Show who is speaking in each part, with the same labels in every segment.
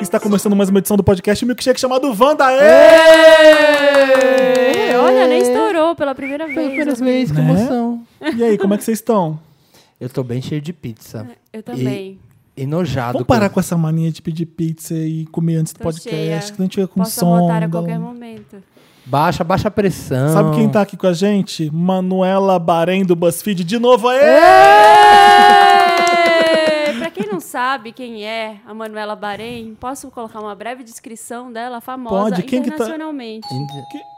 Speaker 1: Está começando mais uma edição do podcast Milkshake chamado Wanda.
Speaker 2: É, Olha, nem estourou pela primeira vez.
Speaker 3: Infelizmente, que
Speaker 1: Né?
Speaker 3: emoção.
Speaker 1: E aí, como é que vocês estão?
Speaker 3: Eu tô bem cheio de pizza.
Speaker 2: Eu também.
Speaker 3: Enojado.
Speaker 1: Vamos parar com essa mania de pedir pizza e comer antes do
Speaker 2: Tô
Speaker 1: podcast,
Speaker 2: cheia.
Speaker 1: que a gente fica com
Speaker 2: Posso
Speaker 1: sono.
Speaker 2: voltar a qualquer momento.
Speaker 3: Baixa, baixa a pressão.
Speaker 1: Sabe quem tá aqui com a gente? Manuela Barém do BuzzFeed de novo. Aê!
Speaker 2: É, pra quem não sabe quem é a Manuela Bahrein, posso colocar uma breve descrição dela, famosa
Speaker 1: Pode, quem que tá-
Speaker 2: internacionalmente.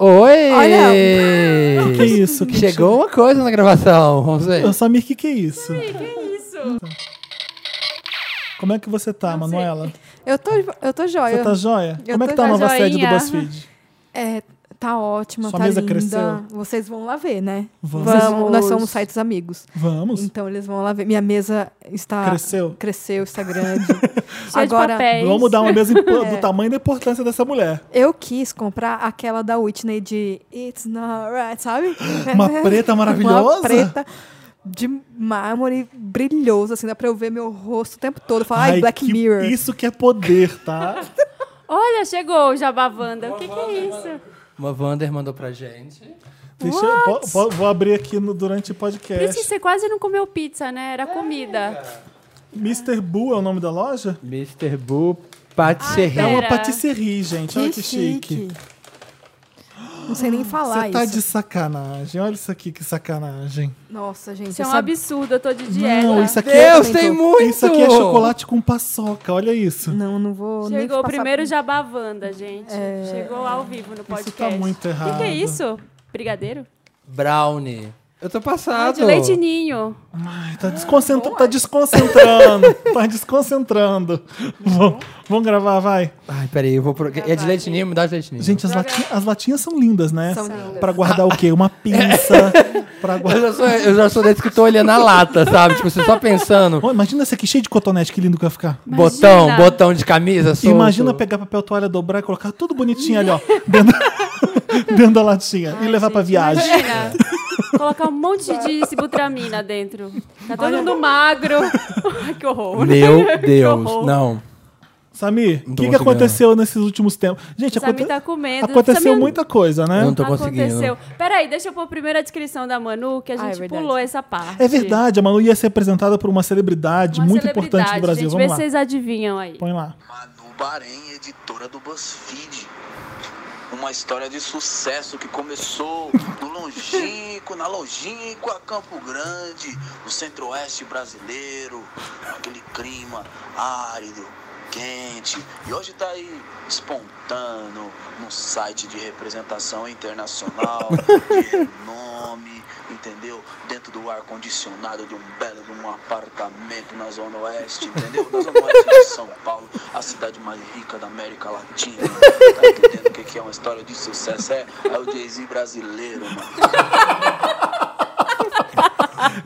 Speaker 3: Oi!
Speaker 1: Que isso? Que tipo-
Speaker 3: Chegou uma coisa na gravação, vamos ver.
Speaker 1: Ô, Samir, o que, que é isso? Então.
Speaker 2: Ih, Que isso?
Speaker 1: Como é que você tá,
Speaker 2: Não sei.
Speaker 1: Manuela?
Speaker 4: Eu tô, eu tô
Speaker 1: Você
Speaker 4: jóia.
Speaker 1: tá joia?
Speaker 4: eu
Speaker 1: Como é
Speaker 4: tô
Speaker 1: que tá a nova
Speaker 2: joinha.
Speaker 1: sede do BuzzFeed?
Speaker 4: É, tá ótima,
Speaker 1: Sua
Speaker 4: tá
Speaker 1: mesa
Speaker 4: linda.
Speaker 1: cresceu?
Speaker 4: Vocês vão lá ver, né?
Speaker 1: Vamos.
Speaker 4: Vamos, nós somos sites amigos.
Speaker 1: Vamos?
Speaker 4: Então eles vão lá ver. Minha mesa está
Speaker 1: Cresceu?
Speaker 4: cresceu, está grande.
Speaker 2: Cheio de
Speaker 4: Agora
Speaker 2: papéis.
Speaker 1: Vamos dar uma mesa impo-
Speaker 4: É.
Speaker 1: do tamanho da importância dessa mulher.
Speaker 4: eu quis comprar aquela da Whitney de It's Not Right, sabe?
Speaker 1: Uma preta maravilhosa?
Speaker 4: Uma preta de mármore brilhoso, assim, dá pra eu ver meu rosto o tempo todo. Falar, ai, Black
Speaker 1: que-
Speaker 4: Mirror.
Speaker 1: Isso que é poder, tá?
Speaker 2: Olha, chegou o Jabavanda. O que, que é isso?
Speaker 3: Uma Wander mandou pra gente.
Speaker 1: Deixa eu, po- po- vou abrir aqui no- durante o podcast.
Speaker 2: Prince, você quase não comeu pizza, né? Era comida.
Speaker 1: Mr. Boo é o nome da loja?
Speaker 3: Mr. Boo Patisserie.
Speaker 1: É
Speaker 2: Ai,
Speaker 1: uma
Speaker 2: Era.
Speaker 1: patisserie, gente. Olha que chique.
Speaker 4: Não sei nem falar
Speaker 1: Você tá
Speaker 4: isso.
Speaker 1: de sacanagem. Olha isso aqui, que sacanagem.
Speaker 4: Nossa, gente.
Speaker 2: Isso é um
Speaker 4: essa-
Speaker 2: absurdo, eu tô de dieta.
Speaker 1: Não, isso aqui
Speaker 3: Deus,
Speaker 1: é...
Speaker 3: tem muito!
Speaker 1: Isso aqui é chocolate com paçoca, olha isso.
Speaker 4: Não, não vou nem
Speaker 2: Chegou o
Speaker 4: passar-
Speaker 2: primeiro Jabavanda, gente. Chegou ao vivo no podcast.
Speaker 1: É. tá muito
Speaker 2: O que, que
Speaker 1: errado.
Speaker 2: é isso? Brigadeiro?
Speaker 3: Brownie. Eu tô
Speaker 2: Ah,
Speaker 3: passado.
Speaker 2: de leite ninho.
Speaker 1: Ai, tá, desconcentra... tá desconcentrando, tá desconcentrando. Vamos, vamos gravar, vai.
Speaker 3: Ai, peraí, eu vou... Pro... É de leite ninho? Me dá de leite ninho.
Speaker 1: Gente, as, lati- as latinhas são lindas, né?
Speaker 4: São lindas.
Speaker 1: Pra guardar o quê? Uma pinça. pra
Speaker 3: Eu
Speaker 1: guardar...
Speaker 3: já, sou, eu já sou desse que tô olhando a lata, sabe? Tipo, você só pensando.
Speaker 1: Ó, imagina esse aqui cheio de cotonete, que lindo que vai ficar.
Speaker 3: Botão, botão de camisa, solto.
Speaker 1: Imagina pegar papel toalha, dobrar e colocar tudo bonitinho ali, ó. Dentro, dentro da latinha. e levar pra
Speaker 2: Gente,
Speaker 1: viagem.
Speaker 2: imagina. Colocar um monte de sibutramina dentro. Tá todo mundo magro. Ai, que horror.
Speaker 3: Meu Deus,
Speaker 2: horror.
Speaker 3: não.
Speaker 1: Samir, o
Speaker 3: Não tô
Speaker 1: que, que
Speaker 3: conseguindo.
Speaker 1: aconteceu nesses últimos tempos? Gente,
Speaker 2: O Samir
Speaker 1: aconte-
Speaker 2: tá com medo.
Speaker 1: aconteceu
Speaker 2: Samir-
Speaker 1: muita coisa, né?
Speaker 3: Eu não tô
Speaker 2: Aconteceu.
Speaker 3: conseguindo.
Speaker 2: Peraí, deixa eu pôr primeiro a descrição da Manu, que a
Speaker 4: Ah, é
Speaker 2: gente
Speaker 4: verdade.
Speaker 2: pulou essa parte.
Speaker 1: É verdade, a Manu ia ser apresentada por uma celebridade
Speaker 2: Uma
Speaker 1: muito
Speaker 2: celebridade,
Speaker 1: importante do Brasil.
Speaker 2: Gente,
Speaker 1: Vamos
Speaker 2: vê
Speaker 1: lá.
Speaker 2: se vocês adivinham aí.
Speaker 1: Põe lá.
Speaker 5: Manu Bahrein, editora do BuzzFeed. Uma história de sucesso que começou no longínquo, na longínqua Campo Grande, no centro-oeste brasileiro, aquele clima árido, quente, e hoje está aí espontâneo num site de representação internacional, de renome, entendeu? Dentro do ar-condicionado de um belo de um apartamento na Zona Oeste, entendeu? Na Zona Oeste de São Paulo, a cidade mais rica da América Latina. Tá entendendo o que que é uma história de sucesso? É, é o Jay-Z brasileiro, mano.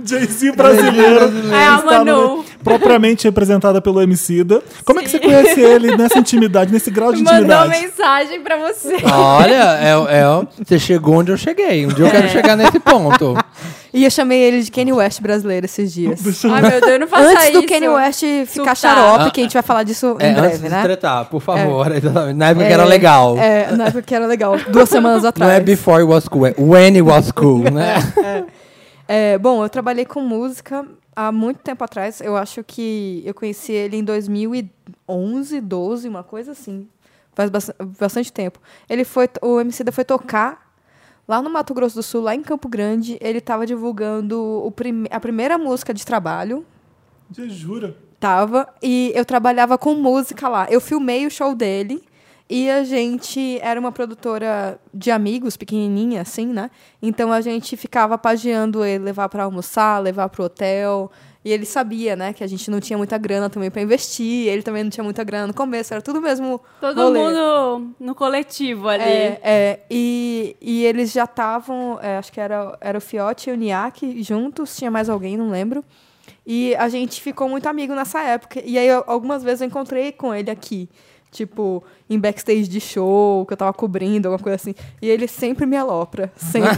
Speaker 1: Jay-Z brasileiro.
Speaker 2: É a
Speaker 1: Está
Speaker 2: Manu.
Speaker 1: no- Propriamente representada pelo Emicida. Como é que você conhece ele nessa intimidade, nesse grau de
Speaker 2: Mandou
Speaker 1: intimidade?
Speaker 2: mensagem pra você.
Speaker 3: Olha, é, é, você chegou onde eu cheguei. Um dia eu quero
Speaker 2: É.
Speaker 3: chegar nesse ponto.
Speaker 4: E eu chamei ele de Kanye West brasileiro esses dias.
Speaker 2: Ai, meu Deus, não faça
Speaker 4: antes
Speaker 2: isso.
Speaker 4: do Kanye West ficar
Speaker 2: Surtar.
Speaker 4: xarope, que a gente vai falar disso
Speaker 3: É,
Speaker 4: em
Speaker 3: antes
Speaker 4: breve,
Speaker 3: de
Speaker 4: né?
Speaker 3: tretar, por favor. exatamente. Na época que era
Speaker 4: É,
Speaker 3: legal.
Speaker 4: É, na época que era legal. Duas semanas
Speaker 3: Não
Speaker 4: atrás.
Speaker 3: é before it was cool, é when it was cool, né?
Speaker 4: É, bom, eu trabalhei com música há muito tempo atrás. Eu acho que eu conheci ele em 2011, 12, uma coisa assim. Faz bas- bastante tempo. Ele foi, o MC da foi tocar lá no Mato Grosso do Sul, lá em Campo Grande. Ele estava divulgando o prime- a primeira música de trabalho.
Speaker 1: Você jura?
Speaker 4: Tava. E eu trabalhava com música lá. Eu filmei o show dele. E a gente era uma produtora de amigos, pequenininha, assim, né? Então a gente ficava pageando ele, levar pra almoçar, levar pro hotel. E ele sabia, né, que a gente não tinha muita grana também pra investir. Ele também não tinha muita grana no começo. Era tudo mesmo.
Speaker 2: Todo
Speaker 4: rolê.
Speaker 2: mundo no coletivo ali.
Speaker 4: É, é, e, e eles já estavam, é, acho que era, era o Fiote e o Niak juntos, tinha mais alguém, não lembro. E a gente ficou muito amigo nessa época. E aí, eu- algumas vezes eu encontrei com ele aqui. Tipo, em backstage de show, que eu tava cobrindo, alguma coisa assim. E ele sempre me alopra. Sempre.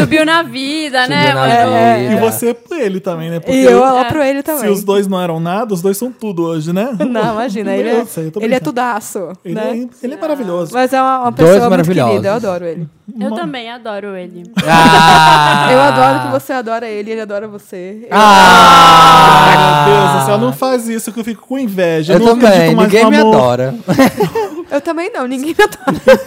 Speaker 2: Subiu na vida, né,
Speaker 3: Subiu na
Speaker 2: mano?
Speaker 4: É,
Speaker 1: E
Speaker 3: vida.
Speaker 1: você ele também, né? Porque
Speaker 4: e eu alopro ele
Speaker 1: se
Speaker 4: também.
Speaker 1: os dois não eram nada, os dois são tudo hoje, né?
Speaker 4: Então, Não, imagina, ele é,
Speaker 1: Eu sei, eu tô
Speaker 4: ele é
Speaker 1: brincando.
Speaker 4: tudaço,
Speaker 1: Ele,
Speaker 4: né?
Speaker 1: é, ele é maravilhoso.
Speaker 4: Mas é uma, uma
Speaker 3: Dois
Speaker 4: pessoa muito
Speaker 3: maravilhosos.
Speaker 4: querida, eu adoro ele.
Speaker 2: Eu também adoro ele.
Speaker 3: Ah!
Speaker 4: Eu adoro que você adora ele, ele adora você.
Speaker 3: Ah!
Speaker 1: Ai, meu Deus do céu, não faz isso que eu fico com inveja.
Speaker 3: Eu
Speaker 1: não acredito
Speaker 3: também,
Speaker 1: mais
Speaker 3: ninguém
Speaker 1: no
Speaker 3: me
Speaker 1: amor.
Speaker 3: adora.
Speaker 4: Eu também não, ninguém me adora.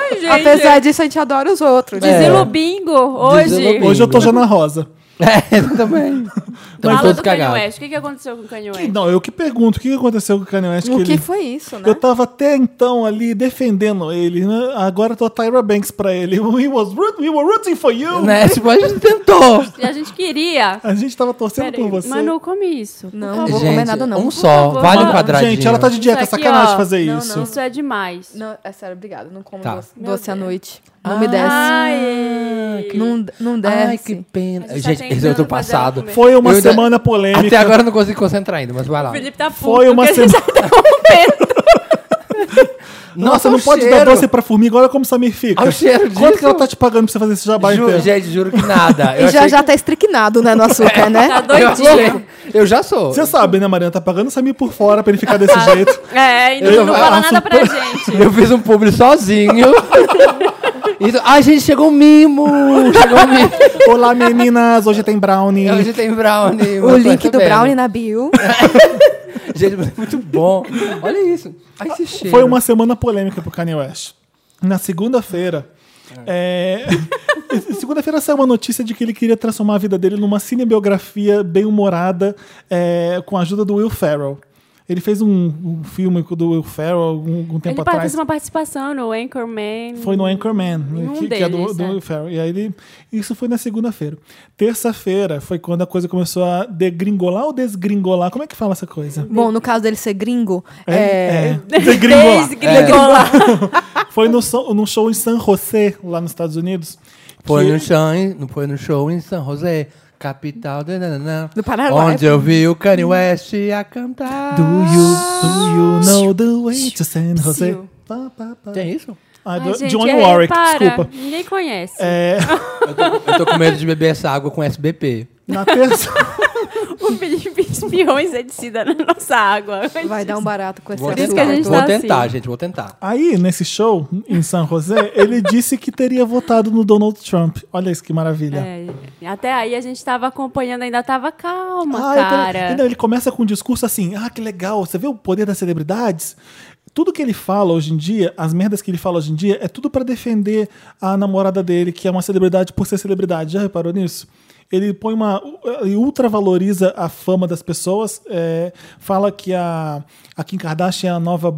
Speaker 2: Ai, gente.
Speaker 4: Apesar disso, a gente adora os outros. né?
Speaker 2: Dizer o É. bingo hoje.
Speaker 3: Desilubi-
Speaker 1: Hoje eu tô já na rosa.
Speaker 3: É, eu também. Estamos
Speaker 2: Fala
Speaker 3: todos
Speaker 2: do Kanye
Speaker 3: cagados.
Speaker 2: West. O que, que aconteceu com o Kanye West?
Speaker 1: Não, eu que pergunto, o que aconteceu com o Kanye West?
Speaker 4: O
Speaker 1: que
Speaker 4: que
Speaker 1: ele-
Speaker 4: foi isso, né?
Speaker 1: Eu tava até então ali defendendo ele, né? Agora eu tô Tyra Banks pra ele. We, was root- we were rooting for you!
Speaker 3: Né? Tipo, a gente tentou.
Speaker 2: E a gente queria.
Speaker 1: A gente tava torcendo
Speaker 2: Peraí,
Speaker 1: por Ah, então você.
Speaker 2: Manu, come isso.
Speaker 4: Não,
Speaker 2: Por
Speaker 4: não vou
Speaker 3: gente,
Speaker 4: comer nada, não.
Speaker 3: Um só,
Speaker 2: favor,
Speaker 3: vale um
Speaker 2: mano.
Speaker 3: quadradinho.
Speaker 1: Gente, ela tá de dieta,
Speaker 2: Isso aqui,
Speaker 1: sacanagem
Speaker 2: ó.
Speaker 1: fazer
Speaker 4: Não,
Speaker 1: isso.
Speaker 4: não.
Speaker 2: Isso é demais.
Speaker 4: Não, é sério, obrigada. Não como
Speaker 3: Tá.
Speaker 4: doce,
Speaker 2: Meu
Speaker 4: doce à
Speaker 2: Deus.
Speaker 4: noite. Não me desce.
Speaker 2: Ai,
Speaker 4: Não, não desce.
Speaker 3: Ai, que pena.
Speaker 2: A gente tá
Speaker 3: Gente, esse eu
Speaker 2: tentando
Speaker 3: tô
Speaker 2: fazer ela
Speaker 3: passado.
Speaker 2: comer.
Speaker 1: Foi uma
Speaker 3: Eu ainda-
Speaker 1: semana polêmica.
Speaker 3: Até agora eu não consigo concentrar ainda, mas vai lá.
Speaker 2: O Felipe tá puto.
Speaker 1: Foi uma
Speaker 2: porque ele
Speaker 1: semana. Nossa, não
Speaker 3: o
Speaker 1: pode dar
Speaker 3: cheiro.
Speaker 1: doce pra formiga. Olha como Samir fica.
Speaker 3: Olha o cheiro
Speaker 1: Quanto
Speaker 3: disso.
Speaker 1: que ela tá te pagando pra você fazer esse jabá então?
Speaker 3: Ju-
Speaker 1: inteiro?
Speaker 3: Gente, juro que nada.
Speaker 4: E
Speaker 3: Eu
Speaker 4: já
Speaker 3: achei
Speaker 4: já tá estricnado, né, no açúcar, né?
Speaker 2: Tá
Speaker 3: que- Eu,
Speaker 2: doidinho.
Speaker 3: eu já sou.
Speaker 1: Você sabe, né, Mariana? Tá pagando o Samir por fora pra ele ficar desse
Speaker 3: Ah.
Speaker 1: jeito.
Speaker 2: É, e
Speaker 3: Eu
Speaker 2: não,
Speaker 3: tô-
Speaker 2: não fala
Speaker 3: eu
Speaker 2: nada pra
Speaker 1: assim,
Speaker 2: gente.
Speaker 3: Eu fiz um publi sozinho. Isso- Ai, gente, chegou um mimo! Chegou um mimo.
Speaker 1: Olá, meninas. Hoje tem brownie.
Speaker 3: Hoje tem brownie.
Speaker 4: O
Speaker 3: mas
Speaker 4: link
Speaker 3: tá
Speaker 4: do
Speaker 3: bem.
Speaker 4: brownie né? na bio.
Speaker 3: Gente, mas é muito bom. Olha isso. Ai, esse cheiro.
Speaker 1: Foi uma semana polêmica pro Kanye West. Na segunda-feira. é, Segunda-feira saiu uma notícia de que ele queria transformar a vida dele numa cinebiografia bem-humorada é, com a ajuda do Will Ferrell. Ele fez um, um filme do Will Ferrell algum, algum tempo
Speaker 2: Ele
Speaker 1: atrás.
Speaker 2: fez uma participação no Anchorman.
Speaker 1: Foi no Anchorman, né,
Speaker 2: um
Speaker 1: que, que é do,
Speaker 2: deles,
Speaker 1: do
Speaker 2: é.
Speaker 1: Will Ferrell. E aí ele, isso foi na segunda-feira. Terça-feira foi quando a coisa começou a degringolar ou desgringolar? Como é que fala essa coisa?
Speaker 4: Bom, no caso dele ser gringo, é,
Speaker 1: é. degringolar.
Speaker 2: Desgringolar.
Speaker 1: Foi no, so- no show em San José, lá nos Estados Unidos.
Speaker 3: Foi
Speaker 1: que-
Speaker 3: no, show, em- foi no show em São José, capital do, nananã,
Speaker 4: Do Paraguai.
Speaker 3: Onde eu vi o Kanye West a
Speaker 2: Ah.
Speaker 3: cantar.
Speaker 1: Do you, do you know the way to San José? Pá, pá, pá.
Speaker 3: Tem isso?
Speaker 1: Ah,
Speaker 2: Ai,
Speaker 1: do-
Speaker 2: gente,
Speaker 1: Johnny
Speaker 2: é,
Speaker 1: Warwick,
Speaker 2: para.
Speaker 1: desculpa.
Speaker 2: Ninguém conhece.
Speaker 1: É,
Speaker 3: Eu tô com medo de beber essa água com SBP.
Speaker 1: na terça...
Speaker 2: O Felipe espiou inseticida na nossa água.
Speaker 4: vai dar um barato com esse
Speaker 3: Vou
Speaker 4: açúcar.
Speaker 2: isso que
Speaker 3: tentar,
Speaker 2: a gente
Speaker 3: vou
Speaker 2: tá
Speaker 3: tentar,
Speaker 2: assim.
Speaker 3: gente, vou tentar.
Speaker 1: Aí, nesse show, em San José, ele disse que teria votado no Donald Trump. Olha isso que maravilha.
Speaker 2: É, até aí a gente tava acompanhando, ainda tava calma,
Speaker 1: Ah, eu tô-
Speaker 2: cara.
Speaker 1: Não, ele começa com um discurso assim: ah, que legal, você vê o poder das celebridades? Tudo que ele fala hoje em dia, as merdas que ele fala hoje em dia, é tudo pra defender a namorada dele, que é uma celebridade por ser celebridade. Já reparou nisso? Ele põe uma. Ele ultravaloriza a fama das pessoas, é, fala que a, a Kim Kardashian é a nova.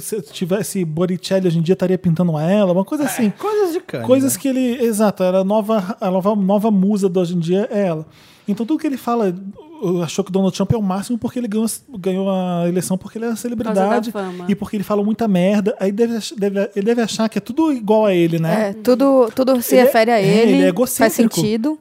Speaker 1: Se tivesse Boricelli hoje em dia, estaria pintando ela, uma
Speaker 2: É.
Speaker 1: coisa assim.
Speaker 3: Coisas de Kanye.
Speaker 1: Coisas que ele. Exato, era a nova, a nova, nova musa de hoje em dia é ela. Então tudo que ele fala uh, achou que Donald Trump é o máximo porque ele ganhou, ganhou a eleição porque ele é uma celebridade
Speaker 2: fama.
Speaker 1: e porque ele fala muita merda. Aí deve, ach- deve- ele deve achar que é tudo igual a ele, né?
Speaker 4: É, tudo, tudo se
Speaker 1: Ele é-
Speaker 4: refere a
Speaker 1: é,
Speaker 4: ele.
Speaker 1: ele é
Speaker 4: faz
Speaker 1: egocêntrico.
Speaker 4: sentido.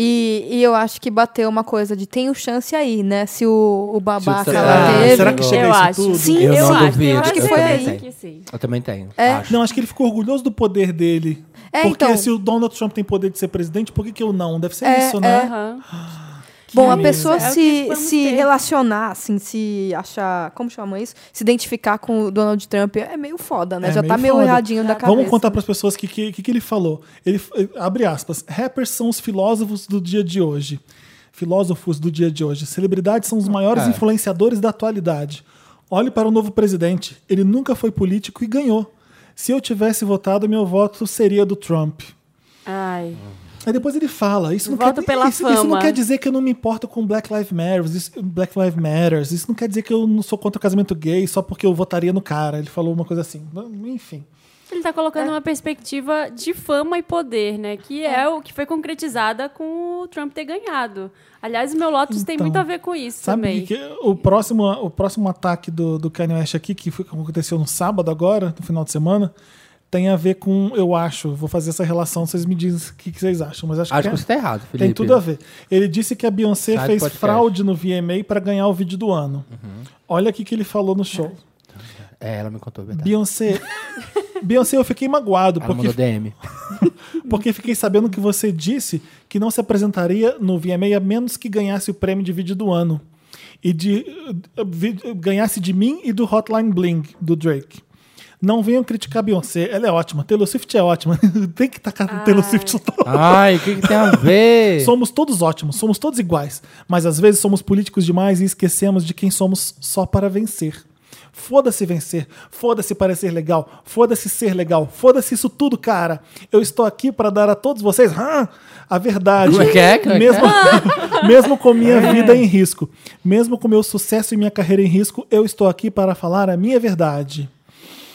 Speaker 4: E, e eu acho que bateu uma coisa de tenho chance aí, né? Se o, o babaca
Speaker 3: Será-
Speaker 4: lá
Speaker 1: Ah,
Speaker 4: teve.
Speaker 1: será que chega
Speaker 2: eu
Speaker 1: isso
Speaker 2: acho.
Speaker 1: tudo?
Speaker 4: Sim,
Speaker 3: Eu
Speaker 2: eu,
Speaker 3: não
Speaker 2: acho.
Speaker 3: duvido,
Speaker 2: Eu acho que
Speaker 4: eu
Speaker 2: foi
Speaker 4: também
Speaker 2: aí.
Speaker 3: tenho.
Speaker 2: Que sim.
Speaker 1: né?
Speaker 3: Eu também tenho,
Speaker 4: É.
Speaker 3: acho.
Speaker 1: Não, acho que ele ficou orgulhoso do poder dele.
Speaker 4: É,
Speaker 1: porque
Speaker 4: então.
Speaker 1: se o Donald Trump tem poder de ser presidente, por que, que eu não? Deve ser
Speaker 4: É,
Speaker 1: isso,
Speaker 4: é.
Speaker 1: né?
Speaker 2: Aham.
Speaker 4: Bom, a
Speaker 2: Que
Speaker 4: pessoa
Speaker 2: isso, é o que
Speaker 4: se,
Speaker 2: vamos
Speaker 4: se
Speaker 2: ter.
Speaker 4: relacionar, assim, se achar. Como chama isso? Se identificar com o Donald Trump é meio foda, né?
Speaker 1: É
Speaker 4: Já
Speaker 1: meio
Speaker 4: tá meio
Speaker 1: foda.
Speaker 4: erradinho da cabeça.
Speaker 1: Vamos contar para as pessoas o que, que, que que ele falou. Ele f- eh, abre aspas. Rappers são os filósofos do dia de hoje. Filósofos do dia de hoje. Celebridades
Speaker 4: Ah,
Speaker 1: são os maiores
Speaker 3: É.
Speaker 1: influenciadores da atualidade. Olhe para o novo presidente. Ele nunca foi político e ganhou. Se eu tivesse votado, meu voto seria do Trump.
Speaker 2: Ai.
Speaker 1: Aí depois ele fala, isso não,
Speaker 2: Voto
Speaker 1: quer,
Speaker 2: pela
Speaker 1: isso, isso não
Speaker 2: fama.
Speaker 1: quer dizer que eu não me importo com Black Lives Matter, isso, Black Lives Matters, isso não quer dizer que eu não sou contra o casamento gay só porque eu votaria no cara. Ele falou uma coisa assim, enfim.
Speaker 2: Ele tá colocando uma perspectiva de fama e poder, né? Que é, o que foi concretizada com o Trump ter ganhado. Aliás, o meu Lotus tem
Speaker 1: Então,
Speaker 2: muito a ver com isso
Speaker 1: Sabe
Speaker 2: também.
Speaker 1: que, que o, próximo, o próximo ataque do, do Kanye West aqui, que foi, que aconteceu no sábado agora, no final de semana, tem a ver com, eu acho, vou fazer essa relação, vocês me dizem o que, que vocês acham, mas acho,
Speaker 3: Acho que
Speaker 1: que
Speaker 3: você tá errado, Felipe.
Speaker 1: tem tudo a ver. Ele disse que a Beyoncé
Speaker 3: Sai do
Speaker 1: fez
Speaker 3: podcast. Uhum.
Speaker 1: fraude no VMA para ganhar o vídeo do ano. Olha aqui que ele falou no show.
Speaker 3: É, ela me contou, é verdade.
Speaker 1: Beyoncé. Beyoncé, eu fiquei magoado,
Speaker 3: Ela
Speaker 1: porque,
Speaker 3: mandou DM.
Speaker 1: porque fiquei sabendo que você disse que não se apresentaria no VMA a menos que ganhasse o prêmio de vídeo do ano. E de, eh, vi- ganhasse de mim e do Hotline Bling, do Drake. Não venham criticar a Beyoncé, ela é ótima. Taylor Swift é ótima. Tem que tacar no Taylor Swift.
Speaker 3: Ai, o que, que tem a ver?
Speaker 1: Somos todos ótimos, somos todos iguais, mas às vezes somos políticos demais e esquecemos de quem somos só para vencer. Foda-se vencer, foda-se parecer legal, foda-se ser legal, foda-se isso tudo, cara. Eu estou aqui para dar a todos vocês hã, a verdade.
Speaker 3: Como é que é? Como é que é?
Speaker 1: mesmo, mesmo com minha vida em risco, mesmo com meu sucesso e minha carreira em risco, eu estou aqui para falar a minha verdade.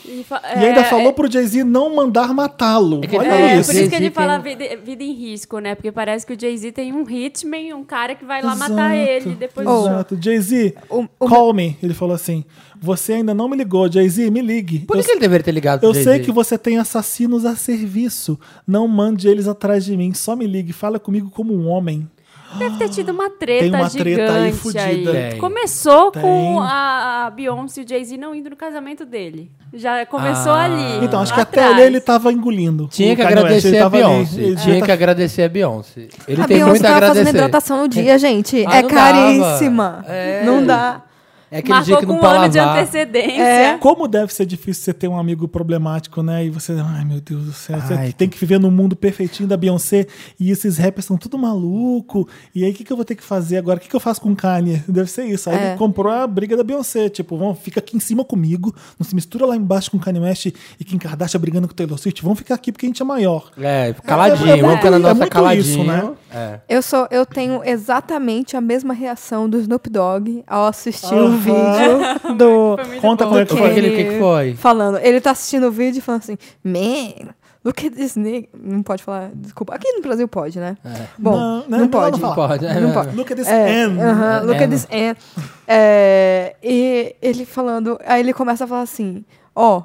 Speaker 2: E, fa-
Speaker 1: e ainda
Speaker 2: é,
Speaker 1: falou
Speaker 2: é-
Speaker 1: pro Jay-Z não mandar matá-lo.
Speaker 3: que-
Speaker 1: Olha
Speaker 2: É,
Speaker 1: isso.
Speaker 2: por isso que
Speaker 3: Jay-Z
Speaker 2: ele fala
Speaker 3: tem-
Speaker 2: vida, vida em risco, né? Porque parece que o Jay-Z tem um hitman, um cara que vai lá
Speaker 1: Exato,
Speaker 2: matar ele depois do jogo.
Speaker 1: Exato. Jay-Z,
Speaker 4: O- o
Speaker 1: call me. Ele falou assim: Você ainda não me ligou, Jay-Z, me ligue.
Speaker 3: Por
Speaker 1: eu
Speaker 3: que, ele deveria ter ligado pro
Speaker 1: eu sei
Speaker 3: Jay-Z?
Speaker 1: que você tem assassinos a serviço. Não mande eles atrás de mim. Só me ligue. Fala comigo como um homem.
Speaker 2: Deve ter tido uma treta
Speaker 1: Tem uma
Speaker 2: gigante
Speaker 1: treta aí fudida.
Speaker 3: Tem.
Speaker 2: Começou
Speaker 1: Tem.
Speaker 2: com a a Beyoncé e o Jay-Z não indo no casamento dele. Já começou
Speaker 3: Ah.
Speaker 2: ali.
Speaker 1: Então, acho
Speaker 2: lá
Speaker 1: que até
Speaker 2: atrás.
Speaker 1: ali ele tava engolindo.
Speaker 3: Tinha
Speaker 1: O
Speaker 3: que
Speaker 1: Kanye West,
Speaker 3: agradecer
Speaker 1: ele
Speaker 3: a
Speaker 1: tava ali,
Speaker 3: Beyoncé.
Speaker 1: ele
Speaker 3: Tinha
Speaker 1: já
Speaker 3: que
Speaker 1: tá-
Speaker 3: agradecer a Beyoncé. Ele
Speaker 4: a
Speaker 3: tem
Speaker 4: Beyoncé
Speaker 3: muito a
Speaker 4: tava fazendo
Speaker 3: agradecer.
Speaker 4: hidratação no dia, gente.
Speaker 3: Ah,
Speaker 4: é
Speaker 3: não
Speaker 4: caríssima.
Speaker 3: dava. É.
Speaker 4: Não dá.
Speaker 3: É aquele dia
Speaker 2: Marcou
Speaker 3: que
Speaker 2: com
Speaker 3: não
Speaker 2: um
Speaker 3: pode
Speaker 2: ano de
Speaker 3: lavar.
Speaker 2: antecedência.
Speaker 4: É?
Speaker 1: Como deve ser difícil você ter um amigo problemático, né? E você, ai meu Deus do céu,
Speaker 3: Ai,
Speaker 1: você tem que viver no mundo perfeitinho da Beyoncé e esses rappers são tudo maluco. E aí, o que, que eu vou ter que fazer agora? O que, que eu faço com o Kanye? Deve ser isso. Aí
Speaker 4: É.
Speaker 1: ele comprou a briga da Beyoncé. Tipo, vão, fica aqui em cima comigo, não se mistura lá embaixo com Kanye West e Kim Kardashian brigando com o Taylor Swift. Vamos ficar aqui porque a gente é maior.
Speaker 3: É, caladinho,
Speaker 1: É, é
Speaker 3: vamos
Speaker 1: muito-
Speaker 3: ficar na
Speaker 1: é
Speaker 3: nossa
Speaker 1: muito
Speaker 3: caladinho.
Speaker 1: isso, né?
Speaker 3: É.
Speaker 4: Eu, sou, eu tenho exatamente a mesma reação do Snoop Dogg ao assistir o
Speaker 1: Aham.
Speaker 4: um vídeo do.
Speaker 1: Conta como é que
Speaker 4: do
Speaker 1: foi.
Speaker 3: aquele- o que que foi?
Speaker 4: Falando. Ele tá assistindo o vídeo e falando assim: Man, look at this nigga. Não pode falar, desculpa. Aqui no Brasil pode, né?
Speaker 3: É.
Speaker 4: Bom,
Speaker 1: Não, né,
Speaker 4: não,
Speaker 1: não
Speaker 4: pode.
Speaker 1: fala.
Speaker 3: Pode.
Speaker 4: Não pode.
Speaker 1: Look at this
Speaker 4: É,
Speaker 1: end.
Speaker 4: aham, look at
Speaker 3: N.
Speaker 4: this N. É, e ele falando, aí ele começa a falar assim, ó,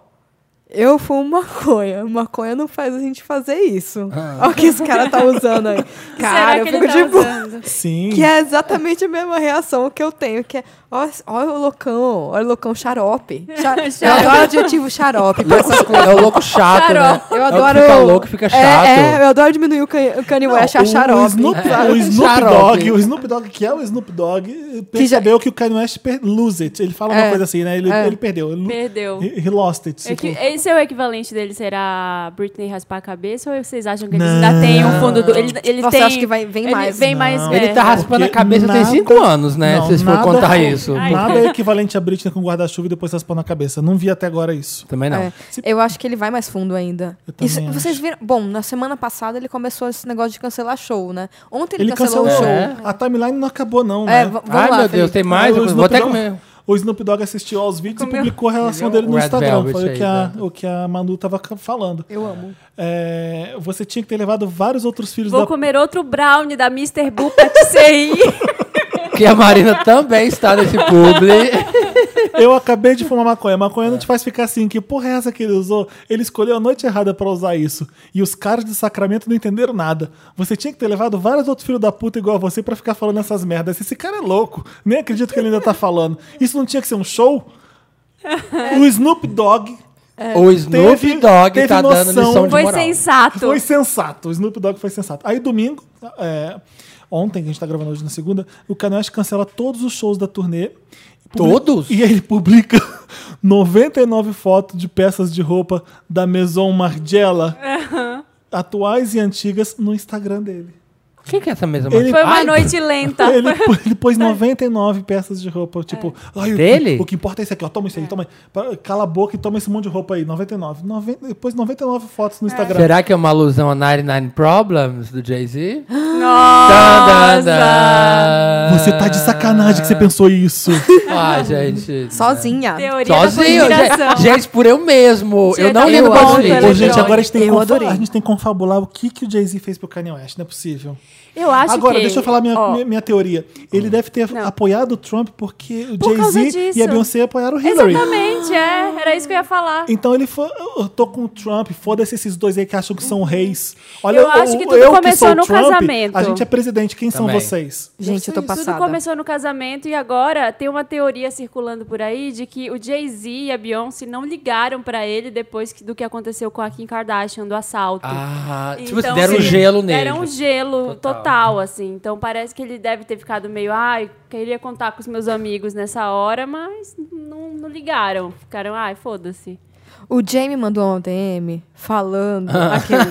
Speaker 4: eu fumo maconha, maconha não faz a gente fazer isso.
Speaker 3: Ah.
Speaker 4: Olha o que esse cara tá usando aí. Cara,
Speaker 2: Será
Speaker 4: eu
Speaker 2: que ele
Speaker 4: fico
Speaker 2: tá
Speaker 4: tipo...
Speaker 2: usando?
Speaker 1: Sim.
Speaker 4: Que é exatamente a mesma reação que eu tenho, que é, ó, ó o loucão, ó o loucão xarope. Xa- eu adoro o adjetivo xarope pra essas coisas.
Speaker 3: É o louco chato, né?
Speaker 4: Eu
Speaker 3: É o que
Speaker 4: adoro...
Speaker 3: Fica louco, fica
Speaker 4: É,
Speaker 3: chato.
Speaker 4: É, eu adoro diminuir o Kanye o Kanye West a
Speaker 1: o, o,
Speaker 4: xarope.
Speaker 1: Snoop,
Speaker 3: É.
Speaker 1: o Snoop
Speaker 3: Xarope.
Speaker 1: Dogg, o Snoop Dogg, que é o Snoop Dogg,
Speaker 4: Que já-
Speaker 1: percebeu que, o Kanye West per- lose it. Ele fala uma
Speaker 4: É.
Speaker 1: coisa assim, né? Ele,
Speaker 4: É.
Speaker 1: ele perdeu. Ele-
Speaker 2: Perdeu.
Speaker 1: He, he lost it.
Speaker 2: É
Speaker 1: tipo.
Speaker 2: que esse é o equivalente dele, será Britney raspar a cabeça ou vocês acham que eles
Speaker 1: Não.
Speaker 2: ainda têm um fundo do. Ele, ele
Speaker 4: Nossa,
Speaker 2: tem,
Speaker 4: eu acho que vai- vem
Speaker 2: ele
Speaker 4: mais.
Speaker 2: Vem mais
Speaker 1: Não.
Speaker 2: é.
Speaker 3: Ele tá raspando a
Speaker 1: Porque
Speaker 3: cabeça tem
Speaker 1: nada-
Speaker 3: 5 anos, né?
Speaker 1: Não,
Speaker 3: Se vocês for
Speaker 1: nada-
Speaker 3: contar isso.
Speaker 1: Nada é equivalente a Britney com guarda-chuva e depois raspando a cabeça. Não vi até agora isso.
Speaker 3: Também não.
Speaker 4: É, Eu acho que ele vai mais fundo ainda.
Speaker 1: Eu também
Speaker 4: Isso-
Speaker 1: acho.
Speaker 4: vocês viram? Bom, na semana passada ele começou esse negócio de cancelar show, né? Ontem ele,
Speaker 1: Ele
Speaker 4: cancelou,
Speaker 1: cancelou né?
Speaker 4: o show.
Speaker 3: É.
Speaker 1: A timeline não acabou, não, né?
Speaker 4: É, v- vamos
Speaker 3: Ai,
Speaker 4: lá,
Speaker 3: meu
Speaker 4: Felipe.
Speaker 3: Deus, tem mais.
Speaker 1: o
Speaker 3: eu Vou
Speaker 1: Snoop
Speaker 3: até
Speaker 1: Dogg-
Speaker 3: comer.
Speaker 1: O Snoop Dogg assistiu aos vídeos e publicou a relação
Speaker 3: Comeu
Speaker 1: dele no
Speaker 3: Red
Speaker 1: Instagram.
Speaker 3: Velvet
Speaker 1: Foi o
Speaker 3: aí,
Speaker 1: que, a,
Speaker 3: né?
Speaker 1: o que a Manu tava ca- falando.
Speaker 4: Eu amo.
Speaker 1: É, você tinha que ter levado vários outros filhos
Speaker 2: Vou
Speaker 1: da
Speaker 2: comer outro brownie da Mr. Bull Patisserie.
Speaker 3: Que a Marina também está nesse publi.
Speaker 1: Eu acabei de fumar maconha. Maconha não te faz ficar assim, que porra é essa que ele usou? Ele escolheu a noite errada pra usar isso. E os caras de Sacramento não entenderam nada. Você tinha que ter levado vários outros filhos da puta igual a você pra ficar falando essas merdas. Esse cara é louco. Nem acredito que ele ainda tá falando. Isso não tinha que ser um show? O Snoop Dogg
Speaker 4: É.
Speaker 3: O Snoop
Speaker 1: Teve-
Speaker 3: Dog
Speaker 1: teve
Speaker 3: tá dando
Speaker 1: noção.
Speaker 3: lição de
Speaker 2: Foi
Speaker 3: moral.
Speaker 2: sensato.
Speaker 1: Foi sensato. O Snoop Dogg foi sensato. Aí domingo, é, ontem, que a gente tá gravando hoje na segunda, o Kanye West cancela todos os shows da turnê. Publi-
Speaker 3: Todos?
Speaker 1: E ele publica 99 fotos de peças de roupa da Maison Margiela,
Speaker 3: É.
Speaker 1: atuais e antigas, no Instagram dele.
Speaker 3: Quem que é essa mesma?
Speaker 1: Ele-
Speaker 2: Foi uma
Speaker 3: Ai,
Speaker 2: noite lenta.
Speaker 3: Tá.
Speaker 1: Ele, ele pôs 99 peças de roupa, tipo, "Ai, o que-
Speaker 3: É. Dele?
Speaker 1: O, que importa é isso aqui, ó, toma isso aí, toma. aí. Cala a boca e toma esse monte de roupa aí, 99. Noven- ele pôs 99 fotos no Instagram.
Speaker 3: Será que é uma alusão a 99 Problems do Jay-Z? Tan, tan,
Speaker 2: Nossa!
Speaker 3: tan.
Speaker 1: Você tá de sacanagem que
Speaker 3: É.
Speaker 1: você pensou isso.
Speaker 3: Ah, gente.
Speaker 4: Sozinha.
Speaker 2: Teoria
Speaker 3: Sozinho,
Speaker 2: da
Speaker 3: gente,
Speaker 2: conspiração.
Speaker 3: gente, por eu mesmo.
Speaker 2: Tira
Speaker 3: eu não
Speaker 2: da
Speaker 3: ligo
Speaker 2: minha
Speaker 3: pra
Speaker 2: conta,
Speaker 1: Ô,
Speaker 3: Netflix.
Speaker 2: Eletrônico.
Speaker 1: gente, agora a gente, tem que
Speaker 4: tá- Eu
Speaker 1: confa-
Speaker 4: adorei.
Speaker 1: a gente tem que confabular o que, que o Jay-Z fez pro Kanye West. Não é possível.
Speaker 2: Eu acho
Speaker 1: Agora,
Speaker 2: que.
Speaker 1: deixa eu falar minha,
Speaker 2: ó,
Speaker 1: minha, minha teoria. Ele deve ter
Speaker 2: Não.
Speaker 1: apoiado o Trump porque o
Speaker 2: Por causa
Speaker 1: Jay-Z e a
Speaker 2: disso.
Speaker 1: Beyoncé apoiaram o Hillary.
Speaker 2: Exatamente, é. Era isso que eu ia falar.
Speaker 1: Então ele foi. Eu tô com o Trump, foda-se esses dois aí que acham que são reis. Olha,
Speaker 2: Eu acho que tudo
Speaker 1: eu
Speaker 2: começou
Speaker 1: sou o
Speaker 2: no
Speaker 1: Trump,
Speaker 2: casamento.
Speaker 1: A gente é presidente, quem são
Speaker 3: Também.
Speaker 1: vocês?
Speaker 4: Gente, eu tô
Speaker 2: Tudo
Speaker 4: passada.
Speaker 2: começou no casamento e agora tem uma teoria circulando por aí de que o Jay-Z e a Beyoncé não ligaram pra ele depois que- do que aconteceu com a Kim Kardashian, do assalto.
Speaker 3: Ah, tipo,
Speaker 2: Então,
Speaker 3: deram
Speaker 2: sim,
Speaker 3: gelo nele.
Speaker 2: Deram um gelo
Speaker 3: Total.
Speaker 2: total. assim. Então parece que ele deve ter ficado meio, ai, queria contar com os meus amigos nessa hora, mas não, não ligaram. Ficaram, ai, foda-se.
Speaker 4: O Jamie mandou uma DM falando. aquele,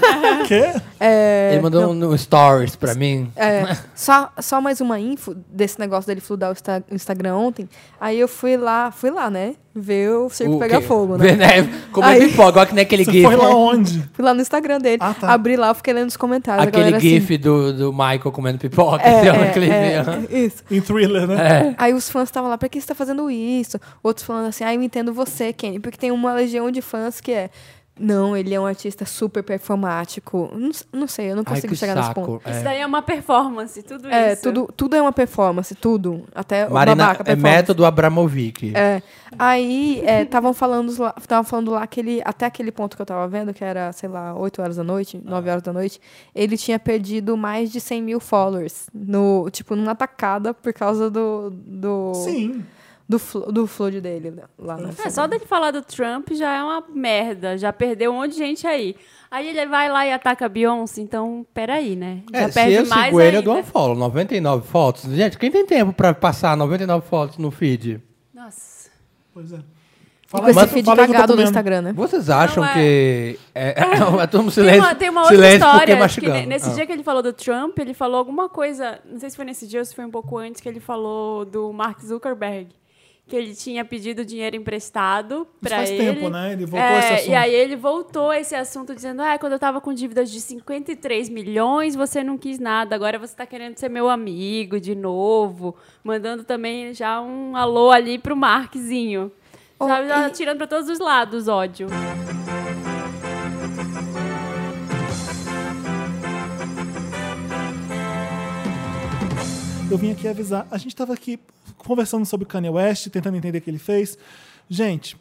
Speaker 1: Quê?
Speaker 4: é,
Speaker 3: Ele mandou um, um stories pra mim.
Speaker 4: É, só, só mais uma info desse negócio dele fludar o Insta- Instagram ontem. Aí eu fui lá, fui lá, né? Ver o circo
Speaker 3: O
Speaker 4: pegar
Speaker 3: quê?
Speaker 4: fogo, né?
Speaker 3: Né? Como é
Speaker 4: Aí-
Speaker 3: pipoca, igual que nem aquele
Speaker 1: Você
Speaker 3: gif.
Speaker 1: foi lá onde?
Speaker 4: Fui lá no Instagram dele.
Speaker 1: Ah, tá.
Speaker 4: Abri lá, fiquei lendo os comentários. a
Speaker 3: Aquele
Speaker 4: galera
Speaker 3: gif
Speaker 4: Assim,
Speaker 3: do, do Michael comendo pipoca.
Speaker 4: é,
Speaker 3: assim, ó,
Speaker 4: é,
Speaker 3: aquele
Speaker 4: é,
Speaker 3: vídeo.
Speaker 4: isso.
Speaker 1: Em thriller, né?
Speaker 3: É.
Speaker 4: Aí os fãs estavam lá, pra que você tá fazendo isso? Outros falando assim, ah, eu entendo você, Kenny. Porque tem uma legião de fãs que é... Não, ele é um artista super performático. Não, s- não sei, eu não
Speaker 3: Ai,
Speaker 4: consigo
Speaker 3: que
Speaker 4: chegar nesse ponto.
Speaker 3: saco.
Speaker 2: Isso
Speaker 3: É.
Speaker 2: daí é uma performance, tudo
Speaker 4: É,
Speaker 2: isso.
Speaker 4: tudo, tudo é uma performance, tudo. Até o
Speaker 3: Marina,
Speaker 4: babaca
Speaker 3: é
Speaker 4: performance.
Speaker 3: método Abramovic.
Speaker 4: É. Aí, estavam falando lá, tavam falando lá que ele, até aquele ponto que eu tava vendo, que era, sei lá, 8 horas da noite,
Speaker 3: Ah.
Speaker 4: 9 horas da noite, ele tinha perdido mais de 100 mil followers, no, tipo, numa tacada por causa do. do
Speaker 1: Sim.
Speaker 4: Do, flo- do flood dele né, lá na
Speaker 2: É, só dele falar do Trump já é uma merda, já perdeu um monte de gente aí. Aí ele vai lá e ataca a Beyoncé, então peraí, né? Já
Speaker 3: É, se
Speaker 2: perde
Speaker 3: eu
Speaker 2: mais
Speaker 3: sigo ele, eu
Speaker 2: ainda.
Speaker 3: dou um follow. 99 fotos. Gente, quem tem tempo pra passar 99 fotos no feed?
Speaker 2: Nossa.
Speaker 1: Pois é.
Speaker 4: E
Speaker 1: Fala
Speaker 4: com esse
Speaker 1: aí,
Speaker 4: feed
Speaker 1: fala aí que eu tô
Speaker 4: cagado no
Speaker 1: comendo.
Speaker 4: Instagram, né?
Speaker 3: Vocês acham
Speaker 2: Não, é.
Speaker 3: que... É, é, todo mundo
Speaker 2: Tem
Speaker 3: silêncio,
Speaker 2: uma, tem uma outra
Speaker 3: silêncio porque
Speaker 2: história que
Speaker 3: mastigando.
Speaker 2: ne- nesse
Speaker 3: Ah.
Speaker 2: dia que ele falou do Trump, ele falou alguma coisa, não sei se foi nesse dia ou se foi um pouco antes que ele falou do Mark Zuckerberg, que ele tinha pedido dinheiro emprestado
Speaker 1: Isso
Speaker 2: para
Speaker 1: faz
Speaker 2: ele.
Speaker 1: tempo, né? Ele voltou a
Speaker 2: É,
Speaker 1: esse assunto.
Speaker 2: E aí ele voltou a esse assunto dizendo: "Ah, quando eu tava com dívidas de 53 milhões, você não quis nada, agora você tá querendo ser meu amigo de novo", mandando também já um alô ali pro Markzinho.
Speaker 4: Oh,
Speaker 2: Sabe, já
Speaker 4: e-
Speaker 2: tirando pra todos os lados ódio.
Speaker 1: Eu vim aqui avisar. A gente estava aqui conversando sobre Kanye West, tentando entender o que ele fez. Gente,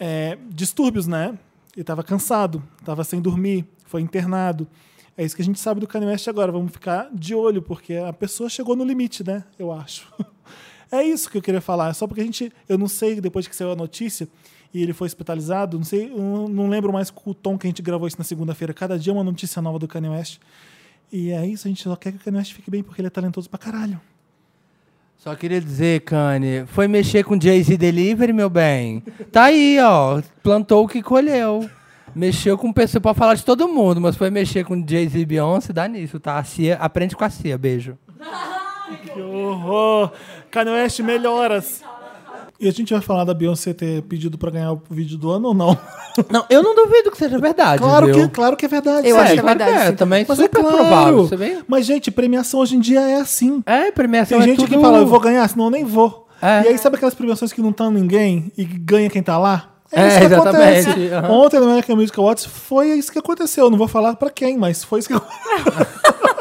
Speaker 1: é, distúrbios, né? Ele estava cansado, estava sem dormir, foi internado. É isso que a gente sabe do Kanye West agora. Vamos ficar de olho, porque a pessoa chegou no limite, né? Eu acho. É isso que eu queria falar. Só porque a gente. Eu não sei, depois que saiu a notícia e ele foi hospitalizado, não sei, eu não- não lembro mais com o tom que a gente gravou isso na segunda-feira. Cada dia é uma notícia nova do Kanye West. E é isso, a gente só quer que o Kanye West fique bem, porque ele é talentoso pra caralho.
Speaker 3: Só queria dizer, Kanye, foi mexer com Jay-Z Delivery, meu bem? Tá aí, ó. Plantou o que colheu. Mexeu com pessoa, pode falar de todo mundo, mas foi mexer com Jay-Z e Beyoncé, dá nisso, tá? A Cia, aprende com a Cia, beijo.
Speaker 1: Que horror! Kanye West, melhoras! E a gente vai falar da Beyoncé ter pedido pra ganhar o vídeo do ano ou não?
Speaker 3: Não, eu não duvido que seja verdade.
Speaker 1: Claro
Speaker 3: viu?
Speaker 1: que, claro que é verdade.
Speaker 4: Eu
Speaker 1: É,
Speaker 4: acho que é
Speaker 3: claro
Speaker 4: verdade,
Speaker 3: É,
Speaker 4: sim.
Speaker 3: também
Speaker 1: mas é
Speaker 3: super
Speaker 1: claro.
Speaker 3: provável, você vê?
Speaker 1: Mas, gente, premiação hoje em dia é assim.
Speaker 3: É, premiação
Speaker 1: Tem
Speaker 3: é
Speaker 1: gente que
Speaker 3: tudo-
Speaker 1: fala, eu vou ganhar, senão eu nem vou.
Speaker 3: É.
Speaker 1: E aí, sabe aquelas premiações que não tá ninguém e ganha quem tá lá?
Speaker 3: É,
Speaker 1: isso que
Speaker 3: exatamente.
Speaker 1: acontece.
Speaker 3: Aham.
Speaker 1: Ontem no American Music Awards foi isso que aconteceu. Não vou falar pra quem, mas foi isso que aconteceu.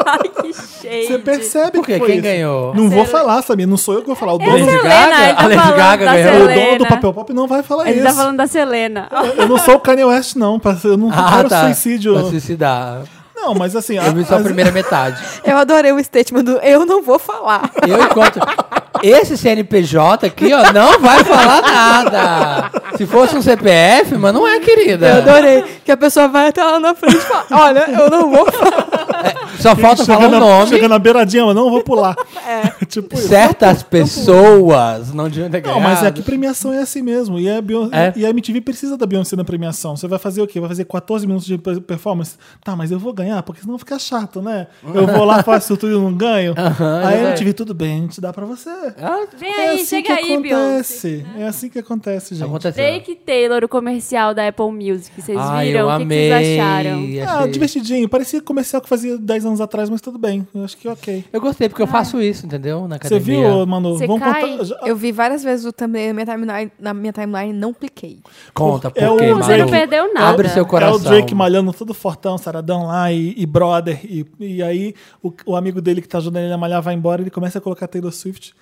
Speaker 2: Ai, que cheio.
Speaker 1: Você percebe
Speaker 3: Por quê?
Speaker 1: que foi
Speaker 3: Quem
Speaker 1: isso.
Speaker 3: ganhou?
Speaker 1: Não vou falar, Samir. Não sou eu que vou falar. O dono, é
Speaker 2: Selena,
Speaker 3: Lady
Speaker 2: ele
Speaker 3: Gaga?
Speaker 2: tá
Speaker 3: A Lady
Speaker 2: falando
Speaker 3: Gaga
Speaker 2: da
Speaker 3: ganhou.
Speaker 1: o
Speaker 2: Selena.
Speaker 1: dono do Papel Pop não vai falar
Speaker 2: né? Ele
Speaker 1: isso.
Speaker 2: tá falando da Selena.
Speaker 1: Eu não sou o Kanye West, não. pra- Eu não
Speaker 3: Ah,
Speaker 1: quero
Speaker 3: tá.
Speaker 1: suicídio.
Speaker 3: Pra suicidar.
Speaker 1: Não, mas assim.
Speaker 3: Eu vi só a
Speaker 1: as-
Speaker 3: primeira metade.
Speaker 4: Eu adorei o statement do eu não vou falar.
Speaker 3: Eu encontro. Esse CNPJ aqui, ó, não vai falar nada. Se fosse um CPF, mas não é,
Speaker 4: Eu
Speaker 3: querida.
Speaker 4: adorei. Que a pessoa vai até lá na frente e fala: Olha, eu não vou falar.
Speaker 3: É, Só falta
Speaker 1: chega
Speaker 3: falar o
Speaker 1: na- Chega
Speaker 3: nome.
Speaker 1: na beiradinha, mas não vou pular.
Speaker 2: É.
Speaker 1: tipo isso.
Speaker 3: Certas pessoas não deviam ter
Speaker 1: Não, mas é que
Speaker 3: ganhado.
Speaker 1: premiação é assim mesmo. E a, Beyon-
Speaker 3: É.
Speaker 1: e a MTV precisa da Beyoncé na premiação. Você vai fazer o quê? Vai fazer 14 minutos de per- performance? Tá, mas eu vou ganhar, porque senão fica chato, né? Eu vou lá, faço tudo e não ganho.
Speaker 3: Aham,
Speaker 1: Aí a
Speaker 3: é.
Speaker 1: MTV, tudo bem, a gente dá pra você. É assim
Speaker 3: Ah,
Speaker 2: Vem aí, chega aí, Beyoncé. Né?
Speaker 1: acontece. É assim que acontece, gente.
Speaker 3: aconteceu.
Speaker 2: Drake Taylor, o comercial da Apple Music. Vocês
Speaker 3: Ai,
Speaker 2: viram?
Speaker 3: eu
Speaker 2: o que, que
Speaker 3: amei.
Speaker 2: vocês acharam?
Speaker 1: Ah,
Speaker 3: achei.
Speaker 1: divertidinho. Parecia comercial que fazia 10 anos atrás, mas tudo bem. Eu acho que ok.
Speaker 2: Ah.
Speaker 3: Eu gostei, porque eu faço isso, entendeu? aconteceu na
Speaker 1: Você
Speaker 3: academia.
Speaker 1: viu, Manu?
Speaker 2: Você cai?
Speaker 1: já- é
Speaker 4: Eu vi várias vezes o thumbnail na minha timeline, na minha timeline não cliquei.
Speaker 3: Conta, por
Speaker 1: É o
Speaker 3: quê,
Speaker 1: Drake-
Speaker 2: Você não
Speaker 1: Manu?
Speaker 2: perdeu nada.
Speaker 3: Abre seu coração.
Speaker 1: É o Drake malhando todo fortão, saradão lá e, e brother. E, e aí o, o amigo dele que tá ajudando ele a malhar vai embora ele começa a colocar Taylor Swift.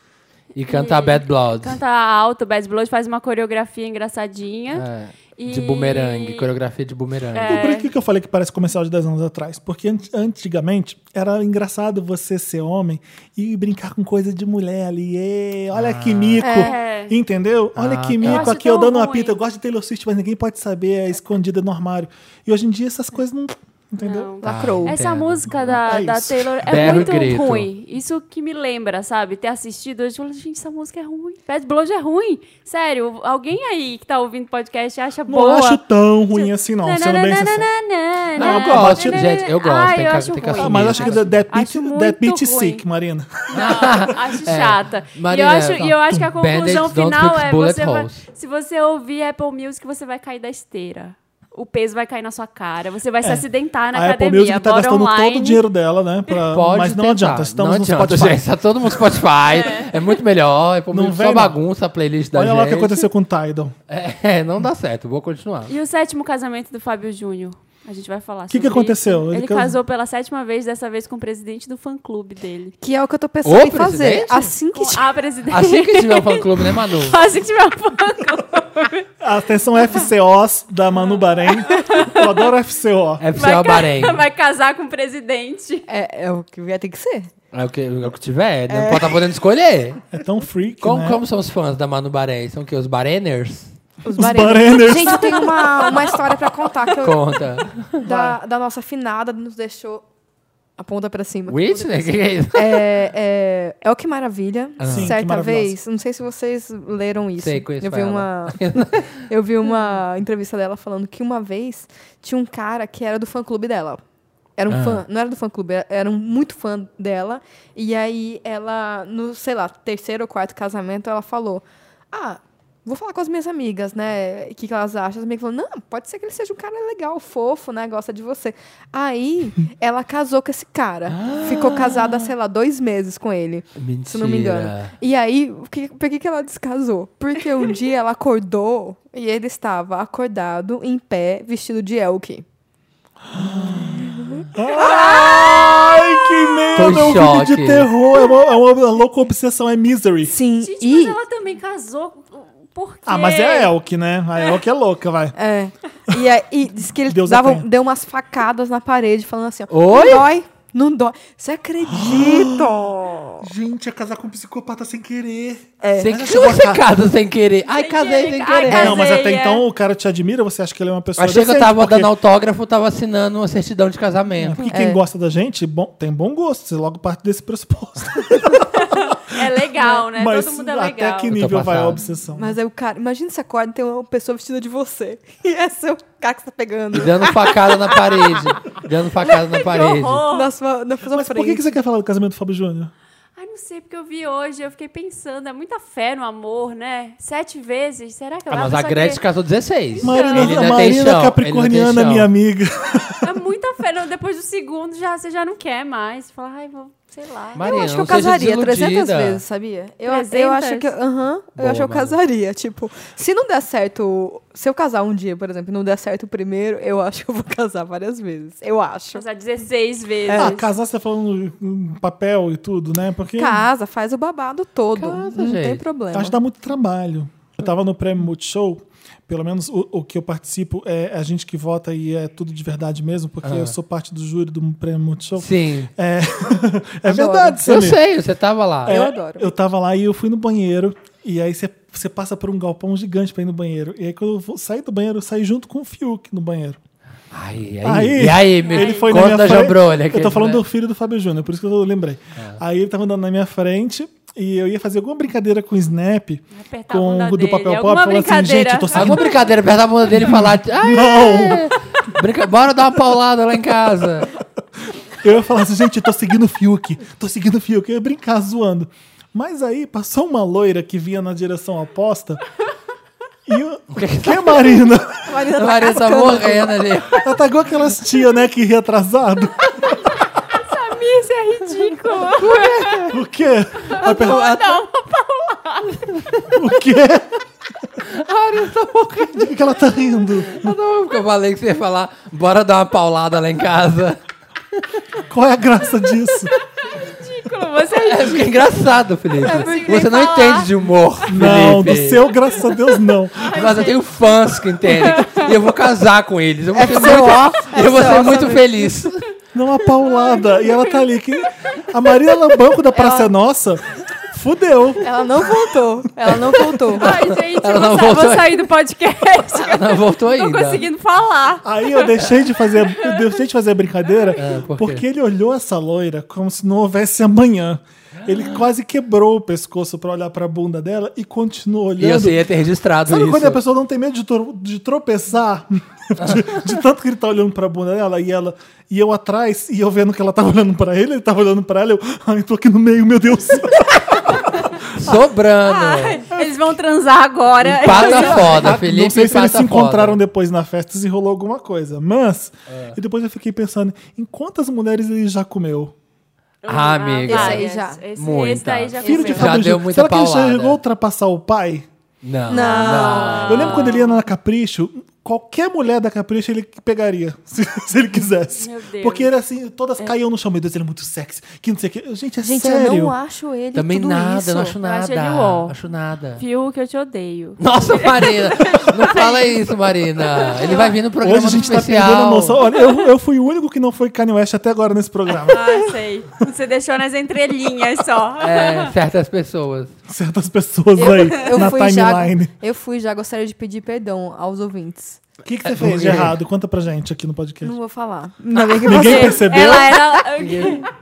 Speaker 3: E cantar Bad Blood.
Speaker 2: Canta alto, Bad Blood, faz uma coreografia engraçadinha.
Speaker 3: É,
Speaker 2: E-
Speaker 3: De bumerangue, coreografia de bumerangue.
Speaker 2: É.
Speaker 1: E por que, que eu falei que parece comercial de 10 anos atrás? Porque ant- antigamente era engraçado você ser homem e brincar com coisa de mulher ali. Ê, olha
Speaker 3: Ah.
Speaker 1: que mico.
Speaker 2: É.
Speaker 1: Entendeu? Olha
Speaker 3: tá.
Speaker 1: que
Speaker 2: Eu
Speaker 1: mico
Speaker 2: acho
Speaker 1: aqui, eu
Speaker 2: tão
Speaker 1: dando uma
Speaker 2: ruim.
Speaker 1: pinta. Eu gosto de Taylor Swift, mas ninguém pode saber, é escondida no armário. E hoje em dia essas coisas não. Entendeu?
Speaker 2: Não.
Speaker 1: Ah.
Speaker 4: Lacrou.
Speaker 2: Essa
Speaker 3: entendo.
Speaker 2: música da,
Speaker 1: É
Speaker 2: da
Speaker 1: isso.
Speaker 2: Taylor é
Speaker 3: Berro e
Speaker 2: muito
Speaker 3: grito.
Speaker 2: ruim. Isso que me lembra, sabe? Ter assistido hoje, falando, gente, essa música é ruim. Bad Blood é ruim. Sério, alguém aí que tá ouvindo podcast acha
Speaker 1: Não
Speaker 2: boa.
Speaker 1: acho tão ruim assim, não, sendo bem sincero.
Speaker 2: Nananana.
Speaker 3: Não, eu
Speaker 1: gosto,
Speaker 2: Nananana.
Speaker 3: gente, eu gosto,
Speaker 2: Ah,
Speaker 3: tem
Speaker 2: eu
Speaker 3: que-
Speaker 2: acho
Speaker 3: tem que
Speaker 2: ruim.
Speaker 1: Ah,
Speaker 3: assumir.
Speaker 1: mas acho que
Speaker 2: Acho-
Speaker 1: That, that Beat,
Speaker 2: acho muito
Speaker 1: that beat
Speaker 2: ruim.
Speaker 1: sick, Marina.
Speaker 2: Não, acho
Speaker 3: É.
Speaker 2: chata.
Speaker 3: Marina,
Speaker 2: e, eu acho, e eu acho que a
Speaker 3: Band-Aids
Speaker 2: conclusão
Speaker 3: tá. don't
Speaker 2: final
Speaker 3: fix
Speaker 2: é
Speaker 3: bullet
Speaker 2: você vai,
Speaker 3: holes.
Speaker 2: se você ouvir Apple Music, você vai cair da esteira. O peso vai cair na sua cara, você vai se acidentar na
Speaker 1: É. a Apple
Speaker 2: academia.
Speaker 1: Music tá
Speaker 2: bora
Speaker 1: gastando
Speaker 2: online.
Speaker 1: todo o dinheiro dela, né? pra-
Speaker 3: Pode
Speaker 1: mas não
Speaker 3: tentar.
Speaker 1: adianta, estamos
Speaker 3: não
Speaker 1: no
Speaker 3: adianta,
Speaker 1: Spotify.
Speaker 3: gente. Tá todo mundo no Spotify. É, muito melhor. É por
Speaker 1: Não
Speaker 3: meio-
Speaker 1: vem,
Speaker 3: só
Speaker 1: não.
Speaker 3: bagunça a playlist da
Speaker 1: Olha
Speaker 3: gente.
Speaker 1: lá o que aconteceu com o Tidal.
Speaker 3: É, não dá certo. Vou continuar.
Speaker 2: E o sétimo casamento do Fábio Júnior? A gente vai falar
Speaker 1: que
Speaker 2: sobre
Speaker 1: aconteceu?
Speaker 2: isso.
Speaker 1: Ele
Speaker 2: Ele,
Speaker 1: cas-
Speaker 2: casou pela sétima vez, dessa vez com o presidente do fã-clube dele.
Speaker 4: Que é o que eu tô pensando em fazer.
Speaker 3: presidente?
Speaker 4: Assim que
Speaker 2: Com a presidente.
Speaker 3: Assim que tiver o fã-clube, né, Manu?
Speaker 2: Assim que tiver um fã-clube.
Speaker 1: Atenção FCOs da Manu Bahrein. Eu adoro FCO.
Speaker 3: É pro
Speaker 2: Vai,
Speaker 3: seu
Speaker 2: ca-
Speaker 3: Bahrein.
Speaker 2: vai casar com o presidente.
Speaker 4: É, é o que vai ter que ser.
Speaker 3: É o que, é o que tiver. Não pode estar podendo escolher.
Speaker 1: É tão freak,
Speaker 3: Como,
Speaker 1: né?
Speaker 3: como são os fãs da Manu Bahrein? São o quê? Os Bahreners?
Speaker 4: Os
Speaker 1: Bareners.
Speaker 4: Gente, eu tenho uma, uma história pra contar que eu-
Speaker 3: Conta.
Speaker 4: da, da nossa finada nos deixou. Aponta pra cima.
Speaker 3: Whitney? O que, que é isso?
Speaker 4: É, é, é o que maravilha.
Speaker 1: Ah. Sim, que
Speaker 4: Certa
Speaker 1: maravilhosa.
Speaker 4: vez, não sei se vocês leram isso.
Speaker 3: Sei, conheço
Speaker 4: eu vi
Speaker 3: ela.
Speaker 4: uma Eu vi uma entrevista dela falando que uma vez tinha um cara que era do fã clube dela. Era um
Speaker 3: Ah.
Speaker 4: fã, não era do fã clube, era- era um muito fã dela. E aí ela, no, sei lá, terceiro ou quarto casamento, ela falou: Ah, vou falar com as minhas amigas, né? O que, que elas acham? As amigas falaram: Não, pode ser que ele seja um cara legal, fofo, né? Gosta de você. Aí ela casou com esse cara.
Speaker 3: Ah.
Speaker 4: Ficou casada, sei lá, dois meses com ele.
Speaker 3: Mentira.
Speaker 4: Se não me engano. E aí, o que- por que, que ela descasou? Porque um dia ela acordou e ele estava acordado, em pé, vestido de Elke.
Speaker 1: Ai, que medo!
Speaker 3: Tô em
Speaker 1: É um vídeo de
Speaker 3: choque.
Speaker 1: terror. É uma, é uma louca obsessão, é misery.
Speaker 4: Sim,
Speaker 2: Gente,
Speaker 4: e...
Speaker 2: mas ela também casou. Por quê?
Speaker 1: Ah, mas é a Elk, né? A Elk é louca, vai.
Speaker 4: É. E aí, diz que ele
Speaker 1: Deus
Speaker 4: dava,
Speaker 1: apanha.
Speaker 4: deu umas facadas na parede, falando assim, ó,
Speaker 3: Oi?
Speaker 4: não dói, não dói. Você acredita?
Speaker 1: Gente, ia casar com um psicopata sem querer.
Speaker 4: É.
Speaker 3: Sem,
Speaker 1: Mas tá-
Speaker 3: que
Speaker 1: eu chegou a
Speaker 3: você casa sem querer. Ai,
Speaker 2: Sem
Speaker 3: casei sem
Speaker 2: querer.
Speaker 3: querer.
Speaker 2: Ai,
Speaker 1: não, mas até
Speaker 2: Casei, é.
Speaker 1: então o cara te admira, você acha que ele é uma pessoa
Speaker 3: Achei que eu
Speaker 1: decente,
Speaker 3: tava
Speaker 1: porque-
Speaker 3: dando autógrafo, tava assinando uma certidão
Speaker 1: É,
Speaker 3: de casamento.
Speaker 1: porque quem gosta da gente bom- tem bom gosto, você logo parte desse pressuposto.
Speaker 2: É legal, né?
Speaker 1: Mas
Speaker 2: Todo mundo é
Speaker 1: até
Speaker 2: legal.
Speaker 1: que
Speaker 3: tô
Speaker 1: nível vai a
Speaker 3: passado.
Speaker 1: obsessão?
Speaker 4: Mas aí o cara, imagina se acorda e tem uma pessoa vestida de você. E esse é o cara que você tá
Speaker 3: E É.
Speaker 4: pegando
Speaker 3: dando facada na parede. Dando facada na parede.
Speaker 2: horror.
Speaker 4: na sua, na sua
Speaker 1: Mas por
Speaker 4: frente.
Speaker 1: que, que você quer falar do casamento do Fábio Júnior?
Speaker 2: Ai, não sei, porque eu vi hoje, eu fiquei pensando, é muita fé no amor, né? Sete vezes, será que eu
Speaker 3: Ah, mas a Gretchen
Speaker 4: é?
Speaker 3: casou 16.
Speaker 1: Marina,
Speaker 3: Ele ainda
Speaker 1: a
Speaker 3: tem
Speaker 1: Marina
Speaker 3: chão, ele ainda
Speaker 1: Capricorniana,
Speaker 3: tem
Speaker 1: minha
Speaker 3: chão.
Speaker 1: amiga.
Speaker 2: É muita fé, não, depois do segundo já, você já não quer mais. Você fala, ai, vou, sei lá.
Speaker 3: Marina,
Speaker 4: eu acho que
Speaker 3: não é seja
Speaker 4: eu casaria
Speaker 3: desiludida.
Speaker 4: 300 vezes, sabia? Eu, eu
Speaker 2: 300?
Speaker 4: acho que. eu- Aham, eu
Speaker 3: Boa,
Speaker 4: acho que eu
Speaker 3: Manu.
Speaker 4: casaria. Tipo, se não der certo. Se eu casar um dia, por exemplo, e não der certo o primeiro, eu acho que eu vou casar várias vezes. Eu acho.
Speaker 2: Casar
Speaker 3: É,
Speaker 2: 16 vezes.
Speaker 1: Ah, casar, você tá falando em papel e tudo, né? Porque
Speaker 4: Casa, faz o babado todo.
Speaker 3: Casa,
Speaker 4: não tem
Speaker 3: gente.
Speaker 4: problema.
Speaker 1: acho que dá muito trabalho. Eu tava no prêmio Multishow, pelo menos o, o que eu participo é a gente que vota e é tudo de verdade mesmo,
Speaker 3: Ah.
Speaker 1: porque eu sou parte do júri do prêmio Multishow.
Speaker 3: Sim.
Speaker 1: É, é verdade,
Speaker 3: Eu
Speaker 1: Samir.
Speaker 3: sei, você tava lá.
Speaker 1: É,
Speaker 4: Eu adoro.
Speaker 1: Eu tava lá e eu fui no banheiro. E aí você- você passa por um galpão gigante pra ir no banheiro. E aí quando eu vou- saí do banheiro, eu saí junto com o Fiuk no banheiro.
Speaker 3: Aí, aí,
Speaker 1: Aí,
Speaker 3: e aí, me
Speaker 1: ele foi
Speaker 3: conta
Speaker 1: na minha
Speaker 3: da
Speaker 1: frente.
Speaker 3: Jambrolha.
Speaker 1: Eu tô falando do filho do Fábio Júnior, por isso que eu lembrei.
Speaker 3: Ah.
Speaker 1: Aí ele tava andando na minha frente e eu ia fazer alguma brincadeira com o Snap,
Speaker 2: Apertar a
Speaker 1: com
Speaker 2: bunda
Speaker 1: o do
Speaker 2: dele,
Speaker 1: papel pop,
Speaker 2: alguma
Speaker 1: falando assim,
Speaker 2: brincadeira.
Speaker 1: gente, eu tô
Speaker 3: Alguma
Speaker 1: saindo.
Speaker 3: brincadeira, apertar a bunda dele e falar... Ai,
Speaker 1: Não!
Speaker 3: brinca... Bora dar uma paulada lá em casa.
Speaker 1: Eu ia falar assim, gente, eu tô seguindo o Fiuk, tô seguindo o Fiuk. Eu ia brincar zoando. Mas aí passou uma loira que vinha na direção oposta. E eu, que, tá Marina?
Speaker 4: A Marina
Speaker 3: A
Speaker 4: tá
Speaker 3: Marina tá
Speaker 4: cascando.
Speaker 3: morrendo ali.
Speaker 1: Ela tá igual aquelas tia, né, que ria atrasado.
Speaker 2: Samir, isso é ridículo.
Speaker 1: O quê? Vai perguntar
Speaker 2: Não,
Speaker 1: o quê? De que ela tá rindo?
Speaker 3: Não, porque eu falei que você ia falar, bora dar uma paulada lá em casa.
Speaker 1: Qual é a graça disso?
Speaker 2: ridículo. Você é
Speaker 3: É, fica engraçado, Felipe.
Speaker 2: porque
Speaker 3: Você não
Speaker 2: falar.
Speaker 3: entende de humor, Felipe.
Speaker 1: Não, do seu, graças a Deus, não.
Speaker 3: Mas eu tenho fãs que entendem. E eu vou casar com eles.
Speaker 2: É
Speaker 3: Eu vou ser
Speaker 2: um
Speaker 3: muito, eu vou ser
Speaker 4: FCO,
Speaker 3: muito
Speaker 4: sabe?
Speaker 3: feliz.
Speaker 1: Não a paulada. E ela tá ali. Que... A Maria Lambanco da Praça é Nossa fudeu.
Speaker 4: Ela não voltou. Ela não voltou.
Speaker 2: Ai, gente,
Speaker 3: Ela
Speaker 2: eu
Speaker 3: não
Speaker 2: vou, sa-
Speaker 3: voltou
Speaker 2: vou sair do podcast.
Speaker 3: Ela voltou
Speaker 2: Tô
Speaker 3: ainda.
Speaker 2: conseguindo falar.
Speaker 1: Aí eu deixei de fazer, eu deixei de fazer a brincadeira
Speaker 3: É, por quê?
Speaker 1: porque ele olhou essa loira como se não houvesse amanhã. Ele
Speaker 3: Ah.
Speaker 1: quase quebrou o pescoço pra olhar pra bunda dela e continuou olhando.
Speaker 3: E eu ia ter registrado
Speaker 1: Sabe
Speaker 3: isso.
Speaker 1: quando a pessoa não tem medo de, tro- de tropeçar? De, de tanto que ele tá olhando pra bunda dela e ela. E eu atrás, e eu vendo que ela tava olhando pra ele, ele tava olhando pra ela, eu. Ai, tô aqui no meio, meu Deus.
Speaker 3: Sobrando.
Speaker 2: Ai, eles vão transar agora.
Speaker 3: Um Pata foda, Felipe.
Speaker 1: Ah, Não sei se eles
Speaker 3: pata
Speaker 1: se encontraram
Speaker 3: foda.
Speaker 1: depois na festa e rolou alguma coisa. Mas.
Speaker 3: É.
Speaker 1: E depois eu fiquei pensando em quantas mulheres ele já comeu.
Speaker 3: Ah, amiga.
Speaker 2: vai,
Speaker 4: Esse aí já.
Speaker 2: Esse,
Speaker 3: Muita.
Speaker 2: esse daí já
Speaker 1: Filho de
Speaker 2: comeu.
Speaker 3: Já
Speaker 1: Fábio
Speaker 3: deu
Speaker 1: Júnior.
Speaker 3: muita
Speaker 1: Será que ele já
Speaker 3: paulada.
Speaker 1: chegou a ultrapassar o pai?
Speaker 3: Não.
Speaker 4: Não.
Speaker 1: Eu lembro quando ele ia na Capricho, qualquer mulher da Capricho ele pegaria, se, se ele quisesse.
Speaker 2: Meu Deus.
Speaker 1: Porque era assim, todas caíam no chão, meu Deus, ele é muito sexy, que não sei o que. Gente, é
Speaker 4: Gente,
Speaker 1: sério.
Speaker 4: eu não acho ele
Speaker 3: Também
Speaker 4: tudo
Speaker 3: nada,
Speaker 4: isso.
Speaker 3: não acho
Speaker 2: acho
Speaker 3: nada.
Speaker 2: ele um ó.
Speaker 3: acho nada.
Speaker 2: Fio que eu te odeio.
Speaker 3: Nossa, Marina. Não fala isso, Marina. Ele vai vir no programa
Speaker 1: Hoje a gente tá
Speaker 3: especial.
Speaker 1: perdendo a noção. Olha, eu, eu fui o único que não foi Kanye West até agora nesse programa.
Speaker 2: Ah, sei. Você deixou nas entrelinhas só.
Speaker 3: É, certas pessoas.
Speaker 1: Certas pessoas aí
Speaker 4: Eu
Speaker 1: na
Speaker 4: fui, já,
Speaker 1: timeline.
Speaker 4: eu fui já, gostaria de pedir perdão aos ouvintes.
Speaker 1: O que, que
Speaker 3: É,
Speaker 1: você fez de
Speaker 3: porque-
Speaker 1: errado? Conta pra gente aqui no podcast.
Speaker 4: Não vou falar.
Speaker 1: Ninguém percebeu?
Speaker 2: É, Ela era.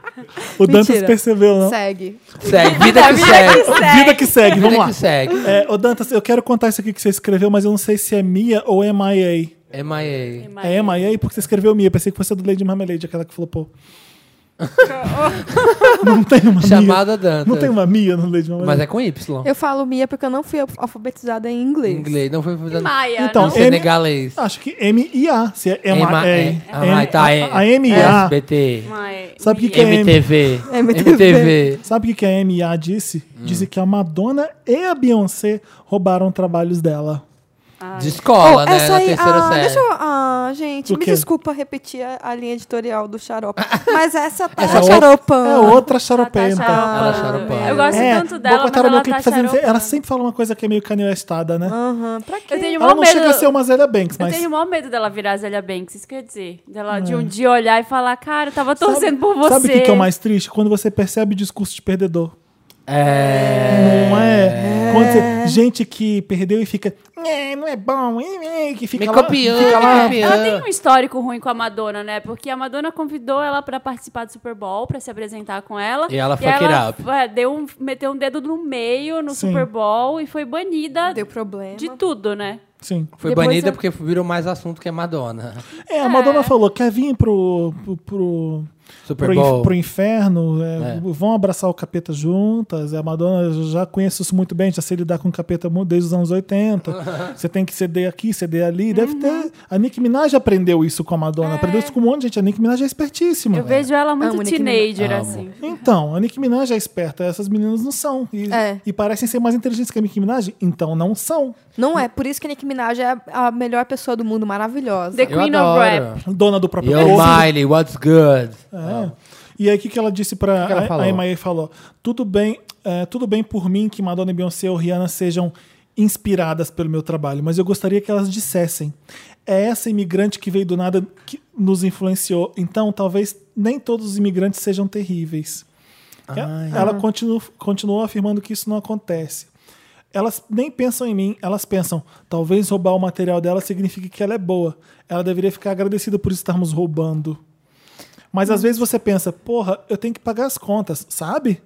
Speaker 1: o Dantas
Speaker 4: Mentira.
Speaker 1: percebeu, não?
Speaker 4: Segue.
Speaker 3: Segue. Vida que segue.
Speaker 1: Vida que segue, vamos
Speaker 3: Vida
Speaker 1: lá.
Speaker 3: que segue.
Speaker 1: É, ô Dantas, eu quero contar isso aqui que você escreveu, mas eu não sei se é Mia ou MIA.
Speaker 3: MIA.
Speaker 1: É MIA porque você escreveu Mia. Pensei que fosse a do Lady Marmalade, aquela que flopou. não tem uma Mia.
Speaker 3: Chamada Dantas.
Speaker 1: Não tem uma Mia no Lady Marmalade.
Speaker 3: né? Mas é com Y.
Speaker 4: Eu falo Mia porque eu não fui alfabetizada em
Speaker 3: Em
Speaker 4: inglês.
Speaker 3: inglês. Não foi fazendo
Speaker 2: Maia.
Speaker 1: Então,
Speaker 2: não?
Speaker 1: é-
Speaker 3: senegalês.
Speaker 1: Acho que M-I-A, se é
Speaker 3: M-A-
Speaker 1: M-A.
Speaker 3: é. Ah, tá, é.
Speaker 1: A M-I-A.
Speaker 3: SBT.
Speaker 2: Maia.
Speaker 1: Sabe o que, que é M?
Speaker 3: MTV.
Speaker 4: MTV.
Speaker 3: MTV.
Speaker 1: Sabe o que, que a MIA disse?
Speaker 3: Hum.
Speaker 1: Disse que a Madonna e a Beyoncé roubaram trabalhos dela.
Speaker 3: De escola,
Speaker 4: Oh,
Speaker 3: né? Na terceira
Speaker 4: ah,
Speaker 3: série.
Speaker 4: Deixa eu, ah, gente,
Speaker 1: O
Speaker 4: me
Speaker 1: quê?
Speaker 4: desculpa repetir a, a linha editorial do xarope. Mas essa tá
Speaker 1: Essa é outra-
Speaker 4: xaropando.
Speaker 1: É outra
Speaker 2: Natasha
Speaker 1: xaropenta.
Speaker 2: Alba.
Speaker 3: Ela xaropando.
Speaker 2: tá Eu gosto
Speaker 1: É,
Speaker 2: tanto dela,
Speaker 1: vou
Speaker 2: mas
Speaker 1: contar o meu
Speaker 2: ela
Speaker 1: clipe
Speaker 2: tá
Speaker 1: fazendo-
Speaker 2: xaropando.
Speaker 1: Ela sempre fala uma coisa que é meio canioestada, né?
Speaker 4: Aham, pra quê?
Speaker 2: Eu tenho o
Speaker 1: ela
Speaker 2: maior
Speaker 1: não chega a ser
Speaker 2: medo.
Speaker 1: uma Zélia Banks,
Speaker 2: Eu
Speaker 1: mas. Hum.
Speaker 2: tenho o maior medo dela virar a Zélia Banks, isso quer dizer. Dela de um dia olhar e falar, cara, eu tava torcendo por você.
Speaker 1: Sabe o que, que é o mais triste? Quando você percebe discurso de perdedor.
Speaker 3: É.
Speaker 1: Não é? Quando você- gente que perdeu e fica. "É, não é bom, é, é", que fica
Speaker 3: Me
Speaker 1: lá-
Speaker 3: copiou,
Speaker 1: fica lá.
Speaker 3: me copiou.
Speaker 2: Ela tem um histórico ruim com a Madonna, né? Porque a Madonna convidou ela pra participar do Super Bowl, pra se apresentar com ela.
Speaker 3: E ela
Speaker 2: e
Speaker 3: fuck it
Speaker 2: ela
Speaker 3: up.
Speaker 2: é, deu um, meteu um dedo no meio no
Speaker 1: Sim.
Speaker 2: Super Bowl e foi banida
Speaker 4: Deu problema.
Speaker 2: de tudo, né?
Speaker 1: Sim.
Speaker 3: Foi
Speaker 2: Depois
Speaker 3: banida
Speaker 2: eu-
Speaker 3: porque virou mais assunto que a Madonna.
Speaker 1: É, a Madonna falou: quer vir pro. pro, pro
Speaker 3: Super
Speaker 1: pro in-
Speaker 3: Bowl.
Speaker 1: pro inferno, é,
Speaker 3: É.
Speaker 1: vão abraçar o capeta juntas. A Madonna eu já conheço isso muito bem, já sei lidar com o capeta mu- desde os anos 80. Você tem que ceder aqui, ceder ali. Deve
Speaker 2: Uhum.
Speaker 1: ter. A Nick Minaj aprendeu isso com a Madonna, aprendeu isso com um monte de gente. A Nick Minaj é espertíssima.
Speaker 2: Eu vejo ela muito
Speaker 4: Amo Nicki
Speaker 2: teenager,
Speaker 3: Minaj.
Speaker 2: assim.
Speaker 1: Então, a Nicki Minaj é esperta, essas meninas não são. E,
Speaker 4: É.
Speaker 1: e parecem ser mais inteligentes que a Nicki Minaj, então não são.
Speaker 4: Não é, por isso que Nicki Minaj é a a melhor pessoa do mundo, maravilhosa.
Speaker 2: The
Speaker 3: Eu
Speaker 2: Queen of Rap.
Speaker 3: adoro.
Speaker 1: Dona do próprio
Speaker 3: Yo,
Speaker 1: corpo.
Speaker 3: Miley, what's Ah, good?
Speaker 1: É. E aí, o que, que ela disse pra.
Speaker 3: que ela
Speaker 1: a-
Speaker 3: falou?
Speaker 1: a Emma falou: tudo bem, é, tudo bem por mim que Madonna e Beyoncé ou Rihanna sejam inspiradas pelo meu trabalho, mas eu gostaria que elas dissessem. É essa imigrante que veio do nada que nos influenciou. Então, talvez nem todos os imigrantes sejam terríveis. Ela continua, continuou afirmando que isso não acontece. Elas nem pensam em mim, elas pensam, talvez roubar o material dela signifique que ela é boa. Ela deveria ficar agradecida por estarmos roubando. Mas às vezes você pensa, porra, eu tenho que pagar as contas, sabe?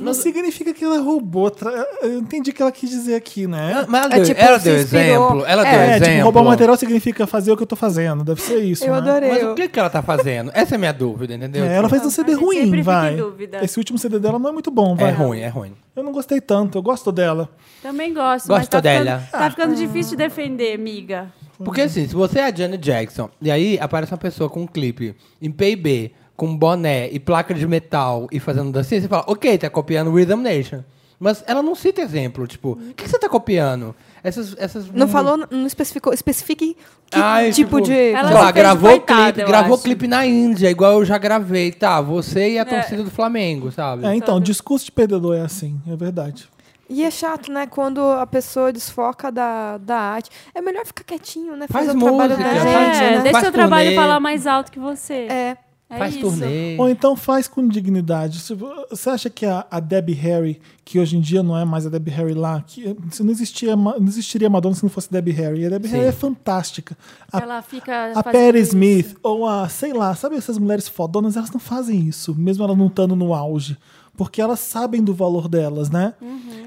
Speaker 1: Não significa que ela roubou. tra- Eu entendi o que ela quis dizer aqui, né?
Speaker 3: Ah, Mas ela
Speaker 4: É
Speaker 3: deu,
Speaker 4: tipo,
Speaker 3: ela
Speaker 4: se
Speaker 3: deu
Speaker 4: inspirou.
Speaker 3: exemplo. Ela deu
Speaker 1: É,
Speaker 3: exemplo.
Speaker 1: tipo, roubar o material significa fazer o que eu tô fazendo. Deve ser isso.
Speaker 4: Eu
Speaker 1: né?
Speaker 4: adorei.
Speaker 3: Mas o que, que ela tá fazendo? Essa é a minha dúvida, entendeu?
Speaker 1: É, ela fez um CD
Speaker 2: gente sempre
Speaker 1: ruim,
Speaker 2: fica
Speaker 1: vai.
Speaker 2: em dúvida.
Speaker 1: Esse último CD dela não é muito bom, vai.
Speaker 3: é ruim, é ruim.
Speaker 1: Eu não gostei tanto, eu gosto dela.
Speaker 2: Também gosto.
Speaker 3: Gosto
Speaker 2: mas tá
Speaker 3: dela.
Speaker 2: Ficando, tá ficando difícil de defender, miga.
Speaker 3: Porque assim, se você é a Janet Jackson e aí aparece uma pessoa com um clipe em P&B com boné e placa de metal e fazendo dancinha, você fala, ok, tá copiando Rhythm Nation. Mas ela não cita exemplo, tipo, o que, que você tá copiando? Essas, essas
Speaker 4: Não falou, não especificou. Especifique que
Speaker 3: Ai,
Speaker 4: tipo, de.
Speaker 2: Ela
Speaker 3: sei lá,
Speaker 2: se fez
Speaker 3: gravou o
Speaker 2: coitada,
Speaker 3: clipe,
Speaker 2: eu
Speaker 3: gravou
Speaker 2: acho.
Speaker 3: clipe na Índia, igual eu já gravei, tá? Você
Speaker 4: É.
Speaker 3: e a torcida do Flamengo, sabe?
Speaker 1: É, então, discurso de perdedor é assim, é verdade.
Speaker 4: E é chato, né? Quando a pessoa desfoca da, da arte. É melhor ficar quietinho, né?
Speaker 3: Faz
Speaker 4: Fazer o trabalho da
Speaker 3: música,
Speaker 4: gente,
Speaker 3: faz-
Speaker 2: É,
Speaker 4: né?
Speaker 2: deixa
Speaker 3: Faz
Speaker 2: seu trabalho
Speaker 3: turnê.
Speaker 2: falar mais alto que você. É,
Speaker 4: É.
Speaker 1: então.
Speaker 3: Faz
Speaker 2: isso.
Speaker 3: turnê.
Speaker 1: Ou então faz com dignidade. Se vo- Você acha que a, a Debbie Harry, que hoje em dia não é mais a Debbie Harry lá, que se não, existia, Ma- não existiria Madonna se não fosse Debbie Harry. E a Debbie
Speaker 3: Sim.
Speaker 1: Harry é fantástica. A,
Speaker 2: Ela fica
Speaker 1: a
Speaker 2: fazendo
Speaker 1: Patti
Speaker 2: isso.
Speaker 1: Smith, ou a, sei lá, sabe essas mulheres fodonas, elas não fazem isso, mesmo elas não estando no auge. Porque elas sabem do valor delas, né?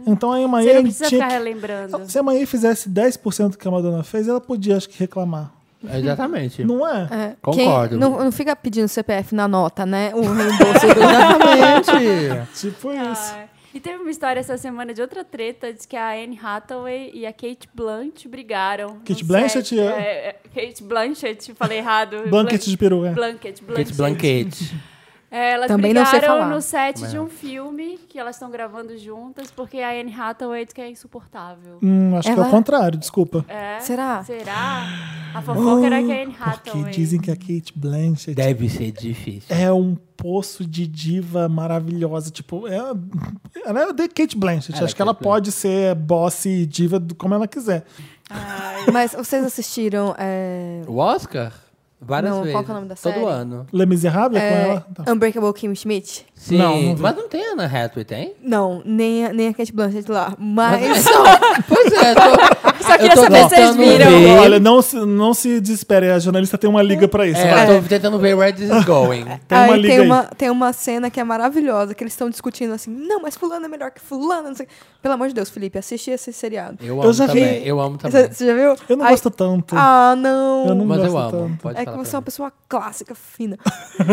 Speaker 1: Então a Emma
Speaker 2: Uhum. Você não
Speaker 1: Yane
Speaker 2: precisa
Speaker 1: tinha
Speaker 2: ficar
Speaker 1: que,
Speaker 2: relembrando.
Speaker 1: Se a Emma Yane fizesse 10% do que a Madonna fez, ela podia, acho que, reclamar.
Speaker 3: Exatamente.
Speaker 1: Não é?
Speaker 4: é.
Speaker 3: Concordo.
Speaker 4: Quem- não, não fica pedindo CPF na nota, né? O reembolso do.
Speaker 3: Exatamente.
Speaker 1: Tipo isso.
Speaker 2: Ah, E teve uma história essa semana de outra treta, de que a Anne Hathaway e a Kate Blanchett brigaram.
Speaker 1: Kate
Speaker 2: no
Speaker 1: Blanchett?
Speaker 2: set. É, é, Kate Blanchett, falei errado.
Speaker 1: Blanket de peru, é.
Speaker 2: Blanket, Blanket.
Speaker 3: Kate Blanquete.
Speaker 2: É, elas
Speaker 4: Também não
Speaker 2: brigaram
Speaker 4: sei falar.
Speaker 2: no set de um filme que elas estão gravando juntas, porque a Anne Hathaway diz que é insuportável.
Speaker 1: Hum, acho que é
Speaker 4: Ela-
Speaker 1: o contrário, desculpa.
Speaker 2: É?
Speaker 4: Será?
Speaker 2: Será? A fofoca era que a Anne
Speaker 1: Porque
Speaker 2: Hathaway.
Speaker 1: dizem que a Kate Blanchett
Speaker 3: Deve ser difícil.
Speaker 1: é um poço de diva maravilhosa. Tipo, é- ela é de Kate Blanchett.
Speaker 3: Ela é
Speaker 1: Acho que ela
Speaker 3: Kate
Speaker 1: pode ser boss e diva do- como ela quiser.
Speaker 4: Mas vocês assistiram. é,
Speaker 3: O Oscar? Várias
Speaker 4: Não,
Speaker 3: vezes.
Speaker 4: qual que é o nome da
Speaker 3: Todo
Speaker 4: série?
Speaker 3: ano.
Speaker 1: Le Miserable é,
Speaker 4: é,
Speaker 1: com ela? Tá.
Speaker 4: Unbreakable Kim Schmidt?
Speaker 3: Sim,
Speaker 1: Não, não vi.
Speaker 3: mas não tem Ana Hathaway, tem?
Speaker 4: Não, nem, a- nem a Kate Blanchett lá. Mas.
Speaker 3: Pois é, tô,
Speaker 2: Só queria
Speaker 3: eu tô
Speaker 2: saber se vocês
Speaker 3: tentando
Speaker 2: viram.
Speaker 3: ver.
Speaker 1: Olha, não se, não se desespere. A jornalista tem uma liga pra isso. vai.
Speaker 3: é, eu tô tentando ver Where This Is Going.
Speaker 1: Tem
Speaker 4: aí
Speaker 1: uma liga
Speaker 4: tem,
Speaker 1: aí.
Speaker 4: uma, tem uma cena que é maravilhosa, que eles estão discutindo assim, não, mas fulano é melhor que fulano, não sei. Pelo amor de Deus, Felipe, assisti esse seriado.
Speaker 3: Eu amo
Speaker 1: já vi.
Speaker 3: também, eu amo
Speaker 4: Você
Speaker 3: também.
Speaker 4: você já viu?
Speaker 1: Tá Eu não
Speaker 4: Ai,
Speaker 1: gosto tanto.
Speaker 4: Ah, não.
Speaker 1: Eu não
Speaker 3: Mas eu
Speaker 1: gosto
Speaker 3: amo,
Speaker 1: tanto.
Speaker 3: pode
Speaker 4: é
Speaker 3: falar
Speaker 4: que você é
Speaker 3: pra
Speaker 4: uma
Speaker 3: mim.
Speaker 4: pessoa clássica, fina.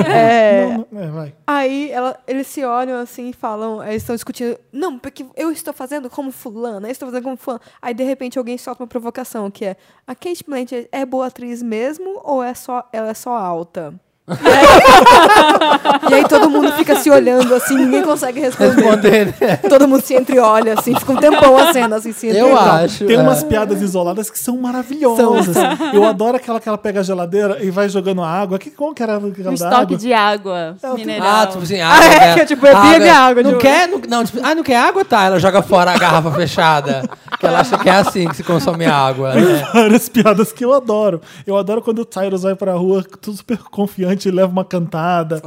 Speaker 4: é,
Speaker 1: Não, não- é, vai.
Speaker 4: Aí ela- eles se olham assim e falam, aí eles estão discutindo, não, porque eu estou fazendo como fulano, eu estou fazendo como fulano. Aí de repente alguém solta uma provocação, que é, a Kate Blanchett é boa atriz mesmo ou é só, ela é só alta? e aí- e aí todo mundo fica se olhando assim, ninguém consegue responder.
Speaker 3: Responder, né?
Speaker 4: Todo mundo se entreolha assim, fica um tempão a cena assim, se
Speaker 3: Eu
Speaker 4: entreolha.
Speaker 3: acho.
Speaker 1: Tem
Speaker 3: é.
Speaker 1: umas piadas isoladas que são maravilhosas. Eu adoro aquela que ela pega a geladeira e vai jogando a água. Que, como que era
Speaker 2: Um
Speaker 1: aquela da
Speaker 2: estoque
Speaker 1: água? É,
Speaker 2: de água
Speaker 1: tenho-
Speaker 2: mineral.
Speaker 3: Ah, tipo assim, água.
Speaker 4: é,
Speaker 3: né?
Speaker 4: que eu, tipo, eu bebo água,
Speaker 3: Não
Speaker 4: tipo-
Speaker 3: quer? Não, não, tipo, ah, não quer água? Tá, ela joga fora a garrafa fechada. Que ela acha que é assim que se consome água. Né?
Speaker 1: Várias piadas que eu adoro. Eu adoro quando o Tyros vai pra rua, tudo super confiante e leva uma cantada.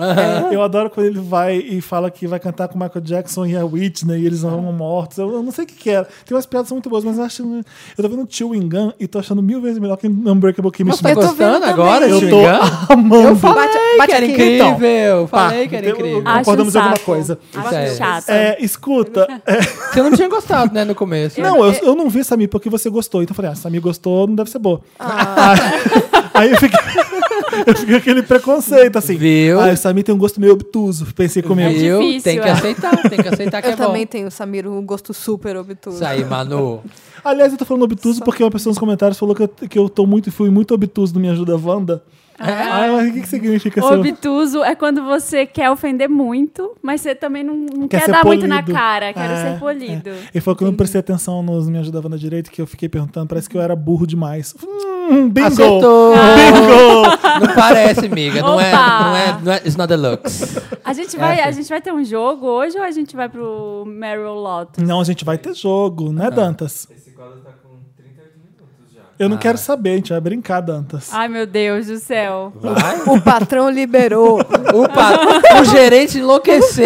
Speaker 1: Eu adoro quando ele vai e fala que vai cantar com o Michael Jackson e a Whitney e eles não vão mortos. Eu, eu não sei o que que era. Tem umas piadas que são muito boas, mas eu acho. Eu tô vendo Chewing Gun e tô achando mil vezes melhor que Unbreakable Kimmy
Speaker 3: Mas tá
Speaker 1: Schmidt.
Speaker 4: tô vendo
Speaker 3: gostando
Speaker 4: também.
Speaker 3: agora,
Speaker 1: Eu
Speaker 3: Chewing
Speaker 1: tô
Speaker 3: Gun?
Speaker 1: amando.
Speaker 3: Eu falei
Speaker 4: Bate- bate
Speaker 3: que era
Speaker 4: aqui.
Speaker 3: incrível.
Speaker 1: Pá,
Speaker 3: falei que era
Speaker 1: eu- eu-
Speaker 3: incrível.
Speaker 1: Ah,
Speaker 2: Acho
Speaker 1: Concordamos em
Speaker 2: um saco.
Speaker 1: alguma coisa.
Speaker 2: Acho
Speaker 3: É.
Speaker 2: chato.
Speaker 1: É, escuta. é,
Speaker 3: Você não tinha gostado, né, no começo.
Speaker 1: não, eu, eu não vi Samir porque você gostou. Então eu falei, ah, Samir gostou, não deve ser boa. Ah. Aí eu fiquei, eu fiquei com aquele preconceito, assim.
Speaker 3: Viu?
Speaker 1: Ah, o Samir tem um gosto meio obtuso, pensei comigo.
Speaker 3: Viu?
Speaker 2: difícil,
Speaker 3: tem que
Speaker 2: é.
Speaker 3: aceitar, tem que aceitar que
Speaker 4: Eu
Speaker 3: é
Speaker 4: também
Speaker 3: bom.
Speaker 4: tenho, Samir, um gosto super obtuso.
Speaker 3: Isso aí, Manu.
Speaker 1: Aliás, eu tô falando obtuso porque uma pessoa nos comentários falou que eu, que eu tô muito, fui muito obtuso no Me Ajuda Wanda. Ah, mas o que, que significa ser
Speaker 2: Obtuso é quando você quer ofender muito, mas você também não, não quer,
Speaker 1: ser
Speaker 2: dar muito na
Speaker 1: polido.
Speaker 2: cara. Quero
Speaker 1: É,
Speaker 2: ser polido.
Speaker 1: é. Ele falou que eu não prestei atenção nos Me Ajuda Wanda direito, que eu fiquei perguntando, parece que eu era burro demais. Hum, bingo!
Speaker 3: Acertou.
Speaker 1: Bingo!
Speaker 3: Não parece, amiga. Não é,
Speaker 2: Opa!
Speaker 3: não é, não é. It's not deluxe.
Speaker 2: A,
Speaker 1: É.
Speaker 2: gente vai,
Speaker 3: Essa.
Speaker 2: a gente vai ter um jogo hoje ou a gente vai pro Meryl Lotto?
Speaker 1: não, a gente vai ter jogo,
Speaker 3: Ah,
Speaker 1: né, Dantas? Esse tá quadro tá com 38 minutos já. Eu não
Speaker 3: Ah.
Speaker 1: quero saber, a gente vai brincar, Dantas.
Speaker 4: Ah,
Speaker 2: Ai, meu Deus do céu.
Speaker 3: Vai.
Speaker 4: O patrão liberou,
Speaker 3: Opa, o gerente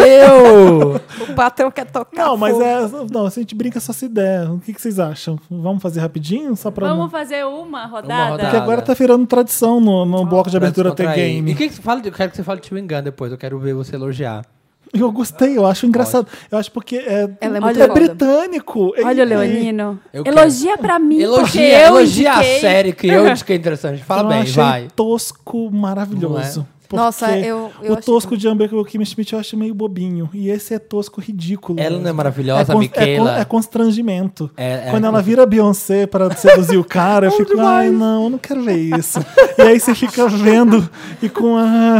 Speaker 3: enlouqueceu.
Speaker 4: o patrão quer tocar
Speaker 1: Não, mas
Speaker 4: fogo.
Speaker 1: é. Não, se a gente brinca só se der. O que, que vocês acham? Vamos fazer rapidinho? Só pra. não-
Speaker 2: Vamos fazer uma rodada?
Speaker 1: Porque
Speaker 3: rodada.
Speaker 1: agora tá virando tradição no, no bloco de abertura ter
Speaker 3: Descontrair. E
Speaker 1: game.
Speaker 3: que que você fala de- eu quero que você fale de Chewing Gun depois. Eu quero ver você elogiar.
Speaker 1: Eu gostei, eu acho engraçado. Eu acho porque é,
Speaker 4: Ela é muito
Speaker 1: é
Speaker 4: foda.
Speaker 1: britânico. É-
Speaker 2: Olha o
Speaker 1: é-
Speaker 2: Leonino.
Speaker 3: Eu quero.
Speaker 2: Elogia pra mim, porque
Speaker 3: Elogia,
Speaker 2: eu
Speaker 3: elogia a
Speaker 2: indiquei.
Speaker 3: série que eu disse que é interessante. Fala
Speaker 1: eu
Speaker 3: bem,
Speaker 1: achei
Speaker 3: vai.
Speaker 1: tosco, maravilhoso.
Speaker 3: Não é?
Speaker 1: Porque
Speaker 4: Nossa, eu- eu
Speaker 1: o
Speaker 4: achei
Speaker 1: tosco
Speaker 4: também.
Speaker 1: de Unbreakable Kimmy Schmidt eu acho meio bobinho. E esse é tosco ridículo.
Speaker 3: Ela não é
Speaker 1: mesmo.
Speaker 3: maravilhosa,
Speaker 1: con-
Speaker 3: Michaela?
Speaker 1: É, con- é constrangimento.
Speaker 3: É- é-
Speaker 1: Quando ela vira Beyoncé pra seduzir o cara, eu fico, ai não, eu não quero ver isso. e aí você fica vendo e com a...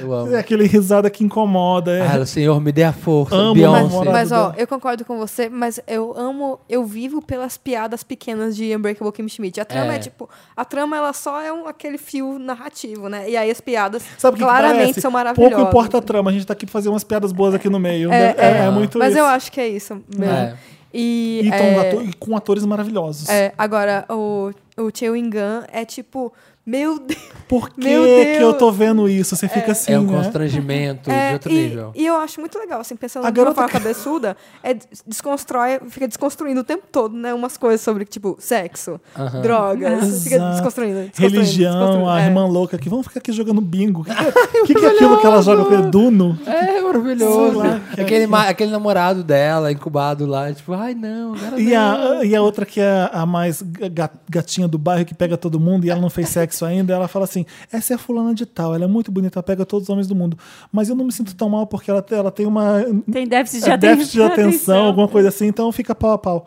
Speaker 3: Eu amo.
Speaker 1: é aquele risada que incomoda. É.
Speaker 3: Ah, Senhor, me dê a força.
Speaker 1: Amo
Speaker 4: Mas,
Speaker 1: Namorado
Speaker 3: Beyoncé.
Speaker 4: mas, ó,
Speaker 1: dela.
Speaker 4: eu concordo com você, mas eu amo, eu vivo pelas piadas pequenas de Unbreakable Kim Schmidt. A trama é,
Speaker 3: É.
Speaker 4: tipo, a trama ela só é um, aquele fio narrativo, né? E aí as piadas
Speaker 1: Sabe o que que
Speaker 4: claramente
Speaker 1: parece?
Speaker 4: são maravilhosas.
Speaker 1: Pouco importa a trama, a gente tá aqui pra fazer umas piadas boas aqui no meio. né? É, é muito
Speaker 4: Mas
Speaker 1: isso.
Speaker 4: eu acho que é isso mesmo.
Speaker 3: É.
Speaker 4: E,
Speaker 1: E, com
Speaker 4: é,
Speaker 1: ator- e com atores maravilhosos.
Speaker 4: é, agora, o, o Tio Ingan é tipo, meu Deus.
Speaker 1: Por que,
Speaker 4: Meu
Speaker 1: que eu
Speaker 4: Deus.
Speaker 1: tô vendo isso? Você fica assim,
Speaker 3: É um
Speaker 1: né?
Speaker 3: constrangimento
Speaker 4: É,
Speaker 3: de outro
Speaker 4: e,
Speaker 3: nível.
Speaker 4: e eu acho muito legal, assim, pensando
Speaker 1: A
Speaker 4: de uma
Speaker 1: garota
Speaker 4: forma
Speaker 1: que-
Speaker 4: cabeçuda, é des- desconstrói, fica desconstruindo o tempo todo, né? Umas coisas sobre, tipo, sexo, drogas, fica
Speaker 1: Exato.
Speaker 4: desconstruindo. desconstruindo,
Speaker 1: Religião,
Speaker 4: desconstruindo,
Speaker 1: a
Speaker 4: é.
Speaker 1: irmã louca aqui. Vamos ficar aqui jogando bingo. O que, que, que, que é aquilo que ela joga com o Duno?
Speaker 3: É maravilhoso.
Speaker 1: Sei lá, cara.
Speaker 3: Aquele, ma- aquele namorado dela, incubado lá, tipo, ai não, agora
Speaker 1: E
Speaker 3: não.
Speaker 1: a, e a outra que é a mais ga- gatinha do bairro que pega todo mundo e ela não fez sexo ainda, ela fala assim: essa é a fulana de tal, ela é muito bonita, ela pega todos os homens do mundo. Mas eu não me sinto tão mal porque ela, te- ela tem uma
Speaker 2: Tem déficit de
Speaker 1: é, déficit de atenção,
Speaker 2: atenção.
Speaker 1: alguma coisa assim, então fica pau a pau.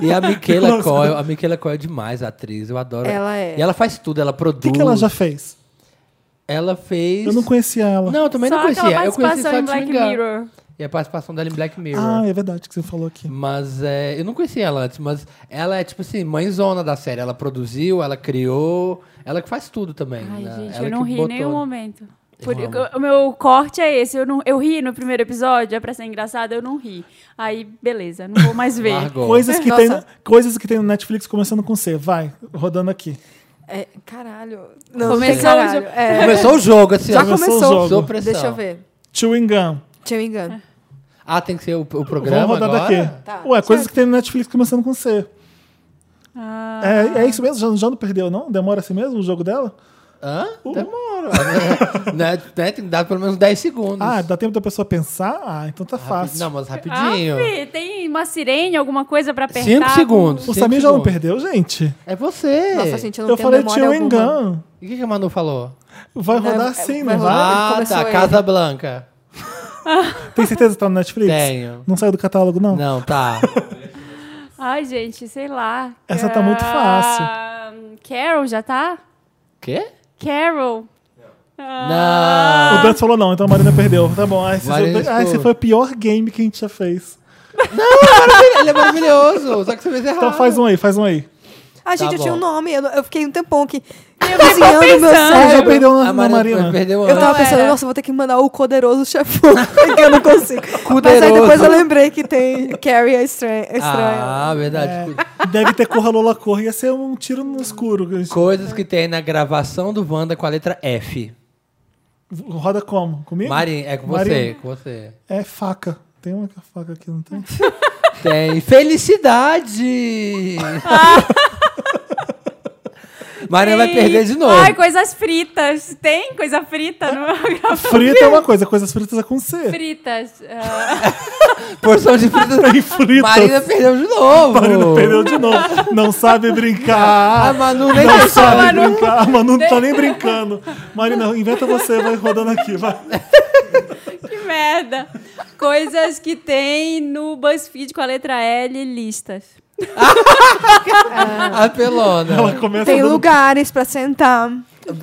Speaker 3: E a Michaela
Speaker 1: Nossa.
Speaker 3: Coyle, a Michaela Coyle é demais a atriz, eu adoro.
Speaker 4: Ela é.
Speaker 3: E ela faz tudo, ela
Speaker 1: O
Speaker 3: produz.
Speaker 1: que, que ela já fez?
Speaker 3: Ela fez.
Speaker 1: Eu não conhecia ela.
Speaker 3: Não, eu também
Speaker 2: só
Speaker 3: não conhecia.
Speaker 2: aquela
Speaker 3: Eu conheci só
Speaker 2: participação em
Speaker 3: Black
Speaker 2: Black Mirror.
Speaker 3: E a participação dela em Black Mirror.
Speaker 1: Ah, é verdade que você falou aqui.
Speaker 3: Mas é, eu não conhecia ela antes, mas ela é tipo assim, mãezona da série. Ela produziu, ela criou, ela que faz tudo também.
Speaker 2: Ai,
Speaker 3: né?
Speaker 2: gente,
Speaker 3: ela
Speaker 2: eu não
Speaker 3: que
Speaker 2: ri em
Speaker 3: botou-
Speaker 2: nenhum momento. Por-
Speaker 3: amo.
Speaker 2: eu- o meu corte é esse. Eu, não, eu ri no primeiro episódio, é pra ser engraçado, eu não ri. Aí, beleza, não vou mais ver.
Speaker 3: Largou.
Speaker 1: Coisas que,
Speaker 4: Nossa.
Speaker 1: tem, coisas que tem no Netflix começando com C. Vai, rodando aqui.
Speaker 4: É, caralho. Não,
Speaker 2: Começou
Speaker 4: tem caralho.
Speaker 2: o jogo.
Speaker 4: É.
Speaker 3: Começou o jogo, assim,
Speaker 4: Já
Speaker 3: ó.
Speaker 1: começou o
Speaker 4: começou.
Speaker 1: jogo.
Speaker 3: Sou pressão.
Speaker 4: Deixa eu ver. um
Speaker 1: Chewing Gum.
Speaker 4: Tio Ingan.
Speaker 3: Ah, tem que ser o, o programa
Speaker 1: Vamos rodar
Speaker 3: agora?
Speaker 1: daqui.
Speaker 4: Tá.
Speaker 1: Ué, coisas que tem no Netflix começando com C.
Speaker 4: Ah.
Speaker 1: É, é isso mesmo? Já, já não perdeu, não? Demora assim mesmo o jogo dela?
Speaker 3: Hã?
Speaker 1: Uh.
Speaker 3: Demora. né? Né? Tem que dar pelo menos 10 segundos.
Speaker 1: Ah, dá tempo da pessoa pensar? Ah, então tá
Speaker 3: Rapi-
Speaker 1: fácil.
Speaker 3: Não, mas rapidinho.
Speaker 2: Aff, Ah, tem uma sirene, alguma coisa pra apertar?
Speaker 3: 5 segundos.
Speaker 1: o
Speaker 3: cinco
Speaker 1: Samir já não
Speaker 3: segundos.
Speaker 1: perdeu, gente.
Speaker 3: É você.
Speaker 4: Nossa, gente, eu não
Speaker 1: Eu
Speaker 4: tenho
Speaker 1: falei
Speaker 4: memória
Speaker 1: Tio
Speaker 4: alguma.
Speaker 1: Engano.
Speaker 3: E o que, que a Manu falou?
Speaker 1: Vai
Speaker 4: Não,
Speaker 1: rodar
Speaker 4: é-
Speaker 1: assim,
Speaker 4: vai
Speaker 1: não vai?
Speaker 4: rodar.
Speaker 3: ah,
Speaker 4: começou
Speaker 3: tá.
Speaker 4: aí.
Speaker 3: Casa Blanca.
Speaker 1: Tem certeza que tá no Netflix?
Speaker 3: Tenho.
Speaker 1: Não saiu do catálogo, não?
Speaker 3: Não, tá.
Speaker 2: Ai, gente, sei lá.
Speaker 1: Essa tá muito fácil.
Speaker 2: Ah, Carol, já tá?
Speaker 3: Quê?
Speaker 2: Carol.
Speaker 1: O Dantas falou não, então a Marina perdeu. Tá bom. Ah, esse,
Speaker 3: Marina
Speaker 1: foi, ah, esse
Speaker 3: ficou.
Speaker 1: foi o pior game que a gente já fez.
Speaker 3: Não! Ele é maravilhoso. Só que você fez errado.
Speaker 1: Então faz um aí, faz um aí.
Speaker 4: Ah,
Speaker 2: Tá
Speaker 4: gente, eu tinha um
Speaker 3: bom.
Speaker 4: nome. Eu, eu fiquei um tempão aqui
Speaker 2: fico
Speaker 4: cozinhando meu
Speaker 2: pensando.
Speaker 1: Ah, já
Speaker 4: cérebro.
Speaker 1: perdeu na,
Speaker 3: A
Speaker 1: na Marina.
Speaker 3: Perdeu
Speaker 4: Eu tava
Speaker 2: Não
Speaker 4: pensando,
Speaker 2: era.
Speaker 4: nossa, eu vou ter que mandar o poderoso chefão, que eu não consigo. Mas aí
Speaker 3: Poderoso.
Speaker 4: depois eu lembrei que tem Carrie é estranha. é estranha.
Speaker 3: Ah, verdade.
Speaker 1: Deve ter corra Lola corra, ia ser um tiro no escuro.
Speaker 3: Coisas que tem na gravação do Wanda com a letra F.
Speaker 1: Roda como? Comigo?
Speaker 3: Marim, é com você,
Speaker 1: Marina.
Speaker 3: com você.
Speaker 1: É faca. Tem uma é faca aqui, não tem?
Speaker 3: Tem felicidade! Maria vai
Speaker 2: Sim.
Speaker 3: perder de novo.
Speaker 2: Ai, coisas fritas. Tem coisa frita no meu
Speaker 1: Frita é uma coisa, coisas fritas é com C.
Speaker 2: Fritas. ah,
Speaker 3: Porção de
Speaker 1: Tem
Speaker 3: fritas.
Speaker 1: fritas.
Speaker 3: Marina perdeu de novo. Ah,
Speaker 1: Marina perdeu de novo. Não sabe
Speaker 3: A
Speaker 1: brincar.
Speaker 3: Manu nem
Speaker 1: Não
Speaker 3: pensou.
Speaker 1: sabe brincar. A Manu não tá nem brincando. Marina, inventa você, vai rodando aqui. Vai.
Speaker 2: que merda. Coisas que tem no BuzzFeed com a letra L, listas.
Speaker 3: A pelona.
Speaker 1: Ela começa
Speaker 4: Tem
Speaker 1: dando-
Speaker 4: lugares pra sentar.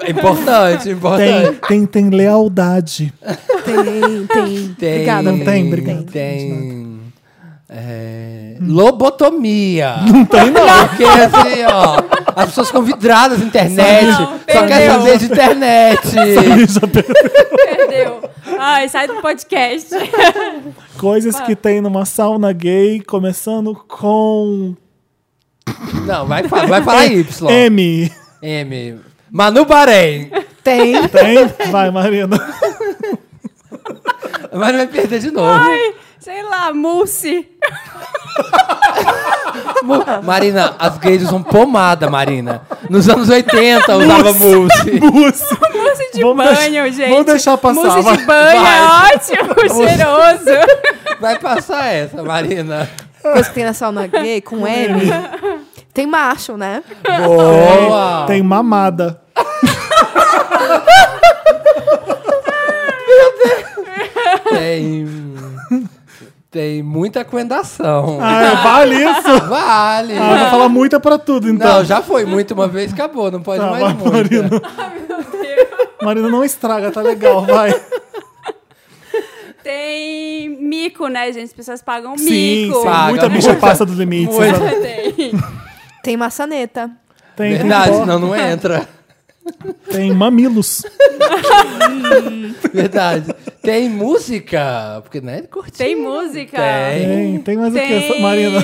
Speaker 3: Importante, importante.
Speaker 1: Tem, tem, tem lealdade.
Speaker 2: É.
Speaker 4: Tem, tem.
Speaker 3: Tem.
Speaker 4: Obrigada.
Speaker 1: Não tem, obrigado.
Speaker 3: Tem. é, lobotomia. Não tem, não. Porque assim, ó. As pessoas ficam vidradas na internet.
Speaker 2: Não,
Speaker 3: só quer
Speaker 2: perdeu.
Speaker 3: saber de internet.
Speaker 1: Ele já perdeu.
Speaker 2: Perdeu. Ai, sai do podcast.
Speaker 1: Coisas
Speaker 2: Ah.
Speaker 1: que tem numa sauna gay, começando com
Speaker 3: Não, vai, fa- vai falar Y.
Speaker 1: M.
Speaker 3: M. Manu Bahrein.
Speaker 4: Tem.
Speaker 1: Tem? Vai, Marina.
Speaker 3: Mas vai perder de novo.
Speaker 2: Ai, sei lá, mousse.
Speaker 3: Mu- Marina, as gays usam pomada, Marina. Nos anos 80 usava mousse.
Speaker 1: Mousse.
Speaker 2: Mousse de
Speaker 1: Vamos
Speaker 2: banho,
Speaker 1: deixar-
Speaker 2: gente.
Speaker 1: vamos deixar passar,
Speaker 2: Mousse
Speaker 1: vai.
Speaker 2: de banho
Speaker 3: Vai.
Speaker 2: é ótimo, cheiroso.
Speaker 3: Vai passar essa, Marina.
Speaker 4: Coisa que tem na sauna gay com M. Tem macho, né?
Speaker 3: Boa!
Speaker 1: Tem mamada.
Speaker 3: Tem. Tem muita coendação.
Speaker 1: Ah, vale isso!
Speaker 3: Vale!
Speaker 1: Ah, vai falar muita pra tudo, então.
Speaker 3: Não, já foi muito uma vez, acabou, não pode
Speaker 1: Tá, vai,
Speaker 3: mais muito.
Speaker 1: Marina. Marina, não estraga, tá legal, vai.
Speaker 2: Tem mico, né, gente? As pessoas pagam
Speaker 1: Sim,
Speaker 2: mico.
Speaker 1: sim,
Speaker 3: Paga,
Speaker 1: muita bicha
Speaker 3: muita-
Speaker 1: passa dos limites.
Speaker 3: muita-
Speaker 1: sabe?
Speaker 2: Tem.
Speaker 4: Tem maçaneta.
Speaker 1: Tem, tem,
Speaker 3: Verdade,
Speaker 1: bo-
Speaker 3: senão não entra.
Speaker 1: tem mamilos.
Speaker 3: Verdade. Tem música, porque não é curtinho.
Speaker 2: Tem música.
Speaker 3: Tem.
Speaker 1: Tem, tem mais o que,
Speaker 2: Tem.
Speaker 1: Marina?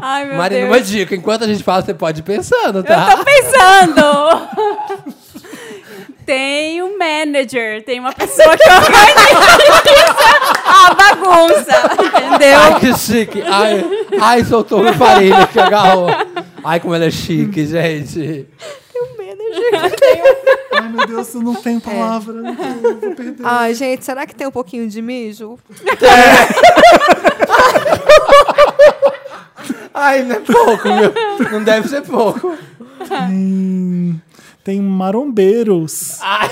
Speaker 2: Ai, meu
Speaker 3: Marina,
Speaker 2: Deus.
Speaker 3: uma dica. Enquanto a gente fala, você pode ir pensando,
Speaker 2: Eu tô
Speaker 3: tá?
Speaker 2: pensando. tem um manager, tem uma pessoa que organiza a bagunça,
Speaker 3: Ai,
Speaker 2: entendeu?
Speaker 3: que chique. Ai, ai soltou uma farinha que agarrou. Ai, como ela é chique, gente.
Speaker 1: Ai, meu Deus, eu não
Speaker 3: É.
Speaker 1: tenho palavra. não tenho, eu vou perder.
Speaker 3: Ah.
Speaker 4: Ai, gente, será que tem um pouquinho de mijo?
Speaker 3: Ai, não é pouco, meu. Não deve ser pouco.
Speaker 1: Tem, tem marombeiros.
Speaker 3: Ai,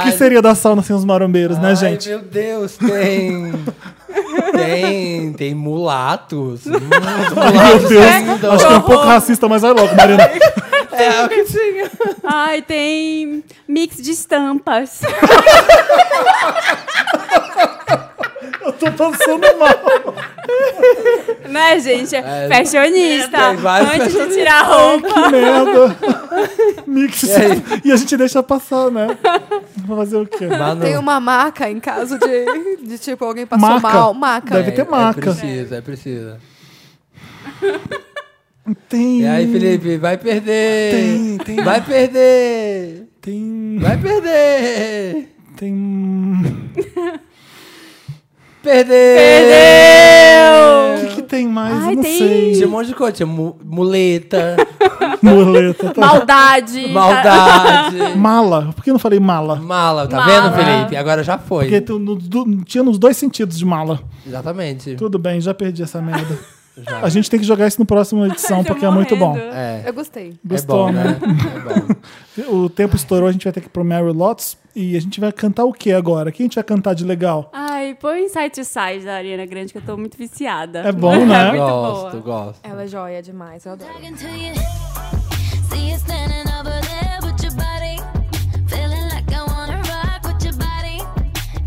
Speaker 1: O que seria da sauna sem os marombeiros, né, gente?
Speaker 3: Ai, meu Deus, tem. tem. Tem mulatos. Hum,
Speaker 1: Meu
Speaker 3: os mulatos
Speaker 1: Deus,
Speaker 3: são-
Speaker 1: acho que é um pouco racista, mas vai logo, Marina.
Speaker 3: É, o que tinha.
Speaker 2: Ai, tem mix de estampas.
Speaker 1: Eu tô passando mal.
Speaker 2: Né, gente?
Speaker 3: É,
Speaker 2: Fashionista.
Speaker 3: tem vários
Speaker 2: Antes de
Speaker 3: fashionistas.
Speaker 2: tirar a roupa.
Speaker 1: Que merda. Mix. E,
Speaker 3: aí?
Speaker 1: a gente deixa passar, né? Vou fazer o quê?
Speaker 3: Mas não.
Speaker 4: Tem uma maca em caso de, de tipo, alguém passou
Speaker 1: Maca.
Speaker 4: mal. Maca.
Speaker 1: Deve ter maca.
Speaker 3: É preciso, é preciso.
Speaker 1: Tem.
Speaker 3: E aí, Felipe, vai perder.
Speaker 1: Tem, tem.
Speaker 3: Vai perder.
Speaker 1: Tem.
Speaker 3: Vai perder.
Speaker 1: Tem.
Speaker 3: Perder.
Speaker 1: O que, que tem mais?
Speaker 2: Ai,
Speaker 1: eu não
Speaker 2: tem-
Speaker 1: sei.
Speaker 3: Tinha um monte de coisa. Tinha mu- muleta,
Speaker 1: Muleta. Tá.
Speaker 2: Maldade. Tá
Speaker 3: maldade,
Speaker 1: Mala. Por que eu não falei mala?
Speaker 3: mala. Tá
Speaker 2: Mala.
Speaker 3: vendo, Felipe? Agora já foi.
Speaker 1: Porque tu- no- do- tinha nos dois sentidos de mala.
Speaker 3: Exatamente.
Speaker 1: Tudo bem, já perdi essa merda. A gente tem que jogar isso no próximo edição,
Speaker 2: Tô
Speaker 1: porque é muito bom.
Speaker 2: morrendo.
Speaker 3: É.
Speaker 4: Eu gostei.
Speaker 1: Gostou,
Speaker 3: é bom,
Speaker 1: né?
Speaker 3: É bom.
Speaker 1: O tempo estourou, a gente vai ter que ir pro Mary Lots. E a gente vai cantar o que agora? O que a gente vai cantar de legal?
Speaker 2: Ai, põe Side to Side da Ariana Grande, que eu tô muito viciada.
Speaker 1: É bom,
Speaker 2: É
Speaker 1: né?
Speaker 2: muito
Speaker 3: gosto,
Speaker 2: boa.
Speaker 3: gosto.
Speaker 4: Ela é joia demais, eu adoro.
Speaker 6: talking to you. See you standing over there with your body. Feeling like I wanna rock with your body.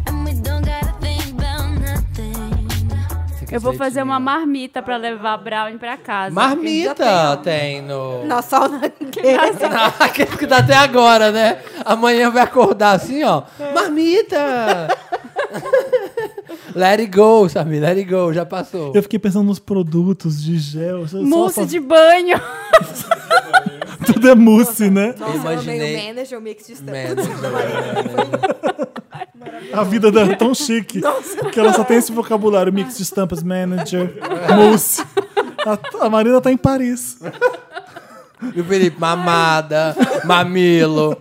Speaker 6: And we don't gotta think about nothing.
Speaker 2: Eu vou fazer uma marmita pra levar a Brown pra casa.
Speaker 3: Marmita tem no.
Speaker 4: Na sauna gay.
Speaker 3: Aquele que tá até agora, né? Amanhã vai acordar assim, ó. Marmita! let it go, Samir, let it go, já passou.
Speaker 1: Eu fiquei pensando nos produtos de gel. só- só-
Speaker 2: Mousse
Speaker 1: só-
Speaker 2: de banho.
Speaker 1: Tudo é mousse, né?
Speaker 4: Nossa,
Speaker 3: Imaginei.
Speaker 4: eu amei o manager, o mix de estampas.
Speaker 3: Merda.
Speaker 1: A vida dela é tão chique que ela só tem esse vocabulário: mix de estampas, manager, mousse. A, a Marina tá em Paris.
Speaker 3: E o Felipe, mamada, mamilo.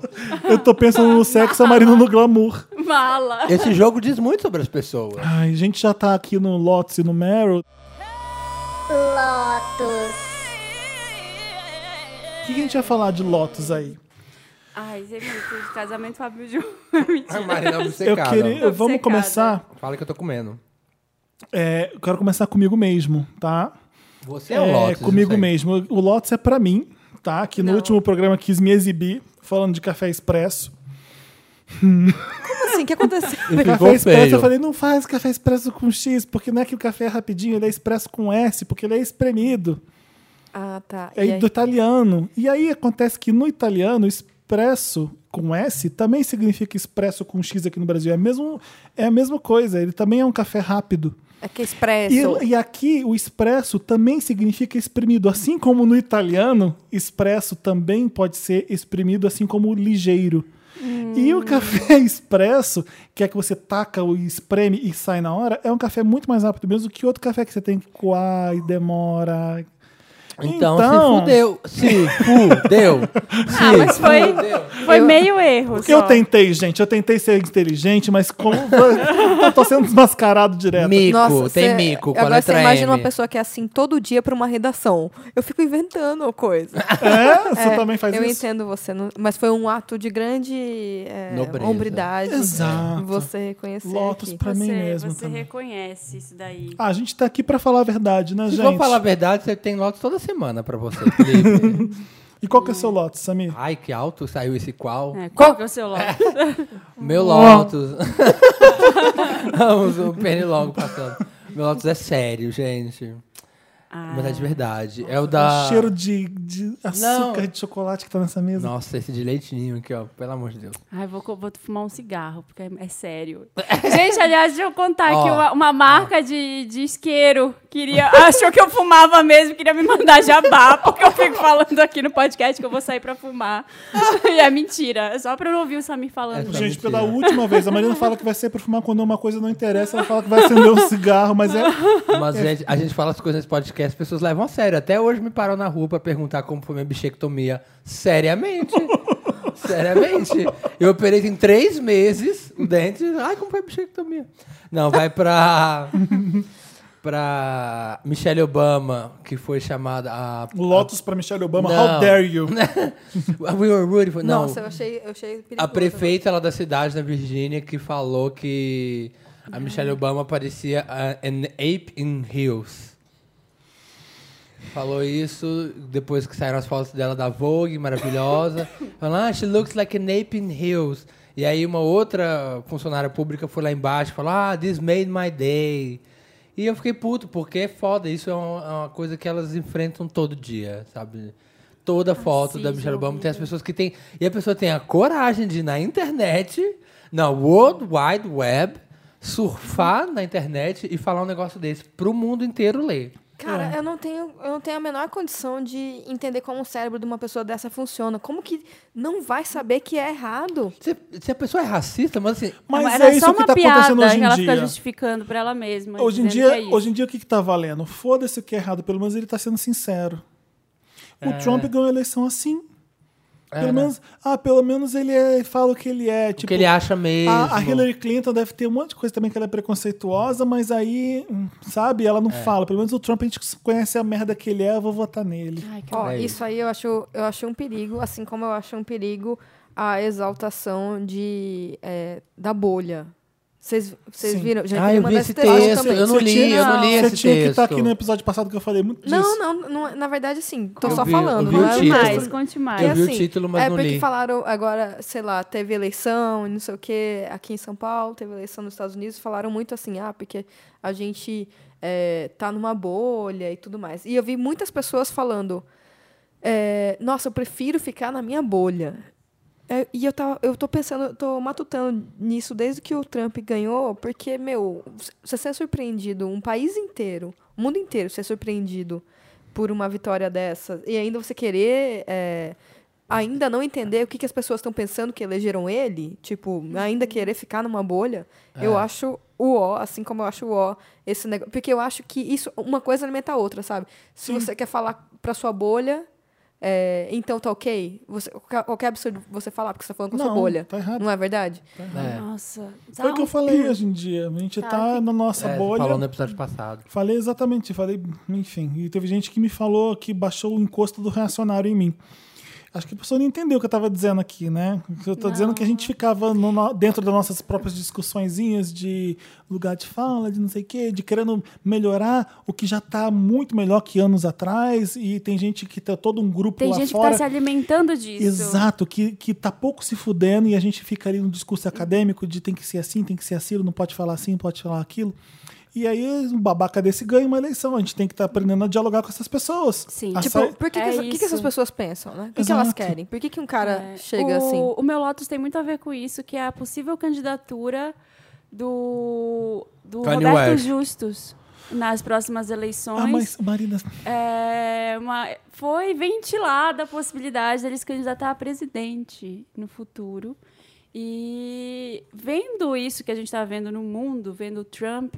Speaker 1: Eu tô pensando no sexo, a Marina no glamour.
Speaker 2: Mala.
Speaker 3: Esse jogo diz muito sobre as pessoas.
Speaker 1: Ai, a gente já tá aqui no Lotus e no Meryl. O que, que a gente vai falar de Lotus aí?
Speaker 2: Ai, gente, de casamento Fábio Júnior. Mentira.
Speaker 3: A Marina
Speaker 1: Eu
Speaker 3: é obcecada.
Speaker 1: queria, eu- vamos
Speaker 2: Obcecada.
Speaker 1: começar.
Speaker 3: Fala que eu tô comendo.
Speaker 1: é, eu quero começar comigo mesmo, tá?
Speaker 3: Você é o Lotus.
Speaker 1: comigo
Speaker 3: eu sei.
Speaker 1: mesmo. O Lotus é pra mim, tá? Que no último programa quis me exibir falando de café expresso.
Speaker 4: Como assim? O que aconteceu?
Speaker 1: café
Speaker 3: Ficou
Speaker 1: expresso,
Speaker 3: feio.
Speaker 1: eu falei, não faz café expresso com X, porque não é que o café é rapidinho, ele é expresso com S, porque ele é espremido.
Speaker 4: Ah, tá. E
Speaker 1: É
Speaker 4: aí?
Speaker 1: do italiano. E aí acontece que no italiano, expresso com S também significa expresso com X aqui no Brasil. É, mesmo, é a mesma coisa, ele também é um café rápido.
Speaker 4: É que expresso.
Speaker 1: E, e aqui o expresso também significa exprimido. Assim como no italiano, expresso também pode ser exprimido, assim como ligeiro. E
Speaker 4: Hum.
Speaker 1: o café expresso, que é que você taca o espreme e sai na hora, é um café muito mais rápido mesmo que outro café que você tem que coar e demora.
Speaker 3: Então,
Speaker 1: Então-
Speaker 3: se fudeu. Se fudeu. Se
Speaker 2: Ah, mas foi,
Speaker 3: fudeu.
Speaker 2: foi meio erro.
Speaker 1: Eu
Speaker 2: só.
Speaker 1: tentei, gente. Eu tentei ser inteligente, mas como. eu tô sendo desmascarado direto.
Speaker 3: Mico,
Speaker 4: Nossa,
Speaker 3: tem
Speaker 4: cê-
Speaker 3: mico com a
Speaker 4: Agora
Speaker 3: letra
Speaker 4: imagina
Speaker 3: M.
Speaker 4: uma pessoa que é assim todo dia pra uma redação. Eu fico inventando coisa.
Speaker 1: É? Você
Speaker 4: É,
Speaker 1: também faz
Speaker 4: eu
Speaker 1: isso?
Speaker 4: entendo você, não- mas foi um ato de grande é,
Speaker 3: Nobreza.
Speaker 4: hombridade.
Speaker 1: Exato.
Speaker 4: Você reconhecer.
Speaker 1: Lotus
Speaker 4: aqui.
Speaker 1: pra
Speaker 2: você,
Speaker 1: mim mesmo.
Speaker 2: Você
Speaker 1: também.
Speaker 2: reconhece isso daí.
Speaker 1: Ah, a gente tá aqui pra falar a verdade, né,
Speaker 3: Se
Speaker 1: gente?
Speaker 3: for falar a verdade, você tem lotes toda semana pra você, Felipe.
Speaker 1: E qual
Speaker 2: Hum.
Speaker 1: que é o seu Lotus, Samir?
Speaker 3: Ai, que alto saiu esse qual.
Speaker 1: Ah.
Speaker 2: É, qual que é o seu lote?
Speaker 3: Meu Lotus. Vamos, o pernilongo passando. Meu Lotus é sério, gente. Mas é de verdade. é o da.
Speaker 1: O Um cheiro de, de açúcar de chocolate que tá nessa mesa.
Speaker 3: Nossa, esse de leitinho aqui, ó. Pelo amor de Deus.
Speaker 2: Ai, vou, co- vou fumar um cigarro, porque é, é sério. Gente, aliás, deixa eu contar
Speaker 3: Ó.
Speaker 2: que uma, uma marca de, de isqueiro queria, achou que eu fumava mesmo, queria me mandar jabá, porque eu fico falando aqui no podcast que eu vou sair pra fumar. E é mentira, é só pra eu não ouvir o Samir falando. É
Speaker 3: Essa-
Speaker 1: Gente,
Speaker 3: mentira.
Speaker 1: pela última vez, a Marina fala que vai ser pra fumar quando uma coisa não interessa, ela fala que vai acender um cigarro, mas é.
Speaker 3: Mas a gente, a gente fala as coisas nesse podcast, as pessoas levam a sério. Até hoje me parou na rua pra perguntar como foi minha bichectomia. Seriamente. Seriamente. Eu operei em três meses o dente. Ai, como foi a bichectomia? Não, vai pra. pra Michelle Obama, que foi chamada a.
Speaker 1: Lotus pra Michelle Obama,
Speaker 3: Não.
Speaker 1: how dare you?
Speaker 3: We were rooting for. Não.
Speaker 4: Nossa, eu achei, eu achei perigoso.
Speaker 3: A prefeita lá da cidade, da Virgínia, que falou que a Michelle Obama parecia a- an ape in heels. Falou isso depois que saíram as fotos dela da Vogue, maravilhosa. Falando, ah, she looks like an ape in heels. E aí uma outra funcionária pública foi lá embaixo e falou, ah, this made my day. E eu fiquei puto, porque é foda. Isso é uma, é uma coisa que elas enfrentam todo dia, sabe? Toda foto da Michelle Obama tem as pessoas que tem. E a pessoa tem a coragem de ir na internet, na World Wide Web, surfar na internet e falar um negócio desse pro mundo inteiro ler.
Speaker 1: É.
Speaker 4: Cara, eu não, tenho, eu não tenho a menor condição de entender como o cérebro de uma pessoa dessa funciona. Como que não vai saber que é errado?
Speaker 3: Se, se a pessoa é racista, mas assim.
Speaker 1: Mas
Speaker 2: Era
Speaker 1: é
Speaker 2: só
Speaker 1: isso
Speaker 2: uma
Speaker 1: que tá
Speaker 2: piada
Speaker 1: acontecendo hoje
Speaker 2: que ela
Speaker 1: em
Speaker 2: fica
Speaker 1: dia.
Speaker 2: justificando pra ela mesma.
Speaker 1: Hoje em,
Speaker 2: dizendo
Speaker 1: dia,
Speaker 2: que é isso.
Speaker 1: hoje em dia, o que, que tá valendo? Foda-se o que é errado, pelo menos ele tá sendo sincero. O Trump ganhou a eleição assim.
Speaker 3: É,
Speaker 1: pelo
Speaker 3: né?
Speaker 1: menos, ah, pelo menos ele é- fala o que ele é.
Speaker 3: o
Speaker 1: Tipo,
Speaker 3: que ele acha mesmo.
Speaker 1: a, a Hillary Clinton deve ter um monte de coisa também que ela é preconceituosa, mas aí, hum, sabe, ela
Speaker 3: É.
Speaker 1: não fala. Pelo menos o Trump a gente conhece a merda que ele é, eu vou votar nele.
Speaker 2: Ai, que
Speaker 4: Ó,
Speaker 3: É
Speaker 4: isso aí eu acho, eu acho um perigo, assim como eu acho um perigo a exaltação de, é, da bolha. Vocês vocês
Speaker 1: Sim.
Speaker 4: viram? Já
Speaker 3: Ah,
Speaker 4: vi
Speaker 3: eu
Speaker 4: uma
Speaker 3: vi
Speaker 4: dessas
Speaker 3: esse
Speaker 4: teorias
Speaker 3: texto,
Speaker 4: também.
Speaker 3: eu não
Speaker 1: Você
Speaker 3: li,
Speaker 1: tinha-
Speaker 3: eu não li
Speaker 1: Você
Speaker 3: esse
Speaker 1: tinha que estar
Speaker 3: texto.
Speaker 1: aqui no episódio passado que eu falei muito disso.
Speaker 4: Não, não, não, na verdade, sim. Tô
Speaker 3: Eu
Speaker 4: só
Speaker 3: vi- eu
Speaker 4: falando.
Speaker 3: vi
Speaker 4: não
Speaker 3: o
Speaker 4: é
Speaker 2: Conte
Speaker 3: título.
Speaker 4: nada.
Speaker 2: mais, conte mais.
Speaker 4: Que
Speaker 3: Eu vi o
Speaker 4: assim,
Speaker 3: título, mas
Speaker 4: é
Speaker 3: não
Speaker 4: porque
Speaker 3: li.
Speaker 4: falaram agora, sei lá, teve eleição, e não sei o quê, aqui em São Paulo, teve eleição nos Estados Unidos, falaram muito assim, ah, porque a gente é, tá numa bolha e tudo mais. E eu vi muitas pessoas falando, é, nossa, eu prefiro ficar na minha bolha. É, e eu, tava, eu tô pensando, eu tô matutando nisso desde que o Trump ganhou, porque, meu, você ser surpreendido, um país inteiro, o mundo inteiro ser surpreendido por uma vitória dessa, e ainda você querer é, ainda não entender o que, que as pessoas estão pensando que elegeram ele, tipo, ainda
Speaker 1: Uhum.
Speaker 4: querer ficar numa bolha, eu
Speaker 1: É.
Speaker 4: acho o ó, assim como eu acho o ó, esse negócio. Porque eu acho que isso, uma coisa alimenta a outra, sabe? Se você quer falar pra sua bolha, é, então tá ok. Você, qualquer, qualquer absurdo você falar, porque você tá falando com a sua
Speaker 1: Não,
Speaker 4: bolha.
Speaker 1: tá errado.
Speaker 4: Não é verdade?
Speaker 3: É,
Speaker 2: Nossa, um-
Speaker 1: Foi o que eu falei hoje em dia. A gente tá na nossa
Speaker 3: é,
Speaker 1: bolha.
Speaker 3: falou no episódio passado.
Speaker 1: Falei exatamente, falei, enfim. E teve gente que me falou que baixou o encosto do reacionário em mim. Acho que a pessoa não entendeu o que eu estava dizendo aqui, né? Eu tô dizendo que a gente ficava no no- dentro das nossas próprias discussõezinhas de lugar de fala, de não sei o quê, de querendo melhorar o que já está muito melhor que anos atrás. E tem gente que tem todo um grupo
Speaker 2: Tem
Speaker 1: lá
Speaker 2: gente
Speaker 1: fora.
Speaker 2: que tá se alimentando disso.
Speaker 1: Exato, que, que tá pouco se fudendo e a gente fica ali no discurso acadêmico de tem que ser assim, tem que ser assim, não pode falar assim, não pode falar aquilo. E aí um babaca desse ganha uma eleição. A gente tem que estar aprendendo a dialogar com essas pessoas.
Speaker 2: Sim.
Speaker 1: A
Speaker 2: Tipo,
Speaker 1: sa-
Speaker 4: Por que,
Speaker 2: É
Speaker 4: que, o que, que
Speaker 2: isso.
Speaker 4: essas pessoas pensam, né? O que, que elas
Speaker 1: Exato.
Speaker 4: querem? Por que, que um cara
Speaker 2: É,
Speaker 4: chega
Speaker 2: o,
Speaker 4: assim?
Speaker 2: O meu Lotus tem muito a ver com isso, que é a possível candidatura do, do
Speaker 3: Kanye
Speaker 2: Roberto
Speaker 3: West.
Speaker 2: Justus nas próximas eleições.
Speaker 1: Ah, mas Marina,
Speaker 2: É, uma- foi ventilada a possibilidade deles candidatar a presidente no futuro. E tá vendo isso que a gente está vendo no mundo, vendo o Trump,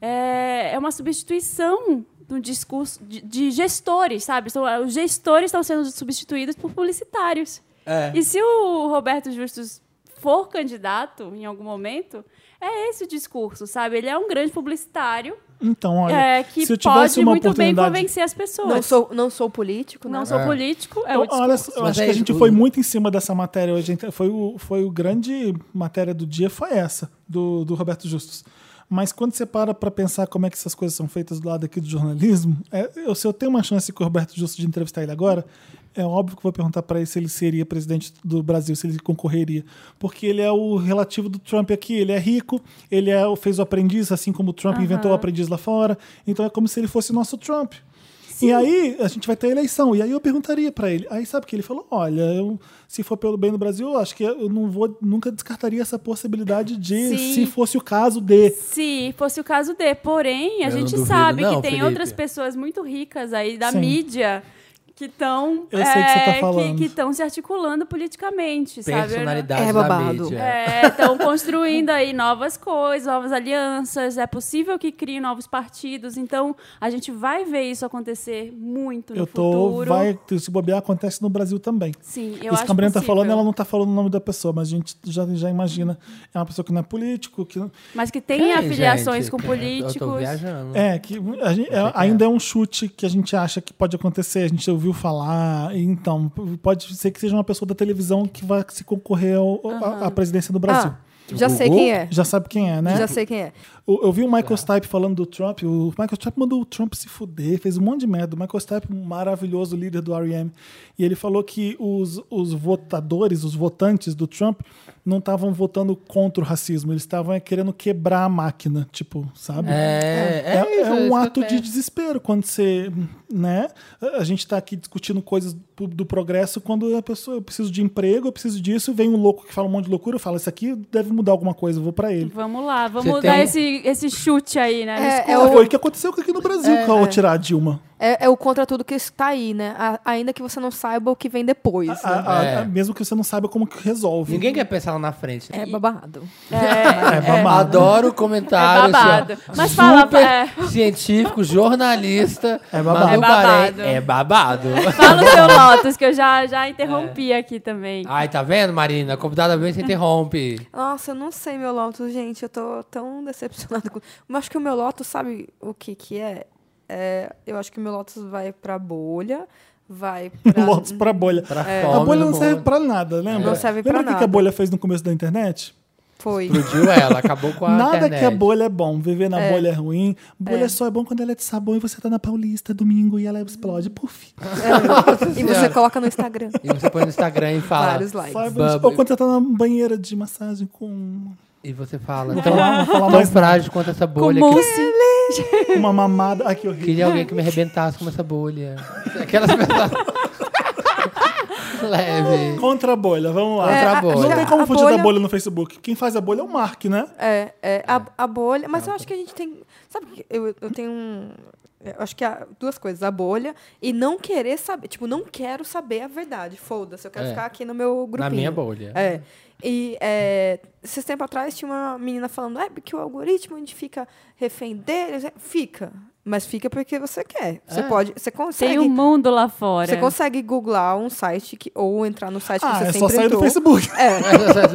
Speaker 2: é, é uma substituição de um discurso de, de gestores, sabe? São- Os gestores estão sendo substituídos por publicitários.
Speaker 3: É.
Speaker 2: E se o Roberto Justus for candidato em algum momento, é esse o discurso, sabe? Ele é um grande publicitário
Speaker 1: Então, olha,
Speaker 2: é, que
Speaker 1: se eu tivesse
Speaker 2: pode
Speaker 1: uma
Speaker 2: muito bem
Speaker 1: oportunidade...
Speaker 2: convencer as pessoas.
Speaker 4: Não sou, não sou político, né?
Speaker 2: Não sou
Speaker 3: É.
Speaker 2: político, é
Speaker 1: Eu-
Speaker 2: o discurso.
Speaker 1: Então, olha, eu
Speaker 3: Mas
Speaker 1: acho
Speaker 3: é
Speaker 1: que a
Speaker 3: isso,
Speaker 1: gente
Speaker 3: o-
Speaker 1: foi muito em cima dessa matéria hoje. então, Foi o, foi o grande matéria do dia, foi essa, do, do Roberto Justus. Mas quando você para para pensar como é que essas coisas são feitas do lado aqui do jornalismo, é, eu, se eu tenho uma chance com o Roberto Justus de entrevistar ele agora, é óbvio que eu vou perguntar para ele se ele seria presidente do Brasil, se ele concorreria. Porque ele é o relativo do Trump aqui, ele é rico, ele é, o- fez o aprendiz, assim como o Trump inventou o aprendiz lá fora. Então é como se ele fosse o nosso Trump. E aí a gente vai ter a eleição. E aí eu perguntaria pra ele. Aí sabe o que ele falou? Olha, eu, se for pelo bem do Brasil, eu acho que eu não vou, nunca descartaria essa possibilidade de,
Speaker 2: Sim.
Speaker 1: se fosse o caso de.
Speaker 2: Se fosse o caso de, porém, a
Speaker 3: Eu não
Speaker 2: gente
Speaker 3: duvido,
Speaker 2: sabe
Speaker 3: não,
Speaker 2: que tem
Speaker 3: Felipe.
Speaker 2: outras pessoas muito ricas aí da
Speaker 1: Sim.
Speaker 2: mídia que estão
Speaker 1: Eu sei que você tá falando.
Speaker 2: que estão se articulando politicamente, sabe?
Speaker 3: Personalidade
Speaker 4: É
Speaker 3: da
Speaker 4: babado.
Speaker 3: mídia.
Speaker 2: Estão construindo aí novas coisas, novas alianças. É possível que criem novos partidos. Então, a gente vai ver isso acontecer muito no
Speaker 1: Eu tô.
Speaker 2: futuro.
Speaker 1: Vai, se bobear, acontece no Brasil também.
Speaker 2: Sim, eu
Speaker 1: Isso
Speaker 2: acho
Speaker 1: que a Brenda tá
Speaker 2: possível.
Speaker 1: falando, ela não tá falando o nome da pessoa, mas a gente já, já imagina. É uma pessoa que não é político, que não-
Speaker 2: Mas que tem
Speaker 3: Ei,
Speaker 2: afiliações
Speaker 3: gente, é,
Speaker 2: com políticos.
Speaker 3: Eu tô viajando.
Speaker 1: É, que a gente- é, ainda é um chute que a gente acha que pode acontecer, a gente ouviu falar, e então p- pode ser que seja uma pessoa da televisão que vai se concorrer ao- ao- à- à presidência do Brasil.
Speaker 4: Ah, já sei quem é.
Speaker 1: Já sabe quem é, né?
Speaker 4: Já É. sei quem é.
Speaker 1: O- Eu vi o Michael Stipe falando do Trump. O Michael Stipe mandou o Trump se fuder, fez um monte de merda. O Michael Stipe, um maravilhoso líder do R.E.M. E ele falou que os, os votadores, os votantes do Trump, não estavam votando contra o racismo. Eles estavam é, querendo quebrar a máquina, tipo, sabe?
Speaker 3: É, é,
Speaker 1: É, é
Speaker 3: isso, isso que
Speaker 1: um
Speaker 3: eu
Speaker 1: ato de
Speaker 3: penso.
Speaker 1: desespero quando você, né? A gente tá aqui discutindo coisas do, do progresso quando a pessoa, eu preciso de emprego, eu preciso disso, vem um louco que fala um monte de loucura, eu falo, isso aqui deve mudar alguma coisa, eu vou pra ele.
Speaker 2: Vamos lá, vamos
Speaker 3: Você
Speaker 2: dar
Speaker 3: tem-
Speaker 2: esse, esse chute aí, né?
Speaker 4: É,
Speaker 2: Desculpa.
Speaker 1: É,
Speaker 4: o-
Speaker 1: Foi o que aconteceu aqui no Brasil ao tirar a Dilma.
Speaker 4: É, é o contra tudo que está aí, né? A- ainda que você não saiba o que vem depois.
Speaker 1: A-
Speaker 4: né?
Speaker 1: a- a-
Speaker 3: É.
Speaker 1: mesmo que você não saiba como que resolve.
Speaker 3: Ninguém quer pensar lá na frente.
Speaker 4: É babado.
Speaker 1: é, babado.
Speaker 3: Adoro comentários.
Speaker 2: É babado.
Speaker 3: assim, ó.
Speaker 2: Mas fala,
Speaker 3: Super
Speaker 2: é.
Speaker 3: científico, jornalista.
Speaker 1: É babado.
Speaker 3: Manu
Speaker 2: É babado.
Speaker 3: Barém. É babado.
Speaker 2: Fala o seu Lotus, que eu já,
Speaker 3: É.
Speaker 2: já interrompi aqui também.
Speaker 3: Ai, tá vendo, Marina? Convidada vem, você interrompe.
Speaker 4: Nossa, eu não sei meu Lotus, gente. Eu tô tão decepcionada com. Mas acho que o meu Lotus, sabe o que que é? É, eu acho que o meu Lotus vai pra bolha, vai pra.
Speaker 1: Lotus pra bolha.
Speaker 3: Pra
Speaker 2: É.
Speaker 3: fome
Speaker 1: A bolha não
Speaker 3: no
Speaker 1: serve
Speaker 3: mundo.
Speaker 1: pra nada, lembra?
Speaker 4: É. Não serve
Speaker 1: lembra
Speaker 4: pra
Speaker 1: o que que a
Speaker 4: nada.
Speaker 1: bolha fez no começo da internet?
Speaker 4: Foi.
Speaker 3: Explodiu ela, acabou com a
Speaker 1: Nada
Speaker 3: internet.
Speaker 1: que a bolha é bom. Viver na bolha é ruim. Bolha só é bom quando ela é de sabão e você tá na Paulista domingo e ela explode. Puf.
Speaker 4: E você coloca no Instagram.
Speaker 3: E você põe no Instagram e fala.
Speaker 4: Vários likes.
Speaker 1: Só é
Speaker 3: Bubble.
Speaker 1: bom. Ou quando você tá na banheira de massagem com
Speaker 3: E você fala.
Speaker 1: Não
Speaker 3: Tão,
Speaker 1: vou Então, falar
Speaker 3: tão
Speaker 1: mais
Speaker 3: frágil quanto essa
Speaker 2: Com
Speaker 3: bolha. que-
Speaker 2: mousse.
Speaker 1: uma mamada. Ai, que horrível.
Speaker 3: Queria alguém que me arrebentasse com essa bolha. Aquelas pessoas. Leve.
Speaker 1: Contra a bolha, vamos lá.
Speaker 3: É, Contra a bolha.
Speaker 1: Não
Speaker 3: acho
Speaker 1: tem
Speaker 4: que
Speaker 1: como
Speaker 4: a
Speaker 1: fugir da
Speaker 4: bolha-
Speaker 1: bolha no Facebook. Quem faz a bolha é o Mark, né?
Speaker 4: É, é, a, a bolha. Mas eu
Speaker 1: tá.
Speaker 4: acho que a gente tem. Sabe, que eu, eu tenho um. Eu acho que há duas coisas. A bolha e não querer saber. Tipo, não quero saber a verdade. Foda-se, eu quero
Speaker 3: É.
Speaker 4: ficar aqui no meu grupinho.
Speaker 3: Na minha bolha.
Speaker 4: É. E é, esses tempos atrás tinha uma menina falando é, que o algoritmo a gente fica refém dele. Fica. Mas fica porque você quer. Você
Speaker 3: É.
Speaker 4: pode. Você
Speaker 2: Tem
Speaker 4: consegue.
Speaker 2: o mundo lá fora.
Speaker 4: Você consegue googlar um site que, ou entrar no site que
Speaker 1: é. Ah,
Speaker 4: você
Speaker 1: é
Speaker 4: sempre
Speaker 1: só sair do
Speaker 4: entrou.
Speaker 1: Facebook.
Speaker 4: É.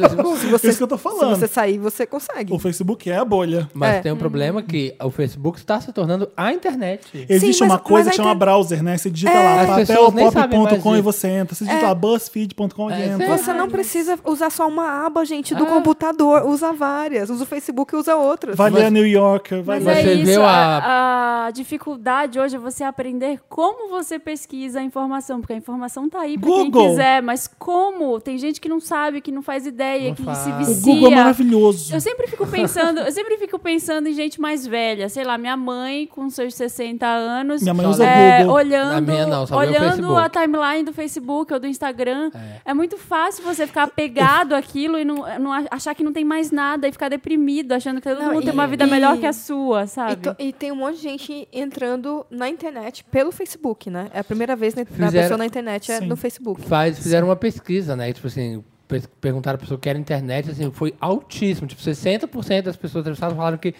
Speaker 4: Se você,
Speaker 1: Isso que eu tô falando.
Speaker 4: Se você sair, você consegue.
Speaker 1: O Facebook é a bolha.
Speaker 3: Mas
Speaker 4: É.
Speaker 3: tem um problema que o Facebook está se tornando a internet.
Speaker 1: Existe
Speaker 4: mas-
Speaker 1: uma coisa
Speaker 4: mas
Speaker 1: que
Speaker 4: aí
Speaker 1: chama
Speaker 4: tem-
Speaker 1: browser, né? Você digita
Speaker 3: As
Speaker 1: lá
Speaker 3: pessoas nem sabem mais
Speaker 1: papelpop.com e
Speaker 3: disso.
Speaker 1: você entra. Você digita lá buzzfeed.com e
Speaker 3: É,
Speaker 1: entra.
Speaker 3: sim.
Speaker 4: Você não precisa usar só uma aba, gente, do computador. Usa várias. Usa o Facebook e usa outras.
Speaker 1: Vai ler a New Yorker, vai
Speaker 2: Mas
Speaker 1: ler.
Speaker 2: é
Speaker 3: Você
Speaker 2: isso,
Speaker 3: viu a-
Speaker 2: a... a dificuldade hoje é você aprender como você pesquisa a informação, porque a informação tá aí pra
Speaker 1: Google.
Speaker 2: quem quiser, mas como? Tem gente que não sabe, que não faz ideia,
Speaker 3: Não
Speaker 2: que
Speaker 3: faz.
Speaker 2: se
Speaker 3: O
Speaker 1: O
Speaker 2: vicia.
Speaker 1: Google é maravilhoso.
Speaker 2: Eu sempre fico pensando, eu sempre fico pensando em gente mais velha, sei lá, minha mãe com seus 60 anos.
Speaker 1: Minha mãe
Speaker 3: Só
Speaker 1: usa
Speaker 2: é,
Speaker 1: Google.
Speaker 2: olhando,
Speaker 3: Na minha não, só vê o
Speaker 2: olhando
Speaker 3: Facebook.
Speaker 2: a timeline do Facebook ou do Instagram, é, muito fácil você ficar apegado àquilo e não, não a- achar que não tem mais nada e ficar deprimido, achando que todo
Speaker 4: Não,
Speaker 2: mundo
Speaker 4: e-
Speaker 2: tem uma vida
Speaker 4: e-
Speaker 2: melhor que a sua,
Speaker 4: E,
Speaker 2: sabe?
Speaker 4: to- e tem um monte de gente entrando na internet pelo Facebook, né? É a primeira vez na, da
Speaker 3: Fizeram-
Speaker 4: pessoa na internet é
Speaker 1: Sim.
Speaker 4: no Facebook.
Speaker 3: Faz, fizeram uma pesquisa, né? Tipo assim, pes- perguntaram a pessoa que era internet, assim, foi altíssimo. Tipo, 60% das pessoas entrevistadas falaram que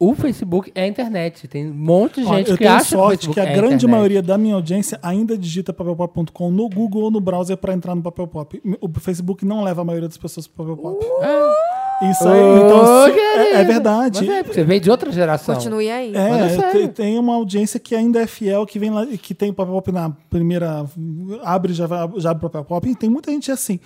Speaker 3: O Facebook é a internet. Tem um monte de
Speaker 1: Ó,
Speaker 3: gente
Speaker 1: eu
Speaker 3: que
Speaker 1: tenho
Speaker 3: acha
Speaker 1: sorte
Speaker 3: que, o Facebook
Speaker 1: que a
Speaker 3: é
Speaker 1: grande
Speaker 3: internet.
Speaker 1: maioria da minha audiência ainda digita papelpop.com no Google ou no browser para entrar no Papel Pop. O Facebook não leva a maioria das pessoas pro Papel Pop. Isso aí,
Speaker 3: Ô,
Speaker 1: então isso é,
Speaker 3: querida.
Speaker 1: é verdade.
Speaker 3: Mas é, porque você veio de outra geração.
Speaker 4: Continue aí.
Speaker 1: É,
Speaker 3: Mas é sério.
Speaker 1: tem, tem uma audiência que ainda é fiel, que vem lá, que tem o papel pop na primeira. abre já, vai- já abre o papel pop. E tem muita gente assim.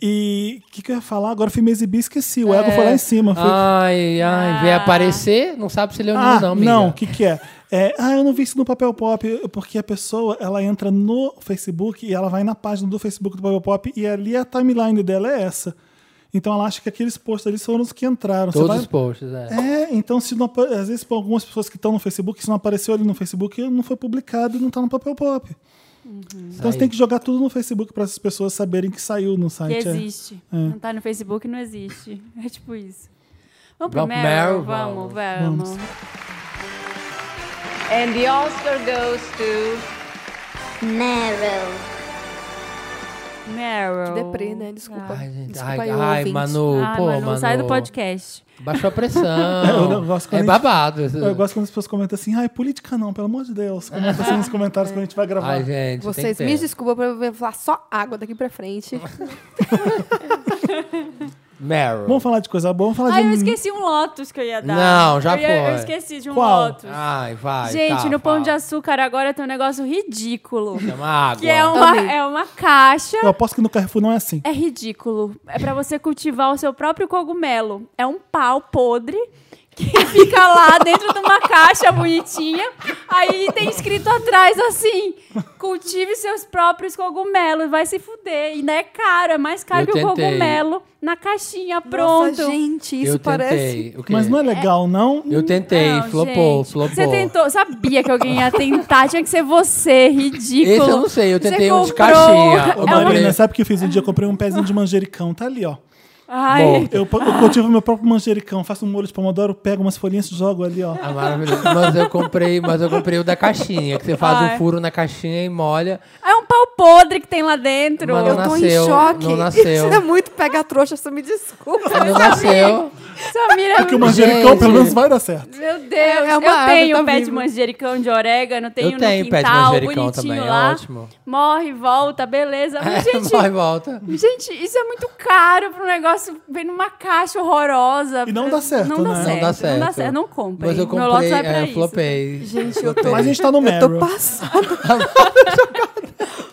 Speaker 1: E o que, que eu ia falar? Agora eu fui me exibir esqueci. O ego foi
Speaker 3: É.
Speaker 1: lá em cima. Foi,
Speaker 3: Ai, ai,
Speaker 2: Ah.
Speaker 3: vem aparecer, não sabe se ele é
Speaker 1: ah,
Speaker 3: Ah, não, amiga.
Speaker 1: não, o que, que é? É, Ah, eu não vi isso no papel pop, porque a pessoa ela entra no Facebook e ela vai na página do Facebook do papel pop e ali a timeline dela é essa. Então ela acha que aqueles posts ali foram os que entraram. Você
Speaker 3: Todos
Speaker 1: vai-
Speaker 3: os posts, é.
Speaker 1: é, então se não, apa- às vezes para algumas pessoas que estão no Facebook, se não apareceu ali no Facebook, não foi publicado e não está no papel pop. Então você
Speaker 3: Aí.
Speaker 1: tem que jogar tudo no Facebook para essas pessoas saberem que saiu no
Speaker 2: Que
Speaker 1: site. é.
Speaker 2: existe. Não tá no Facebook, não existe. É tipo isso. Vamos pro
Speaker 3: Vamos pro
Speaker 2: Meryl?
Speaker 3: Meryl?
Speaker 2: Vamos,
Speaker 1: Vamos.
Speaker 2: vamos.
Speaker 7: And the Oscar goes to.
Speaker 6: Meryl.
Speaker 2: Meryl.
Speaker 4: Que deprê, né? Desculpa.
Speaker 3: Ai, gente,
Speaker 4: Desculpa
Speaker 3: ai,
Speaker 4: aí,
Speaker 3: ai,
Speaker 4: ouvinte.
Speaker 3: Manu,
Speaker 2: Ah,
Speaker 3: pô,
Speaker 2: Manu,
Speaker 3: Manu.
Speaker 2: sai do podcast.
Speaker 3: Baixou a
Speaker 1: Eu
Speaker 3: pressão.
Speaker 1: não gosto quando
Speaker 3: é
Speaker 1: a gente-
Speaker 3: babado.
Speaker 1: Eu gosto quando as pessoas comentam assim, ai, política não, pelo amor de Deus. Comenta assim nos comentários quando a gente vai gravar.
Speaker 3: Ai, gente, tem
Speaker 4: Vocês
Speaker 3: que
Speaker 4: me
Speaker 3: ter.
Speaker 4: desculpam pra eu falar só água daqui pra frente.
Speaker 3: Meryl.
Speaker 1: Vamos falar de coisa boa, vamos falar
Speaker 2: Ah,
Speaker 1: de.
Speaker 2: eu esqueci um Lotus que eu ia dar.
Speaker 3: Não, já
Speaker 2: eu ia-
Speaker 3: foi.
Speaker 2: Eu esqueci de um
Speaker 1: Qual?
Speaker 2: Lotus.
Speaker 3: Ai, vai.
Speaker 2: Gente,
Speaker 3: tá,
Speaker 2: no Pão
Speaker 3: fala.
Speaker 2: de Açúcar agora tem um negócio ridículo.
Speaker 3: Chama água.
Speaker 2: que é uma,
Speaker 4: Amei.
Speaker 2: é uma caixa.
Speaker 1: Eu aposto que no Carrefour não é assim.
Speaker 2: É ridículo. É pra você cultivar o seu próprio cogumelo. É um pau podre que fica lá dentro de uma caixa bonitinha. Aí tem escrito atrás assim: cultive seus próprios cogumelos, vai se fuder. E não é caro, é mais caro
Speaker 3: Eu
Speaker 2: que o
Speaker 3: tentei.
Speaker 2: cogumelo na caixinha, pronto.
Speaker 4: Nossa, gente, isso
Speaker 3: eu
Speaker 4: parece.
Speaker 3: Tentei. O quê?
Speaker 1: Mas não é legal, não?
Speaker 3: Eu tentei,
Speaker 2: Não,
Speaker 3: flopou,
Speaker 2: gente.
Speaker 3: flopou.
Speaker 2: Você tentou, sabia que alguém ia tentar, tinha que ser você, ridículo.
Speaker 3: Esse eu não sei, eu
Speaker 2: Você
Speaker 3: tentei um de
Speaker 2: comprou-
Speaker 3: caixinha.
Speaker 1: Ô,
Speaker 3: É uma-
Speaker 1: Marina, sabe o que eu fiz um dia? Eu comprei um pezinho de manjericão, tá ali, ó.
Speaker 2: Ai,
Speaker 3: Bom.
Speaker 1: Eu, eu cultivo meu próprio manjericão, faço um molho de pomodoro, pego umas folhinhas e jogo ali, ó.
Speaker 3: Ah, maravilhoso. Mas eu comprei, mas eu comprei o da caixinha, que você faz
Speaker 2: Ai.
Speaker 3: um furo na caixinha e molha.
Speaker 2: é um pau podre que tem lá dentro.
Speaker 3: Mas
Speaker 4: Eu
Speaker 3: não
Speaker 4: tô
Speaker 3: nasceu,
Speaker 4: em choque.
Speaker 3: não nasceu.
Speaker 4: Isso é muito pega-trouxa, você me desculpa.
Speaker 3: Não nasceu.
Speaker 2: Samira,
Speaker 1: Porque o manjericão,
Speaker 3: Gente.
Speaker 1: pelo menos, vai dar certo.
Speaker 2: Meu Deus,
Speaker 4: É uma
Speaker 2: eu
Speaker 4: árvore,
Speaker 2: tenho um
Speaker 4: tá
Speaker 2: pé de
Speaker 4: vivo.
Speaker 2: manjericão de orégano, tenho
Speaker 3: eu tenho
Speaker 2: no
Speaker 3: pé de
Speaker 2: quintal,
Speaker 3: manjericão
Speaker 2: bonitinho
Speaker 3: também,
Speaker 2: lá.
Speaker 3: é ótimo.
Speaker 2: Morre, volta, beleza. Mas,
Speaker 3: É,
Speaker 2: gente,
Speaker 3: vai e volta.
Speaker 2: gente, isso é muito caro pra um negócio vem numa caixa horrorosa.
Speaker 1: E não dá certo,
Speaker 2: não dá
Speaker 1: né?
Speaker 2: Certo,
Speaker 3: Não dá certo.
Speaker 2: Não dá certo, não comprem.
Speaker 3: Mas eu
Speaker 2: Meu lote
Speaker 3: comprei,
Speaker 2: vai pra
Speaker 3: é,
Speaker 2: isso.
Speaker 3: flopei.
Speaker 4: Gente, eu
Speaker 3: Flopei.
Speaker 4: tô-
Speaker 1: Mas a gente tá no
Speaker 4: Eu
Speaker 1: Meryl.
Speaker 4: tô passada.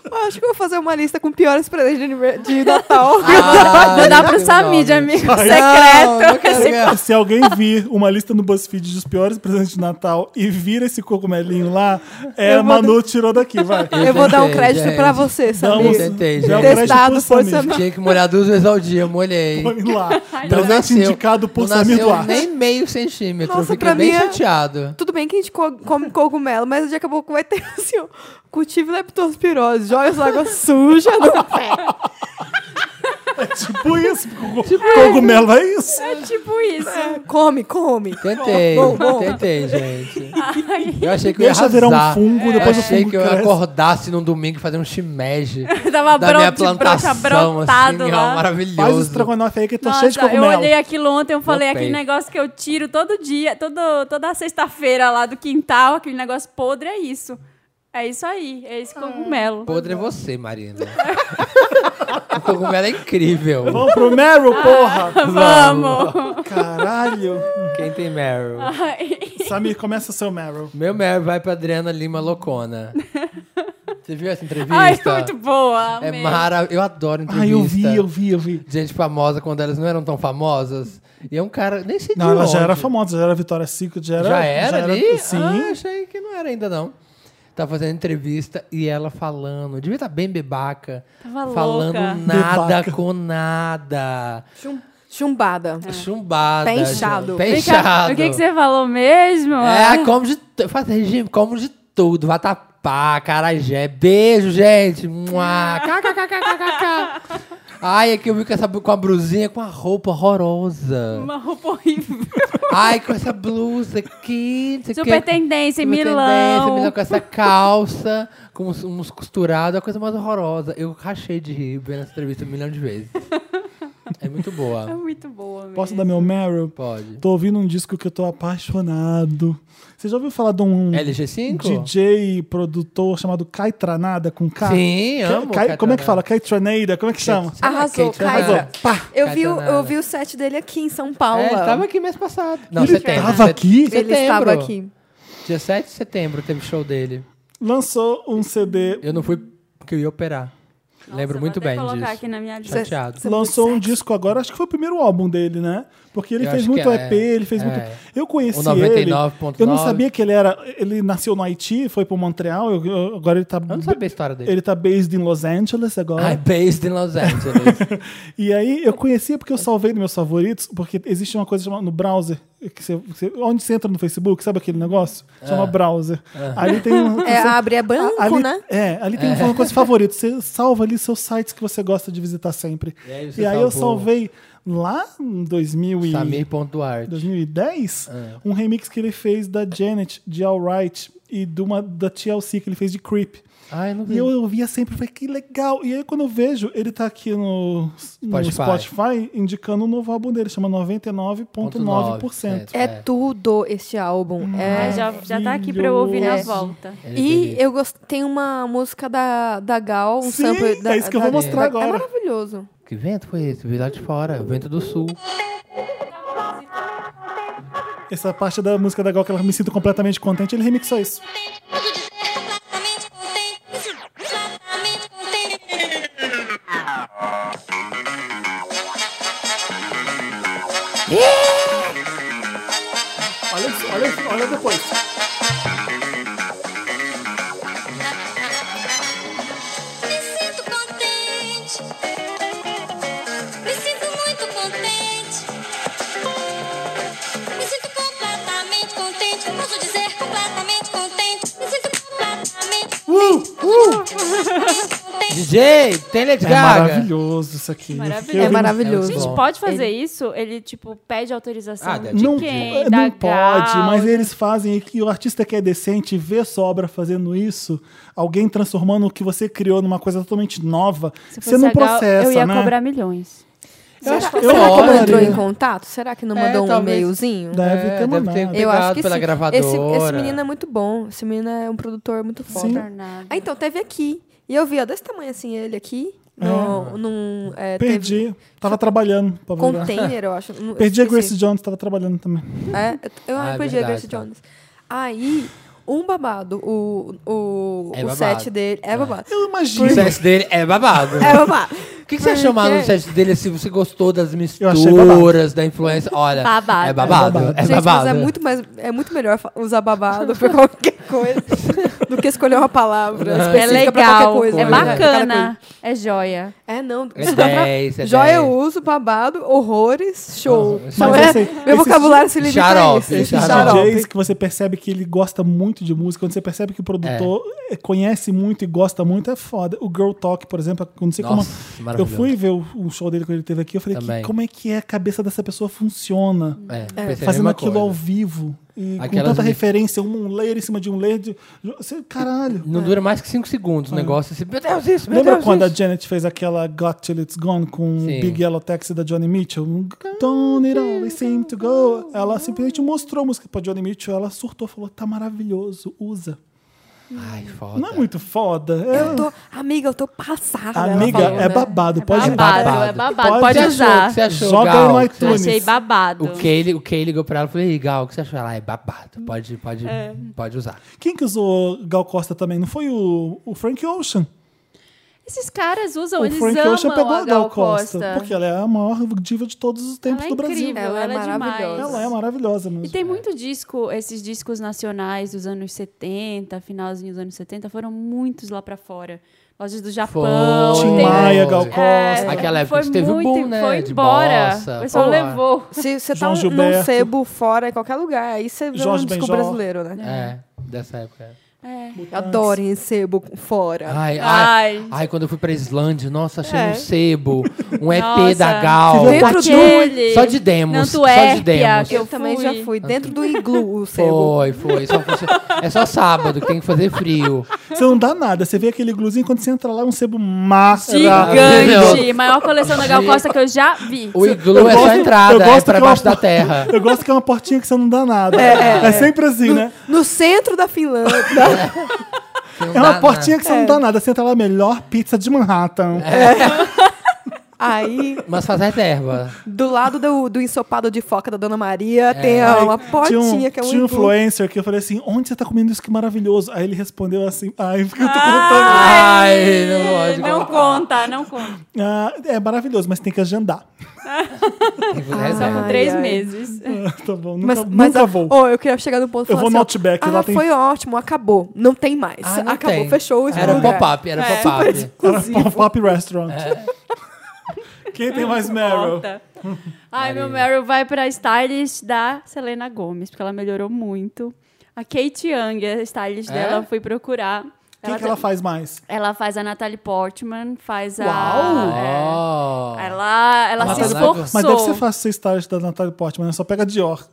Speaker 4: Eu acho que eu vou fazer uma lista com piores presentes de aniver- de Natal.
Speaker 3: Ah,
Speaker 2: Vou dar
Speaker 3: eu
Speaker 2: pro
Speaker 3: sei o
Speaker 2: Samir, de
Speaker 3: nome.
Speaker 2: amigo
Speaker 3: Não,
Speaker 2: secreto.
Speaker 3: não quero ver.
Speaker 1: É, Se alguém vir uma lista no BuzzFeed dos piores presentes de Natal e vira esse cogumelinho lá, é,
Speaker 4: Eu vou
Speaker 1: Manu tirou daqui, vai.
Speaker 4: Eu, vou dar um
Speaker 3: tentei,
Speaker 4: crédito
Speaker 3: gente.
Speaker 4: pra você,
Speaker 1: Dá um-
Speaker 3: Eu
Speaker 4: Samir.
Speaker 3: tentei,
Speaker 1: dá um
Speaker 3: gente.
Speaker 1: crédito
Speaker 4: Testado
Speaker 1: pro
Speaker 4: foi
Speaker 1: Samir.
Speaker 4: Samir.
Speaker 3: Tinha que molhar duas vezes ao dia, eu molhei.
Speaker 1: Põe lá.
Speaker 3: Não
Speaker 1: Presente
Speaker 3: nasceu-
Speaker 1: indicado por
Speaker 3: não
Speaker 1: Samir
Speaker 3: nasceu
Speaker 1: Duarte.
Speaker 3: nem meio centímetro.
Speaker 4: Nossa,
Speaker 3: eu fiquei
Speaker 4: pra
Speaker 3: bem
Speaker 4: mim é-
Speaker 3: chateado.
Speaker 4: Tudo bem que a gente co- come cogumelo, mas daqui a pouco vai ter assim, ó, cultivo leptospirose, joias água suja.
Speaker 1: Tipo isso. Cogumelo é isso.
Speaker 2: É tipo isso.
Speaker 4: come, come.
Speaker 3: Tentei,
Speaker 4: Bom, bom.
Speaker 3: tentei, gente. Eu achei que eu ia
Speaker 1: Deixa virar um
Speaker 3: arrasar.
Speaker 1: fungo,
Speaker 3: Eu
Speaker 1: depois o
Speaker 3: achei
Speaker 1: fungo
Speaker 3: que eu
Speaker 1: cresce.
Speaker 3: acordasse num domingo e fazer um shimeji
Speaker 2: Tava
Speaker 3: da minha
Speaker 2: bronco, de broxa
Speaker 3: plantação, assim,
Speaker 2: brotado
Speaker 3: ó,
Speaker 2: lá.
Speaker 1: Faz o
Speaker 3: maravilhoso.
Speaker 1: estrogonofe aí que tá cheio de
Speaker 2: Nossa, eu
Speaker 1: cogumelo.
Speaker 2: olhei aquilo ontem, eu falei
Speaker 3: Flopei.
Speaker 2: aquele negócio que eu tiro todo dia, todo, toda sexta-feira lá do quintal, aquele negócio podre é isso. É isso aí, é
Speaker 1: Ah.
Speaker 2: esse cogumelo.
Speaker 3: Podre é você, Marina. o cogumelo é incrível.
Speaker 1: Vamos pro Meryl, porra.
Speaker 2: Vamos!
Speaker 1: Caralho.
Speaker 3: Quem tem Meryl?
Speaker 1: Samir, começa o seu Meryl.
Speaker 3: Meu Meryl vai pra Adriana Lima Loucona. Você viu essa entrevista?
Speaker 2: Ai, muito boa!
Speaker 3: É
Speaker 2: amei.
Speaker 3: maravilhoso. Eu adoro entrevista.
Speaker 1: Ai, eu vi, eu vi, eu vi.
Speaker 3: de gente famosa quando elas não eram tão famosas. E é um cara, nem sei de
Speaker 1: Não, ela já
Speaker 3: onde.
Speaker 1: era famosa, já era Vitória Secret, já era.
Speaker 3: Já era ali?
Speaker 1: Sim.
Speaker 3: Ah, achei que não era ainda não. Tá fazendo entrevista e ela falando, devia estar bem bebaca,
Speaker 2: Tava
Speaker 3: falando
Speaker 2: louca.
Speaker 3: nada
Speaker 1: Bebaca.
Speaker 3: com nada.
Speaker 4: Chum- chumbada.
Speaker 3: Chumbada.
Speaker 4: Tá inchado.
Speaker 3: Tá
Speaker 2: É. Vem cá,
Speaker 3: inchado.
Speaker 2: O que, que você falou mesmo? Ah,
Speaker 3: É, como de tu- faz regime, como de tudo, vatapá, carajé. Beijo, gente. Mua. KKKKKK. Ai, é que eu vi com essa com a blusinha com a roupa horrorosa.
Speaker 2: Uma roupa horrível.
Speaker 3: Ai, com essa blusa aqui. não sei o
Speaker 2: Super
Speaker 3: quê.
Speaker 2: tendência em
Speaker 3: Super tendência,
Speaker 2: Milão.
Speaker 3: Milão com essa calça, com uns, uns costurados, a coisa mais horrorosa. Eu rachei de rir vendo essa entrevista um milhão de vezes. É muito
Speaker 2: É
Speaker 3: boa.
Speaker 2: muito boa.
Speaker 1: Posso
Speaker 2: mesmo.
Speaker 1: dar meu Meryl?
Speaker 3: Pode.
Speaker 1: Tô ouvindo um disco que eu tô apaixonado. Você já ouviu falar de um
Speaker 3: É LG5?
Speaker 1: DJ produtor chamado Caitranada com K?
Speaker 3: Sim,
Speaker 1: Ca- Cai- como é
Speaker 3: amo
Speaker 1: que
Speaker 3: Caitranada.
Speaker 1: fala? Caitranada? Como é que chama?
Speaker 4: Arrasou,
Speaker 3: Kate Arrasou.
Speaker 4: Kaitra.
Speaker 1: Pá!
Speaker 4: Eu vi, o-
Speaker 3: Caetano.
Speaker 4: eu vi o set dele aqui em São Paulo.
Speaker 3: É, ele tava aqui mês passado. Não,
Speaker 1: Ele
Speaker 3: setembro.
Speaker 1: tava aqui?
Speaker 3: Setembro.
Speaker 4: Ele estava aqui.
Speaker 3: Dia 7 de setembro teve show dele.
Speaker 1: Lançou um CD.
Speaker 3: Eu não fui porque eu ia operar.
Speaker 2: Nossa,
Speaker 3: Lembro
Speaker 2: vou
Speaker 3: muito
Speaker 2: até
Speaker 3: bem
Speaker 2: colocar
Speaker 3: disso.
Speaker 2: aqui na minha lista.
Speaker 3: Chateado.
Speaker 4: Você-
Speaker 1: lançou um disco agora, acho que foi o primeiro álbum dele, né? Porque ele
Speaker 3: é Eu
Speaker 1: fez
Speaker 3: acho
Speaker 1: muito
Speaker 3: que é,
Speaker 1: EP, ele fez
Speaker 3: é.
Speaker 1: muito. Eu conheci
Speaker 3: O
Speaker 1: ele.
Speaker 3: 99.9.
Speaker 1: Eu não sabia que ele era. Ele nasceu no Haiti, foi pro Montreal, eu- eu- agora ele tá.
Speaker 3: Eu não sabia a história dele.
Speaker 1: Ele tá based em Los Angeles agora.
Speaker 3: I based in Los Angeles.
Speaker 1: E aí eu conhecia porque eu salvei nos meus favoritos, porque existe uma coisa chamada no browser, que você, você- onde você entra no Facebook, sabe aquele negócio?
Speaker 3: É.
Speaker 1: Chama browser. Aí tem um.
Speaker 4: É,
Speaker 1: você-
Speaker 4: abre é banco,
Speaker 1: ali,
Speaker 4: né?
Speaker 1: É, ali tem uma coisa favorita. Você salva ali seus sites que você gosta de visitar sempre.
Speaker 3: E aí você
Speaker 1: E aí eu
Speaker 3: salvou.
Speaker 1: salvei lá em 2000 e-
Speaker 3: Tá Samir.duarte.
Speaker 1: 2010
Speaker 3: É. Ah.
Speaker 1: um remix que ele fez da Janet, de Alright, e de uma, da TLC que ele fez de Creep.
Speaker 3: Ai, não
Speaker 1: E
Speaker 3: vi.
Speaker 1: eu ouvia sempre, falei, que legal. E aí, quando eu vejo, ele tá aqui no, no
Speaker 3: Spotify.
Speaker 1: Spotify indicando um novo álbum dele, chama 99,9%.
Speaker 3: Certo.
Speaker 4: É tudo este álbum.
Speaker 2: É,
Speaker 4: É.
Speaker 2: já, já tá aqui pra eu ouvir na
Speaker 4: Maravilhoso.
Speaker 2: volta.
Speaker 3: Ele é
Speaker 4: E
Speaker 3: teve-
Speaker 4: eu gosto. Tem uma música da, da Gal, um
Speaker 1: Sim,
Speaker 4: sample da.
Speaker 1: é isso que eu vou
Speaker 4: da-
Speaker 1: mostrar
Speaker 4: da-
Speaker 1: agora.
Speaker 4: É maravilhoso.
Speaker 3: Que vento foi esse? Veio lá de fora. Vento do sul.
Speaker 1: Essa parte da música da Gal que ela me sinto completamente contente, ele remixou isso. Olha isso, olha isso, olha depois.
Speaker 6: Me sinto contente. Me sinto muito contente. Me sinto completamente contente. Posso dizer completamente contente. Me sinto completamente contente.
Speaker 3: DJ, tem Lady
Speaker 1: É
Speaker 3: Gaga.
Speaker 1: maravilhoso isso aqui. Eu fiquei
Speaker 2: Maravilhoso.
Speaker 1: ouvindo-
Speaker 4: É maravilhoso.
Speaker 3: Gente, Bom.
Speaker 2: Pode fazer isso? Ele, tipo, pede autorização
Speaker 3: Ah, deve-
Speaker 2: de
Speaker 1: Não,
Speaker 2: quem?
Speaker 1: é,
Speaker 2: Da
Speaker 1: não pode,
Speaker 2: Gal?
Speaker 1: mas eles fazem e o artista que é decente vê sua obra fazendo isso, alguém transformando o que você criou numa coisa totalmente nova,
Speaker 2: Se
Speaker 1: você
Speaker 2: fosse
Speaker 1: não
Speaker 2: a Gal,
Speaker 1: processa,
Speaker 2: Eu ia
Speaker 1: né?
Speaker 2: cobrar milhões.
Speaker 3: Eu acho que
Speaker 1: eu
Speaker 4: Será que
Speaker 1: olho.
Speaker 4: não entrou em contato? Será que não
Speaker 3: É,
Speaker 4: mandou um
Speaker 3: talvez.
Speaker 4: e-mailzinho?
Speaker 1: Deve
Speaker 3: É,
Speaker 1: ter
Speaker 3: deve ter-
Speaker 1: mandado.
Speaker 4: Eu acho que
Speaker 3: pela
Speaker 4: sim.
Speaker 3: gravadora.
Speaker 4: Esse, esse menino é muito bom. Esse menino é um produtor muito foda.
Speaker 1: Sim.
Speaker 2: Tornado.
Speaker 4: Ah, então, teve aqui. E eu vi, ó, desse tamanho assim, ele aqui. No, num, é, teve
Speaker 1: É. Perdi, tava trabalhando pra lembrar.
Speaker 4: Container, eu acho. Não, eu
Speaker 1: Perdi a
Speaker 4: esqueci.
Speaker 1: Grace Jones, tava trabalhando também.
Speaker 4: É, eu
Speaker 3: Ah, é
Speaker 4: perdi a
Speaker 3: verdade,
Speaker 4: Grace
Speaker 3: tá.
Speaker 4: Jones. Aí, um babado, o, o,
Speaker 3: É
Speaker 4: o
Speaker 3: babado.
Speaker 4: set dele. É babado.
Speaker 1: Eu
Speaker 3: O
Speaker 1: imagino.
Speaker 3: sucesso dele é babado.
Speaker 4: É babado.
Speaker 3: O que, que você achou mal no sucesso dele? Se você gostou das
Speaker 1: achei babado.
Speaker 3: misturas, da influência. Olha,
Speaker 2: Babado.
Speaker 3: é babado. É babado.
Speaker 4: Gente, mas é muito, mais, é muito melhor fa- usar babado pra qualquer coisa do que escolher uma palavra
Speaker 2: É
Speaker 4: específica pra
Speaker 2: legal,
Speaker 4: qualquer coisa.
Speaker 2: é
Speaker 4: né? Pra cada
Speaker 2: bacana,
Speaker 4: coisa.
Speaker 2: é joia.
Speaker 4: É, não.
Speaker 3: É
Speaker 4: isso dá pra-
Speaker 3: 10, é
Speaker 4: Joia
Speaker 3: 10.
Speaker 4: eu uso, babado, horrores, show.
Speaker 3: Mas assim,
Speaker 4: Não é,
Speaker 1: esse-
Speaker 4: meu
Speaker 1: esse
Speaker 4: vocabulário se limita a
Speaker 3: xarope,
Speaker 4: isso. Esse
Speaker 1: Esses
Speaker 3: xarope.
Speaker 1: DJs que você percebe que ele gosta muito de música, quando você percebe que o produtor
Speaker 3: É.
Speaker 1: eh, conhece muito e gosta muito, é foda. O Girl Talk, por exemplo, eu não sei
Speaker 3: Nossa,
Speaker 1: como. tipo Eu
Speaker 3: maravilhoso.
Speaker 1: fui ver o, o show dele quando ele teve aqui, eu falei, que-
Speaker 3: Também.
Speaker 1: como é que é a cabeça dessa pessoa funciona?
Speaker 3: É, pensei a
Speaker 1: Fazendo
Speaker 3: mesma
Speaker 1: aquilo
Speaker 3: coisa.
Speaker 1: ao vivo. E com
Speaker 3: Aquelas
Speaker 1: tanta
Speaker 3: mi-
Speaker 1: referência, um layer em cima de um layer. De... Você, caralho.
Speaker 3: Não dura mais que 5 segundos o negócio. Assim, meu Deus, isso, meu
Speaker 1: É. Lembra
Speaker 3: Deus,
Speaker 1: quando a
Speaker 3: isso.
Speaker 1: Janet fez aquela Got Till It's Gone com
Speaker 3: Sim.
Speaker 1: Big Yellow Taxi da Johnny Mitchell? Um, Don't it always seem to go. Ela simplesmente mostrou a música pra Johnny Mitchell, ela surtou, falou: tá maravilhoso, usa.
Speaker 3: Ai, foda.
Speaker 1: Não é muito foda?
Speaker 4: Eu
Speaker 1: É.
Speaker 4: tô, amiga, eu tô passada. ela
Speaker 1: Amiga,
Speaker 4: falou,
Speaker 1: é
Speaker 4: né?
Speaker 1: babado, pode
Speaker 2: babado,
Speaker 3: babado.
Speaker 2: é babado,
Speaker 1: Pode-
Speaker 2: pode
Speaker 1: Você
Speaker 3: achou?
Speaker 2: usar.
Speaker 3: Você achou,
Speaker 1: Joga
Speaker 3: Gal?
Speaker 1: no
Speaker 3: Você
Speaker 1: iTunes.
Speaker 2: Achei babado.
Speaker 3: O Kay, o Kay ligou pra ela e falou: Ei, Gal, o que você achou? Ela é babado.
Speaker 1: Hum.
Speaker 3: Pode, pode,
Speaker 1: É.
Speaker 3: pode usar.
Speaker 1: Quem que usou Gal Costa também? Não foi o, o Frank Ocean?
Speaker 2: Esses caras usam,
Speaker 1: o
Speaker 2: eles
Speaker 1: Frank
Speaker 2: amam
Speaker 1: Ocean pegou
Speaker 2: a Gal Costa.
Speaker 1: Porque ela é a maior diva de todos os tempos
Speaker 2: ela
Speaker 1: do
Speaker 2: é
Speaker 1: Brasil.
Speaker 2: incrível,
Speaker 4: Ela
Speaker 2: ela,
Speaker 4: é
Speaker 2: é demais.
Speaker 4: maravilhosa.
Speaker 1: Ela é maravilhosa mesmo.
Speaker 2: E tem muito disco, esses discos nacionais dos anos 70, finalzinho dos anos 70, foram muitos lá pra fora. Lojas do Japão.
Speaker 3: Foi.
Speaker 1: Tim
Speaker 2: tem-
Speaker 1: Maia, Gal Costa.
Speaker 2: É,
Speaker 3: Aquela época
Speaker 2: foi
Speaker 3: que teve o
Speaker 2: muito-
Speaker 3: boom, né,
Speaker 2: Foi
Speaker 3: de
Speaker 2: embora.
Speaker 3: bossa,
Speaker 2: o pessoal
Speaker 3: pô.
Speaker 2: levou.
Speaker 4: Se você tá
Speaker 1: João
Speaker 4: um- num
Speaker 1: Gilberto.
Speaker 4: sebo fora, em qualquer lugar, aí você vê
Speaker 1: Jorge
Speaker 4: um disco
Speaker 1: Benjol.
Speaker 4: brasileiro, né?
Speaker 3: É, dessa época.
Speaker 2: É.
Speaker 4: Eu adoro em sebo
Speaker 1: É.
Speaker 4: fora.
Speaker 3: Ai,
Speaker 1: Ah.
Speaker 3: ai, ai,
Speaker 2: Ai.
Speaker 3: quando eu fui pra Islândia, nossa, achei
Speaker 4: É.
Speaker 3: um sebo, um EP
Speaker 2: Nossa.
Speaker 3: da Gal.
Speaker 4: Você viu? Dentro
Speaker 2: Aquele-
Speaker 3: do- só de demos,
Speaker 2: Na
Speaker 3: só de
Speaker 2: Antuérpia,
Speaker 3: demos.
Speaker 2: que eu
Speaker 4: também
Speaker 2: fui.
Speaker 4: já fui. Dentro
Speaker 3: Ah,
Speaker 4: do iglu, o sebo.
Speaker 3: Foi, foi. Só foi- é só sábado que tem que fazer frio.
Speaker 1: Você não dá nada. Você vê aquele gluzinho quando você entra lá, é um sebo massa.
Speaker 2: Gigante.
Speaker 3: Entendeu?
Speaker 2: Maior coleção da Gal Costa que eu já vi.
Speaker 3: O iglu é só
Speaker 1: gosto- eu
Speaker 3: entrada, é
Speaker 1: gosto
Speaker 3: pra
Speaker 1: que eu-
Speaker 3: baixo da terra.
Speaker 1: Eu gosto que é uma portinha que você não dá nada. É, sempre assim, né?
Speaker 4: No centro da
Speaker 3: Não
Speaker 4: Finlândia.
Speaker 1: É
Speaker 3: dá
Speaker 1: uma
Speaker 3: na-
Speaker 1: portinha que você não dá nada. Você entra lá, melhor pizza de Manhattan.
Speaker 3: É,
Speaker 4: Aí,
Speaker 3: Mas faz reserva.
Speaker 4: do lado do, do ensopado de foca da Dona Maria, tem a- É, uma
Speaker 1: É. Tinha
Speaker 4: potinha
Speaker 1: um,
Speaker 4: que é
Speaker 1: tinha
Speaker 4: um
Speaker 1: um
Speaker 4: iglu.
Speaker 1: influencer que eu falei assim: onde você tá comendo isso que maravilhoso? Aí ele respondeu assim: ai, porque eu
Speaker 4: Ah.
Speaker 1: tô contando.
Speaker 3: Ai, não pode.
Speaker 2: Não conta, não conta.
Speaker 1: Ah, é maravilhoso, mas tem que agendar.
Speaker 3: Tem que fazer reserva.
Speaker 2: Três
Speaker 4: ai.
Speaker 2: meses.
Speaker 1: tá bom, nunca,
Speaker 4: Mas, mas
Speaker 1: nunca
Speaker 4: a-
Speaker 1: vou.
Speaker 4: Oh, eu queria chegar no ponto e
Speaker 1: Eu
Speaker 4: falar
Speaker 1: vou
Speaker 4: assim,
Speaker 1: no
Speaker 4: ó,
Speaker 1: Outback,
Speaker 4: ah,
Speaker 1: lá tem-
Speaker 4: foi ótimo, acabou. Não tem mais.
Speaker 3: Ah, não
Speaker 4: acabou,
Speaker 3: tem.
Speaker 4: fechou. esse
Speaker 3: Era
Speaker 4: lugar.
Speaker 3: pop-up, era
Speaker 2: É.
Speaker 3: pop-up.
Speaker 4: oh,
Speaker 1: Era pop restaurant.
Speaker 3: É.
Speaker 1: Quem tem mais Meryl?
Speaker 2: Conta. Ai, meu Meryl vai pra stylist da Selena Gomes, porque ela melhorou muito. A Kate Young, a stylist
Speaker 3: É?
Speaker 2: dela, eu fui procurar.
Speaker 1: Quem
Speaker 2: Ela
Speaker 1: que ela
Speaker 2: tá-
Speaker 1: faz mais?
Speaker 2: Ela faz a Natalie Portman, faz
Speaker 3: Ah,
Speaker 2: a.
Speaker 3: Uau!
Speaker 2: É. ela ela
Speaker 3: Mas
Speaker 2: se
Speaker 3: deve-
Speaker 2: esforçou.
Speaker 1: tá- Mas deve ser fácil ser stylist da Natalie Portman, né? Só pega Dior.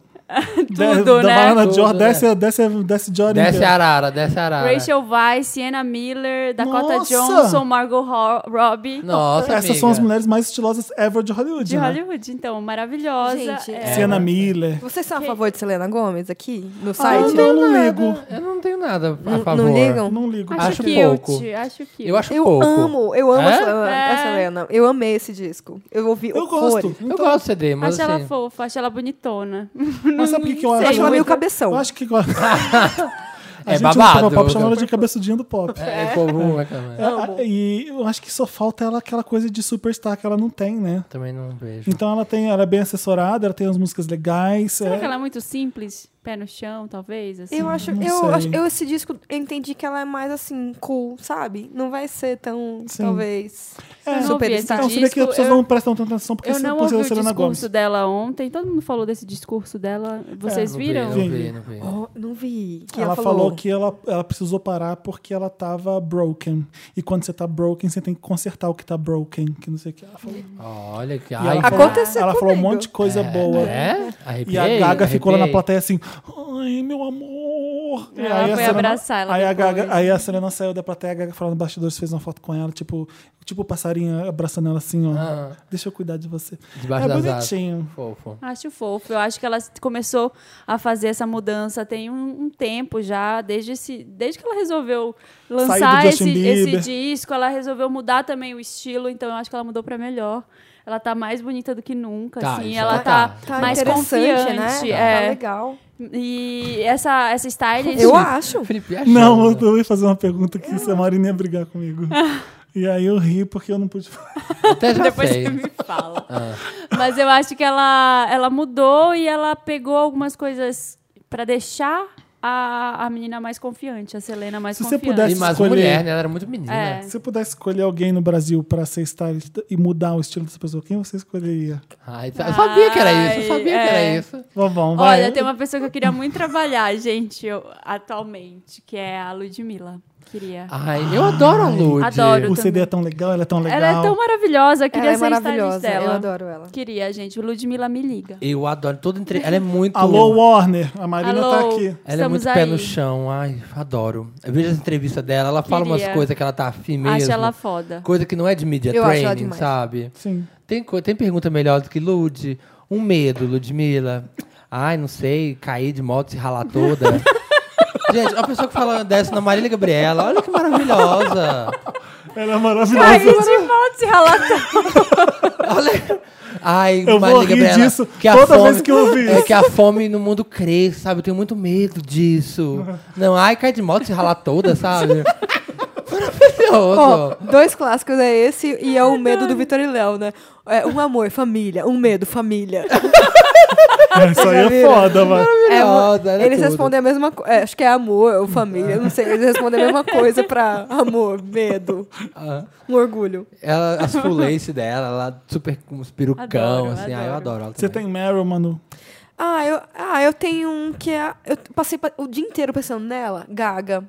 Speaker 1: Desce-
Speaker 2: Tudo,
Speaker 1: da
Speaker 2: né?
Speaker 1: Banana Dior,
Speaker 3: Tudo, é.
Speaker 1: desce, desce, desce Dior
Speaker 3: Desce a
Speaker 1: inteiro.
Speaker 3: arara, desce a arara.
Speaker 2: Rachel Weisz, Sienna Miller, Dakota
Speaker 1: Nossa!
Speaker 2: Johnson, Margot Ro- Robbie.
Speaker 3: Nossa,
Speaker 1: Essas são as
Speaker 3: amiga.
Speaker 1: mulheres mais estilosas ever de Hollywood,
Speaker 2: De
Speaker 1: né?
Speaker 2: Hollywood, então, maravilhosa.
Speaker 4: Gente,
Speaker 2: É.
Speaker 1: Sienna Miller.
Speaker 4: Vocês são a favor de Selena Gomes aqui no
Speaker 1: Ah,
Speaker 4: site?
Speaker 1: não, não ligo.
Speaker 3: Eu não tenho nada a
Speaker 4: Não-
Speaker 3: favor.
Speaker 4: não ligam?
Speaker 1: Não ligo.
Speaker 2: Acho,
Speaker 3: Acho
Speaker 2: cute,
Speaker 3: pouco.
Speaker 2: acho cute.
Speaker 3: Eu acho
Speaker 4: Eu
Speaker 3: pouco.
Speaker 4: amo, eu amo
Speaker 3: É?
Speaker 4: a Selena, a
Speaker 2: É.
Speaker 4: Selena. Eu amei esse disco. Eu ouvi
Speaker 1: Eu
Speaker 4: horrores.
Speaker 1: gosto. então,
Speaker 3: Eu gosto do CD, mas
Speaker 2: Acho ela
Speaker 3: assim...
Speaker 2: fofa, acho ela bonitona.
Speaker 1: É. Mas sabe o que, que eu acho?
Speaker 4: Eu acho ela meio
Speaker 1: Eu
Speaker 4: cabeção.
Speaker 1: acho que. a
Speaker 3: É
Speaker 1: gente no
Speaker 3: babado.
Speaker 1: Samba Pop chama ela de cabeçudinha do pop.
Speaker 3: É, é povo, é também.
Speaker 1: É, E eu acho que só falta ela aquela coisa de superstar que ela não tem, né?
Speaker 3: Também não vejo.
Speaker 1: Então ela tem, ela é bem assessorada, ela tem as músicas legais.
Speaker 2: Será
Speaker 1: é.
Speaker 2: que ela é muito simples? Pé no chão, talvez? Assim?
Speaker 4: Eu acho,
Speaker 1: Não
Speaker 4: eu
Speaker 1: sei.
Speaker 4: acho, eu esse disco eu entendi que ela é mais assim cool, sabe? Não vai ser tão
Speaker 1: Sim.
Speaker 4: talvez
Speaker 1: É.
Speaker 2: não ouvi esse
Speaker 4: superstar.
Speaker 1: Não, você vê que as
Speaker 2: Tá. disco,
Speaker 1: pessoas
Speaker 2: eu-
Speaker 1: não prestam tanta atenção porque
Speaker 2: Eu
Speaker 1: você é
Speaker 2: não
Speaker 1: por
Speaker 2: ouvi
Speaker 1: ser
Speaker 2: o
Speaker 1: da Selena
Speaker 2: discurso
Speaker 1: Gomes.
Speaker 2: dela ontem. Todo mundo falou desse discurso dela. Vocês
Speaker 1: É.
Speaker 3: Não vi,
Speaker 2: viram?
Speaker 3: Não vi, não vi.
Speaker 4: Oh, não vi. Que
Speaker 1: Ela, falou, que ela, ela precisou parar porque ela tava broken. E quando você tá broken, você tem que consertar o que tá broken. Que não sei o que. Ela falou. E
Speaker 3: Olha que...
Speaker 1: ela
Speaker 3: Ai,
Speaker 1: falou-
Speaker 4: Aconteceu
Speaker 1: Ela falou um
Speaker 4: comigo.
Speaker 1: monte de coisa boa.
Speaker 3: É?
Speaker 1: E
Speaker 3: Arrepiei,
Speaker 1: a Gaga ficou lá na
Speaker 3: arrepiei.
Speaker 1: plateia assim, ai, meu amor. E
Speaker 2: É, Ela
Speaker 1: aí a
Speaker 2: foi
Speaker 1: Selena-
Speaker 2: abraçar ela
Speaker 1: aí a,
Speaker 2: depois.
Speaker 1: Gaga, aí a Selena saiu da plateia, a Gaga falou no bastidores, fez uma foto com ela, tipo, tipo o passarinho abraçando ela assim, ó.
Speaker 3: Ah.
Speaker 1: Deixa eu cuidar de você.
Speaker 3: Debaixo
Speaker 1: é
Speaker 3: das
Speaker 1: bonitinho.
Speaker 3: asas. Fofo.
Speaker 2: Acho fofo. Eu acho que ela começou a fazer essa mudança tem um, um tempo já, desde, esse, desde que ela resolveu lançar
Speaker 1: Justin
Speaker 2: esse, esse
Speaker 1: Bieber.
Speaker 2: disco, ela resolveu mudar também o estilo, então eu acho que ela mudou pra melhor. Ela tá mais bonita do que nunca,
Speaker 3: Tá,
Speaker 2: assim.
Speaker 3: isso
Speaker 2: Ela
Speaker 3: já
Speaker 2: tá,
Speaker 3: tá.
Speaker 4: Tá
Speaker 2: mais
Speaker 4: interessante,
Speaker 2: confiante.
Speaker 4: né?
Speaker 2: é.
Speaker 4: Tá legal.
Speaker 2: E essa, essa stylist.
Speaker 4: Eu acho.
Speaker 3: Felipe né? viajando.
Speaker 1: Não, eu ia fazer uma pergunta que se a Marina ia brigar comigo. E aí eu ri porque eu não pude falar.
Speaker 3: Até já
Speaker 2: Depois
Speaker 3: sei. Ah.
Speaker 2: você me fala. Mas eu acho que ela, ela mudou e ela pegou algumas coisas pra deixar a, a menina mais confiante, a Selena mais
Speaker 1: Se você
Speaker 2: confiante.
Speaker 1: pudesse-
Speaker 3: E mais
Speaker 1: Escolher.
Speaker 3: mulher, né? Ela era muito menina.
Speaker 2: É.
Speaker 1: Se você pudesse escolher alguém no Brasil pra ser stylist e mudar o estilo dessa pessoa, quem você escolheria?
Speaker 3: Ai, eu sabia que era isso, eu sabia que
Speaker 2: Ai, é.
Speaker 3: era isso.
Speaker 1: Vovão, vai.
Speaker 2: Olha, tem uma pessoa que eu queria muito trabalhar, gente, eu- atualmente, que é a Ludmilla. Queria.
Speaker 3: Ai, eu adoro a Lud.
Speaker 2: Adoro.
Speaker 1: O CD é tão legal, ela é tão legal.
Speaker 2: Ela é tão maravilhosa, eu queria
Speaker 4: Ela é
Speaker 2: ser stylist
Speaker 4: maravilhosa.
Speaker 2: dela.
Speaker 4: Eu adoro ela.
Speaker 2: Queria, gente. Ludmilla me liga.
Speaker 3: Eu adoro toda entre... Ela é muito...
Speaker 1: Alô, Warner. A Marina tá
Speaker 2: Alô.
Speaker 1: aqui.
Speaker 3: Ela é
Speaker 2: Estamos
Speaker 3: muito pé no
Speaker 2: aí.
Speaker 3: chão. Ai, adoro. Eu vejo as entrevistas dela, ela fala umas
Speaker 2: Queria.
Speaker 3: coisas que ela tá afim mesmo.
Speaker 2: Acho ela foda.
Speaker 3: Coisa que não é de media
Speaker 4: Eu acho ela
Speaker 3: training,
Speaker 4: demais.
Speaker 3: sabe?
Speaker 1: Sim.
Speaker 3: Tem, co- tem pergunta melhor do que Lud? Um medo, Ludmilla. Ai, não sei, cair de moto, se ralar toda. Gente, uma pessoa que fala dessa na Marília Gabriela, olha que maravilhosa.
Speaker 1: Ela é maravilhosa.
Speaker 2: Aí de volta se relatar.
Speaker 3: Olha. Ai,
Speaker 1: Eu vou
Speaker 3: Marília
Speaker 1: rir
Speaker 3: Gabriela,
Speaker 1: disso toda vez que eu ouvir
Speaker 3: É
Speaker 1: isso.
Speaker 3: que a fome no mundo cresce, sabe? Eu tenho muito medo disso.
Speaker 1: Uhum.
Speaker 3: Não, ai, cai de moto, se ralar toda, sabe?
Speaker 4: Ó,
Speaker 3: Maravilhoso.
Speaker 4: dois clássicos é esse e é o medo do Vitor e Léo, né? É, um amor, família. Um medo, família.
Speaker 1: Isso aí é foda, mano.
Speaker 4: É,
Speaker 3: Maravilhosa, era
Speaker 4: eles
Speaker 3: tudo.
Speaker 4: respondem a mesma coisa. acho que é amor ou família, não sei. Eles respondem a mesma coisa pra amor, medo,
Speaker 3: Ah,
Speaker 4: um orgulho.
Speaker 3: Ela, as fulências dela, ela super com os perucão,
Speaker 2: Adoro,
Speaker 3: assim. Ai, eu
Speaker 2: adoro.
Speaker 3: adoro ela
Speaker 1: Você
Speaker 3: também.
Speaker 1: tem Meryl, Manu.
Speaker 4: Ah, eu, ah, eu tenho um que é. Eu passei pa- o dia inteiro pensando nela, Gaga.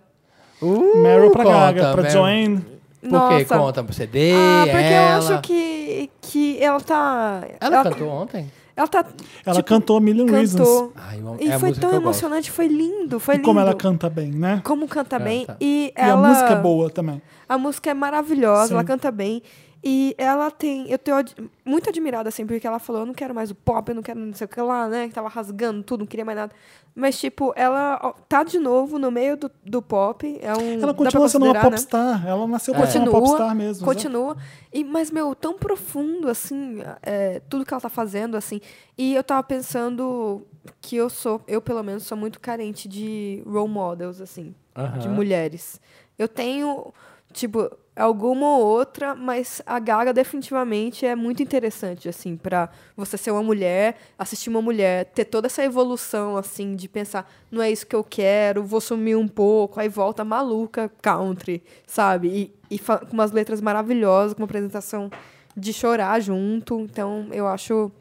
Speaker 3: Uh,
Speaker 1: Meryl pra
Speaker 3: conta,
Speaker 1: Gaga, pra
Speaker 3: Meryl.
Speaker 1: Joanne.
Speaker 3: Por quê?
Speaker 4: Nossa.
Speaker 3: Conta pro CD,
Speaker 4: Ah, porque
Speaker 3: ela...
Speaker 4: eu acho que, que ela tá.
Speaker 3: Ela, cantou ontem?
Speaker 4: Ela tá.
Speaker 1: Ela
Speaker 4: tipo,
Speaker 1: cantou A Million Reasons.
Speaker 4: Cantou.
Speaker 3: Ai, eu amo-
Speaker 4: E
Speaker 3: é a
Speaker 4: foi
Speaker 3: música
Speaker 4: tão
Speaker 3: que eu gosto. É,
Speaker 4: emocionante, foi lindo, foi
Speaker 1: E
Speaker 4: lindo.
Speaker 1: como ela canta bem, né?
Speaker 4: Como canta bem.
Speaker 3: Canta.
Speaker 4: E,
Speaker 1: E a
Speaker 4: ela.
Speaker 1: música é boa também.
Speaker 4: A música é maravilhosa,
Speaker 1: Sim.
Speaker 4: ela canta bem. E ela tem. Eu tô ad- muito admirada, assim, porque ela falou: eu não quero mais o pop, eu não quero não sei o que lá, né? Que tava rasgando tudo, não queria mais nada. Mas, tipo, ela ó, tá de novo no meio do, do pop. É um,
Speaker 1: Ela
Speaker 4: dá pra
Speaker 1: continua sendo uma
Speaker 4: considerar, né?
Speaker 1: popstar. Ela nasceu pra ser uma
Speaker 4: Continua,
Speaker 1: popstar mesmo. né?
Speaker 4: continua. E, mas, meu, tão profundo, assim, é, tudo que ela tá fazendo, assim. E eu tava pensando que eu sou, eu pelo menos sou muito carente de role models, assim, de
Speaker 3: Aham.
Speaker 4: mulheres. Eu tenho, tipo, alguma ou outra, mas a Gaga definitivamente é muito interessante, assim, pra você ser uma mulher, assistir uma mulher, ter toda essa evolução, assim, de pensar, não é isso que eu quero, vou sumir um pouco, aí volta maluca, country, sabe? E, e fa- com umas letras maravilhosas, com uma apresentação de chorar junto. Então, eu acho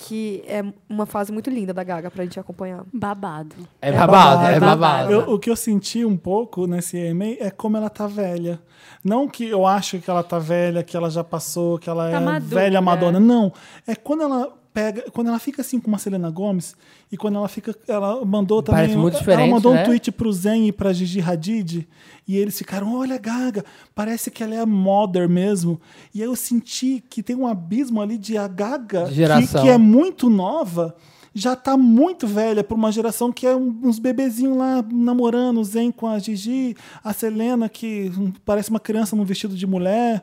Speaker 4: que é uma fase muito linda da Gaga pra gente acompanhar.
Speaker 2: Babado.
Speaker 3: É babado, é
Speaker 1: babado.
Speaker 3: babado.
Speaker 1: Eu- o que eu senti um pouco nesse EMA é como ela tá velha. Não que eu acho que ela tá velha, que ela já passou, que ela
Speaker 2: Tá
Speaker 1: é
Speaker 2: madura.
Speaker 1: velha Madonna. Não. É quando ela pega, quando ela fica assim com uma Selena Gomes e quando ela fica, ela mandou também,
Speaker 3: Parece muito
Speaker 1: ela
Speaker 3: diferente,
Speaker 1: mandou um
Speaker 3: né?
Speaker 1: tweet pro Zen e pra Gigi Hadid e eles ficaram, olha Gaga, parece que ela é a mother mesmo. E aí eu senti que tem um abismo ali de a Gaga que-
Speaker 3: Geração.
Speaker 1: que é muito nova já tá muito velha para uma geração que é um- uns bebezinhos lá namorando, o Zen com a Gigi, a Selena que hum, parece uma criança num vestido de mulher,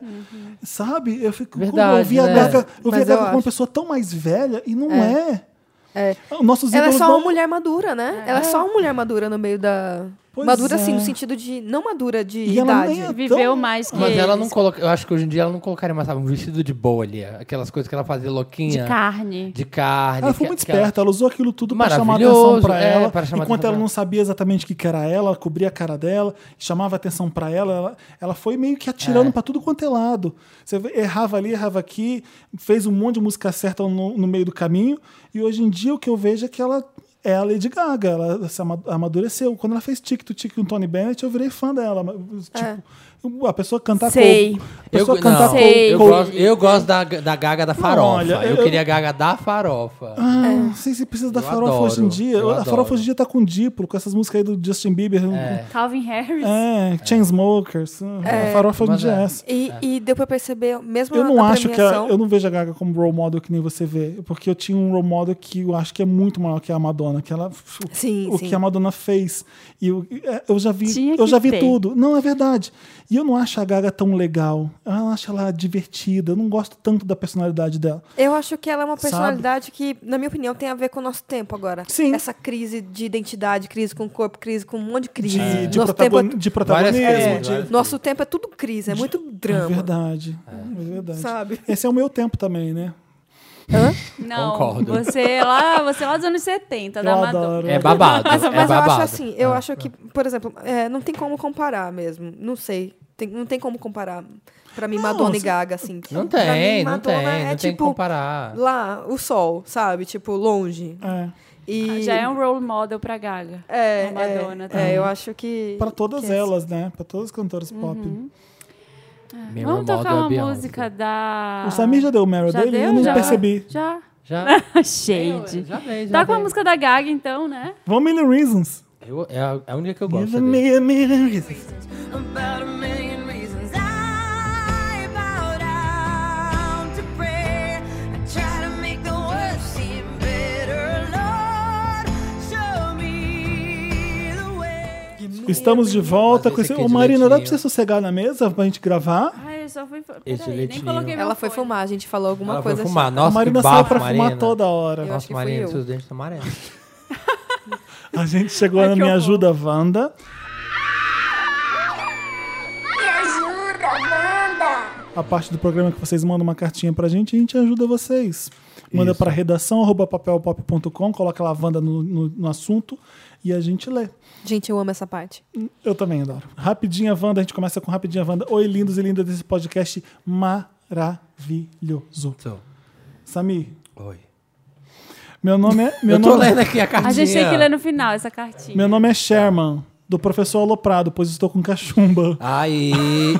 Speaker 1: sabe? Eu fico
Speaker 3: Verdade,
Speaker 1: eu vi a
Speaker 3: né?
Speaker 1: Gaga, eu vi
Speaker 4: Uhum. Mas
Speaker 1: a Gaga
Speaker 4: eu
Speaker 1: como uma
Speaker 4: acho.
Speaker 1: pessoa tão mais velha e não é.
Speaker 4: É.
Speaker 1: Nossos
Speaker 4: Ela é
Speaker 1: ídolos
Speaker 4: só
Speaker 1: não-
Speaker 4: uma mulher madura, né? Ela é só uma mulher madura no meio da.
Speaker 1: Pois
Speaker 4: madura,
Speaker 1: é.
Speaker 4: assim, no sentido de. Não madura de
Speaker 1: E ela
Speaker 4: idade.
Speaker 1: nem é
Speaker 2: Viveu
Speaker 1: tão-
Speaker 2: mais que
Speaker 3: Mas ela
Speaker 2: eles.
Speaker 3: não coloca. Eu acho que hoje em dia ela não colocaria mais sabe, um vestido de bolha. Aquelas coisas que ela fazia louquinha.
Speaker 2: De carne.
Speaker 3: De carne.
Speaker 1: Ela foi
Speaker 3: que-
Speaker 1: muito
Speaker 3: que ela-
Speaker 1: esperta, ela usou aquilo tudo para chamar
Speaker 3: Maravilhoso,
Speaker 1: atenção para
Speaker 3: é,
Speaker 1: ela.
Speaker 3: pra chamar
Speaker 1: enquanto
Speaker 3: atenção
Speaker 1: ela
Speaker 3: pra
Speaker 1: não
Speaker 3: ela.
Speaker 1: sabia exatamente o que que era ela, ela cobria a cara dela, chamava atenção para ela, ela, ela foi meio que atirando
Speaker 3: É.
Speaker 1: para tudo quanto é lado. Você vê, errava ali, errava aqui, fez um monte de música certa no, no meio do caminho, e hoje em dia o que eu vejo é que ela é a Lady Gaga, ela se ama- amadureceu. Quando ela fez Tic to Tic com Tony Bennett, eu virei fã dela. mas, Tipo, a pessoa cantar
Speaker 2: É. Sei.
Speaker 1: com a pessoa
Speaker 3: eu,
Speaker 1: cantar
Speaker 3: não,
Speaker 1: com-
Speaker 2: Sei.
Speaker 3: eu,
Speaker 1: com-
Speaker 3: gosto, eu gosto da, da gaga da farofa.
Speaker 1: olha,
Speaker 3: eu,
Speaker 1: eu-
Speaker 3: queria a gaga da farofa.
Speaker 1: Ah,
Speaker 4: É.
Speaker 1: não sei se precisa da
Speaker 3: Eu
Speaker 1: farofa
Speaker 3: adoro,
Speaker 1: hoje em dia.
Speaker 3: eu
Speaker 1: a farofa
Speaker 3: adoro.
Speaker 1: hoje em dia tá com Diplo, com essas músicas aí do Justin Bieber.
Speaker 3: É.
Speaker 2: Calvin Harris.
Speaker 1: É, Chainsmokers. a farofa hoje em
Speaker 3: mas
Speaker 1: dia é
Speaker 3: é.
Speaker 1: essa.
Speaker 4: E, e deu pra perceber, mesmo
Speaker 1: Eu
Speaker 4: na-
Speaker 1: não
Speaker 4: na
Speaker 1: acho que a-
Speaker 4: premiação,
Speaker 1: eu não vejo a Gaga como role model que nem você vê, porque eu tinha um role model que eu acho que é muito maior que a Madonna, que ela o-
Speaker 4: Sim,
Speaker 1: o
Speaker 4: sim.
Speaker 1: que é a Madonna fez e eu, é, eu já vi,
Speaker 2: Tinha
Speaker 1: eu
Speaker 2: que
Speaker 1: já vi
Speaker 2: ter.
Speaker 1: tudo. Não é verdade. E eu não acho a Gaga tão legal. Eu não acho ela divertida, eu não gosto tanto da personalidade dela.
Speaker 4: eu acho que ela é uma
Speaker 1: Sabe?
Speaker 4: personalidade que, na minha opinião, tem a ver com o nosso tempo agora.
Speaker 1: Sim.
Speaker 4: Essa crise de identidade, crise com o corpo, crise com um monte
Speaker 1: De,
Speaker 4: de crise.
Speaker 1: de,
Speaker 4: nosso, tempo
Speaker 1: protagoni-
Speaker 4: é,
Speaker 1: de protagonismo,
Speaker 3: Várias
Speaker 1: de-
Speaker 3: coisas,
Speaker 4: nosso tempo é tudo crise, é muito
Speaker 1: É
Speaker 4: drama.
Speaker 1: verdade. É verdade.
Speaker 4: Sabe?
Speaker 1: Esse é o meu tempo também, né?
Speaker 2: Não,
Speaker 3: Concordo.
Speaker 2: você é lá, você é lá dos anos 70, da
Speaker 1: eu
Speaker 2: Madonna.
Speaker 1: adoro.
Speaker 3: É babado.
Speaker 4: Mas,
Speaker 3: é
Speaker 4: mas eu
Speaker 3: babado. Ah.
Speaker 4: acho assim, eu acho que, por exemplo, é, não tem como comparar mesmo. Não sei. Tem- não tem como comparar pra mim Madonna e
Speaker 1: se-
Speaker 4: Gaga, assim.
Speaker 3: Não
Speaker 4: Pra
Speaker 3: tem,
Speaker 4: mim,
Speaker 3: não tem.
Speaker 4: Madonna
Speaker 3: não
Speaker 4: é
Speaker 3: tem que
Speaker 4: tipo
Speaker 3: comparar.
Speaker 4: lá, o sol, sabe? Tipo, longe.
Speaker 1: É.
Speaker 4: E,
Speaker 2: Já é um role model pra Gaga.
Speaker 4: é,
Speaker 2: a Madonna
Speaker 4: é,
Speaker 2: também.
Speaker 4: é, eu acho que.
Speaker 1: Para todas
Speaker 4: que é-
Speaker 1: elas, né? Para todas as cantoras pop.
Speaker 3: Meu
Speaker 2: Vamos
Speaker 3: role model
Speaker 2: tocar
Speaker 3: é
Speaker 2: uma
Speaker 3: Beyoncé.
Speaker 2: música da...
Speaker 1: O Samir já deu o Meryl
Speaker 2: Ah. Já
Speaker 1: dele e eu
Speaker 2: deu?
Speaker 1: não
Speaker 2: Já?
Speaker 1: percebi.
Speaker 2: Já?
Speaker 3: Já.
Speaker 2: Shade.
Speaker 3: Já dei, já
Speaker 2: Tá com a
Speaker 3: dei.
Speaker 2: música da Gaga, então, né?
Speaker 1: Vamos Million Reasons.
Speaker 3: Eu- é a- é a única que eu gosto.
Speaker 1: Give
Speaker 3: dele.
Speaker 1: me a million reasons.
Speaker 6: About a million reasons I bow down to prayer. I try to make the worst seem better. Lord, show me the way.
Speaker 1: Estamos de volta
Speaker 3: Mas
Speaker 1: com esse.
Speaker 3: esse aqui é
Speaker 1: Ô, Marina, dá pra
Speaker 3: direitinho.
Speaker 1: você sossegar na mesa pra gente gravar?
Speaker 2: Ai, eu só fui... Peraí,
Speaker 3: Esse
Speaker 2: nem
Speaker 3: jeitinho.
Speaker 2: coloquei meu
Speaker 4: Ela foi
Speaker 2: fone.
Speaker 4: fumar, a gente falou alguma
Speaker 3: Ela
Speaker 4: coisa assim.
Speaker 3: foi fumar. Nossa,
Speaker 1: a Marina
Speaker 3: que bafo,
Speaker 1: saiu pra
Speaker 3: Marina.
Speaker 1: fumar toda hora.
Speaker 4: Eu acho que
Speaker 3: Nossa,
Speaker 4: fui
Speaker 3: Marina,
Speaker 4: eu.
Speaker 3: seus dentes estão amarelos.
Speaker 1: A gente chegou
Speaker 2: Ai,
Speaker 1: na
Speaker 2: que
Speaker 1: Me
Speaker 2: horror.
Speaker 1: Ajuda Wanda. A parte do programa que vocês mandam uma cartinha pra gente, a gente ajuda vocês. Manda
Speaker 3: Isso.
Speaker 1: pra redação arroba papelpop.com, coloca lá Wanda no, no- no assunto e a gente lê.
Speaker 4: Gente, eu amo essa parte.
Speaker 1: Eu também adoro. Rapidinha Wanda, a gente começa com Rapidinha Wanda. Oi, lindos e lindas desse podcast maravilhoso.
Speaker 3: Sou.
Speaker 1: Samir,
Speaker 3: Oi.
Speaker 1: meu nome é. Meu
Speaker 3: Eu tô
Speaker 1: nome é-
Speaker 3: lendo aqui a cartinha.
Speaker 2: A gente tem que ler no final essa cartinha.
Speaker 1: Meu nome é Sherman. do professor Aloprado, pois estou com cachumba.
Speaker 3: Aí.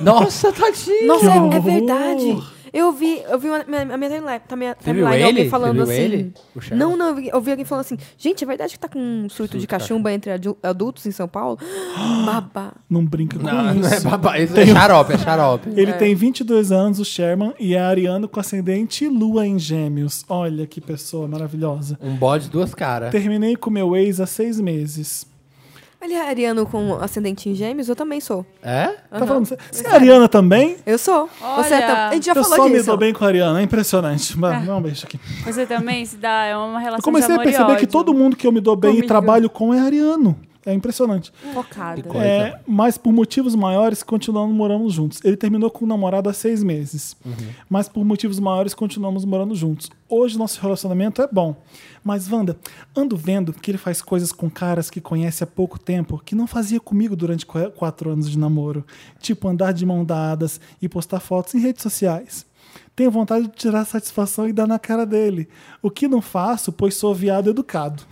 Speaker 3: Nossa, tadinho.
Speaker 4: Nossa,
Speaker 1: Que
Speaker 4: é- é
Speaker 1: horror!
Speaker 4: verdade. Eu vi, eu vi uma, minha, a minha timeline, tá minha
Speaker 3: Você viu
Speaker 4: timeline alguém
Speaker 3: ele?
Speaker 4: falando
Speaker 3: Você viu
Speaker 4: assim.
Speaker 3: ele? O Sherlock?
Speaker 4: Não, não, eu vi, eu vi alguém falando assim, gente, é verdade que tá com um surto, de
Speaker 3: de
Speaker 4: cachumba entre adu- adultos em São Paulo? Babá.
Speaker 1: Não brinca com
Speaker 3: Não,
Speaker 1: isso.
Speaker 3: não é babá. Isso
Speaker 1: um-
Speaker 3: é xarope, é xarope.
Speaker 1: Ele tem 22 anos, o Sherman, e é ariano com ascendente e lua em gêmeos. Olha que pessoa maravilhosa.
Speaker 3: Um bode, duas caras.
Speaker 1: Terminei com meu ex há seis meses.
Speaker 4: Ele é ariano com ascendente em gêmeos? Eu também sou.
Speaker 3: É?
Speaker 1: Tá falando? sério? Você é ariana também?
Speaker 4: Eu sou. Você é
Speaker 2: Olha.
Speaker 4: tam- A gente já
Speaker 1: eu
Speaker 4: falou
Speaker 1: só me
Speaker 4: disso.
Speaker 1: dou bem com a Ariana, é impressionante. Mas, Dá um beijo aqui.
Speaker 2: Você também se dá, é uma relação
Speaker 1: Eu comecei a
Speaker 2: de amor
Speaker 1: perceber
Speaker 2: e
Speaker 1: que
Speaker 2: ódio.
Speaker 1: todo mundo que eu me dou bem
Speaker 2: Comigo.
Speaker 1: e trabalho com é ariano. É impressionante.
Speaker 2: focado.
Speaker 3: Coisa.
Speaker 1: É, mas por motivos maiores, continuamos morando juntos. Ele terminou com o namorado há seis meses. Mas por motivos maiores, continuamos morando juntos. Hoje nosso relacionamento é bom. Mas, Wanda, ando vendo que ele faz coisas com caras que conhece há pouco tempo que não fazia comigo durante qu- quatro anos de namoro. Tipo andar de mão dadas e postar fotos em redes sociais. Tenho vontade de tirar satisfação e dar na cara dele. O que não faço, pois sou viado educado.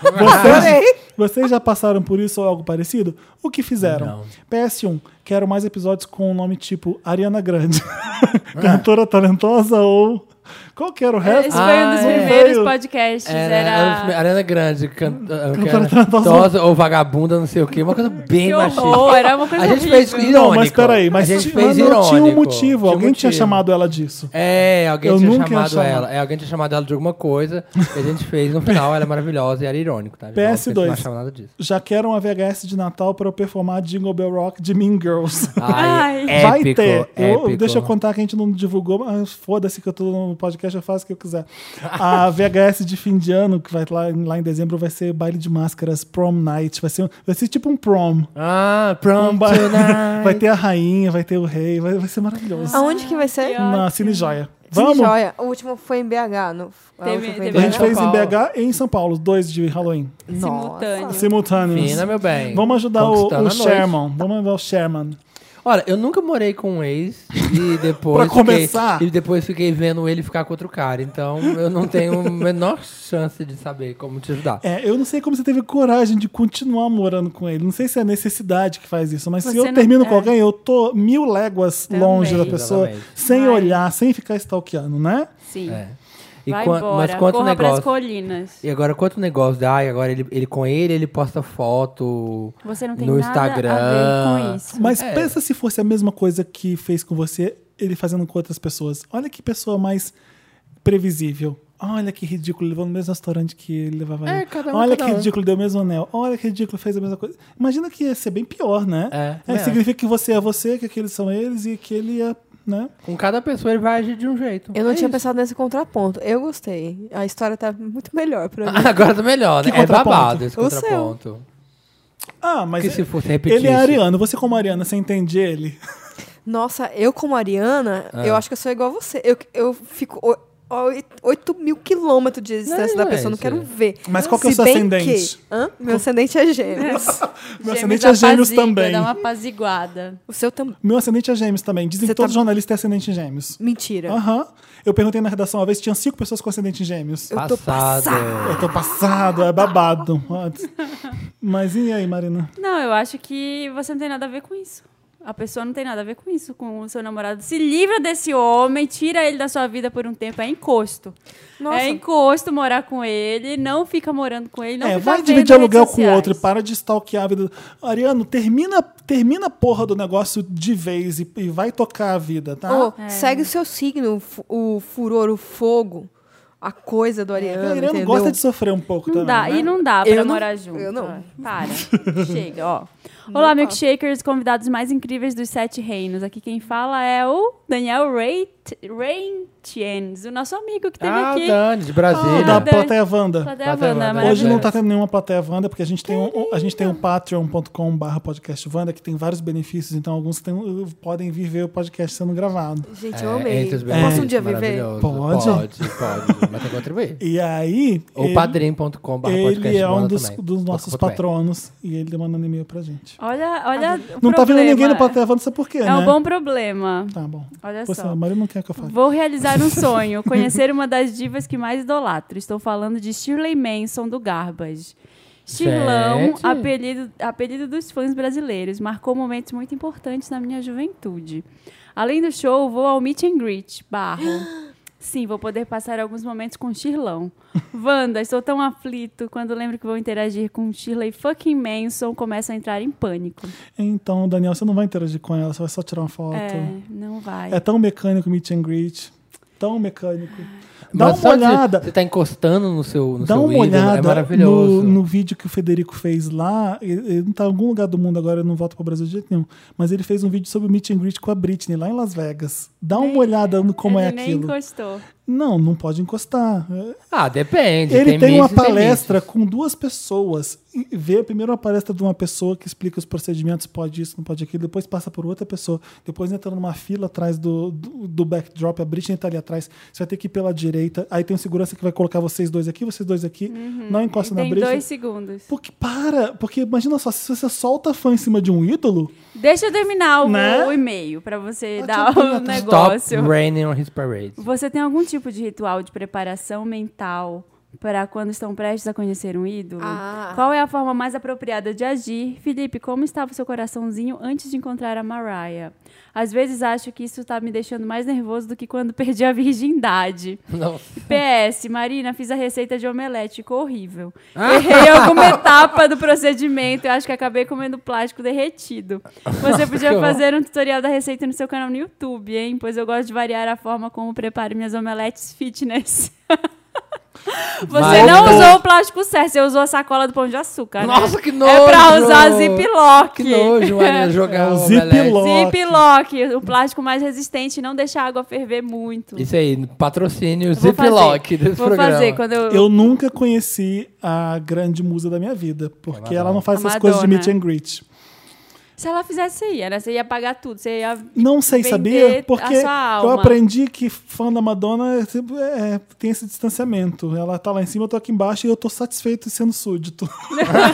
Speaker 1: Vocês, vocês já passaram por isso ou algo parecido? O que fizeram? PS1. Quero mais episódios com um nome tipo Ariana Grande. Cantora talentosa ou. Qual que era o resto?
Speaker 2: Esse foi um dos
Speaker 3: Ah, é.
Speaker 2: primeiros
Speaker 1: Veio.
Speaker 2: podcasts.
Speaker 3: Era, um
Speaker 2: Era.
Speaker 3: era Ariana Grande,
Speaker 1: Hum.
Speaker 3: cantora
Speaker 1: talentosa.
Speaker 3: talentosa ou vagabunda, não sei o quê. Uma coisa bem
Speaker 2: Que
Speaker 3: machista.
Speaker 2: horror, era uma coisa
Speaker 3: A gente
Speaker 2: horrível.
Speaker 3: fez irônico.
Speaker 1: Não, mas peraí, mas,
Speaker 3: a gente
Speaker 1: ti- mas
Speaker 3: fez
Speaker 1: não
Speaker 3: irônico.
Speaker 1: tinha um motivo. Alguém tinha
Speaker 3: motivo.
Speaker 1: chamado ela disso.
Speaker 3: É, alguém
Speaker 1: Eu
Speaker 3: tinha
Speaker 1: nunca ia
Speaker 3: chamado
Speaker 1: chamar.
Speaker 3: ela. É, alguém tinha chamado ela de alguma coisa que a gente fez. No final, ela é maravilhosa e era irônico, tá? gente?
Speaker 1: PS2.
Speaker 3: Não achava nada disso.
Speaker 1: Já quero uma VHS de Natal para eu performar Jingle Bell Rock de Mean Girls.
Speaker 3: Ai,
Speaker 2: Ai.
Speaker 3: épico,
Speaker 1: Vai ter. Eu-
Speaker 3: épico.
Speaker 1: deixa eu contar que a gente não divulgou, mas foda-se que eu tô no podcast, eu faço o que eu quiser. A VHS de fim de ano, que vai lá, lá em dezembro, vai ser baile de máscaras, prom night. Vai ser, um- vai ser tipo um prom.
Speaker 3: Ah,
Speaker 1: Um
Speaker 3: prom
Speaker 1: ba-
Speaker 3: tonight.
Speaker 1: vai ter a rainha, vai ter o rei, vai, vai ser maravilhoso.
Speaker 4: Aonde que vai ser?
Speaker 1: Na Cine Joia.
Speaker 4: Ah, Cine
Speaker 1: Vamos?
Speaker 4: Joia. O último foi em BH. No... a
Speaker 2: Teve-
Speaker 4: última foi em
Speaker 1: A
Speaker 2: teve-
Speaker 1: gente
Speaker 4: BH.
Speaker 2: São
Speaker 1: fez em
Speaker 2: Paulo.
Speaker 1: BH e em São Paulo, os dois de Halloween.
Speaker 4: Nossa.
Speaker 2: Simultâneo.
Speaker 1: Simultâneos.
Speaker 3: Fina, meu bem.
Speaker 1: um- Vamos ajudar o,
Speaker 3: Conquistando
Speaker 1: o
Speaker 3: a noite.
Speaker 1: Sherman. Vamos ajudar o Sherman.
Speaker 3: Olha, eu nunca morei com um ex e depois.
Speaker 1: Pra começar.
Speaker 3: Fiquei, e depois fiquei vendo ele ficar com outro cara. Então eu não tenho a menor chance de saber como te ajudar.
Speaker 1: É, eu não sei como você teve coragem de continuar morando com ele. Não sei se é a necessidade que faz isso, mas se
Speaker 2: Você
Speaker 1: eu
Speaker 2: não-
Speaker 1: termino
Speaker 2: é.
Speaker 1: com alguém, eu tô mil léguas
Speaker 2: Também.
Speaker 1: longe da pessoa,
Speaker 3: Exatamente.
Speaker 1: sem
Speaker 2: Ai.
Speaker 1: olhar, sem ficar stalkeando, né?
Speaker 2: Sim.
Speaker 3: É. E
Speaker 2: assim, Vai
Speaker 3: quan-
Speaker 2: embora.
Speaker 3: Mas quanto
Speaker 2: Corra pras
Speaker 3: negócio.
Speaker 2: colinas.
Speaker 3: E agora quanto negócio da ai, agora ele, ele com ele, ele posta foto
Speaker 2: Você não tem
Speaker 3: no
Speaker 2: nada
Speaker 3: Instagram.
Speaker 2: a ver com isso.
Speaker 1: Mas
Speaker 3: É.
Speaker 1: pensa se fosse a mesma coisa que fez com você, ele fazendo com outras pessoas. Olha que pessoa mais previsível. Olha que ridículo, levou no mesmo restaurante que ele levava
Speaker 3: É,
Speaker 1: ele.
Speaker 3: cada um,
Speaker 1: Olha
Speaker 3: cada
Speaker 1: que
Speaker 3: um.
Speaker 1: ridículo, deu o mesmo anel. Olha que ridículo, fez a mesma coisa. Imagina que ia ser bem pior, né?
Speaker 3: É, também acho.
Speaker 1: significa que você é você, que aqueles são eles e que ele é, né?
Speaker 3: Com cada pessoa ele vai agir de um jeito.
Speaker 4: Eu não
Speaker 3: É
Speaker 4: tinha
Speaker 3: isso.
Speaker 4: pensado nesse contraponto. Eu gostei. A história tá muito melhor pra mim.
Speaker 3: Agora tá melhor, né?
Speaker 1: Que
Speaker 3: É
Speaker 1: contraponto?
Speaker 3: babado esse
Speaker 4: O seu.
Speaker 3: contraponto.
Speaker 1: Ah, mas
Speaker 3: Porque
Speaker 1: é-
Speaker 3: se fosse repetir.
Speaker 1: ele é
Speaker 3: isso-
Speaker 1: ariano. Você como ariana, você entende ele?
Speaker 4: Nossa, eu como Ariana,
Speaker 3: Ah.
Speaker 4: eu acho que eu sou igual a você. Eu, eu fico 8 mil quilômetros de existência
Speaker 3: Não, é,
Speaker 4: da pessoa, eu não
Speaker 3: gente.
Speaker 4: quero ver.
Speaker 1: Mas qual que é o
Speaker 4: Se
Speaker 1: seu
Speaker 4: bem
Speaker 1: ascendente?
Speaker 4: que- Hã? Meu ascendente é gêmeos.
Speaker 1: Meu ascendente é gêmeos
Speaker 2: apaziga,
Speaker 1: também.
Speaker 2: Dá uma apaziguada.
Speaker 4: o seu também.
Speaker 1: Meu ascendente é gêmeos também. Dizem
Speaker 4: Você
Speaker 1: que todo
Speaker 4: tá-
Speaker 1: jornalista é ascendente em gêmeos.
Speaker 2: É.
Speaker 4: Mentira.
Speaker 1: Aham. Eu perguntei na redação uma vez, tinha cinco pessoas com ascendente em gêmeos.
Speaker 4: Eu tô
Speaker 3: Passado.
Speaker 4: passada.
Speaker 1: Eu tô passado, é babado. Mas e aí, Marina?
Speaker 2: Não, eu acho que você não tem nada a ver com isso. A pessoa não tem nada a ver com isso, com o seu namorado. Se livra desse homem, tira ele da sua vida por um tempo. É encosto.
Speaker 4: Nossa.
Speaker 2: É encosto morar com ele, não fica morando com ele, não
Speaker 1: é,
Speaker 2: fica
Speaker 1: vai
Speaker 2: vendo
Speaker 1: dividir aluguel
Speaker 2: redes
Speaker 1: com o outro e
Speaker 2: sociais.
Speaker 1: para de stalkear a vida. do- Ariano, termina, termina a porra do negócio de vez e, e vai tocar a vida, tá?
Speaker 4: Ô, Segue o seu signo, o fu- o furor, o fogo, a coisa do Ariano.
Speaker 1: Ariano
Speaker 4: entendeu?
Speaker 1: É, gosta de sofrer um pouco
Speaker 2: Não
Speaker 1: também.
Speaker 2: dá,
Speaker 1: né?
Speaker 2: e não dá
Speaker 4: Eu
Speaker 2: pra
Speaker 4: não-
Speaker 2: morar junto.
Speaker 4: eu não.
Speaker 2: Para. Chega, ó. Olá, milkshakers, convidados mais incríveis dos sete reinos. Aqui quem fala é o Daniel Reit- Reintjens, o nosso amigo que teve
Speaker 3: Ah,
Speaker 2: aqui.
Speaker 3: Dani, de
Speaker 1: Ah,
Speaker 3: Brasília.
Speaker 1: da
Speaker 2: Verdade.
Speaker 1: plateia Wanda.
Speaker 2: Cadê a Wanda?
Speaker 3: Cadê a
Speaker 1: Hoje
Speaker 3: Maravilha.
Speaker 1: não tá tendo nenhuma plateia Wanda, porque a gente tem um, a gente tem um patreon.com.br podcast Wanda, que tem vários benefícios, então alguns tem- podem vir ver o podcast sendo gravado.
Speaker 4: Gente,
Speaker 3: É,
Speaker 4: eu amei.
Speaker 3: entre os
Speaker 4: Posso um
Speaker 3: benefícios,
Speaker 4: dia viver?
Speaker 3: maravilhoso.
Speaker 1: Pode?
Speaker 3: Pode, pode. Mas tem que contribuir.
Speaker 1: E aí.
Speaker 3: Ou
Speaker 1: ele-
Speaker 3: padrim.com.br
Speaker 1: Ele é um dos, dos nossos
Speaker 3: patrões.
Speaker 1: patronos e ele mandando e-mail pra gente.
Speaker 2: Olha, olha. o
Speaker 1: Não tá vendo
Speaker 2: problema.
Speaker 1: ninguém no plateia Wanda, não sei por quê,
Speaker 2: É
Speaker 1: né?
Speaker 2: um bom problema.
Speaker 1: Tá bom.
Speaker 2: Olha
Speaker 1: Você,
Speaker 2: só.
Speaker 1: a Maria não quer que eu fale.
Speaker 2: Vou realizar um sonho, conhecer uma das divas que mais idolatro. Estou falando de Shirley Manson do Garbage. Shirlão,
Speaker 3: Gente.
Speaker 2: apelido, apelido dos fãs brasileiros, marcou momentos muito importantes na minha juventude. Além do show, vou ao meet and greet, barro. Sim, vou poder passar alguns momentos com Shirlão. Wanda, estou tão aflito quando lembro que vou interagir com Shirley fucking Manson, começo a entrar em pânico.
Speaker 1: Então, Daniel, você não vai interagir com ela, você vai só tirar uma foto.
Speaker 2: É, não vai.
Speaker 1: É tão mecânico o meet and greet. Tão mecânico.
Speaker 2: Ah.
Speaker 1: Dá
Speaker 3: Mas
Speaker 1: uma
Speaker 3: só de-
Speaker 1: olhada.
Speaker 3: Você tá encostando no seu, no
Speaker 1: Dá
Speaker 3: seu
Speaker 1: uma
Speaker 3: ídolo,
Speaker 1: olhada
Speaker 3: é
Speaker 1: no,
Speaker 3: maravilhoso.
Speaker 1: no vídeo que o Federico fez lá. Ele, ele não tá em algum lugar do mundo agora, eu não volto para o Brasil de jeito nenhum. Mas ele fez um vídeo sobre o meet and greet com a Britney lá em Las Vegas. Dá uma olhada no como
Speaker 2: Ele
Speaker 1: é
Speaker 2: nem
Speaker 1: aquilo.
Speaker 2: encostou.
Speaker 1: Não, não pode encostar. É,
Speaker 3: Ah, depende.
Speaker 1: Ele tem uma
Speaker 3: misses e
Speaker 1: palestra com duas pessoas. E vê primeiro a palestra de uma pessoa que explica os procedimentos, pode isso, não pode aquilo, depois passa por outra pessoa, depois entra numa fila atrás do, do, do backdrop, a Britney tá ali atrás, você vai ter que ir pela direita, aí tem um segurança que vai colocar vocês dois aqui, vocês dois aqui, não encosta na
Speaker 2: Uhum. Tem
Speaker 1: Britney.
Speaker 2: dois segundos.
Speaker 1: Porque para, porque imagina só, se você solta fã em cima de um ídolo,
Speaker 2: Deixa eu terminar o,
Speaker 1: Né?
Speaker 2: o e-mail pra você
Speaker 1: Ah,
Speaker 2: dar
Speaker 1: tinha
Speaker 2: o
Speaker 4: Um
Speaker 1: que-
Speaker 3: misses. Stop
Speaker 2: negócio.
Speaker 3: raining on his parade.
Speaker 2: Você tem algum tipo de ritual de preparação mental para quando estão prestes a conhecer um ídolo?
Speaker 4: Ah.
Speaker 2: Qual é a forma mais apropriada de agir? Felipe, como estava o seu coraçãozinho antes de encontrar a Mariah? Às vezes acho que isso está me deixando mais nervoso do que quando perdi a virgindade.
Speaker 4: Tá
Speaker 3: Não.
Speaker 2: PS, Marina, fiz a receita de omelete, ficou horrível.
Speaker 3: Ah!
Speaker 2: Errei alguma etapa do procedimento e acho que acabei comendo plástico derretido. Você podia fazer um tutorial da receita no seu canal no YouTube, hein? Pois eu gosto de variar a forma como preparo minhas omeletes fitness. Você
Speaker 3: Vai,
Speaker 2: não
Speaker 3: pô.
Speaker 2: usou o plástico certo, você usou a sacola do pão de açúcar. né?
Speaker 3: Nossa, que
Speaker 2: É pra
Speaker 3: nojo!
Speaker 2: usar ziplock.
Speaker 3: Que nojo, Marina, jogar o omelete.
Speaker 1: ziplock.
Speaker 2: Ziplock, o plástico mais resistente, não deixar a água ferver muito.
Speaker 3: Isso aí, patrocínio
Speaker 2: Vou fazer.
Speaker 3: ziplock desse
Speaker 2: Vou
Speaker 3: programa.
Speaker 2: fazer quando eu...
Speaker 1: Eu nunca conheci a grande musa da minha vida, porque ela não faz essas
Speaker 2: A
Speaker 1: coisas de meet
Speaker 2: Madonna.
Speaker 1: and greet.
Speaker 2: Se ela fizesse, ia, né? Você ia pagar tudo. Você ia.
Speaker 1: Não sei,
Speaker 2: Vender
Speaker 1: sabia?
Speaker 2: a
Speaker 1: Porque
Speaker 2: sua
Speaker 1: eu
Speaker 2: alma.
Speaker 1: aprendi que fã da Madonna é sempre- é, tem esse distanciamento. Ela tá lá em cima, eu tô aqui embaixo e eu tô satisfeito sendo súdito.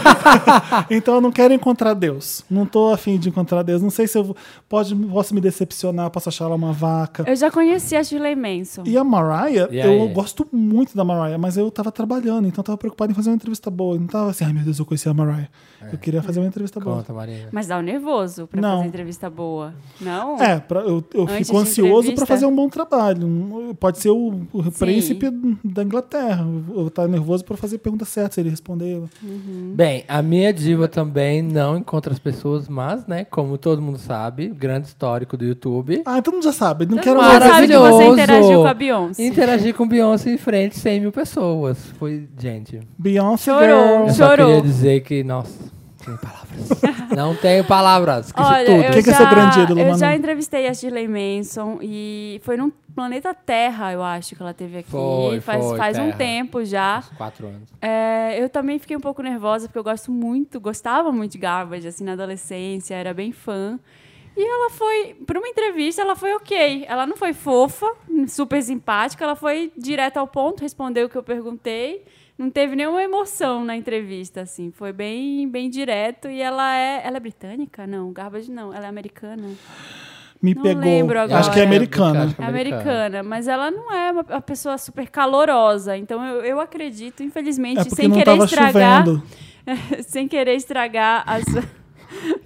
Speaker 1: então eu não quero encontrar Deus. Não tô afim de encontrar Deus. Não sei se eu vou- pode, posso me decepcionar, posso achar ela uma vaca.
Speaker 2: Eu já conheci a Shirley Manson.
Speaker 1: E a Mariah,
Speaker 3: E
Speaker 1: eu
Speaker 3: aí?
Speaker 1: gosto muito da Mariah, mas eu tava trabalhando, então eu tava preocupado em fazer uma entrevista boa. Eu não tava assim, ai meu Deus, eu conheci a Mariah. Eu queria fazer uma entrevista boa.
Speaker 3: É. Conta, Marina.
Speaker 2: Mas dá um nervoso pra
Speaker 1: Não.
Speaker 2: fazer entrevista boa. Não?
Speaker 1: É, pra- eu, eu
Speaker 2: Antes
Speaker 1: fico
Speaker 2: de
Speaker 1: ansioso para
Speaker 2: entrevista?
Speaker 1: fazer um bom trabalho. Um- Pode ser o, o príncipe da Inglaterra. Eu eu tava nervoso para fazer a pergunta certa, se ele responder.
Speaker 2: Hum.
Speaker 3: Bem, a minha diva também não encontra as pessoas, mas, né, como todo mundo sabe, grande histórico do YouTube.
Speaker 1: Ah, todo mundo já sabe. Não
Speaker 2: Todo
Speaker 1: quero
Speaker 2: mundo sabe
Speaker 1: mais.
Speaker 2: que você interagiu com a Beyoncé.
Speaker 3: Interagir com Beyoncé em frente a 100 mil pessoas. Foi, gente.
Speaker 1: Beyoncé
Speaker 2: Chorou.
Speaker 1: Girl.
Speaker 3: Eu só
Speaker 2: Chorou.
Speaker 3: queria dizer que, nossa, não tenho palavras. não tenho palavras. Esqueci
Speaker 2: Olha,
Speaker 3: tudo.
Speaker 2: eu,
Speaker 1: Quem que é
Speaker 2: já,
Speaker 1: seu grande ídolo,
Speaker 2: eu
Speaker 1: Manu?
Speaker 2: já entrevistei a Shirley Manson e foi num planeta Terra, eu acho, que ela teve aqui.
Speaker 3: Foi,
Speaker 2: faz
Speaker 3: foi,
Speaker 2: faz um
Speaker 3: Terra.
Speaker 2: tempo já.
Speaker 3: Uns Quatro anos.
Speaker 2: É, eu também fiquei um pouco nervosa, porque eu gosto muito, gostava muito de Garbage, assim, na adolescência, era bem fã. E ela foi, para uma entrevista, ela foi ok. Ela não foi fofa, super simpática, ela foi direto ao ponto, respondeu o que eu perguntei. Não teve nenhuma emoção na entrevista, assim. Foi bem, bem direto. E ela é. Ela é britânica? Não, Garbage não. Ela é americana.
Speaker 1: Me
Speaker 2: Não
Speaker 1: pegou.
Speaker 2: lembro agora.
Speaker 1: Acho que é
Speaker 3: Acho
Speaker 1: americana.
Speaker 3: que
Speaker 2: É americana, mas ela não é uma, uma pessoa super calorosa. Então eu, eu acredito, infelizmente,
Speaker 1: É porque
Speaker 2: sem
Speaker 1: não
Speaker 2: querer
Speaker 1: tava
Speaker 2: estragar.
Speaker 1: chovendo.
Speaker 2: sem querer estragar as.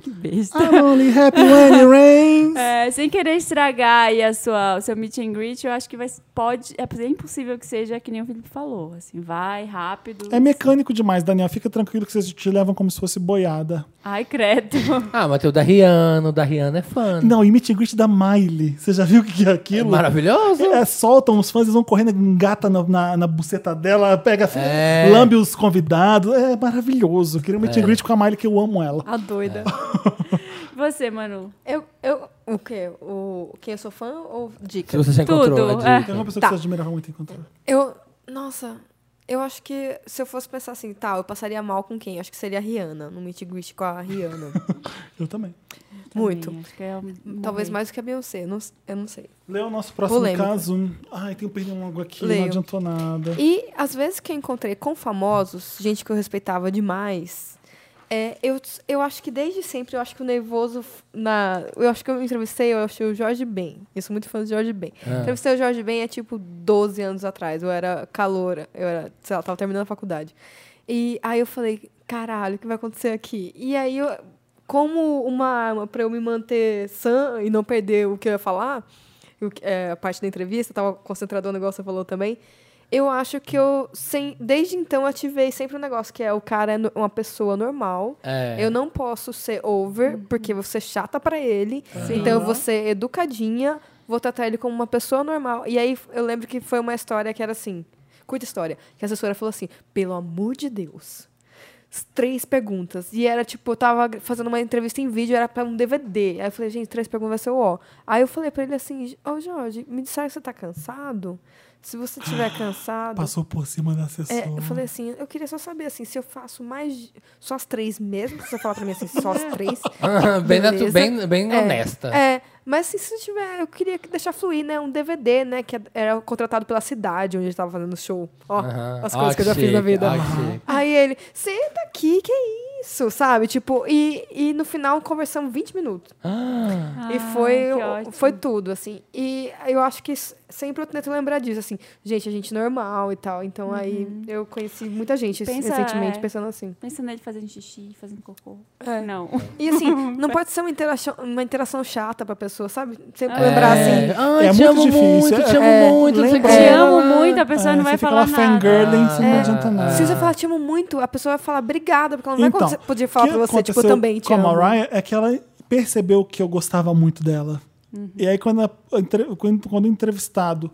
Speaker 2: que besta.
Speaker 1: I'm only happy when it rains.
Speaker 2: É, sem querer estragar aí a sua, o seu meet and greet, eu acho que vai, pode. É impossível que seja que nem o Felipe falou. Assim, vai rápido.
Speaker 1: É mecânico demais, Daniel. Fica tranquilo que vocês te levam como se fosse boiada.
Speaker 2: Ai, credo.
Speaker 3: Ah, mas tem o da Rihanna. O da Rihanna é fã. né?
Speaker 1: Não, e meet and greet da Miley. Você já viu o que é
Speaker 3: É
Speaker 1: aquilo?
Speaker 3: maravilhoso.
Speaker 1: É, soltam os fãs, eles vão correndo, engata na, na, na buceta dela, pega,
Speaker 3: É.
Speaker 1: lambe os convidados. É maravilhoso. Queria um meet
Speaker 4: É.
Speaker 1: and greet com a Miley, que eu amo ela.
Speaker 4: A doida.
Speaker 2: Você, Manu.
Speaker 4: Eu, eu, o quê? O, quem eu sou fã ou
Speaker 3: Se
Speaker 4: dica?
Speaker 3: você já encontrou é
Speaker 2: Tudo, é.
Speaker 3: a diva.
Speaker 1: Tem uma pessoa
Speaker 4: Tá.
Speaker 1: que você admirava muito encontrar.
Speaker 4: Eu, nossa, eu acho que se eu fosse pensar assim, tá, eu passaria mal com quem? Acho que seria a Rihanna, no meet and greet com a Rihanna.
Speaker 1: Eu também.
Speaker 4: Muito. Então,
Speaker 2: Também, acho que é um-
Speaker 4: Talvez
Speaker 2: morrer.
Speaker 4: mais do que a Beyoncé, não, s- eu não sei.
Speaker 1: Lê o nosso próximo
Speaker 4: Polêmica.
Speaker 1: caso. Ai, tem um pernilongo aqui, não
Speaker 4: Leio.
Speaker 1: adiantou nada.
Speaker 4: E às vezes que eu encontrei com famosos, gente que eu respeitava demais, É, eu, eu acho que desde sempre, eu acho que o nervoso. f- Na, eu acho que eu entrevistei, eu achei o Jorge Ben. Eu sou muito fã do Jorge Ben. Entrevistei o Jorge Ben é tipo 12 anos atrás. Eu era caloura. Eu era, sei lá, tava terminando a faculdade. E aí eu falei, caralho, o que vai acontecer aqui? E aí eu. Como uma arma pra eu me manter sã e não perder o que eu ia falar, o que- é, a parte da entrevista, eu tava concentrado no negócio que você falou também. Eu acho que eu, sem, desde então, ativei sempre um negócio que é o cara é no- uma pessoa normal.
Speaker 3: É.
Speaker 4: Eu não posso ser over, porque você chata pra ele. Então eu vou ser educadinha, vou tratar ele como uma pessoa normal. E aí eu lembro que foi uma história que era assim, curta história, que a assessora falou assim: "Pelo amor de Deus, s- três perguntas". E era tipo, eu tava gra- fazendo uma entrevista em vídeo, era pra um DVD. Aí eu falei: "Gente, três perguntas vai ser o ó". Aí eu falei pra ele assim: "Ô Jorge, me disseram que você tá cansado? Se você tiver cansado,
Speaker 1: Passou por cima da assessora.
Speaker 4: é, eu falei assim, eu queria só saber assim, se eu faço mais de- só as três mesmo, se você falar pra mim assim, só as três.
Speaker 3: bem, natu-
Speaker 4: beleza.
Speaker 3: bem, bem
Speaker 4: É,
Speaker 3: honesta.
Speaker 4: É, mas assim, se tiver, eu queria que deixar fluir, né? Um DVD, né? Que era contratado pela cidade onde a gente tava fazendo show. Ó,
Speaker 3: Aham.
Speaker 4: as
Speaker 3: Ah,
Speaker 4: coisas que eu já fiz
Speaker 3: chique,
Speaker 4: na vida.
Speaker 3: ah, que chique.
Speaker 4: Aí ele, senta aqui, que é isso, sabe? Tipo, e, e no final conversamos 20 minutos.
Speaker 3: Ah,
Speaker 4: E foi,
Speaker 2: que ótimo.
Speaker 4: foi tudo, assim. E eu acho que s- sempre eu tento lembrar disso, assim. Gente, a gente normal e tal. Então aí eu conheci muita gente
Speaker 2: Uhum. Pensa,
Speaker 4: recentemente
Speaker 2: é.
Speaker 4: pensando assim.
Speaker 2: Pensa nele fazendo xixi, fazendo cocô.
Speaker 4: É.
Speaker 2: Não.
Speaker 4: E assim, não pode ser uma interação, uma interação chata pra pessoa, sabe? Sempre
Speaker 2: É.
Speaker 4: lembrar assim.
Speaker 3: Ah,
Speaker 1: É
Speaker 3: te
Speaker 1: muito
Speaker 3: amo
Speaker 1: difícil,
Speaker 3: muito,
Speaker 1: é-
Speaker 3: te amo
Speaker 4: é,
Speaker 3: muito. não sei o
Speaker 4: lembra-
Speaker 3: que
Speaker 2: Te
Speaker 4: É.
Speaker 2: amo muito, a pessoa
Speaker 1: É,
Speaker 2: não vai
Speaker 1: você fica
Speaker 2: falar
Speaker 1: lá
Speaker 2: nada.
Speaker 1: fangirling, você não
Speaker 3: É.
Speaker 1: adianta nada.
Speaker 4: Se você falar, te amo muito, a pessoa vai falar obrigada, porque ela não vai acontecer- poder falar
Speaker 1: o Então, que
Speaker 4: pra você, tipo, eu
Speaker 1: aconteceu
Speaker 4: também te
Speaker 1: com
Speaker 4: amo.
Speaker 1: a Mariah é que ela percebeu que eu gostava muito dela.
Speaker 4: Uhum.
Speaker 1: E aí, quando, a- entre- quando, quando o entrevistado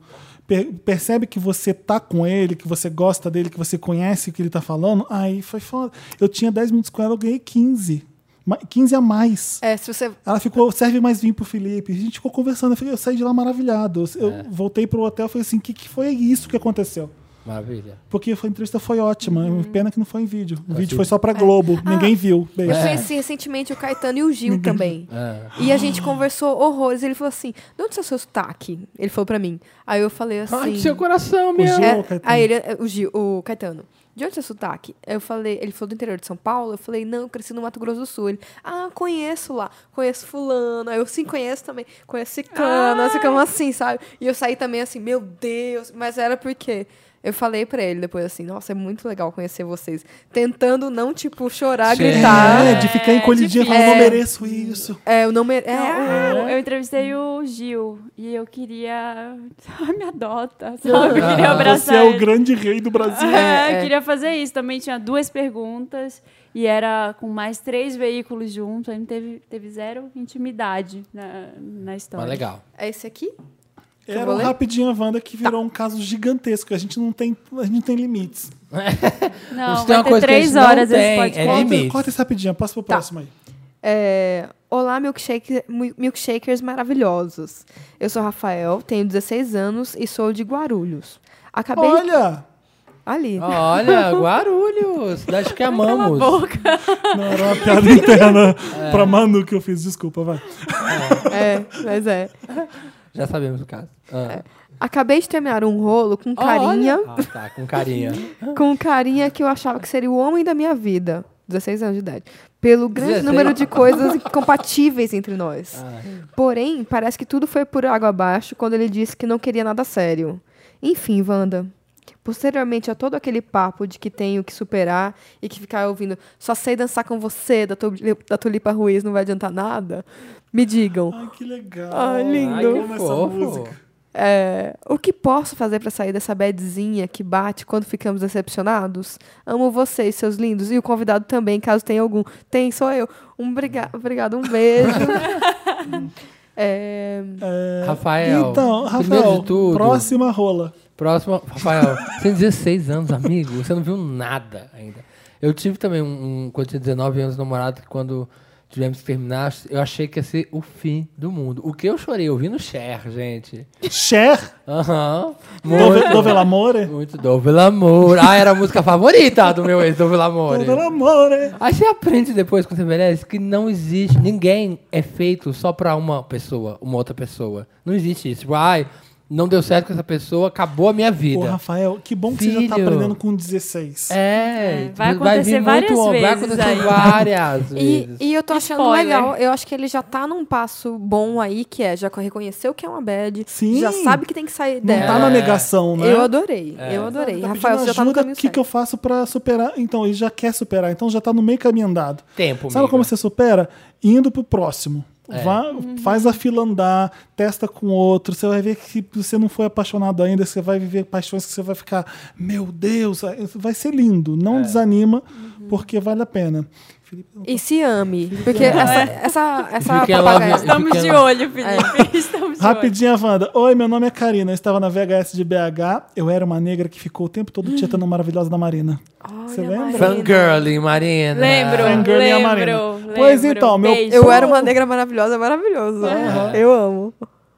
Speaker 1: per- percebe que você tá com ele, que você gosta dele, que você conhece o que ele tá falando, aí foi foda. Eu tinha 10 minutos com ela, eu ganhei 15. Ma- 15 a mais.
Speaker 4: É, se você.
Speaker 1: Ela ficou, serve mais vinho pro Felipe. A gente ficou conversando. Eu, falei, eu saí de lá maravilhado. Eu, eu voltei pro hotel e falei assim: o que, que foi isso que aconteceu?
Speaker 3: Maravilha.
Speaker 1: Porque a entrevista foi ótima. Pena que não foi em vídeo.
Speaker 3: É,
Speaker 1: O vídeo foi só pra Globo. Ninguém viu. Beijo.
Speaker 4: Eu conheci recentemente o Caetano e o Gil também.
Speaker 3: Ah.
Speaker 4: E a gente conversou horrores. Ele falou assim: de onde é o seu sotaque? Ele falou pra mim. Aí eu falei assim.
Speaker 3: Ai, seu coração,
Speaker 1: O
Speaker 3: minha.
Speaker 1: Gil
Speaker 4: É,
Speaker 1: ou o Caetano?
Speaker 4: aí ele, é, o, Gil, o Caetano. De onde é o sotaque? Eu falei, ele falou do interior de São Paulo. Eu falei, não, eu cresci no Mato Grosso do Sul. Ele, ah, conheço lá, conheço fulano. Aí eu sim conheço também, conheço ciclano. Nós ficamos assim, sabe? E eu saí também assim, meu Deus. Mas era porque eu falei pra ele depois assim, nossa, é muito legal conhecer vocês. Tentando não, tipo, chorar,
Speaker 3: Sim.
Speaker 4: gritar.
Speaker 1: É, de ficar encolhidinha falando,
Speaker 4: difícil.
Speaker 1: não mereço isso.
Speaker 4: É, eu não mereço. É,
Speaker 2: Eu, eu entrevistei o Gil e eu queria. Ai, me adota, sabe? Eu queria abraçar.
Speaker 1: Você é o
Speaker 2: ele.
Speaker 1: grande rei do Brasil.
Speaker 2: É,
Speaker 4: É, é.
Speaker 2: eu queria fazer isso. Também tinha duas perguntas e era com mais três veículos juntos. Aí não teve, teve zero intimidade na, na história.
Speaker 3: Mas Ah, legal.
Speaker 4: é esse aqui? eu
Speaker 1: Era
Speaker 4: vou
Speaker 1: um
Speaker 4: ler?
Speaker 1: rapidinho a Wanda que virou um caso gigantesco. A gente não tem, a gente não tem limites.
Speaker 2: Não,
Speaker 3: Mas tem
Speaker 2: vai
Speaker 3: uma
Speaker 2: ter
Speaker 3: coisa que a
Speaker 2: três
Speaker 3: gente não
Speaker 2: horas esse
Speaker 3: tem,
Speaker 2: podcast.
Speaker 3: é
Speaker 1: corta,
Speaker 3: limites.
Speaker 1: corta esse rapidinho, passa pro próximo aí.
Speaker 4: É, Olá, milkshake- mi- milkshakers maravilhosos. Eu sou Rafael, tenho 16 anos e sou de Guarulhos.
Speaker 1: Tá
Speaker 4: Acabei.
Speaker 1: Olha!
Speaker 4: Ali.
Speaker 3: Ah. Olha, Guarulhos, cidade que amamos.
Speaker 1: Não, era uma piada interna pra Manu que eu fiz, desculpa, vai.
Speaker 4: É, mas é.
Speaker 3: Já sabemos o caso. Ah.
Speaker 4: Acabei de terminar um rolo É, com
Speaker 3: Ah, olha.
Speaker 4: carinha,
Speaker 3: Ah, tá, com carinha.
Speaker 4: com carinha que eu achava que seria o homem da minha vida. 16 anos de idade. Pelo grande
Speaker 3: 16.
Speaker 4: número de coisas incompatíveis entre nós. Porém, parece que tudo foi por água abaixo quando ele disse que não queria nada sério. Enfim, Wanda. Posteriormente a todo aquele papo de que tenho que superar e que ficar ouvindo só sei dançar com você da, tu- da Tulipa Ruiz não vai adiantar nada, me digam,
Speaker 1: Ai, que legal.
Speaker 4: Ai, lindo.
Speaker 1: Ai, eu amo essa
Speaker 3: Fofo.
Speaker 1: música.
Speaker 4: é, o que posso fazer pra sair dessa bedzinha que bate quando ficamos decepcionados? Amo vocês, seus lindos. E o convidado também, caso tenha algum. Tem, sou eu. Um briga obrigado, um beijo. É,
Speaker 1: É,
Speaker 3: Rafael,
Speaker 1: Então,
Speaker 3: primeiro
Speaker 1: Rafael,
Speaker 3: de tudo,
Speaker 1: próxima rola.
Speaker 3: próximo, Rafael, você tem 16 anos, amigo, você não viu nada ainda. Eu tive também um, um- quando eu tinha 19 anos, namorado, que quando tivemos que terminar, eu achei que ia ser o fim do mundo. O que eu chorei, eu vi no Cher, gente.
Speaker 1: Cher,
Speaker 3: Aham,
Speaker 1: Dove,
Speaker 3: muito,
Speaker 1: Dovelamore.
Speaker 3: muito Dove L'Amore. Ah, era a música favorita do meu ex, Dove L'Amore.
Speaker 1: Dovelamore.
Speaker 3: Aí você aprende depois, quando você merece, que não existe. Ninguém é feito só pra uma pessoa, uma outra pessoa. Não existe isso. Tipo, ai, não deu certo com essa pessoa, acabou a minha vida.
Speaker 1: Ô, Rafael, que bom que você já tá
Speaker 3: Filho.
Speaker 1: aprendendo com 16.
Speaker 3: É,
Speaker 2: É, vai acontecer
Speaker 3: vir
Speaker 2: várias
Speaker 3: muito homem, vai
Speaker 2: vezes
Speaker 3: acontecer
Speaker 2: aí.
Speaker 3: várias
Speaker 4: E,
Speaker 3: vezes.
Speaker 4: e eu tô achando
Speaker 2: Spoiler.
Speaker 4: legal. Eu acho que ele já tá num passo bom aí, que é já reconheceu que é uma bad,
Speaker 1: Sim.
Speaker 4: já sabe que tem que sair
Speaker 1: Não
Speaker 4: dela.
Speaker 1: tá na negação, né?
Speaker 4: Eu adorei, eu adorei.
Speaker 1: Tá
Speaker 4: Rafael,
Speaker 1: pedindo
Speaker 4: você já tá no
Speaker 1: ajuda,
Speaker 4: caminho
Speaker 1: O que, que eu faço pra superar? Então, ele já quer superar, então já tá no meio caminho andado.
Speaker 3: Tempo,
Speaker 1: Sabe
Speaker 3: amiga.
Speaker 1: como você supera? Indo pro próximo. Vá,
Speaker 4: Uhum.
Speaker 1: Faz a fila andar, testa com outro. Você vai ver que você não foi apaixonado ainda. Você vai viver paixões que você vai ficar, meu Deus, vai ser lindo. Não desanima,
Speaker 4: Uhum.
Speaker 1: porque vale a pena. Felipe,
Speaker 4: certo. E se ame. Porque essa, essa, essa
Speaker 3: Fica ela-
Speaker 4: papagaia-
Speaker 2: Estamos de
Speaker 3: Fica-
Speaker 2: olho, Felipe. Estamos de olho.
Speaker 1: Rapidinha, Wanda. Oi, meu nome é Karina. Eu estava na VHS de BH. Eu era uma negra que ficou o tempo todo tietando a maravilhosa da Marina. Você
Speaker 4: Olha,
Speaker 1: lembra?
Speaker 3: Fangirling, Marina.
Speaker 2: Lembro,
Speaker 1: Fangirl e a Marina.
Speaker 2: lembro,
Speaker 1: Pois
Speaker 2: lembro.
Speaker 1: então, meu-
Speaker 2: Beijo.
Speaker 4: Eu era uma negra maravilhosa, maravilhoso.
Speaker 2: É.
Speaker 4: Eu amo.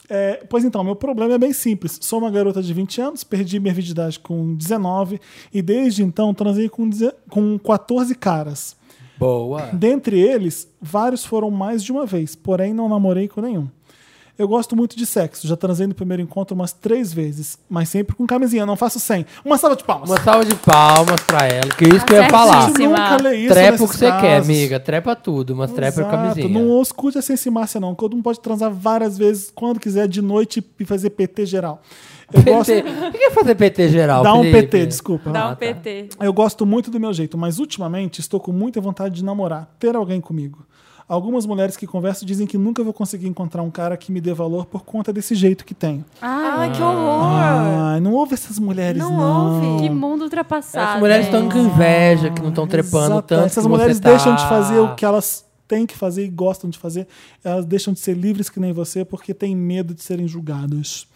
Speaker 1: É, pois então, meu problema é bem simples. Sou uma garota de 20 anos, perdi minha virgindade com 19 e desde então transei com, deze- com 14 caras.
Speaker 3: Boa.
Speaker 1: Dentre eles, vários foram mais de uma vez, porém não namorei com nenhum. Eu gosto muito de sexo, já transei no primeiro encontro umas três vezes, mas sempre com camisinha, não faço sem. Uma salva de palmas.
Speaker 3: Uma salva de palmas pra ela, que é isso que eu ia
Speaker 2: Tá
Speaker 1: A
Speaker 3: falar.
Speaker 1: gente nunca lê É isso
Speaker 3: Trepa o
Speaker 1: nesses
Speaker 3: que você quer,
Speaker 1: casos.
Speaker 3: amiga. Trepa tudo, mas trepa
Speaker 1: Exato.
Speaker 3: a camisinha.
Speaker 1: Não escute a sem se márcia, não. Todo mundo pode transar várias vezes, quando quiser, de noite e fazer PT geral. Eu
Speaker 3: PT.
Speaker 1: gosto.
Speaker 3: O que é fazer PT geral,
Speaker 1: Dá um
Speaker 3: Felipe?
Speaker 1: PT, desculpa.
Speaker 3: Ah, tá.
Speaker 2: Dá um PT.
Speaker 1: Eu gosto muito do meu jeito, mas ultimamente estou com muita vontade de namorar, ter alguém comigo. Algumas mulheres que converso dizem que nunca vou conseguir encontrar um cara que me dê valor por conta desse jeito que tenho.
Speaker 4: Ai,
Speaker 3: Ah,
Speaker 4: que horror.
Speaker 1: Ai, não ouve essas mulheres, não.
Speaker 4: Não ouve.
Speaker 2: Que mundo ultrapassado.
Speaker 3: As mulheres
Speaker 2: né?
Speaker 3: estão com inveja, que não estão trepando
Speaker 1: Exatamente.
Speaker 3: tanto.
Speaker 1: Essas
Speaker 3: que você
Speaker 1: mulheres
Speaker 3: tá.
Speaker 1: deixam de fazer o que elas têm que fazer e gostam de fazer. Elas deixam de ser livres que nem você porque têm medo de serem julgadas.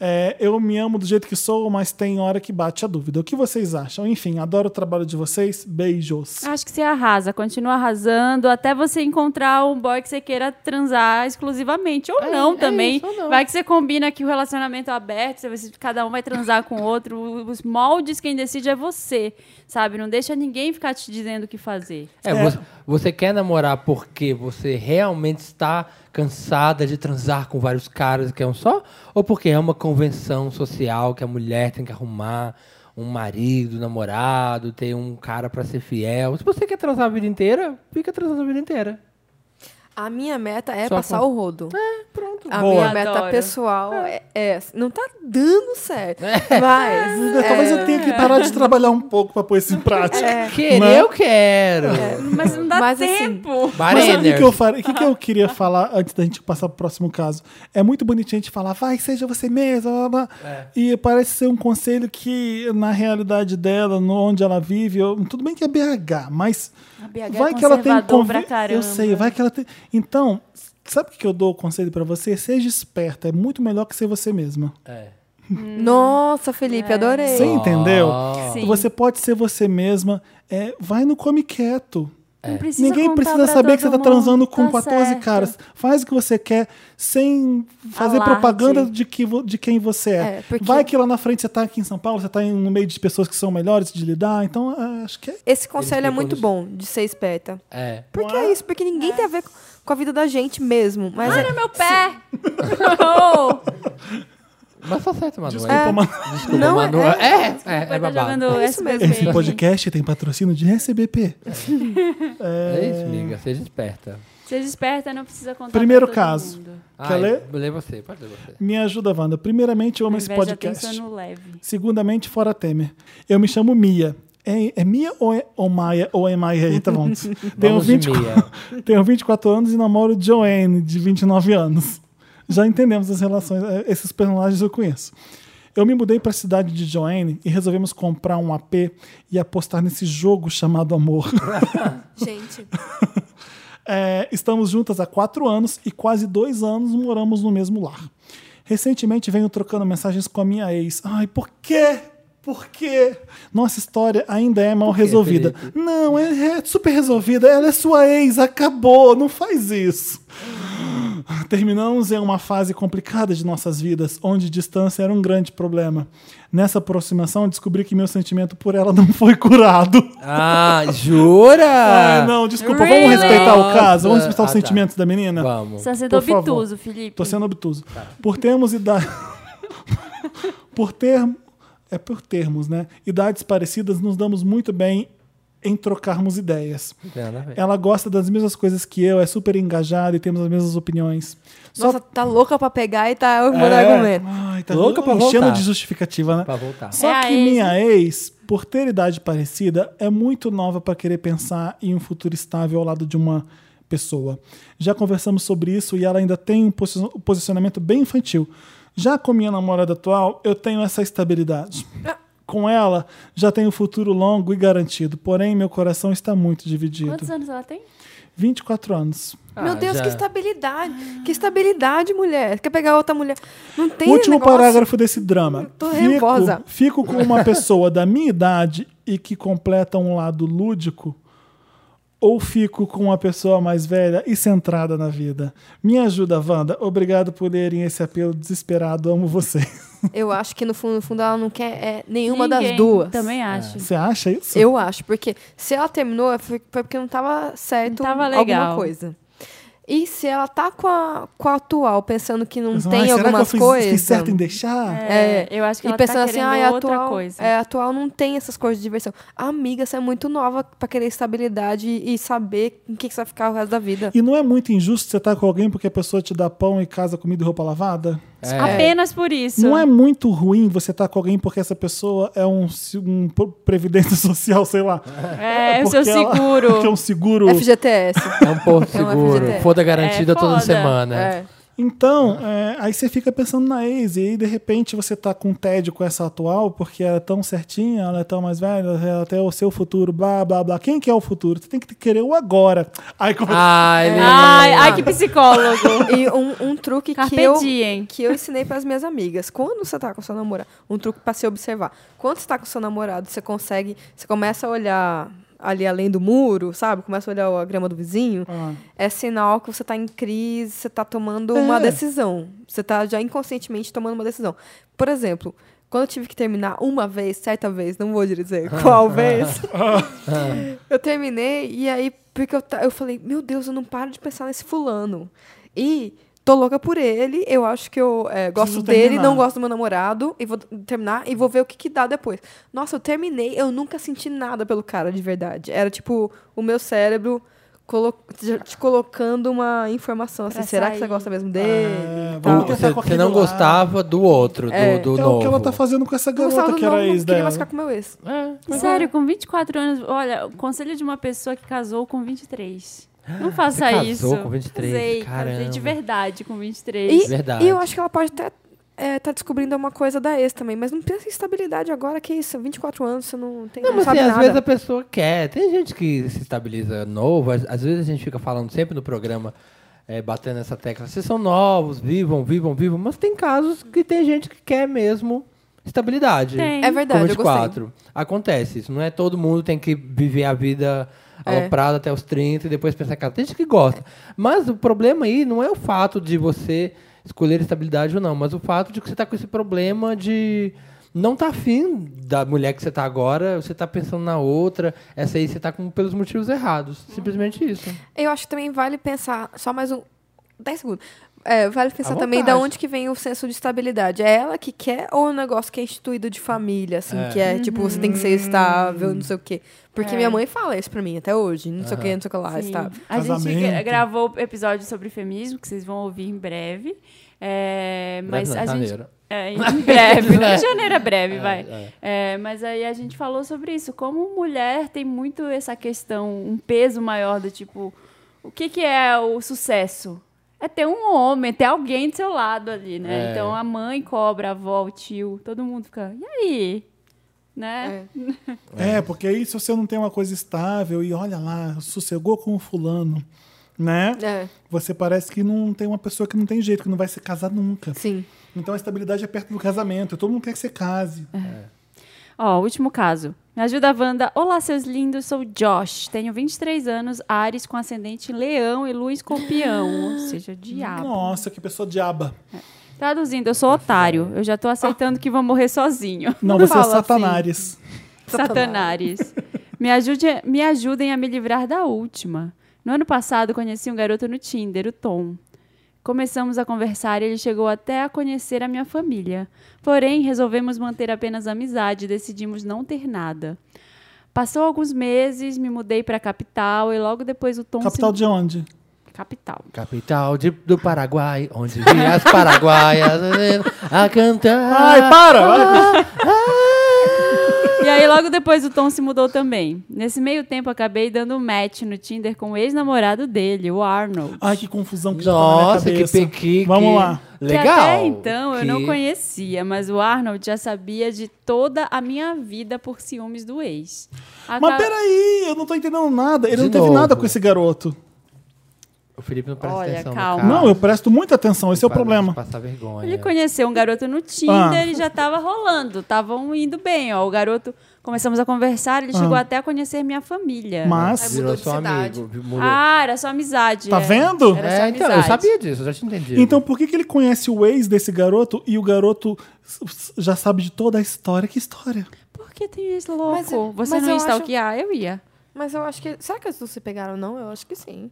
Speaker 1: É, eu me amo do jeito que sou, mas tem hora que bate a dúvida. O que vocês acham? Enfim, adoro o trabalho de vocês. Beijos.
Speaker 2: Acho que você arrasa, continua arrasando até você encontrar um boy que você queira transar exclusivamente.
Speaker 1: É,
Speaker 2: Ou não também. Vai que você combina que o relacionamento é aberto, você vai se- cada um vai transar com o outro. Os moldes, quem decide é você, sabe? Não deixa ninguém ficar te dizendo o que fazer.
Speaker 3: É, Você, você quer namorar porque você realmente está cansada de transar com vários caras que é um só? Ou porque é uma convenção social que a mulher tem que arrumar um marido, namorado, ter um cara pra ser fiel? Se você quer transar a vida inteira, fica transando a vida inteira.
Speaker 4: A minha meta é
Speaker 3: Só
Speaker 4: passar
Speaker 3: com-
Speaker 4: o rodo.
Speaker 3: Pronto.
Speaker 4: A
Speaker 1: Boa.
Speaker 4: minha meta
Speaker 2: Adoro.
Speaker 4: pessoal é, é- Não tá dando certo.
Speaker 2: É.
Speaker 4: Mas.
Speaker 1: Talvez eu tenha que parar de trabalhar um pouco pra pôr isso em prática.
Speaker 3: Querer
Speaker 1: Né?
Speaker 3: eu quero.
Speaker 2: Mas não dá
Speaker 4: Mas, assim,
Speaker 2: tempo.
Speaker 1: Mas sabe o que
Speaker 3: Barenner.
Speaker 1: que, eu faria? O que, que eu queria falar antes da gente passar pro próximo caso? É muito bonitinho a gente falar, vai, seja você mesma, blá, blá, blá.
Speaker 2: É.
Speaker 1: E parece ser um conselho que, na realidade dela, no onde ela vive, eu- tudo bem que é BH, mas
Speaker 2: BH é
Speaker 1: vai que ela tem
Speaker 2: conservador pra
Speaker 1: convi-
Speaker 2: caramba.
Speaker 1: Eu sei, vai que ela tem. Então, sabe o que que eu dou o conselho pra você? Seja esperta, é muito melhor que ser você mesma.
Speaker 3: É.
Speaker 2: Hum.
Speaker 4: Nossa, Felipe,
Speaker 2: É.
Speaker 4: adorei.
Speaker 1: Você entendeu?
Speaker 2: Sim.
Speaker 1: Você pode ser você mesma. É, vai no come quieto.
Speaker 3: É.
Speaker 2: Não precisa
Speaker 1: Ninguém
Speaker 2: contar
Speaker 1: precisa
Speaker 2: pra
Speaker 1: saber que você
Speaker 2: todo
Speaker 1: tá transando
Speaker 2: mundo,
Speaker 1: com
Speaker 2: tá
Speaker 1: 14
Speaker 2: certo.
Speaker 1: caras. Faz o que você quer sem fazer
Speaker 2: Alarde.
Speaker 1: propaganda de, que, vo- de quem você é.
Speaker 4: É, porque-
Speaker 1: Vai que lá na frente você tá aqui em São Paulo, você tá em- no meio de pessoas que são melhores de lidar. Então, é, acho que é.
Speaker 4: Esse conselho é
Speaker 3: ficam
Speaker 4: muito
Speaker 3: nos-
Speaker 4: bom de ser esperta.
Speaker 3: É.
Speaker 4: Porque é isso, porque ninguém tem a ver com com a vida da gente mesmo. Mas é-
Speaker 2: Olha meu pé! Oh,
Speaker 3: Mas tá certo, Manu.
Speaker 1: Desculpa,
Speaker 3: é.
Speaker 1: Manu.
Speaker 3: Desculpa,
Speaker 4: Não,
Speaker 3: Manu.
Speaker 4: é-
Speaker 3: É, é, é,
Speaker 2: vai tá
Speaker 3: babado.
Speaker 2: jogando
Speaker 4: É isso
Speaker 2: SBT.
Speaker 1: Esse podcast tem patrocínio de SBP.
Speaker 3: É isso, amiga. Seja esperta.
Speaker 2: Seja esperta, não precisa contar pra
Speaker 1: Primeiro
Speaker 2: todo
Speaker 1: caso.
Speaker 2: mundo.
Speaker 1: Quer
Speaker 3: Ai,
Speaker 1: ler?
Speaker 3: Lê você, pode ler você.
Speaker 1: Me ajuda, Wanda. Primeiramente, eu amo esse
Speaker 2: Inveja tem
Speaker 1: podcast.
Speaker 2: sono leve.
Speaker 1: Segundamente, fora Temer. Eu me chamo Mia. É, é Mia ou é ou Maia? Ou é Maia aí, tá bom. Tenho,
Speaker 3: Vamos de
Speaker 1: 24 tenho 24 anos e namoro Joanne, de 29 anos. Já entendemos as relações, é, esses personagens eu conheço. Eu me mudei para a cidade de Joanne e resolvemos comprar um AP e apostar nesse jogo chamado amor.
Speaker 4: Gente,
Speaker 1: É, estamos juntas há quatro anos e quase dois anos moramos no mesmo lar. Recentemente venho trocando mensagens com a minha ex. Ai, por quê? Por quê? Nossa história ainda é mal resolvida.
Speaker 3: Felipe?
Speaker 1: Não, é, é super resolvida. Ela é sua ex, acabou, não faz isso. Terminamos em uma fase complicada de nossas vidas, onde distância era um grande problema. Nessa aproximação, descobri que meu sentimento por ela não foi curado.
Speaker 3: Ah, jura?
Speaker 1: Ah, não, desculpa. Vamos
Speaker 2: Really?
Speaker 1: respeitar o caso, vamos
Speaker 3: Nossa.
Speaker 1: respeitar os
Speaker 3: Ah, tá.
Speaker 1: sentimentos da menina.
Speaker 3: Vamos.
Speaker 2: Precisa ser
Speaker 1: Por favor.
Speaker 2: obtuso, Felipe.
Speaker 1: Tô sendo obtuso. Por termos idade. Por termo, é por termos, né? Idades parecidas, nos damos muito bem em trocarmos ideias.
Speaker 3: Nada a ver.
Speaker 1: Ela gosta das mesmas coisas que eu, é super engajada e temos as mesmas opiniões. Só-
Speaker 4: Nossa, tá louca pra pegar e tá arrumando
Speaker 3: É.
Speaker 4: argumento.
Speaker 1: Ai, tá
Speaker 3: Louca pra
Speaker 1: enchendo
Speaker 3: voltar.
Speaker 1: de justificativa, né?
Speaker 3: Pra voltar.
Speaker 1: Só
Speaker 2: É a
Speaker 1: que
Speaker 2: ex,
Speaker 1: minha ex, por ter idade parecida, é muito nova para querer pensar em um futuro estável ao lado de uma pessoa. Já conversamos sobre isso e ela ainda tem um posi- posicionamento bem infantil. Já com minha namorada atual, eu tenho essa estabilidade.
Speaker 2: Ah.
Speaker 1: Com ela, já tenho um futuro longo e garantido. Porém, meu coração está muito dividido.
Speaker 2: Quantos anos ela tem?
Speaker 1: 24 anos.
Speaker 3: Ah,
Speaker 4: Meu Deus,
Speaker 3: já.
Speaker 2: é.
Speaker 4: que estabilidade. Que estabilidade, mulher. Quer pegar outra mulher. Não tem um
Speaker 1: Último
Speaker 4: negócio.
Speaker 1: parágrafo desse drama.
Speaker 4: Tô nervosa.
Speaker 1: fico com uma pessoa da minha idade e que completa um lado lúdico, ou fico com uma pessoa mais velha e centrada na vida. Me ajuda, Wanda. Obrigado por lerem esse apelo desesperado. Amo vocês.
Speaker 4: Eu acho que no fundo, no fundo ela não quer é, nenhuma das
Speaker 2: Ninguém.
Speaker 4: duas.
Speaker 2: Também acho.
Speaker 1: Você acha isso?
Speaker 4: Eu acho, porque se ela terminou, foi foi porque não tava certo
Speaker 2: Não tava
Speaker 4: alguma
Speaker 2: legal.
Speaker 4: coisa. E se ela tá com a, com a atual, pensando que não
Speaker 1: Mas,
Speaker 4: tem
Speaker 1: ai, será
Speaker 4: algumas
Speaker 1: que eu fiz,
Speaker 4: coisas.
Speaker 1: fiz certo em deixar?
Speaker 2: É, eu acho que
Speaker 4: e
Speaker 2: ela
Speaker 4: pensando
Speaker 2: tá
Speaker 4: assim,
Speaker 2: querendo
Speaker 4: ah, é
Speaker 2: outra
Speaker 4: atual,
Speaker 2: coisa.
Speaker 4: É, atual não tem essas coisas de diversão. Amiga, você é muito nova pra querer estabilidade e saber em que que você vai ficar o resto da vida.
Speaker 1: E não é muito injusto você estar com alguém porque a pessoa te dá pão e casa, comida e roupa lavada?
Speaker 3: É.
Speaker 2: Apenas por isso.
Speaker 1: Não é muito ruim você estar com alguém porque essa pessoa é um, se- um pro- previdência social, sei lá.
Speaker 2: É, o
Speaker 1: Porque
Speaker 2: seu
Speaker 1: ela-
Speaker 2: seguro.
Speaker 1: que é um seguro.
Speaker 4: FGTS.
Speaker 3: É um porto
Speaker 4: É um
Speaker 3: seguro.
Speaker 4: FGTS.
Speaker 3: Foda garantida
Speaker 2: É,
Speaker 3: toda
Speaker 2: foda.
Speaker 3: semana.
Speaker 4: é.
Speaker 1: Então, é, aí você fica pensando na ex, e aí de repente você tá com tédio com essa atual, porque ela é tão certinha, ela é tão mais velha, ela tem o seu futuro, blá, blá, blá. Quem que é o futuro? Você tem que querer o agora. Aí como...
Speaker 3: Ah, Ai,
Speaker 4: É.
Speaker 2: Ai,
Speaker 4: ah,
Speaker 3: Lina.
Speaker 2: ai, que psicólogo.
Speaker 4: E um, um truque que
Speaker 2: Carpe
Speaker 4: eu,
Speaker 2: diem.
Speaker 4: que eu ensinei para as minhas amigas. Quando você tá com seu namorado, um truque para se observar. Quando você tá com seu namorado, você consegue, você começa a olhar ali além do muro, sabe? Começa a olhar a grama do vizinho.
Speaker 2: Ah.
Speaker 4: É sinal que você tá em crise, você tá tomando uma
Speaker 1: É.
Speaker 4: decisão. Você tá já inconscientemente tomando uma decisão. Por exemplo, quando eu tive que terminar uma vez, certa vez, não vou dizer qual vez, eu terminei e aí, porque eu, ta- eu falei, meu Deus, eu não paro de pensar nesse fulano. E tô louca por ele, eu acho que eu é, gosto
Speaker 1: Preciso
Speaker 4: dele,
Speaker 1: terminar.
Speaker 4: não gosto do meu namorado, e vou terminar e vou ver o que, que dá depois. Nossa, eu terminei, eu nunca senti nada pelo cara de verdade. Era tipo o meu cérebro colo- já te colocando uma informação assim,
Speaker 2: Pra
Speaker 4: será que
Speaker 2: sair.
Speaker 4: você gosta mesmo dele?
Speaker 1: É,
Speaker 4: E
Speaker 1: vamos
Speaker 4: tal.
Speaker 1: tentar com
Speaker 3: Você, você
Speaker 1: aquele
Speaker 3: não
Speaker 1: lá.
Speaker 3: gostava do outro,
Speaker 4: tá. É.
Speaker 3: do, do
Speaker 1: É
Speaker 3: novo.
Speaker 1: o que ela tá fazendo com essa
Speaker 4: Eu gostava
Speaker 1: garota
Speaker 4: do
Speaker 1: que era
Speaker 4: novo,
Speaker 1: ex
Speaker 4: não queria mais
Speaker 1: dela.
Speaker 4: ficar com meu ex. é.
Speaker 2: Sério, com 24 anos. Olha, o conselho de uma pessoa que casou com 23. Não faça
Speaker 3: casou
Speaker 2: isso.
Speaker 3: com 23?
Speaker 2: Casei, casei
Speaker 3: Caramba.
Speaker 2: de verdade com 23.
Speaker 4: E,
Speaker 3: Verdade.
Speaker 4: e eu acho que ela pode até é, tá descobrindo alguma coisa da ex também, mas não pensa em estabilidade agora, que isso, 24 anos, você não tem
Speaker 3: Não,
Speaker 4: não
Speaker 3: mas
Speaker 4: sabe
Speaker 3: assim, às
Speaker 4: nada.
Speaker 3: vezes a pessoa quer. Tem gente que se estabiliza novo. Às, às vezes a gente fica falando sempre no programa, é, batendo essa tecla. Vocês são novos, vivam, vivam, vivam. Mas tem casos que tem gente que quer mesmo estabilidade.
Speaker 2: Tem.
Speaker 4: É verdade,
Speaker 3: Com
Speaker 4: eu gostei.
Speaker 3: 24. Acontece isso. Não é todo mundo tem que viver a vida
Speaker 4: É.
Speaker 3: aloprada até os 30 e depois pensar que tem gente que gosta. Mas o problema aí não é o fato de você escolher estabilidade ou não, mas o fato de que você tá com esse problema de não tá afim da mulher que você tá agora, você tá pensando na outra, essa aí você tá com, pelos motivos errados. Simplesmente isso.
Speaker 4: Eu acho que também vale pensar, só mais um. 10 segundos. É, vale pensar
Speaker 3: À
Speaker 4: também da
Speaker 3: vontade.
Speaker 4: onde que vem o senso de estabilidade. É ela que quer ou é um negócio que é instituído de família, assim, que é tipo, você tem que ser estável, não sei o quê. Porque minha mãe fala isso pra mim até hoje, não sei o quê, não sei o que lá,
Speaker 2: Sim.
Speaker 4: estável.
Speaker 2: A gente
Speaker 1: Casamento.
Speaker 2: gra- gravou episódio sobre feminismo, que vocês vão ouvir em breve. É, mas
Speaker 3: não,
Speaker 2: a
Speaker 3: em
Speaker 2: gente-
Speaker 3: janeiro.
Speaker 2: É, em breve,
Speaker 3: É.
Speaker 2: né? Em janeiro é breve, vai.
Speaker 3: é.
Speaker 2: É, mas aí a gente falou sobre isso. Como mulher tem muito essa questão, um peso maior do tipo, o que, que é o sucesso? É ter um homem, ter alguém do seu lado ali, né?
Speaker 3: É.
Speaker 2: Então a mãe cobra, a avó, o tio, todo mundo fica, e aí? Né?
Speaker 1: É, porque aí se você não tem uma coisa estável e olha lá, sossegou com o fulano, né?
Speaker 4: É,
Speaker 1: Você parece que não tem uma pessoa que não tem jeito, que não vai se casar nunca.
Speaker 4: sim.
Speaker 1: Então a estabilidade é perto do casamento. Todo mundo quer que você case.
Speaker 2: É. Ó, último caso. Me ajuda, Wanda. Olá, seus lindos. Sou Josh. Tenho 23 anos, Ares com ascendente em leão e lua em escorpião. ou seja, diabo.
Speaker 1: Nossa, que pessoa diaba.
Speaker 2: Traduzindo, eu sou otário. Eu já tô aceitando que vou morrer sozinho.
Speaker 1: Não, você é
Speaker 4: fala assim.
Speaker 1: satanares.
Speaker 2: Satanares. Me, ajude, me ajudem a me livrar da última. No ano passado, conheci um garoto no Tinder, o Tom. Começamos a conversar e ele chegou até a conhecer a minha família. Porém, resolvemos manter apenas a amizade e decidimos não ter nada. Passou alguns meses, me mudei para a capital e logo depois o Tom
Speaker 1: Capital
Speaker 2: se...
Speaker 1: de onde?
Speaker 2: Capital.
Speaker 3: Capital de- do Paraguai, onde vi as paraguaias a cantar. Ah,
Speaker 1: Ai, para!
Speaker 2: E aí, logo depois, o Tom se mudou também. Nesse meio tempo, acabei dando um match no Tinder com o ex-namorado dele, o Arnold.
Speaker 1: Ai, que confusão que já tá na minha
Speaker 3: Nossa, que
Speaker 1: cabeça.
Speaker 3: pequi.
Speaker 1: Vamos lá.
Speaker 2: Que
Speaker 3: Legal.
Speaker 2: até então eu não
Speaker 3: que-
Speaker 2: conhecia, mas o Arnold já sabia de toda a minha vida por ciúmes do ex.
Speaker 1: Mas
Speaker 2: Acab-
Speaker 1: peraí, eu não tô entendendo nada. Ele
Speaker 3: De
Speaker 1: não teve
Speaker 3: novo.
Speaker 1: nada com esse garoto.
Speaker 3: O Felipe não presta
Speaker 2: Olha,
Speaker 3: atenção. no
Speaker 2: calma.
Speaker 3: cara.
Speaker 1: Não, eu presto muita atenção, esse é o
Speaker 3: Ah. Para de
Speaker 1: problema.
Speaker 3: Passar vergonha.
Speaker 2: Ele conheceu um garoto no Tinder e já tava rolando, estavam indo bem, ó. O garoto, começamos a conversar, ele chegou até a conhecer minha família.
Speaker 1: Mas,
Speaker 4: mudou
Speaker 3: Virou
Speaker 4: de
Speaker 3: seu
Speaker 4: cidade.
Speaker 3: amigo. Mudou.
Speaker 2: Ah, era só amizade.
Speaker 1: Tá
Speaker 2: é.
Speaker 1: vendo?
Speaker 2: Era só
Speaker 3: é, então, eu
Speaker 2: amizade.
Speaker 3: sabia disso, eu já tinha entendido.
Speaker 1: então por que, que ele conhece o ex desse garoto e o garoto s- s- já sabe de toda a história? Que história?
Speaker 2: Por que tem esse louco?
Speaker 4: Mas eu-
Speaker 2: Você
Speaker 4: mas
Speaker 2: não
Speaker 4: eu
Speaker 2: ia
Speaker 4: acho-
Speaker 2: stalkear? Eu ia.
Speaker 4: Mas eu acho que. Será que eles não se pegaram, não? Eu acho que sim.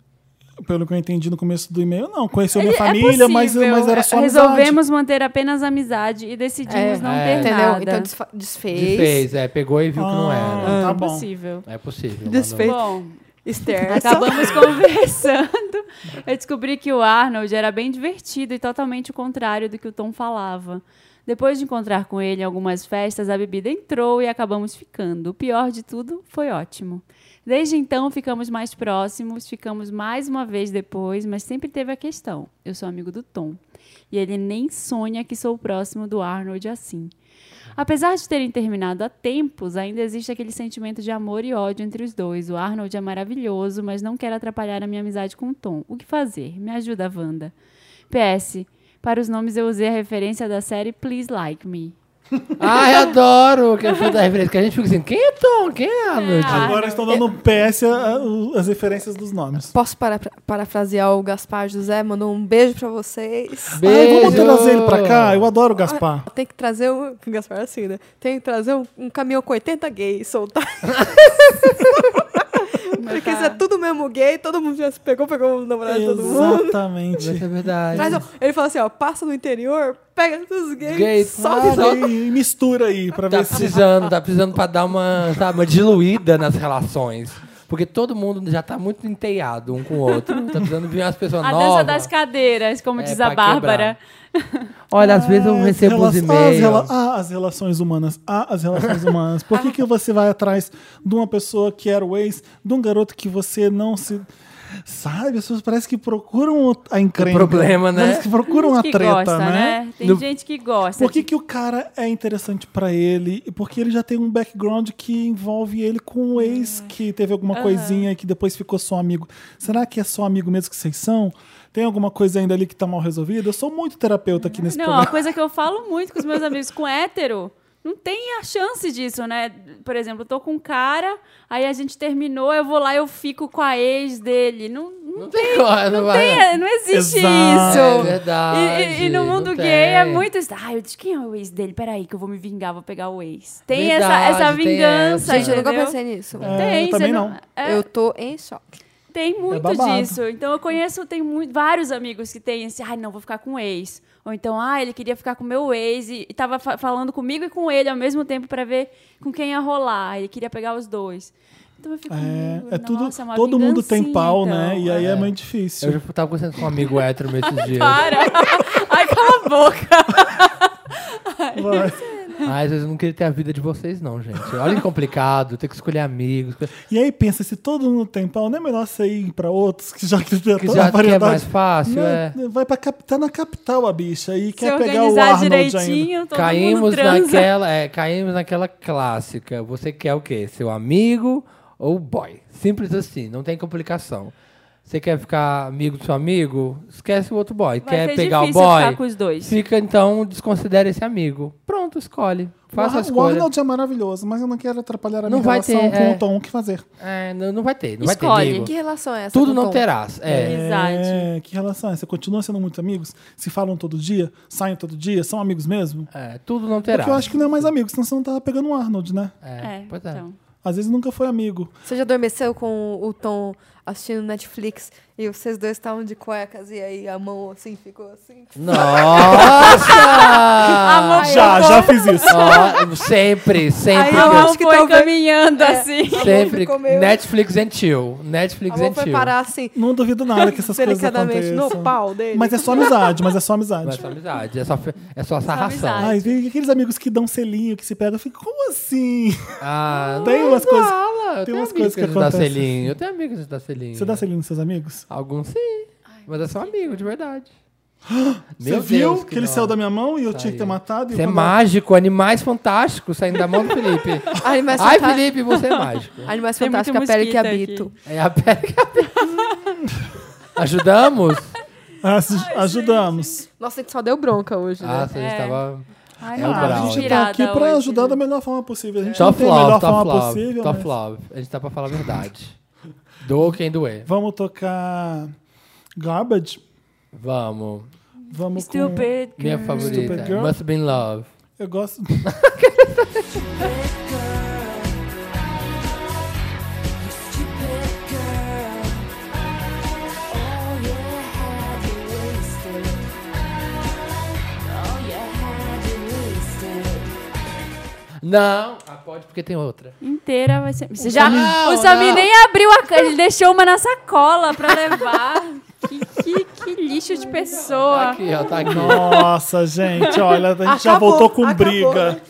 Speaker 1: Pelo que eu entendi no começo do e-mail, não. Conheceu minha
Speaker 2: É
Speaker 1: família, mas,
Speaker 2: possível. É,
Speaker 1: mas era só amizade.
Speaker 2: Resolvemos manter apenas amizade e decidimos
Speaker 4: É,
Speaker 2: não
Speaker 3: é.
Speaker 2: ter
Speaker 4: Entendeu?
Speaker 2: nada.
Speaker 4: Então desfa- desfez.
Speaker 3: De fez, é, pegou e viu que não era.
Speaker 1: Ah, tá
Speaker 2: É
Speaker 1: bom.
Speaker 2: possível.
Speaker 3: É possível.
Speaker 4: Desfez.
Speaker 3: mano.
Speaker 2: Bom,
Speaker 4: Esther.
Speaker 2: acabamos conversando. Eu descobri que o Arnold era bem divertido e totalmente o contrário do que o Tom falava. Depois de encontrar com ele em algumas festas, a bebida entrou e acabamos ficando. O pior de tudo foi ótimo. Desde então ficamos mais próximos, ficamos mais uma vez depois, mas sempre teve a questão: eu sou amigo do Tom. E ele nem sonha que sou próximo do Arnold assim. Apesar de terem terminado há tempos, ainda existe aquele sentimento de amor e ódio entre os dois. O Arnold é maravilhoso, mas não quer atrapalhar a minha amizade com o Tom. O que fazer? Me ajuda, Wanda. PS. Para os nomes eu usei a referência da série Please Like Me.
Speaker 3: Ai, adoro! Que eu fui da referência, que a gente fica assim, quem é Tom? Quem é Arnold?
Speaker 2: Ah,
Speaker 1: Agora estão dando PS a- a- as referências dos nomes.
Speaker 4: Posso para- parafrasear o Gaspar José? Mandou um beijo pra vocês.
Speaker 1: Ai, vamos trazer ele pra cá? Eu adoro o Gaspar.
Speaker 4: Tem que trazer o. o Gaspar é assim, né? Tem que trazer um, um caminhão com 80 gays e soltar. Porque isso é tudo mesmo gay, todo mundo já se pegou, pegou o namorado de tá todo mundo.
Speaker 1: Exatamente.
Speaker 3: Isso é verdade.
Speaker 4: Traz um- ele fala assim, ó, passa no interior, pega os gays,
Speaker 3: Gay,
Speaker 4: sobe
Speaker 3: ah,
Speaker 4: no-
Speaker 1: E mistura aí pra
Speaker 3: Tá
Speaker 1: ver se.
Speaker 3: precisando, tá precisando pra dar uma, sabe, uma diluída nas relações. Porque todo mundo já tá muito enteiado um com o outro. Tá precisando vir umas pessoas
Speaker 2: A dança
Speaker 3: novas.
Speaker 2: das cadeiras, como
Speaker 3: É,
Speaker 2: diz
Speaker 3: pra
Speaker 2: a Bárbara.
Speaker 3: Olha, às vezes eu recebo
Speaker 1: Rela-
Speaker 3: uns
Speaker 1: as
Speaker 3: e-mails.
Speaker 1: rela- ah, as relações humanas. Ah, as relações humanas. Por que, que você vai atrás de uma pessoa que era o ex, de um garoto que você não se. Sabe, as pessoas parece que procuram a encrenca.
Speaker 3: problema, né?
Speaker 1: Parece que procuram a
Speaker 2: que
Speaker 1: treta,
Speaker 2: gosta, né? Tem
Speaker 1: No-
Speaker 2: gente que gosta.
Speaker 1: Por que, que o cara é interessante pra ele? E Porque ele já tem um background que envolve ele com o
Speaker 2: Ah.
Speaker 1: ex que teve alguma coisinha e que depois ficou só amigo. Será que é só amigo mesmo que vocês são? Tem alguma coisa ainda ali que tá mal resolvida? Eu sou muito terapeuta aqui nesse
Speaker 2: Não,
Speaker 1: programa.
Speaker 2: a coisa que eu falo muito com os meus amigos, com hétero, não tem a chance disso, né? Por exemplo, eu tô com um cara, aí a gente terminou, eu vou lá, eu fico com a ex dele. Não, não,
Speaker 3: Não tem coisa, não vai.
Speaker 2: tem, é, não existe
Speaker 1: Exato.
Speaker 3: É
Speaker 2: isso.
Speaker 3: verdade.
Speaker 2: E, e- e no mundo
Speaker 3: não
Speaker 2: gay é
Speaker 3: tem.
Speaker 2: muito isso. Ah, eu disse, quem é o ex dele? Peraí, que eu vou me vingar, vou pegar o ex. Tem
Speaker 3: Verdade,
Speaker 2: essa, essa
Speaker 3: tem
Speaker 2: vingança.
Speaker 3: essa.
Speaker 4: Gente, eu nunca
Speaker 2: entendeu?
Speaker 4: pensei nisso.
Speaker 1: É,
Speaker 2: Tem,
Speaker 1: eu também
Speaker 2: você
Speaker 1: não.
Speaker 2: é,
Speaker 4: Eu tô em choque.
Speaker 2: tem muito
Speaker 1: É babado.
Speaker 2: disso. Então eu conheço, tem muito, vários amigos que têm esse, ai, não, vou ficar com o ex. Ou então, ah, ele queria ficar com o meu ex e, e tava fa- falando comigo e com ele ao mesmo tempo pra ver com quem ia rolar. Ele queria pegar os dois. Então eu fico. "Hum,
Speaker 1: É, é tudo.
Speaker 2: nossa, é uma
Speaker 1: todo mundo tem
Speaker 2: vingancinha,
Speaker 1: pau, né?
Speaker 2: então."
Speaker 1: E aí é,
Speaker 3: É.
Speaker 1: muito difícil.
Speaker 3: Eu já tava conversando com um amigo hétero meu esses dias.
Speaker 2: Para! Ai, cala a boca!
Speaker 1: Vai.
Speaker 3: Ai, Ah, às vezes eu não queria ter a vida de vocês, não, gente. Olha que complicado, ter que escolher amigos.
Speaker 1: E aí pensa, se todo mundo tem pau, não é melhor você ir pra outros que já que já
Speaker 3: Que
Speaker 1: tá
Speaker 3: já
Speaker 1: na
Speaker 3: que é
Speaker 1: variedade?
Speaker 3: mais fácil, é.
Speaker 1: Não, Vai pra capital, na capital a bicha e
Speaker 2: Se
Speaker 1: quer pegar o
Speaker 2: organizar
Speaker 1: Arnold ainda.
Speaker 2: direitinho, todo
Speaker 3: Caímos
Speaker 2: mundo transa.
Speaker 3: naquela, é, caímos naquela clássica. Você quer o quê? Seu amigo ou boy? Simples assim, não tem complicação. Você quer ficar amigo do seu amigo? Esquece o outro boy.
Speaker 2: Vai
Speaker 3: quer
Speaker 2: ser
Speaker 3: pegar o
Speaker 2: difícil
Speaker 3: boy?
Speaker 2: ficar com os dois.
Speaker 3: Fica então, desconsidera esse amigo. Pronto, escolhe. Faça a
Speaker 1: o, Ar- o
Speaker 3: escolha.
Speaker 1: Arnold é maravilhoso, mas eu não quero atrapalhar a
Speaker 3: Não
Speaker 1: minha
Speaker 3: vai
Speaker 1: relação
Speaker 3: ter,
Speaker 1: com
Speaker 3: é.
Speaker 1: o Tom. O que fazer?
Speaker 3: É, não, não vai ter, não vai
Speaker 2: Escolhe.
Speaker 3: ter amigo.
Speaker 4: Que relação é essa?
Speaker 3: Tudo
Speaker 4: com
Speaker 3: não
Speaker 4: Tom?
Speaker 3: terás. É.
Speaker 2: Amizade.
Speaker 1: É, que relação é essa? Continuam sendo muito amigos? Se falam todo dia? Saem todo dia? São amigos mesmo?
Speaker 3: É, tudo não terás.
Speaker 1: Porque eu acho que não é mais amigos, senão você não tava pegando o Arnold, né?
Speaker 3: É, pois é.
Speaker 2: então.
Speaker 1: Às vezes nunca foi amigo.
Speaker 4: Você já adormeceu com o Tom assistindo Netflix e vocês dois estavam de cuecas e aí a mão assim ficou assim?
Speaker 3: Nossa!
Speaker 4: Ai,
Speaker 1: já,
Speaker 4: eu tô-
Speaker 1: já fiz isso.
Speaker 3: Ó, sempre, sempre.
Speaker 4: Aí
Speaker 3: que
Speaker 4: eu
Speaker 3: eu-
Speaker 2: Ela
Speaker 4: acho que
Speaker 2: foi
Speaker 4: talvez-
Speaker 2: caminhando
Speaker 4: É.
Speaker 2: assim.
Speaker 3: Sempre.
Speaker 4: ficou meio-
Speaker 3: Netflix and chill. Netflix
Speaker 4: A mão
Speaker 3: and
Speaker 4: foi
Speaker 3: chill.
Speaker 4: parar assim,
Speaker 1: Não duvido nada que essas coisas
Speaker 4: delicadamente
Speaker 1: aconteçam.
Speaker 4: no pau dele.
Speaker 1: Mas é só amizade, mas é só
Speaker 3: Mas
Speaker 1: amizade.
Speaker 3: é amizade, é só, fe- é só sarração.
Speaker 2: amizade.
Speaker 1: Ai, vem aqueles amigos que dão selinho, que se pegam, eu fico, como assim?
Speaker 3: Ah,
Speaker 1: Tem umas coisas.
Speaker 3: Fala, eu
Speaker 1: tem
Speaker 3: tenho
Speaker 1: umas
Speaker 3: amigos
Speaker 1: coisas
Speaker 3: que,
Speaker 1: que
Speaker 3: a gente dá
Speaker 1: acontecem.
Speaker 3: selinho. Eu tenho amigos que a gente dá selinho.
Speaker 1: Você dá selinho nos seus amigos?
Speaker 3: Alguns sim. Mas é só amigo, de verdade.
Speaker 1: Você viu que, ele saiu da minha mão e eu tinha que ter
Speaker 3: Saiu.
Speaker 1: matado? e
Speaker 3: Você é
Speaker 1: quando-
Speaker 3: mágico, animais fantásticos saindo da mão do Felipe.
Speaker 4: Animais
Speaker 3: Ai,
Speaker 4: Fantásticos-
Speaker 3: Felipe, você é mágico.
Speaker 4: Animais
Speaker 2: Tem muito
Speaker 4: Fantásticos, a pele que
Speaker 2: mosquito
Speaker 4: habito.
Speaker 3: É a pele. Ajudamos?
Speaker 1: As- "Ah, ajudamos.
Speaker 4: Nossa, a gente só deu bronca hoje, né?
Speaker 3: Ah, você
Speaker 2: É.
Speaker 3: estava.
Speaker 2: Ai,
Speaker 3: É
Speaker 1: Ah, a
Speaker 3: o Tá Brau.
Speaker 2: tava
Speaker 1: gente tá
Speaker 2: inspirada
Speaker 1: aqui pra
Speaker 2: hoje,
Speaker 1: ajudar
Speaker 2: né?
Speaker 1: da melhor forma possível. A gente não
Speaker 3: Top
Speaker 1: tem a melhor
Speaker 3: love, top
Speaker 1: forma
Speaker 3: love.
Speaker 1: possível. né?
Speaker 3: Top
Speaker 1: mas-
Speaker 3: love. A gente tá pra falar a verdade. Doa quem doer.
Speaker 1: Vamos tocar Garbage?
Speaker 3: Vamos.
Speaker 1: Vamos com...
Speaker 2: Stupid.
Speaker 3: Minha
Speaker 2: girl.
Speaker 3: favorita.
Speaker 1: Stupid Girl.
Speaker 3: Must have been love.
Speaker 1: Eu gosto...
Speaker 3: Não. Ah, pode porque tem outra.
Speaker 2: Inteira vai ser. Você já...
Speaker 3: Não,
Speaker 2: o Samir
Speaker 3: não.
Speaker 2: nem abriu a caixa, ele deixou uma na sacola pra levar. que, que, que lixo de pessoa.
Speaker 3: Aqui, ó, tá aqui.
Speaker 1: Nossa, gente, olha, a gente já
Speaker 4: Acabou,
Speaker 1: voltou com
Speaker 4: acabou.
Speaker 1: briga.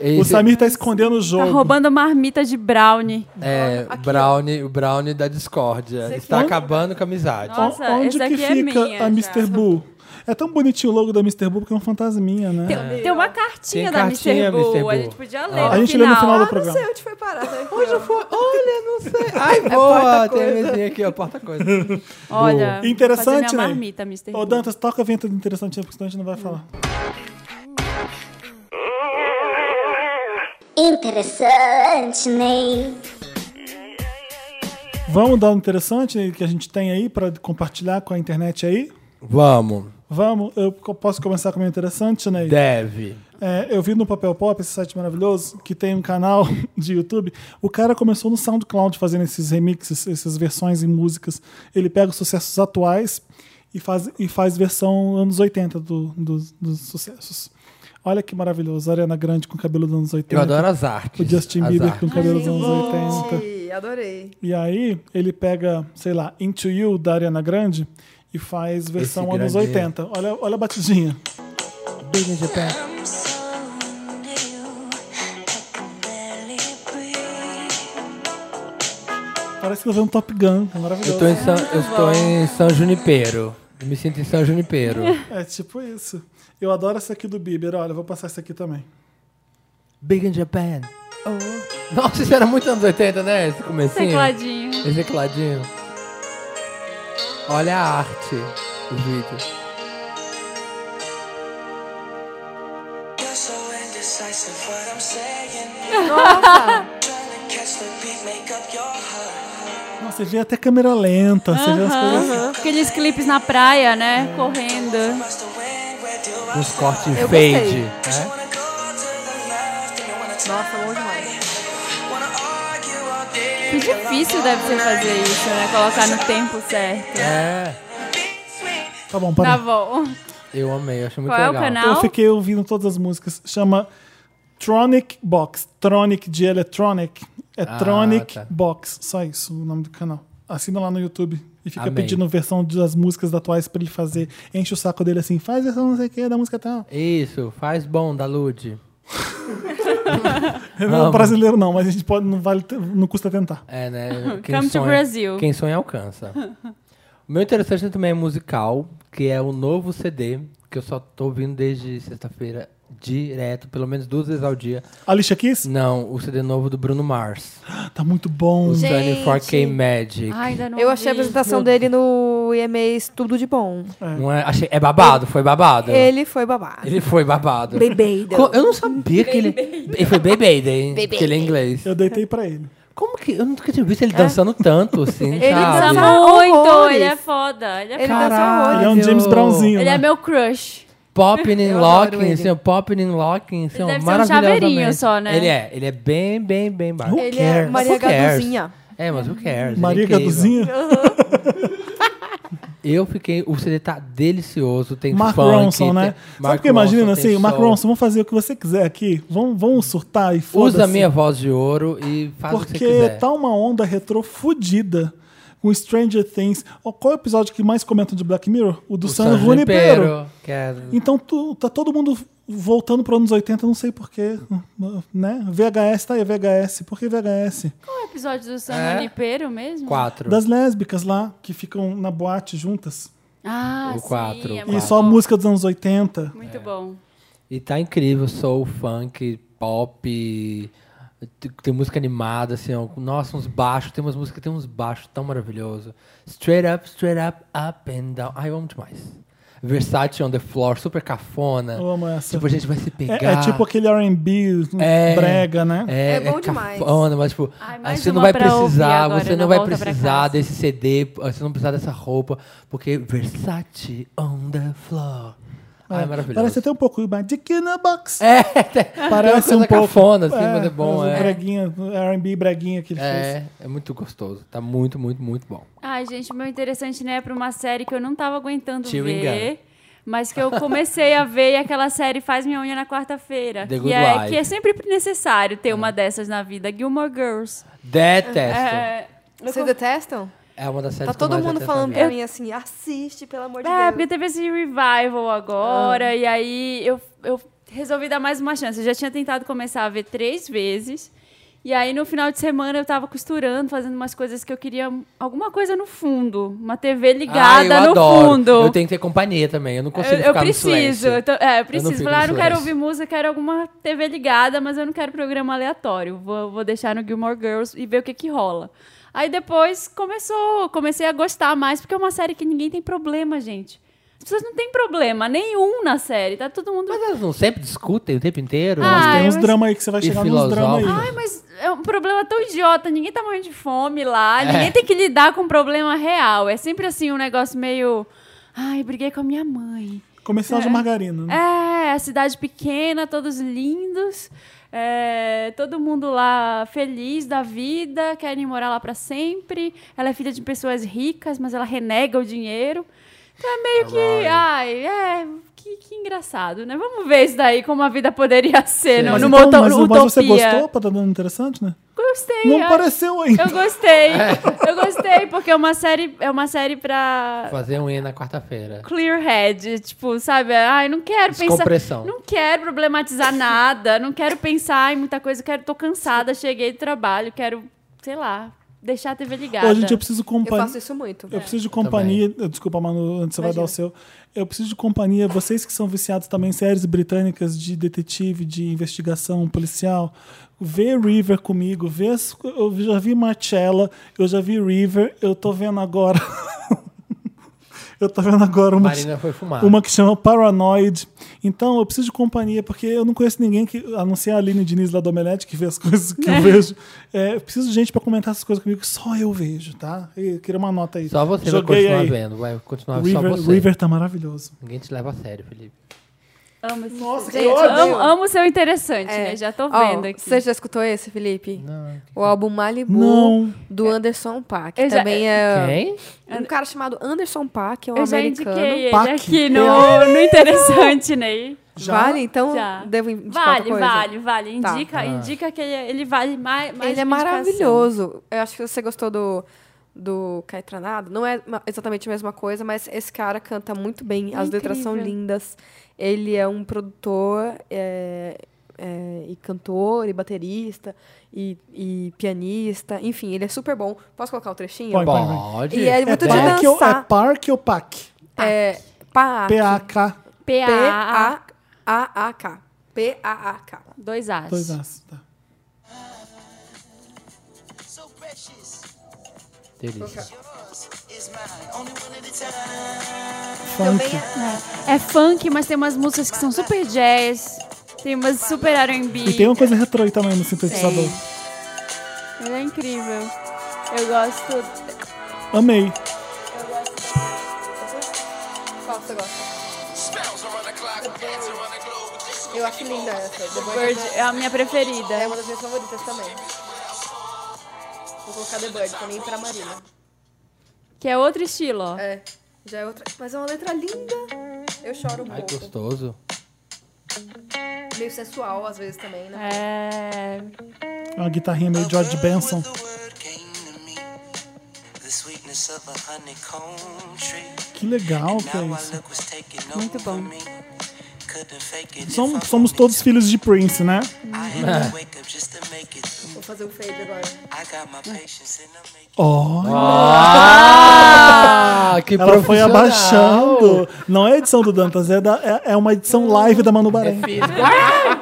Speaker 3: Esse-
Speaker 1: O Samir tá escondendo o
Speaker 2: Tá
Speaker 1: jogo.
Speaker 2: roubando marmita de brownie.
Speaker 3: É, Brownie, o Brownie da discórdia. Está acabando com a amizade.
Speaker 1: O-
Speaker 2: Nossa,
Speaker 1: Onde que
Speaker 2: esse daqui é
Speaker 1: fica
Speaker 2: minha
Speaker 1: a
Speaker 2: já.
Speaker 1: Mr. Boo? É tão bonitinho o logo da Mr. Boo porque é um fantasminha, né?
Speaker 2: Tem, um tem uma cartinha
Speaker 3: Tem
Speaker 2: da
Speaker 3: cartinha,
Speaker 2: Mr. Bull.
Speaker 3: Mr. Bull.
Speaker 2: A gente podia ler.
Speaker 3: Ah.
Speaker 2: no
Speaker 1: A gente lê no final do
Speaker 4: Não
Speaker 1: programa.
Speaker 4: sei onde foi parar. né?
Speaker 3: Olha, não sei. Ai, boa! tem a
Speaker 4: porta-coisa.
Speaker 3: mesinha aqui, ó, porta-coisa.
Speaker 2: Olha,
Speaker 1: Interessante,
Speaker 2: fazer minha
Speaker 1: né?
Speaker 2: marmita, Mr.
Speaker 1: Ô,
Speaker 2: Bull.
Speaker 1: Dantas, toca a vinheta do interessante, porque senão a gente não vai falar.
Speaker 8: Interessante, Ney.
Speaker 1: Vamos dar um interessante que a gente tem aí pra compartilhar com a internet aí?
Speaker 3: Vamos.
Speaker 1: Vamos? Eu co- posso começar com o meu interessante, Ney?
Speaker 3: Deve.
Speaker 1: É, eu vi no Papel Pop, esse site maravilhoso, que tem um canal de YouTube. O cara começou no SoundCloud fazendo esses remixes, essas versões em músicas. Ele pega os sucessos atuais e faz, e faz versão anos 80 do- dos- dos sucessos. Olha que maravilhoso. Ariana Grande com cabelo dos anos 80.
Speaker 3: Eu adoro as artes.
Speaker 1: O Justin
Speaker 3: as
Speaker 1: Bieber com
Speaker 3: artes.
Speaker 1: cabelo dos anos 80.
Speaker 4: Ih, adorei.
Speaker 1: E aí ele pega, sei lá, Into You da Ariana Grande e faz versão anos
Speaker 3: grande-
Speaker 1: 80. Olha, olha a batidinha.
Speaker 3: Big in Japan.
Speaker 1: Parece que eu vi um Top Gun. É maravilhoso.
Speaker 3: Eu tô em São, eu estou em São Junipero. Eu me sinto em São Junipero.
Speaker 1: É tipo isso. Eu adoro essa aqui do Bieber. Olha, eu vou passar essa aqui também.
Speaker 3: Big in Japan. Nossa, isso era muito anos 80, né? Esse comecinho.
Speaker 2: Oh. Tecladinho.
Speaker 3: Esse tecladinho. Olha a arte do vídeo.
Speaker 1: Nossa, você vê até câmera lenta. Você vê as coisas.
Speaker 2: Aqueles clipes na praia, né? Correndo.
Speaker 3: Uns cortes em
Speaker 4: Eu
Speaker 3: fade.
Speaker 4: gostei.
Speaker 3: Né?
Speaker 4: Nossa, bom demais.
Speaker 2: Que difícil deve ser fazer isso, né? Colocar no tempo certo.
Speaker 3: É.
Speaker 1: Tá bom,
Speaker 2: Tá
Speaker 1: para.
Speaker 2: bom.
Speaker 3: Eu amei, eu achei muito
Speaker 2: Qual é o
Speaker 3: legal.
Speaker 2: canal?
Speaker 1: Eu fiquei ouvindo todas as músicas. Chama Tronic Box. Tronic de Electronic. É
Speaker 3: Ah,
Speaker 1: Tronic
Speaker 3: tá.
Speaker 1: Box. Só isso, o nome do canal. Assina lá no YouTube. E fica
Speaker 3: Amei.
Speaker 1: pedindo versão das músicas atuais pra ele fazer. Enche o saco dele assim, faz versão não sei o que da música tal.
Speaker 3: Isso, faz bom da Lud.
Speaker 1: Ele Não é brasileiro não, mas a gente pode, não, vale, não custa tentar.
Speaker 3: É, né?
Speaker 2: Come to Brazil.
Speaker 3: Quem sonha alcança. o meu interessante também é musical, que é o novo CD, que eu só tô ouvindo desde sexta-feira direto, pelo menos duas vezes ao dia.
Speaker 1: Alicia Keys?
Speaker 3: Não, o CD novo do Bruno Mars.
Speaker 1: Tá muito bom.
Speaker 3: O
Speaker 4: Gente.
Speaker 3: 24K Magic.
Speaker 2: Ai, ainda não
Speaker 4: Eu achei a
Speaker 2: vi.
Speaker 4: apresentação dele no IMAs tudo de bom.
Speaker 3: Não é, achei, é babado, foi babado.
Speaker 4: Ele foi babado.
Speaker 3: É. Ele foi babado.
Speaker 4: Bebeida.
Speaker 3: Co- Eu não sabia que ele. Ele foi bebê, hein? Porque ele é inglês.
Speaker 1: Eu deitei pra ele.
Speaker 3: Como que. Eu nunca tinha visto ele dançando tanto, assim.
Speaker 2: Ele dança
Speaker 4: sabe?
Speaker 2: muito,
Speaker 4: Horrores.
Speaker 2: ele é foda. Ele é,
Speaker 4: Ele
Speaker 2: foda.
Speaker 4: dança
Speaker 3: Caralho.
Speaker 1: Ele é um James Brownzinho,
Speaker 2: Ele
Speaker 1: né?
Speaker 2: é meu crush.
Speaker 3: Popping and
Speaker 4: Eu adoro
Speaker 3: locking,
Speaker 4: ele.
Speaker 3: assim, ó, popping and locking, assim,
Speaker 2: Ele
Speaker 3: ó,
Speaker 2: deve ser um
Speaker 3: maravilhosamente.
Speaker 2: chaveirinho só, né?
Speaker 3: Ele é, ele é bem, bem, bem baixo.
Speaker 4: Ele é
Speaker 3: cares?
Speaker 4: Maria
Speaker 3: Who cares?
Speaker 4: Gaduzinha.
Speaker 3: É, mas who cares?
Speaker 1: Maria
Speaker 3: Ele é incrível.
Speaker 1: Gaduzinha?
Speaker 3: Eu fiquei, o CD tá delicioso, tem
Speaker 1: Mark
Speaker 3: funk.
Speaker 1: Ronson, né?
Speaker 3: tem-
Speaker 1: Sabe
Speaker 3: Mark
Speaker 1: o que imagina
Speaker 3: Ronson, tem
Speaker 1: assim? Mark
Speaker 3: soul.
Speaker 1: Ronson, vamos fazer o que você quiser aqui. Vamos, vamos surtar e foda-se.
Speaker 3: Usa a minha voz de ouro e faz o que você
Speaker 1: Porque
Speaker 3: quiser.
Speaker 1: tá uma onda retrô fudida com Stranger Things. Ó, Qual é o episódio que mais comentam de Black Mirror? O do
Speaker 3: O
Speaker 1: San Junipero.
Speaker 3: que é-
Speaker 1: Então tu- tá todo mundo voltando para anos 80, não sei porquê. Né? VHS tá aí, VHS. Por que VHS?
Speaker 2: O episódio do San
Speaker 3: É?
Speaker 2: Junipero mesmo?
Speaker 3: Quatro.
Speaker 1: Das lésbicas lá, que ficam na boate juntas.
Speaker 2: Ah,
Speaker 3: O
Speaker 2: sim,
Speaker 3: quatro,
Speaker 2: é
Speaker 3: o
Speaker 2: muito
Speaker 1: E
Speaker 3: Uau.
Speaker 1: só
Speaker 2: bom.
Speaker 1: música dos anos 80.
Speaker 2: Muito bom.
Speaker 3: E tá incrível, soul, funk, pop, t- tem música animada, assim, ó. Nossa, uns baixos, tem umas músicas, tem uns baixos tão maravilhoso. Straight up, straight up, up and down. Ai, eu amo demais. Versace on the floor, super cafona.
Speaker 1: Eu amo essa.
Speaker 3: Tipo, a gente vai se
Speaker 1: É,
Speaker 3: pegar.
Speaker 1: é tipo aquele RB
Speaker 3: É.
Speaker 1: brega, né?
Speaker 3: É,
Speaker 4: É bom demais.
Speaker 3: Cafona, mas tipo,
Speaker 2: Ai, Ah, mais
Speaker 3: você não
Speaker 2: uma
Speaker 3: vai
Speaker 2: pra ouvir
Speaker 3: precisar,
Speaker 2: agora,
Speaker 3: você
Speaker 2: na
Speaker 3: não vai
Speaker 2: volta pra
Speaker 3: precisar
Speaker 2: casa.
Speaker 3: desse CD, você não precisa dessa roupa, porque Versace on the floor. Ai,
Speaker 1: É.
Speaker 3: maravilhoso.
Speaker 1: Parece até um pouco o Dick in a Box.
Speaker 3: É, tem-
Speaker 1: Parece
Speaker 3: tem uma coisa
Speaker 1: um pouco.
Speaker 3: cafona, assim, mas é bom,
Speaker 1: mas o
Speaker 3: é.
Speaker 1: breguinha, o R&B breguinha que ele fez.
Speaker 3: É, é muito gostoso. Tá muito, muito, muito bom.
Speaker 2: Ai, gente, o meu interessante, né, é pra uma série que eu não tava aguentando
Speaker 3: Chewing
Speaker 2: ver. Mas que eu comecei a ver e aquela série faz minha unha na quarta-feira.
Speaker 3: The
Speaker 2: Que,
Speaker 3: Good É.
Speaker 2: é,
Speaker 3: Wife.
Speaker 2: que é sempre necessário ter uma dessas na vida. Gilmore Girls.
Speaker 3: Detesto. É,
Speaker 2: É, eu
Speaker 4: Vocês detestam?
Speaker 3: uma das séries
Speaker 4: Tá
Speaker 3: que eu
Speaker 4: todo
Speaker 3: mais
Speaker 4: mundo
Speaker 3: detesto na
Speaker 4: falando
Speaker 3: vida.
Speaker 4: pra mim assim, assiste, pelo amor de
Speaker 2: É, porque
Speaker 4: Deus.
Speaker 2: teve esse revival agora,
Speaker 3: Ah.
Speaker 2: e aí eu, eu resolvi dar mais uma chance. Eu já tinha tentado começar a ver três vezes. E aí, no final de semana, eu tava costurando, fazendo umas coisas que eu queria. Alguma coisa no fundo. Uma TV
Speaker 3: Ah,
Speaker 2: é ligada
Speaker 3: eu
Speaker 2: no
Speaker 3: adoro.
Speaker 2: fundo.
Speaker 3: Eu tenho que ter companhia também. Eu não consigo
Speaker 2: eu, eu
Speaker 3: ficar no
Speaker 2: preciso,
Speaker 3: silêncio.
Speaker 2: eu, tô- é, eu
Speaker 3: não
Speaker 2: preciso.
Speaker 3: fico
Speaker 2: falar,
Speaker 3: no
Speaker 2: eu não quero
Speaker 3: silêncio.
Speaker 2: ouvir música, eu quero alguma TV ligada, mas eu não quero programa aleatório. Vou, vou deixar no Gilmore Girls e ver o que que rola. Aí depois começou, comecei a gostar mais, porque é uma série que ninguém tem problema, gente. As pessoas não têm problema nenhum na série, tá todo mundo...
Speaker 3: Mas elas não sempre discutem o tempo inteiro?
Speaker 2: Ah,
Speaker 1: Tem
Speaker 2: eu
Speaker 1: uns
Speaker 2: acho-
Speaker 1: dramas aí que você vai
Speaker 3: E
Speaker 1: chegar nos dramas
Speaker 3: filosófico.
Speaker 1: aí.
Speaker 2: Ai, mas é um problema tão idiota, ninguém tá morrendo de fome lá,
Speaker 3: É.
Speaker 2: ninguém tem que lidar com um problema real. É sempre assim, um negócio meio... Ai, briguei com a minha mãe.
Speaker 1: Comercial de margarina. né?
Speaker 2: É, a cidade pequena, todos lindos, é, todo mundo lá feliz da vida, querem morar lá pra sempre. Ela é filha de pessoas ricas, mas ela renega o dinheiro. Então é meio que, ai, é, que, que engraçado, né? Vamos ver isso daí como a vida poderia ser no,
Speaker 1: Mas,
Speaker 2: É, no
Speaker 1: então,
Speaker 2: moto-
Speaker 1: mas,
Speaker 2: utopia.
Speaker 1: mas você gostou pra tá dando interessante, né?
Speaker 2: Gostei.
Speaker 1: Não
Speaker 2: eu-
Speaker 1: pareceu ainda.
Speaker 2: Eu gostei. Eu gostei porque é uma série, é uma série para
Speaker 3: Fazer um E na quarta-feira.
Speaker 2: clear head, tipo, sabe? Ai, não quero pensar.
Speaker 3: Descompressão.
Speaker 2: Não quero problematizar nada, não quero pensar em muita coisa, quero, tô cansada, cheguei do trabalho, quero, sei lá, deixar a TV ligada.
Speaker 1: Hoje em dia eu preciso
Speaker 2: um
Speaker 4: Eu
Speaker 1: companhia.
Speaker 4: faço isso muito.
Speaker 1: Eu preciso de companhia. Eu- Desculpa, Manu, antes você vai dar o seu. Eu preciso de companhia. Vocês que são viciados também em séries britânicas de detetive, de investigação policial, vê River comigo. Vê as- eu já vi Marcella, eu já vi River. Eu tô vendo agora. eu tô vendo agora uma.
Speaker 3: Marina foi fumar.
Speaker 1: Ah. Uma que chama Paranoid. Então, eu preciso de companhia, porque eu não conheço ninguém que, a não ser a Aline Diniz lá do Omelete, que vê as coisas que eu vejo. É, eu preciso de gente pra comentar essas coisas comigo, que só eu vejo, tá? E queria uma nota aí.
Speaker 3: Só você
Speaker 1: Joguei
Speaker 3: vai continuar
Speaker 1: aí.
Speaker 3: vendo. Vai continuar
Speaker 1: River,
Speaker 3: só você.
Speaker 1: River tá maravilhoso.
Speaker 3: Ninguém te leva a sério, Felipe.
Speaker 2: Amo esse-
Speaker 1: Nossa, que
Speaker 4: Gente,
Speaker 1: ódio!
Speaker 2: Amo, amo seu interessante,
Speaker 4: É.
Speaker 2: né? Já tô
Speaker 4: Ó,
Speaker 2: vendo aqui.
Speaker 4: Você já escutou esse, Felipe?
Speaker 3: Não.
Speaker 4: O álbum Malibu
Speaker 1: Não.
Speaker 4: do Anderson Paak.
Speaker 2: É. Eu já-
Speaker 4: Também é
Speaker 3: Quem?
Speaker 4: um cara chamado Anderson Paak, é um
Speaker 2: eu já
Speaker 4: americano.
Speaker 2: indiquei ele
Speaker 1: Pac.
Speaker 2: aqui no, no interessante, Ney.
Speaker 4: Vale, então
Speaker 2: Já.
Speaker 4: devo indicar outra
Speaker 2: Vale,
Speaker 4: coisa?
Speaker 2: vale, vale.
Speaker 4: Tá.
Speaker 2: Indica, indica que ele, é, ele vale mais. mais
Speaker 4: Ele é
Speaker 2: indicação.
Speaker 4: maravilhoso. Eu acho que você gostou do do Caetranado. Não é ma- exatamente a mesma coisa, mas esse cara canta muito bem.
Speaker 2: É
Speaker 4: As letras são
Speaker 2: incrível.
Speaker 4: lindas. Ele é um produtor é, é, e cantor e baterista e, e pianista. Enfim, ele é super bom. Posso colocar o trechinho?
Speaker 1: Põe.
Speaker 3: Pode.
Speaker 4: E é muito de
Speaker 1: Park ou, é
Speaker 4: dançar.
Speaker 1: Park ou Pac?
Speaker 4: É, Paak.
Speaker 1: P-A-K.
Speaker 2: PA.
Speaker 4: P-A-A-A-K. P-A-A-K.
Speaker 2: Dois As.
Speaker 1: Dois As. Tá.
Speaker 9: So precious,
Speaker 3: Delícia.
Speaker 9: yours is mine, only one at a time.
Speaker 1: Funk.
Speaker 2: É funk, mas tem umas músicas que são super jazz, tem umas super R&B.
Speaker 1: E tem uma coisa retrô aí também no sintetizador.
Speaker 3: um-
Speaker 2: Ele é incrível. Eu gosto.
Speaker 1: Amei.
Speaker 9: Spells around the clock,
Speaker 4: Eu acho linda essa. The Bird
Speaker 2: Bird é a minha preferida.
Speaker 4: é uma das minhas favoritas também. Vou colocar The Bird pra mim e pra Marina.
Speaker 2: Que é outro estilo, ó.
Speaker 4: É, já é outra. Mas é uma letra linda. Eu choro um
Speaker 3: Ai,
Speaker 4: pouco.
Speaker 3: gostoso.
Speaker 4: Meio sensual às vezes também, né?
Speaker 2: É.
Speaker 1: É uma guitarrinha meio George Benson.
Speaker 9: The word came to me, the sweetness of a honeycomb tree.
Speaker 1: Que legal que é
Speaker 9: Now I
Speaker 1: isso.
Speaker 9: look was taking
Speaker 2: Muito
Speaker 9: over
Speaker 2: bom.
Speaker 9: me. Couldn't fake it if I
Speaker 1: Somos, somos
Speaker 9: wanted
Speaker 1: todos filhos de Prince, né?
Speaker 9: to. I had to wake up just to make it through.
Speaker 4: Vou fazer o fade agora.
Speaker 9: I got my patience and I'm making
Speaker 1: Ó,
Speaker 3: Ah, que
Speaker 1: ela foi
Speaker 3: profissional.
Speaker 1: abaixando. Não é a edição do Dantas, é, da- é- é uma edição live da Manu Barém.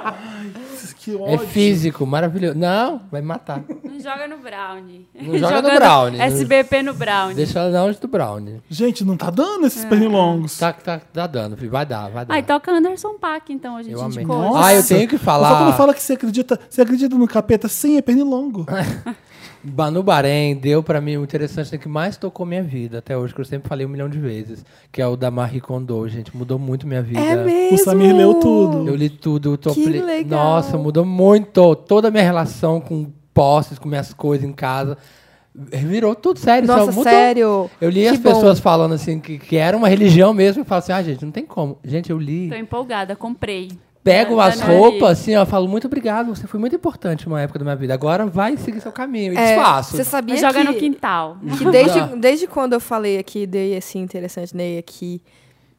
Speaker 1: Que
Speaker 3: É
Speaker 1: ódio.
Speaker 3: físico, maravilhoso. Não, vai matar.
Speaker 2: Não joga no Brownie.
Speaker 3: Não joga no Brownie.
Speaker 2: SBP no Brownie.
Speaker 3: Deixa ela longe do Brownie.
Speaker 1: Gente, não tá dando esses pernilongos.
Speaker 3: Tá, tá, tá dando, filho. Vai dar, vai dar.
Speaker 2: Ai, tá. toca Anderson Paak, então, a gente
Speaker 3: Eu amei.
Speaker 2: indicou.
Speaker 1: Nossa.
Speaker 3: Ah, eu tenho que falar.
Speaker 1: Só quando fala que você acredita, você acredita no capeta, sim, é pernilongo.
Speaker 3: Ah, Banu Bahrein deu pra mim o interessante né, que mais tocou minha vida até hoje, que eu sempre falei um milhão de vezes, que é o da Marie Kondo, gente. Mudou muito minha vida.
Speaker 4: É
Speaker 1: O Samir leu tudo.
Speaker 3: Eu li tudo, eu tô
Speaker 4: Que
Speaker 3: pli-
Speaker 4: legal.
Speaker 3: Nossa, mudou muito toda a minha relação com posses, com minhas coisas em casa. Virou tudo sério, só
Speaker 4: Nossa,
Speaker 3: mudou.
Speaker 4: sério?
Speaker 3: Eu li
Speaker 4: Que
Speaker 3: as
Speaker 4: bom.
Speaker 3: pessoas falando assim que, que era uma religião mesmo, e falo assim: "Ah, gente, não tem como. Gente, eu li.
Speaker 2: Tô empolgada, comprei.
Speaker 3: Pego
Speaker 2: Tá
Speaker 3: as
Speaker 2: na minha
Speaker 3: roupas assim, ó, falo muito obrigado, você foi muito importante numa época da minha vida. Agora vai seguir seu caminho, e
Speaker 4: É,
Speaker 3: desfaço.
Speaker 4: Você sabia
Speaker 2: Mas joga
Speaker 4: que,
Speaker 2: no quintal.
Speaker 4: que desde, desde quando eu falei aqui, dei esse interessante, dei aqui,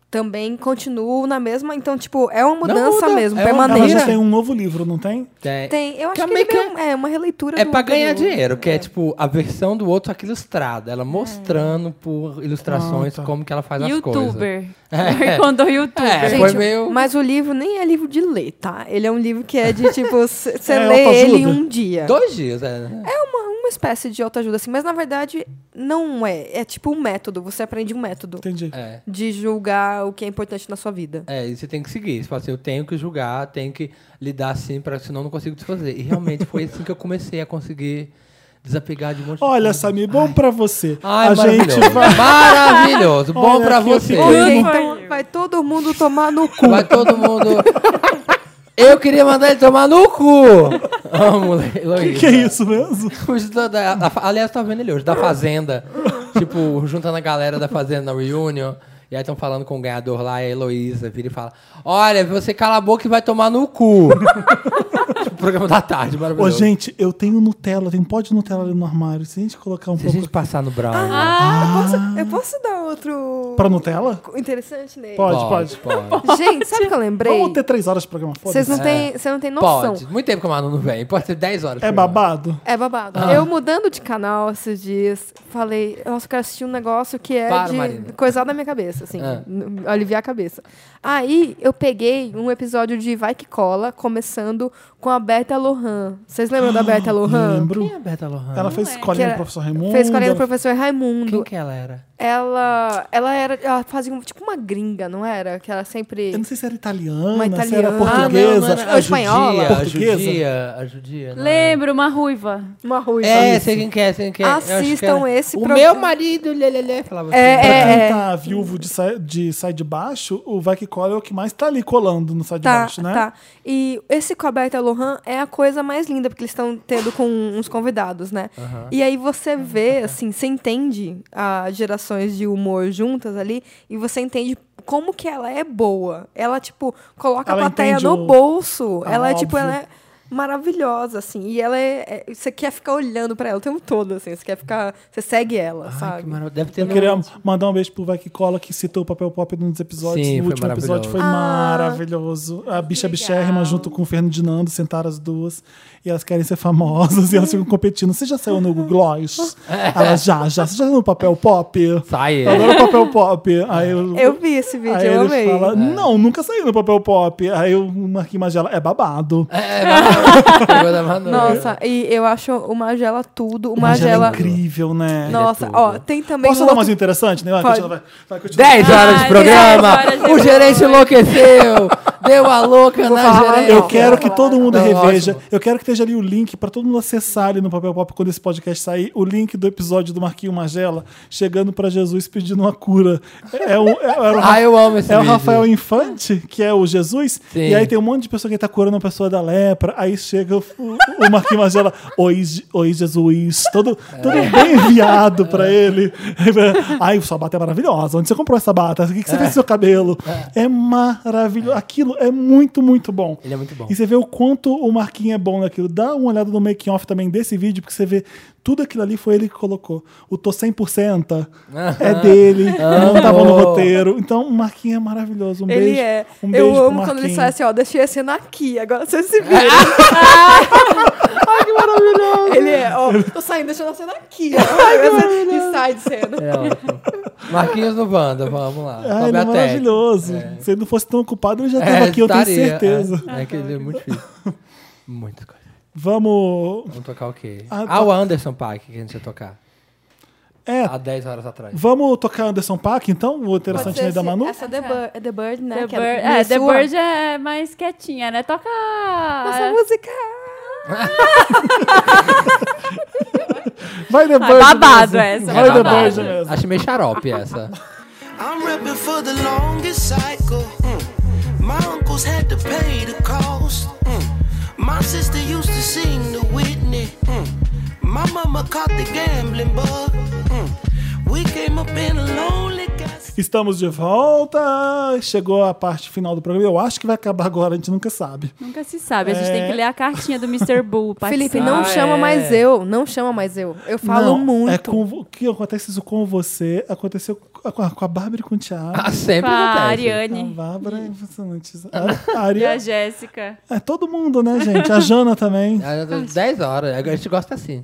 Speaker 4: também continuo na mesma. Então, tipo, é uma
Speaker 3: Não
Speaker 4: mudança
Speaker 3: muda,
Speaker 4: mesmo,
Speaker 3: é uma-
Speaker 1: Ela
Speaker 4: permanente.
Speaker 1: já tem um novo livro, não tem?
Speaker 3: Tem.
Speaker 4: Tem, eu acho
Speaker 3: Também
Speaker 4: que, ele
Speaker 3: que
Speaker 4: meio- é uma releitura
Speaker 3: né? É
Speaker 4: do-
Speaker 3: pra ganhar
Speaker 4: do- É.
Speaker 3: dinheiro, que é. tipo a versão do outro, só que ilustrada. Ela mostrando por ilustrações
Speaker 1: Ah, tá.
Speaker 3: como que ela faz as coisas.
Speaker 2: Youtuber.
Speaker 3: É.
Speaker 2: Quando youtuber.
Speaker 3: É,
Speaker 4: Gente,
Speaker 3: foi meio-
Speaker 4: mas o livro nem é livro de ler, tá? Ele é um livro que é de, tipo, você
Speaker 1: É
Speaker 4: lê
Speaker 1: autoajuda.
Speaker 4: ele em um dia.
Speaker 3: Dois dias, é.
Speaker 4: É uma, uma espécie de autoajuda, assim, mas na verdade não é. É tipo um método, você aprende um método
Speaker 1: Entendi.
Speaker 3: É.
Speaker 4: de julgar o que é importante na sua vida.
Speaker 3: É, e você tem que seguir. Você fala assim, eu tenho que julgar, tenho que lidar assim, pra, senão eu não consigo desfazer. E realmente foi assim que eu comecei a conseguir desapegar de um monte de
Speaker 1: Olha,
Speaker 3: coisa.
Speaker 1: Samir, bom pra você.
Speaker 3: Ai,
Speaker 1: a
Speaker 3: maravilhoso.
Speaker 1: gente vai.
Speaker 3: Maravilhoso. Bom
Speaker 1: Olha
Speaker 3: pra
Speaker 1: que eu
Speaker 3: você.
Speaker 1: fiquei-
Speaker 4: Hoje,
Speaker 1: Sim.
Speaker 4: então, vai todo mundo tomar no cu.
Speaker 3: Vai todo mundo. Eu queria mandar ele tomar no cu! Amo, Heloísa.
Speaker 1: Que é isso mesmo?
Speaker 3: Os da- da- da- aliás, tava vendo ele hoje, da Fazenda. tipo, juntando a galera da Fazenda na reunion. E aí estão falando com o ganhador lá, e a Heloísa vira e fala: Olha, você cala a boca e vai tomar no cu. tipo, programa da tarde,
Speaker 1: Ô,
Speaker 3: maravilhoso.
Speaker 1: gente, eu tenho Nutella, tem um pó de Nutella ali no armário. Se a gente colocar um
Speaker 3: Se a
Speaker 1: pouco.
Speaker 3: gente passar no Brown.
Speaker 4: Eu, posso, eu posso dar outro
Speaker 1: Pra Nutella?
Speaker 4: interessante nele?
Speaker 1: Pode, pode.
Speaker 3: pode. É.
Speaker 4: Gente, sabe o que eu lembrei?
Speaker 1: Vamos ter três horas de programa,
Speaker 4: Vocês
Speaker 1: foda-se.
Speaker 4: não têm, você não tem noção.
Speaker 3: Pode. Muito tempo que o Manu não vem. Pode ser 10 horas.
Speaker 1: É
Speaker 3: por favor.
Speaker 1: babado?
Speaker 4: É babado.
Speaker 3: Ah.
Speaker 4: Eu mudando de canal esses dias, falei, nossa, eu quero assistir um negócio que é
Speaker 3: Para,
Speaker 4: de
Speaker 3: Marina.
Speaker 4: coisar na minha cabeça, assim,
Speaker 3: Ah.
Speaker 4: n- aliviar a cabeça. Aí eu peguei um episódio de Vai Que Cola, começando com a Berta Lohan. Vocês lembram
Speaker 3: Ah,
Speaker 4: da Berta Lohan?
Speaker 1: Lembro.
Speaker 3: Quem é a Berta Lohan?
Speaker 1: Ela fez escolinha do
Speaker 4: era-
Speaker 1: professor Raimundo.
Speaker 4: Fez colinha do
Speaker 1: ela-
Speaker 4: professor
Speaker 3: Quem
Speaker 4: Raimundo.
Speaker 3: que ela era?
Speaker 4: Ela, ela era, ela fazia um- tipo uma gringa, não era? Que ela sempre
Speaker 1: Eu
Speaker 3: É,
Speaker 1: não sei se era italiana,
Speaker 4: Uma
Speaker 1: se era
Speaker 4: italiana.
Speaker 1: portuguesa.
Speaker 3: Ah, não, não
Speaker 4: Ou
Speaker 3: era. A
Speaker 4: espanhola.
Speaker 3: judia, a
Speaker 1: é Portuguesa.
Speaker 3: judia, a judia.
Speaker 4: né?
Speaker 3: não era?
Speaker 2: Lembro, uma ruiva.
Speaker 4: uma ruiva.
Speaker 3: É, sei quem que é, sei quem que é. Eu acho que
Speaker 4: Assistam
Speaker 3: era-
Speaker 4: esse
Speaker 3: O
Speaker 4: programa.
Speaker 3: meu marido, lê, lê, lê, falava assim.
Speaker 4: É,
Speaker 1: Pra
Speaker 4: é,
Speaker 1: quem
Speaker 4: é.
Speaker 1: tá viúvo de sai de, sai de baixo, o vai que cola é o que mais tá ali colando no sai de
Speaker 4: Tá,
Speaker 1: baixo, né?
Speaker 4: tá. E esse com a Berta Lohan é a coisa mais linda, porque eles estão tendo com uns convidados, né? E aí você vê, assim, você entende as gerações de humor juntas ali, e você entende como que ela é boa. Ela, tipo, coloca
Speaker 1: Ela
Speaker 4: a plateia
Speaker 1: entende
Speaker 4: no
Speaker 1: o-
Speaker 4: bolso.
Speaker 1: Ah,
Speaker 4: ela é, tipo,
Speaker 1: óbvio.
Speaker 4: ela é maravilhosa, assim. E ela é, é- Você quer ficar olhando pra ela o tempo todo, assim. Você quer ficar... Você segue ela,
Speaker 3: Ai,
Speaker 4: sabe?
Speaker 3: que maravilha. Deve ter
Speaker 1: Eu queria mandar um beijo pro Vai Que Cola, que citou o papel pop num dos episódios.
Speaker 3: Sim,
Speaker 1: o
Speaker 3: foi
Speaker 1: último episódio
Speaker 3: maravilhoso.
Speaker 4: Ah.
Speaker 1: foi maravilhoso. A bicha bichérrima junto com o Ferdinando sentaram as duas e elas querem ser famosas e elas ficam competindo. Você já saiu no Google Gloss?
Speaker 3: É.
Speaker 1: Ela já, já. Você já saiu no papel pop?
Speaker 3: Sai,
Speaker 1: Eu
Speaker 3: é.
Speaker 1: adoro papel pop. Aí eu.
Speaker 4: Eu vi esse vídeo,
Speaker 1: Aí
Speaker 4: eu
Speaker 1: ele
Speaker 4: amei.
Speaker 1: fala, não, nunca saiu no papel pop. Aí o Marquinhos Magela, é babado.
Speaker 3: É, é, Turma da Manu.
Speaker 4: Nossa, e eu acho o Magela tudo. O
Speaker 1: é. Magela é
Speaker 4: Magela.
Speaker 1: incrível, né?
Speaker 3: Não,
Speaker 4: Nossa,
Speaker 3: é tudo.
Speaker 4: ó, tem também.
Speaker 1: Posso
Speaker 4: um
Speaker 1: dar
Speaker 4: outro-
Speaker 1: mais interessante? Né? Vai,
Speaker 4: Pode.
Speaker 1: continua, vai. Vai, continua.
Speaker 3: 10 horas de
Speaker 2: Ai,
Speaker 3: programa.
Speaker 2: dez horas de
Speaker 3: O gerente
Speaker 2: programa.
Speaker 3: enlouqueceu. Deu a louca na
Speaker 4: falar,
Speaker 3: gerente.
Speaker 4: não.
Speaker 1: Eu quero que todo mundo
Speaker 3: Não,
Speaker 1: reveja.
Speaker 3: ótimo.
Speaker 1: Eu quero que esteja ali o link para todo mundo acessar ali no Papel Pop quando esse podcast sair. O link do episódio do Marquinho Magela chegando para Jesus pedindo uma cura. É o, é, era o
Speaker 3: Ah, eu amo esse
Speaker 1: É o
Speaker 3: vídeo.
Speaker 1: Rafael Infante, que é o Jesus,
Speaker 3: Sim.
Speaker 1: e aí tem um monte de pessoa que tá curando uma pessoa da lepra, aí chega o, o Marquinhos Magela, oi, Je- oi Jesus, todo, todo
Speaker 3: É.
Speaker 1: bem enviado pra ele. Ai, sua bata é maravilhosa, onde você comprou essa bata? O que, que você fez com seu cabelo? É maravilhoso, aquilo é muito, muito bom.
Speaker 3: Ele é muito bom.
Speaker 1: E você vê o quanto o Marquinhos é bom naquilo. Dá uma olhada no making-off também desse vídeo, porque você vê tudo aquilo ali foi ele que colocou. O tô 100%
Speaker 3: Ah.
Speaker 1: é dele, não tava no
Speaker 3: Amo.
Speaker 1: roteiro. Então, o Marquinhos é maravilhoso. Um
Speaker 4: Ele
Speaker 1: beijo.
Speaker 4: é.
Speaker 1: Um beijo
Speaker 4: eu
Speaker 1: pro
Speaker 4: amo quando ele
Speaker 1: Marquinhos.
Speaker 4: fala assim, ó, deixei a cena aqui, agora você se vira. Ai, que maravilhoso! Ele é, ó, tô saindo, deixando a cena aqui, ó. e sai de cena.
Speaker 3: É ótimo. Marquinhos no Wanda, vamos lá.
Speaker 1: Ah,
Speaker 3: Sobe
Speaker 1: ele é
Speaker 3: a tag.
Speaker 1: maravilhoso. Se ele não fosse tão ocupado, ele já tava aqui, eu tenho
Speaker 3: É. estaria,
Speaker 1: certeza.
Speaker 3: É, é que ele é muito difícil. Muito coisa.
Speaker 1: Vamos.
Speaker 3: Vamos tocar o quê?
Speaker 1: Ah,
Speaker 3: Ah,
Speaker 1: to-
Speaker 3: o Anderson Paak que a gente ia tocar.
Speaker 1: É,
Speaker 3: Há 10 horas atrás.
Speaker 1: vamos tocar Anderson Paak, então? O interessante aí da Manu?
Speaker 4: Essa The Bird, é The Bird né?
Speaker 2: The
Speaker 4: que
Speaker 2: Bird,
Speaker 4: meio
Speaker 2: é, The
Speaker 4: sua.
Speaker 2: Bird é mais quietinha, né? Toca.
Speaker 4: Essa música.
Speaker 1: Vai, The
Speaker 2: Ah,
Speaker 1: Bird.
Speaker 2: babado
Speaker 1: mesmo.
Speaker 2: essa.
Speaker 1: Vai, The
Speaker 3: Babado.
Speaker 1: Bird mesmo.
Speaker 3: Acho meio xarope essa.
Speaker 9: I'm repping for the longest cycle. Mm. My uncles had to pay the cost. Mm. My sister used to sing the Whitney. Mm. My mama caught the gambling bug. Mm. We came up in a lonely castle.
Speaker 1: Estamos de volta. Chegou a parte final do programa. Eu acho que vai acabar agora, a gente nunca sabe.
Speaker 2: Nunca se sabe, a gente
Speaker 1: É.
Speaker 2: tem que ler a cartinha do Mr. Bull.
Speaker 4: Felipe,
Speaker 2: participar.
Speaker 4: não
Speaker 3: Ah,
Speaker 4: chama
Speaker 3: é.
Speaker 4: mais eu, não chama mais eu. Eu falo
Speaker 1: Não,
Speaker 4: muito.
Speaker 1: É com, vo- o que acontece isso com você aconteceu com a, com a Bárbara e com o Thiago.
Speaker 3: Ah, sempre
Speaker 2: Com a
Speaker 1: A
Speaker 3: acontece.
Speaker 2: Ariane
Speaker 1: Bárbara é impressionante. A, a
Speaker 2: e a
Speaker 1: Ari-
Speaker 2: Jéssica.
Speaker 1: é todo mundo, né, gente? A Jana também.
Speaker 3: Ah,
Speaker 2: assim?
Speaker 3: 10 horas. A gente gosta assim.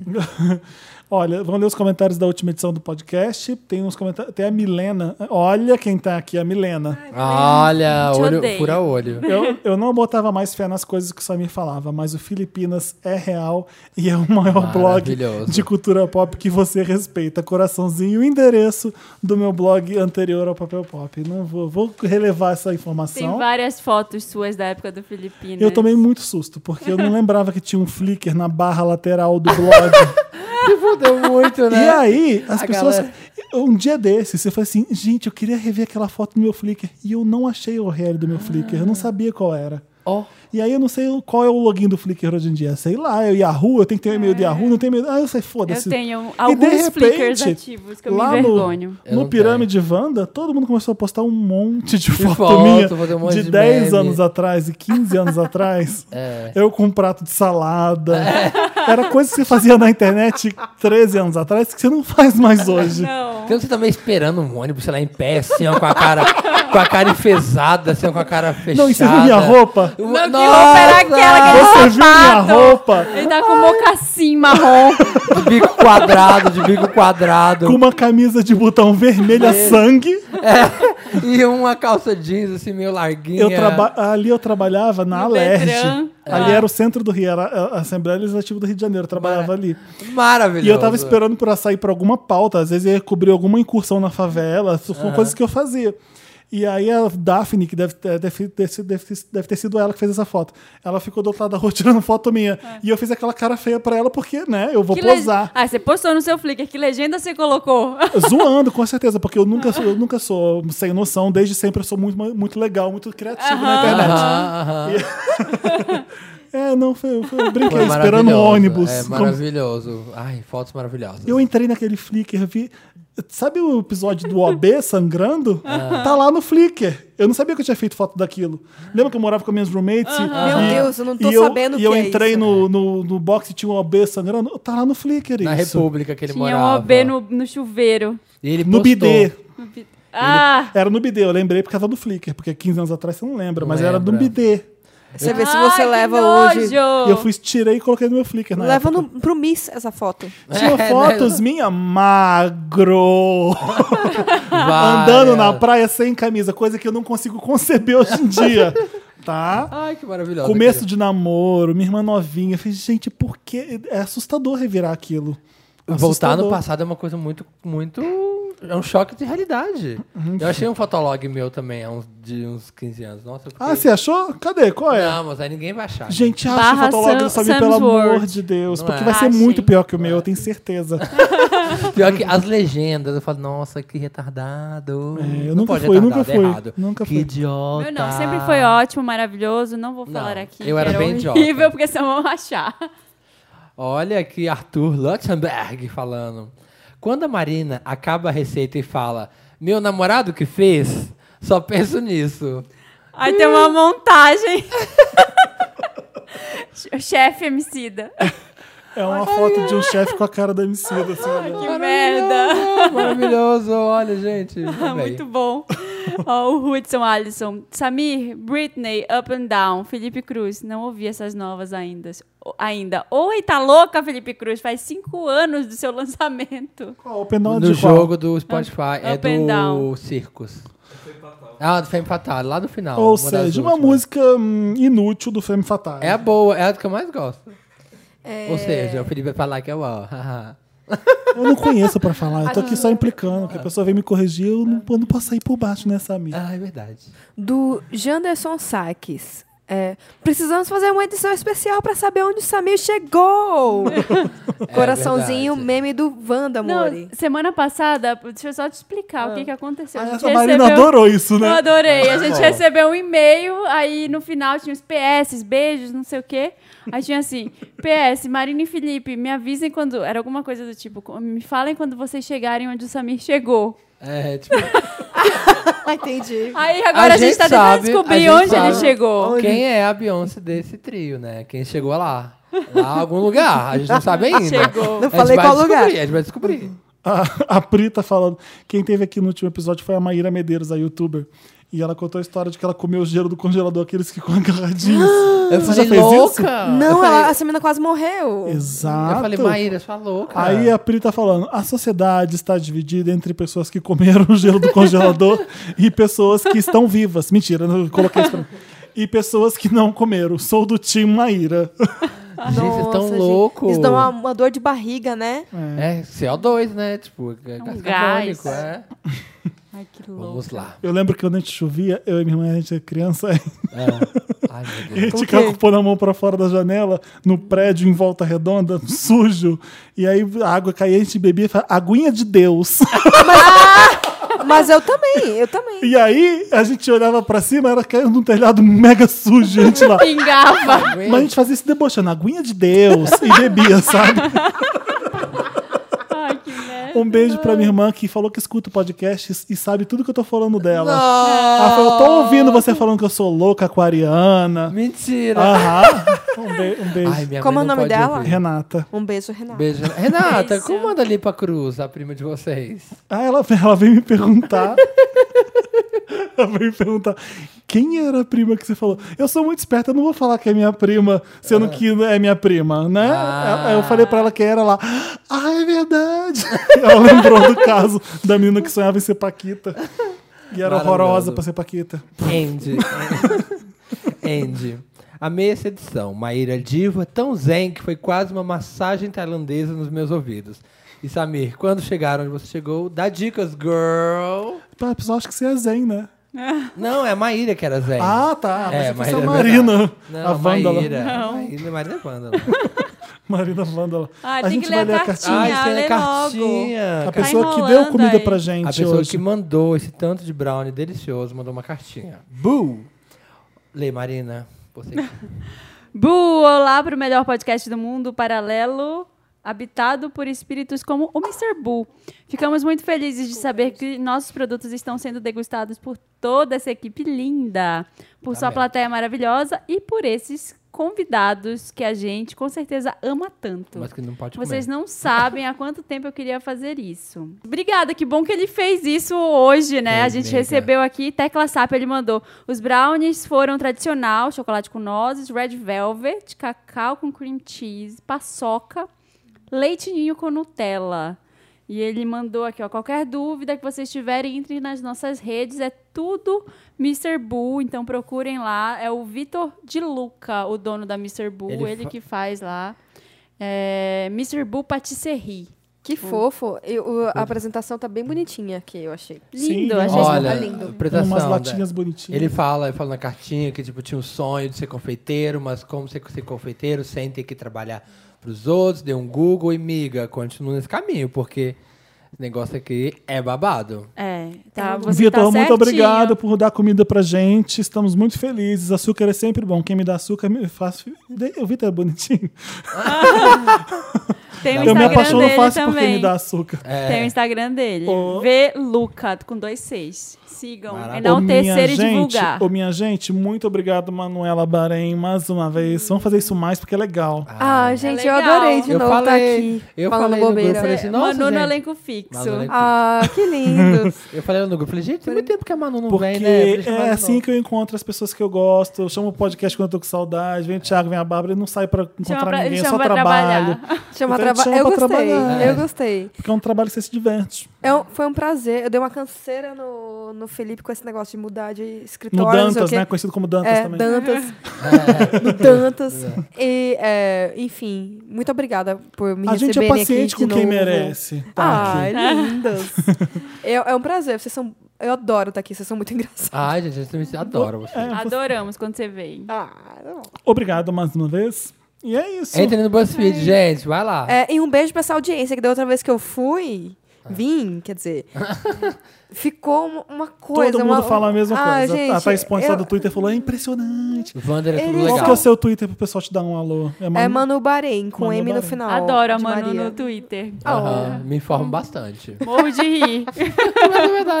Speaker 1: Olha, vamos ler os comentários da última edição do podcast. Tem uns comentários. Tem a Milena. Olha quem tá aqui, a Milena.
Speaker 3: Olha,
Speaker 2: Te
Speaker 3: olho,
Speaker 2: odeio.
Speaker 3: fura olho.
Speaker 1: Eu, eu não botava mais fé nas coisas que o Samir falava, mas o Filipinas é real e é o maior blog
Speaker 3: Maravilhoso.
Speaker 1: de cultura pop que você respeita. Coraçãozinho, o endereço do meu blog anterior ao Papel Pop. Não vou, vou relevar essa
Speaker 2: Tem
Speaker 1: informação.
Speaker 2: várias fotos suas da época do Filipinas.
Speaker 1: Eu tomei muito susto, porque eu não lembrava que tinha um Flickr na barra lateral do blog.
Speaker 3: Se fudeu muito,
Speaker 1: e
Speaker 3: né?
Speaker 1: aí, as
Speaker 3: A
Speaker 1: pessoas.
Speaker 3: galera-
Speaker 1: Um dia desses, você falou assim: gente, eu queria rever aquela foto do meu Flickr. E eu não achei o URL do meu Flickr, eu não sabia qual era.
Speaker 3: Ó.
Speaker 1: E aí eu não sei qual é o login do Flickr hoje em dia. Sei lá, é o Yahoo, eu tenho que ter um e-mail do Yahoo, não tenho e-mail. Ah, eu sei,
Speaker 2: Eu
Speaker 1: foda-se.
Speaker 2: tenho
Speaker 1: E de
Speaker 2: alguns flickers
Speaker 1: repente,
Speaker 2: ativos que eu me
Speaker 1: lá no-
Speaker 2: envergonho.
Speaker 3: Eu
Speaker 1: No
Speaker 3: não
Speaker 1: Pirâmide Wanda, todo mundo começou a postar um monte de foto,
Speaker 3: foto,
Speaker 1: minha
Speaker 3: fazer um monte
Speaker 1: de
Speaker 3: de
Speaker 1: 10
Speaker 3: meme.
Speaker 1: anos atrás e 15 anos atrás.
Speaker 3: É.
Speaker 1: Eu com um prato de salada. Era coisa que você fazia na internet 13 anos atrás que você não faz mais hoje.
Speaker 2: Não.
Speaker 3: Tem você também esperando um ônibus, sei lá, em pé, assim, ó, com a cara, com a cara enfesada, assim, ó, com a cara fechada.
Speaker 1: Não, e você viu minha roupa?
Speaker 3: Eu-
Speaker 2: Não, que
Speaker 3: Nossa!
Speaker 2: roupa era aquela que
Speaker 1: Você
Speaker 2: ele
Speaker 1: viu minha roupa?
Speaker 2: Ele tá com mocassim marrom.
Speaker 3: De bico quadrado, de bico quadrado.
Speaker 1: Com uma camisa de botão vermelha sangue.
Speaker 3: E uma calça jeans, assim, meio larguinha.
Speaker 1: Eu traba- Ali eu trabalhava na
Speaker 2: é. No
Speaker 1: Alerj.
Speaker 2: Detran.
Speaker 1: Ali
Speaker 2: Ah.
Speaker 1: era o centro do Rio, era a a Assembleia Legislativa do Rio de Janeiro. Eu trabalhava ali.
Speaker 3: Maravilhoso.
Speaker 1: E eu tava esperando pra sair pra alguma pauta. Às vezes eu ia cobrir alguma incursão na favela, su- coisas que eu fazia. E aí a Daphne, que deve, ter- deve, ter- deve ter- deve ter sido ela que fez essa foto. Ela ficou do outro lado da rua tirando foto minha. E eu fiz aquela cara feia pra ela porque, né, eu vou
Speaker 2: Ah. Que le-
Speaker 1: posar.
Speaker 2: Ah, você postou no seu Flickr. Que legenda você colocou?
Speaker 1: Zoando, com certeza, porque eu nunca, sou- eu nunca sou sem noção. Desde sempre eu sou muito, muito legal, muito criativo né? na internet.
Speaker 3: Aham, aham.
Speaker 1: É, não, foi, foi, eu
Speaker 3: Foi
Speaker 1: brinquei, esperando
Speaker 3: maravilhoso.
Speaker 1: um ônibus.
Speaker 3: É
Speaker 1: Como-
Speaker 3: maravilhoso. Ai, fotos maravilhosas.
Speaker 1: Eu entrei naquele Flickr, vi. Sabe o episódio do OB sangrando?
Speaker 3: Ah.
Speaker 1: Tá lá no Flickr. Eu não sabia que eu tinha feito foto daquilo. Lembra que eu morava com minhas roommates?
Speaker 4: Meu Deus, eu não tô
Speaker 1: e
Speaker 4: sabendo o
Speaker 1: E
Speaker 4: que
Speaker 1: eu
Speaker 4: é
Speaker 1: entrei
Speaker 4: isso.
Speaker 1: no, no, no box e tinha um OB sangrando. Tá lá no Flickr
Speaker 3: Na
Speaker 1: isso.
Speaker 3: República que ele
Speaker 2: Tinha um
Speaker 3: morava.
Speaker 2: OB no, no chuveiro.
Speaker 3: E ele
Speaker 1: No
Speaker 3: postou.
Speaker 1: BD.
Speaker 2: Ah,
Speaker 1: Era no BD, eu lembrei por causa do Flickr, porque 15 anos atrás você não lembra,
Speaker 3: Não
Speaker 1: mas era no
Speaker 3: lembra.
Speaker 1: BD.
Speaker 4: Você vê se
Speaker 2: Ai,
Speaker 4: você
Speaker 2: que
Speaker 4: leva
Speaker 2: nojo.
Speaker 4: hoje.
Speaker 1: E eu fui, tirei e coloquei no meu Flickr. Na
Speaker 4: Leva
Speaker 1: época.
Speaker 4: no, né? pro Miss essa foto.
Speaker 1: Tinha
Speaker 3: É,
Speaker 1: fotos minha magro.
Speaker 3: Várias. Ah, é.
Speaker 1: andando na praia sem camisa, coisa que eu não consigo conceber hoje em dia. tá?
Speaker 3: Ai, que maravilhosa.
Speaker 1: Começo
Speaker 3: aquele-
Speaker 1: de namoro, minha irmã novinha. Eu falei, gente, por que? É assustador revirar aquilo.
Speaker 3: Voltar no
Speaker 1: Assustador.
Speaker 3: passado é uma coisa muito, muito. É um choque de realidade.
Speaker 1: Uhum.
Speaker 3: Eu achei um fotolog meu também, há uns, de uns 15 anos. Nossa, eu
Speaker 1: Ah, você achou? Cadê? Qual é?
Speaker 3: Não, mas aí ninguém vai achar.
Speaker 1: Gente, acha o
Speaker 2: Barra
Speaker 1: fotólogo
Speaker 2: Sam-
Speaker 1: sabe,
Speaker 2: Sam's
Speaker 1: pelo amor
Speaker 2: World.
Speaker 1: de Deus.
Speaker 3: Não
Speaker 1: porque
Speaker 3: é.
Speaker 1: vai ser
Speaker 2: Ah,
Speaker 1: muito
Speaker 2: sim.
Speaker 1: pior que o meu, eu tenho certeza.
Speaker 3: Pior que as legendas, eu falo, nossa, que retardado.
Speaker 1: É, eu
Speaker 3: Não
Speaker 1: nunca
Speaker 3: pode
Speaker 1: fui,
Speaker 3: retardado,
Speaker 1: nunca
Speaker 3: é
Speaker 1: fui,
Speaker 3: errado.
Speaker 1: nunca
Speaker 3: que
Speaker 1: fui.
Speaker 3: idiota.
Speaker 2: Meu não, sempre foi ótimo, maravilhoso. Não vou falar
Speaker 3: Tá. Não,
Speaker 2: aqui.
Speaker 3: eu era
Speaker 2: que é
Speaker 3: bem idiota.
Speaker 2: horrível, porque senão vão achar.
Speaker 3: Olha aqui Arthur Lutzenberg falando. Quando a Marina acaba a receita e fala, meu namorado que fez, só penso nisso.
Speaker 2: Aí tem uma montagem. Chefe Emicida.
Speaker 1: É uma foto de um chefe com a cara da MC. Assim, olha.
Speaker 2: Que merda.
Speaker 3: Maravilhoso, olha, gente.
Speaker 1: tá
Speaker 3: amei.
Speaker 2: Muito bom. Ó, o Hudson Alisson. Samir, Britney, Up and Down, Felipe Cruz. Não ouvi essas novas ainda. O- ainda. Oi, tá louca, Felipe Cruz? Faz cinco anos do seu lançamento.
Speaker 1: Qual? Open Down
Speaker 3: No
Speaker 1: de qual?
Speaker 3: jogo do Spotify, é
Speaker 2: Up and
Speaker 3: do
Speaker 2: down.
Speaker 3: Circus. Ah, do Femme Fatale, lá no final.
Speaker 1: Ou
Speaker 3: uma das
Speaker 1: seja, uma
Speaker 3: últimas.
Speaker 1: música hum, inútil do Femme Fatale.
Speaker 3: É a boa, é a que eu mais gosto.
Speaker 4: É.
Speaker 3: Ou seja, o Felipe vai falar que é uau. haha.
Speaker 1: Eu não conheço pra falar, eu tô aqui só implicando, que a pessoa vem me corrigir, eu não, eu não posso sair por baixo né, nessa amiga.
Speaker 3: ah, é verdade.
Speaker 4: do Janderson Saques. É, precisamos fazer uma edição especial para saber onde o Samir chegou. Coraçãozinho,
Speaker 3: É verdade.
Speaker 4: meme do Wanda,
Speaker 2: Não,
Speaker 4: Mori.
Speaker 2: semana passada, deixa eu só te explicar o que, que aconteceu. A gente
Speaker 1: Essa Ah. Marina
Speaker 2: recebeu-
Speaker 1: adorou isso,
Speaker 2: Eu
Speaker 1: né?
Speaker 2: adorei. A gente
Speaker 3: Bom.
Speaker 2: recebeu um e-mail, aí no final tinha os PS, beijos, não sei o quê. Aí tinha assim: PS, Marina e Felipe, me avisem quando. Era alguma coisa do tipo: "Co- me falem quando vocês chegarem onde o Samir chegou.
Speaker 3: É, tipo,
Speaker 4: Ah, entendi.
Speaker 2: Aí agora a gente,
Speaker 3: gente
Speaker 2: tá
Speaker 3: sabe,
Speaker 2: tentando
Speaker 3: a
Speaker 2: descobrir
Speaker 3: gente
Speaker 2: onde
Speaker 3: sabe.
Speaker 2: ele chegou.
Speaker 3: quem é a Beyoncé desse trio, né? Quem chegou lá? Lá em algum lugar, a gente não sabe ainda.
Speaker 2: Chegou.
Speaker 3: A
Speaker 4: Não
Speaker 3: gente
Speaker 4: falei
Speaker 3: vai
Speaker 4: qual lugar.
Speaker 3: descobrir, A gente vai descobrir.
Speaker 1: A, a Pri tá falando. Quem teve aqui no último episódio foi a Maíra Medeiros, a youtuber. E ela contou a história de que ela comeu o gelo do congelador, aqueles que ficam agarradinhos.
Speaker 3: Eu falei,
Speaker 1: fez isso?
Speaker 3: louca.
Speaker 4: Não,
Speaker 3: eu falei,
Speaker 4: ela, essa menina quase morreu.
Speaker 1: Exato.
Speaker 3: Eu falei, Maíra, você é louca.
Speaker 1: Aí a Pri tá falando, a sociedade está dividida entre pessoas que comeram o gelo do congelador e pessoas que estão vivas. Mentira, não coloquei isso pra... E pessoas que não comeram. Sou do time Maíra.
Speaker 3: Gente, vocês
Speaker 4: Nossa,
Speaker 3: estão
Speaker 4: gente.
Speaker 3: loucos.
Speaker 4: Isso dá uma, uma dor de barriga, né?
Speaker 3: É, CO2, né? Tipo, é gás
Speaker 2: gás.
Speaker 3: carbônico, é.
Speaker 2: Ai, que louco.
Speaker 3: Vamos lá.
Speaker 1: Eu lembro que quando a gente chovia, eu e minha irmã, a gente era criança, a
Speaker 3: É. Ai, meu Deus.
Speaker 1: gente ficava pondo a mão pra fora da janela, no prédio em volta redonda, sujo. E aí a água caía, a gente bebia e falava, aguinha de Deus.
Speaker 4: Mas eu também, eu também.
Speaker 1: e aí a gente olhava pra cima, era caindo num telhado mega sujo, a gente lá.
Speaker 2: Pingava.
Speaker 1: Mas a gente fazia esse debochando, aguinha de Deus, e bebia, sabe?
Speaker 2: Ai, que merda.
Speaker 1: Um beijo pra minha irmã que falou que escuta o podcast e sabe tudo que eu tô falando dela. Ela falou, eu tô ouvindo você falando que eu sou louca, aquariana.
Speaker 3: Mentira.
Speaker 1: Aham. Um, be- um beijo.
Speaker 3: Ai, minha
Speaker 4: Como
Speaker 3: mãe
Speaker 4: é o
Speaker 3: não
Speaker 4: nome
Speaker 3: pode
Speaker 4: dela?
Speaker 3: ouvir.
Speaker 1: Renata.
Speaker 4: Um beijo, Renato.
Speaker 3: Beijo. Renata,
Speaker 2: Beijo.
Speaker 3: como manda ali pra Cruz, a prima de vocês?
Speaker 1: Ah, ela, ela veio me perguntar. ela veio me perguntar. Quem era a prima que você falou? Eu sou muito esperta, eu não vou falar que é minha prima, sendo que é minha prima, né?
Speaker 3: Ah.
Speaker 1: Aí Eu falei pra ela quem era lá. Ah, é verdade! ela lembrou do caso da menina que sonhava em ser Paquita. E era horrorosa
Speaker 3: Maravilhoso.
Speaker 1: pra ser Paquita.
Speaker 3: Andy. Andy. Amei essa edição. Maíra diva, tão zen que foi quase uma massagem tailandesa nos meus ouvidos. E Samir, quando chegar onde você chegou, dá dicas, girl.
Speaker 1: Pá, A pessoa acha que você é zen, né?
Speaker 3: Não, é a Maíra que era zen.
Speaker 1: Ah, tá.
Speaker 3: É,
Speaker 1: É, mas
Speaker 3: Maíra
Speaker 1: a
Speaker 3: é
Speaker 1: Marina.
Speaker 3: verdade. Não,
Speaker 1: a Vândala.
Speaker 3: Maíra.
Speaker 2: Não.
Speaker 3: Maíra, Maíra é Vândala.
Speaker 1: Marina Vândala.
Speaker 2: Ai,
Speaker 1: a
Speaker 2: Ah, tem
Speaker 1: gente
Speaker 2: que
Speaker 1: vai
Speaker 2: ler a cartinha. ah,
Speaker 3: Ai, você
Speaker 2: lê
Speaker 3: é cartinha.
Speaker 1: A
Speaker 3: Ca-
Speaker 1: pessoa que deu
Speaker 2: enrolando
Speaker 1: comida
Speaker 2: aí.
Speaker 1: pra
Speaker 3: A
Speaker 1: gente
Speaker 3: pessoa
Speaker 1: hoje.
Speaker 3: que mandou esse tanto de brownie delicioso mandou uma cartinha. Boo! Lê, Marina. Você
Speaker 2: Bu, olá pro melhor podcast do mundo, paralelo, habitado por espíritos como o Mr. Bu. Ficamos muito felizes de saber que nossos produtos estão sendo degustados por toda essa equipe linda, por sua
Speaker 3: Amém.
Speaker 2: plateia maravilhosa e por esses convidados que a gente com certeza ama tanto.
Speaker 3: mas que não pode
Speaker 2: Vocês
Speaker 3: comer.
Speaker 2: não sabem há quanto tempo eu queria fazer isso. Obrigada, que bom que ele fez isso hoje, né?
Speaker 3: Ei,
Speaker 2: a gente
Speaker 3: nega.
Speaker 2: recebeu aqui, Tecla Sap, ele mandou. Os brownies foram tradicional, chocolate com nozes, red velvet, cacau com cream cheese, paçoca, leite ninho com Nutella. E ele mandou aqui, ó, qualquer dúvida que vocês tiverem, entrem nas nossas redes, é tudo Mr. Bull, então procurem lá. É o Vitor de Luca, o dono da Mr. Bull,
Speaker 3: Ele
Speaker 2: ele,
Speaker 3: fa-
Speaker 2: que faz lá. É, Mr. Bull Patisserie.
Speaker 4: Que fofo. Eu- o- a apresentação tá bem bonitinha aqui, eu achei.
Speaker 2: Lindo,
Speaker 1: Sim,
Speaker 2: a gente
Speaker 3: né? Olha,
Speaker 4: tá lindo.
Speaker 1: Tem
Speaker 3: prestação,
Speaker 1: umas
Speaker 3: né?
Speaker 1: latinhas bonitinhas.
Speaker 3: Ele fala, ele fala na cartinha que tipo tinha um sonho de ser confeiteiro, mas como ser, ser confeiteiro sem ter que trabalhar pros outros, deu um Google e miga, continua nesse caminho, porque esse negócio aqui é babado.
Speaker 2: É, tá,
Speaker 3: Então,
Speaker 2: você
Speaker 1: Vitor,
Speaker 2: tá
Speaker 1: muito
Speaker 2: certinho.
Speaker 1: obrigado por dar comida pra gente. Estamos muito felizes. Açúcar é sempre bom. Quem me dá açúcar, me faz. O Vitor é bonitinho.
Speaker 2: Tem o
Speaker 1: Eu me
Speaker 2: Instagram
Speaker 1: apaixono
Speaker 2: dele
Speaker 1: fácil por quem
Speaker 2: também.
Speaker 1: me dá açúcar.
Speaker 3: É.
Speaker 2: Tem o Instagram dele.
Speaker 1: Ô.
Speaker 2: V Luca, com dois seis. Sigam.
Speaker 1: Ô, minha
Speaker 2: Enaltecer e
Speaker 1: gente,
Speaker 2: divulgar.
Speaker 1: ô, minha gente, muito obrigado, Manuela Bahrein, mais uma vez. Vamos fazer isso mais porque é legal.
Speaker 4: Ah, gente, eu
Speaker 2: legal.
Speaker 4: adorei de
Speaker 3: Eu
Speaker 4: novo estar
Speaker 3: falei-
Speaker 4: aqui.
Speaker 3: eu
Speaker 4: falando
Speaker 3: falei no grupo,
Speaker 4: bobeira.
Speaker 3: eu falei assim, nossa,
Speaker 2: Manu no
Speaker 3: gente.
Speaker 2: elenco fixo.
Speaker 3: Manu no elenco-
Speaker 4: Ah, que lindo.
Speaker 3: Eu falei no grupo, falei, gente, tem muito tempo que a Manu não
Speaker 1: Porque
Speaker 3: vem, né? Falei, "Manu,
Speaker 1: é
Speaker 3: não."
Speaker 1: assim que eu encontro as pessoas que eu gosto. Eu chamo o podcast quando eu tô com saudade. Vem o Thiago, vem a Bárbara. Eu não saio pra encontrar
Speaker 2: pra-
Speaker 1: ninguém, eu
Speaker 2: chama
Speaker 1: só
Speaker 2: pra
Speaker 1: trabalho.
Speaker 2: trabalhar.
Speaker 4: Chama
Speaker 1: Então,
Speaker 4: traba...
Speaker 1: chama
Speaker 4: Eu
Speaker 1: pra
Speaker 4: gostei.
Speaker 1: trabalhar.
Speaker 4: Eu gostei.
Speaker 1: Porque é um trabalho que você se diverte.
Speaker 4: É um- foi um prazer. Eu dei uma canseira no, no Felipe com esse negócio de mudar de
Speaker 1: No
Speaker 4: escritório. não sei o
Speaker 1: Dantas,
Speaker 4: quê.
Speaker 1: né? Conhecido como Dantas
Speaker 4: É,
Speaker 1: também.
Speaker 4: Dantas. no Dantas. E, é, enfim, muito obrigada por me
Speaker 1: a gente é
Speaker 4: receberem
Speaker 1: paciente
Speaker 4: aqui
Speaker 1: com
Speaker 4: de
Speaker 1: quem
Speaker 4: novo. Ah,
Speaker 1: merece. Tá
Speaker 4: Ai,
Speaker 1: aqui.
Speaker 4: lindas. é, é um prazer. Vocês são. Eu adoro estar aqui, vocês são muito engraçados.
Speaker 3: Ai, gente, eu também adoro você.
Speaker 1: é.
Speaker 2: Adoramos quando você vem.
Speaker 4: Ah, não.
Speaker 1: Obrigado mais uma vez. E é isso.
Speaker 3: Entre no BuzzFeed, gente, vai lá.
Speaker 4: É, e um beijo pra essa audiência, que da outra vez que eu fui, vim, quer dizer, ficou uma- uma coisa.
Speaker 1: Todo mundo
Speaker 4: é uma-
Speaker 1: fala a mesma
Speaker 4: Ah,
Speaker 1: coisa. tá,
Speaker 4: Gente,
Speaker 1: a Thaís Pontes lá
Speaker 4: eu-
Speaker 1: do Twitter falou: é impressionante.
Speaker 3: Wander é tudo
Speaker 4: Eles
Speaker 1: Qual que é
Speaker 3: legal.
Speaker 1: o seu Twitter pro pessoal te dar um alô?
Speaker 4: É
Speaker 1: Manu-
Speaker 4: Manu Bahrein, com
Speaker 1: Manu
Speaker 4: M no
Speaker 1: Bahrein.
Speaker 4: final.
Speaker 2: Adoro a
Speaker 4: de
Speaker 2: Manu
Speaker 4: Maria.
Speaker 2: no Twitter.
Speaker 3: Aham, Me informo
Speaker 4: Uhum.
Speaker 3: bastante.
Speaker 2: Morro de rir.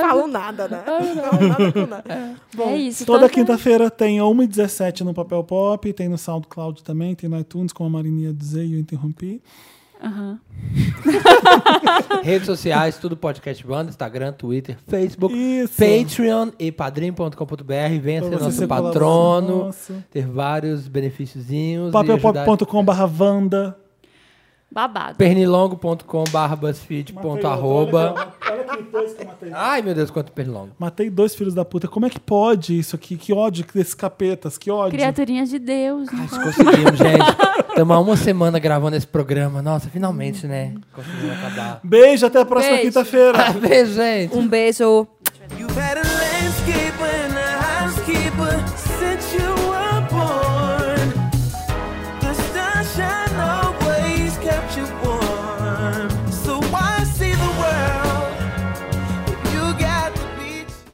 Speaker 4: Falam nada, né? Falam nada com nada.
Speaker 2: é isso.
Speaker 1: Toda
Speaker 4: um
Speaker 1: quinta-feira tem 1h17 no Papel Pop, tem no SoundCloud também, tem no iTunes, como a Marina ia dizer e eu interrompi.
Speaker 3: Redes sociais, tudo podcast banda, Instagram, Twitter, Facebook,
Speaker 1: Isso.
Speaker 3: Patreon e padrim.com.br. Venha
Speaker 1: Pra
Speaker 3: ser
Speaker 1: você
Speaker 3: nosso
Speaker 1: ser
Speaker 3: patrono,
Speaker 1: colaborador nosso.
Speaker 3: ter vários benefíciozinhos.
Speaker 1: Papelpop.com.br Wanda.
Speaker 2: Babado.
Speaker 3: Pernilongo.com.br, buzzfeed.arroba.
Speaker 1: Olha que dois que eu matei.
Speaker 3: Ai, meu Deus, quanto pernilongo.
Speaker 1: Matei dois filhos da puta. Como é que pode isso aqui? Que ódio desses capetas, que ódio.
Speaker 2: Criaturinhas de Deus. né?
Speaker 3: Conseguimos, gente. Estamos há uma semana gravando esse programa. Nossa, finalmente, né? Conseguimos acabar.
Speaker 1: Beijo, até a próxima
Speaker 2: Beijo.
Speaker 1: quinta-feira.
Speaker 3: Beijo, gente.
Speaker 4: Um beijo.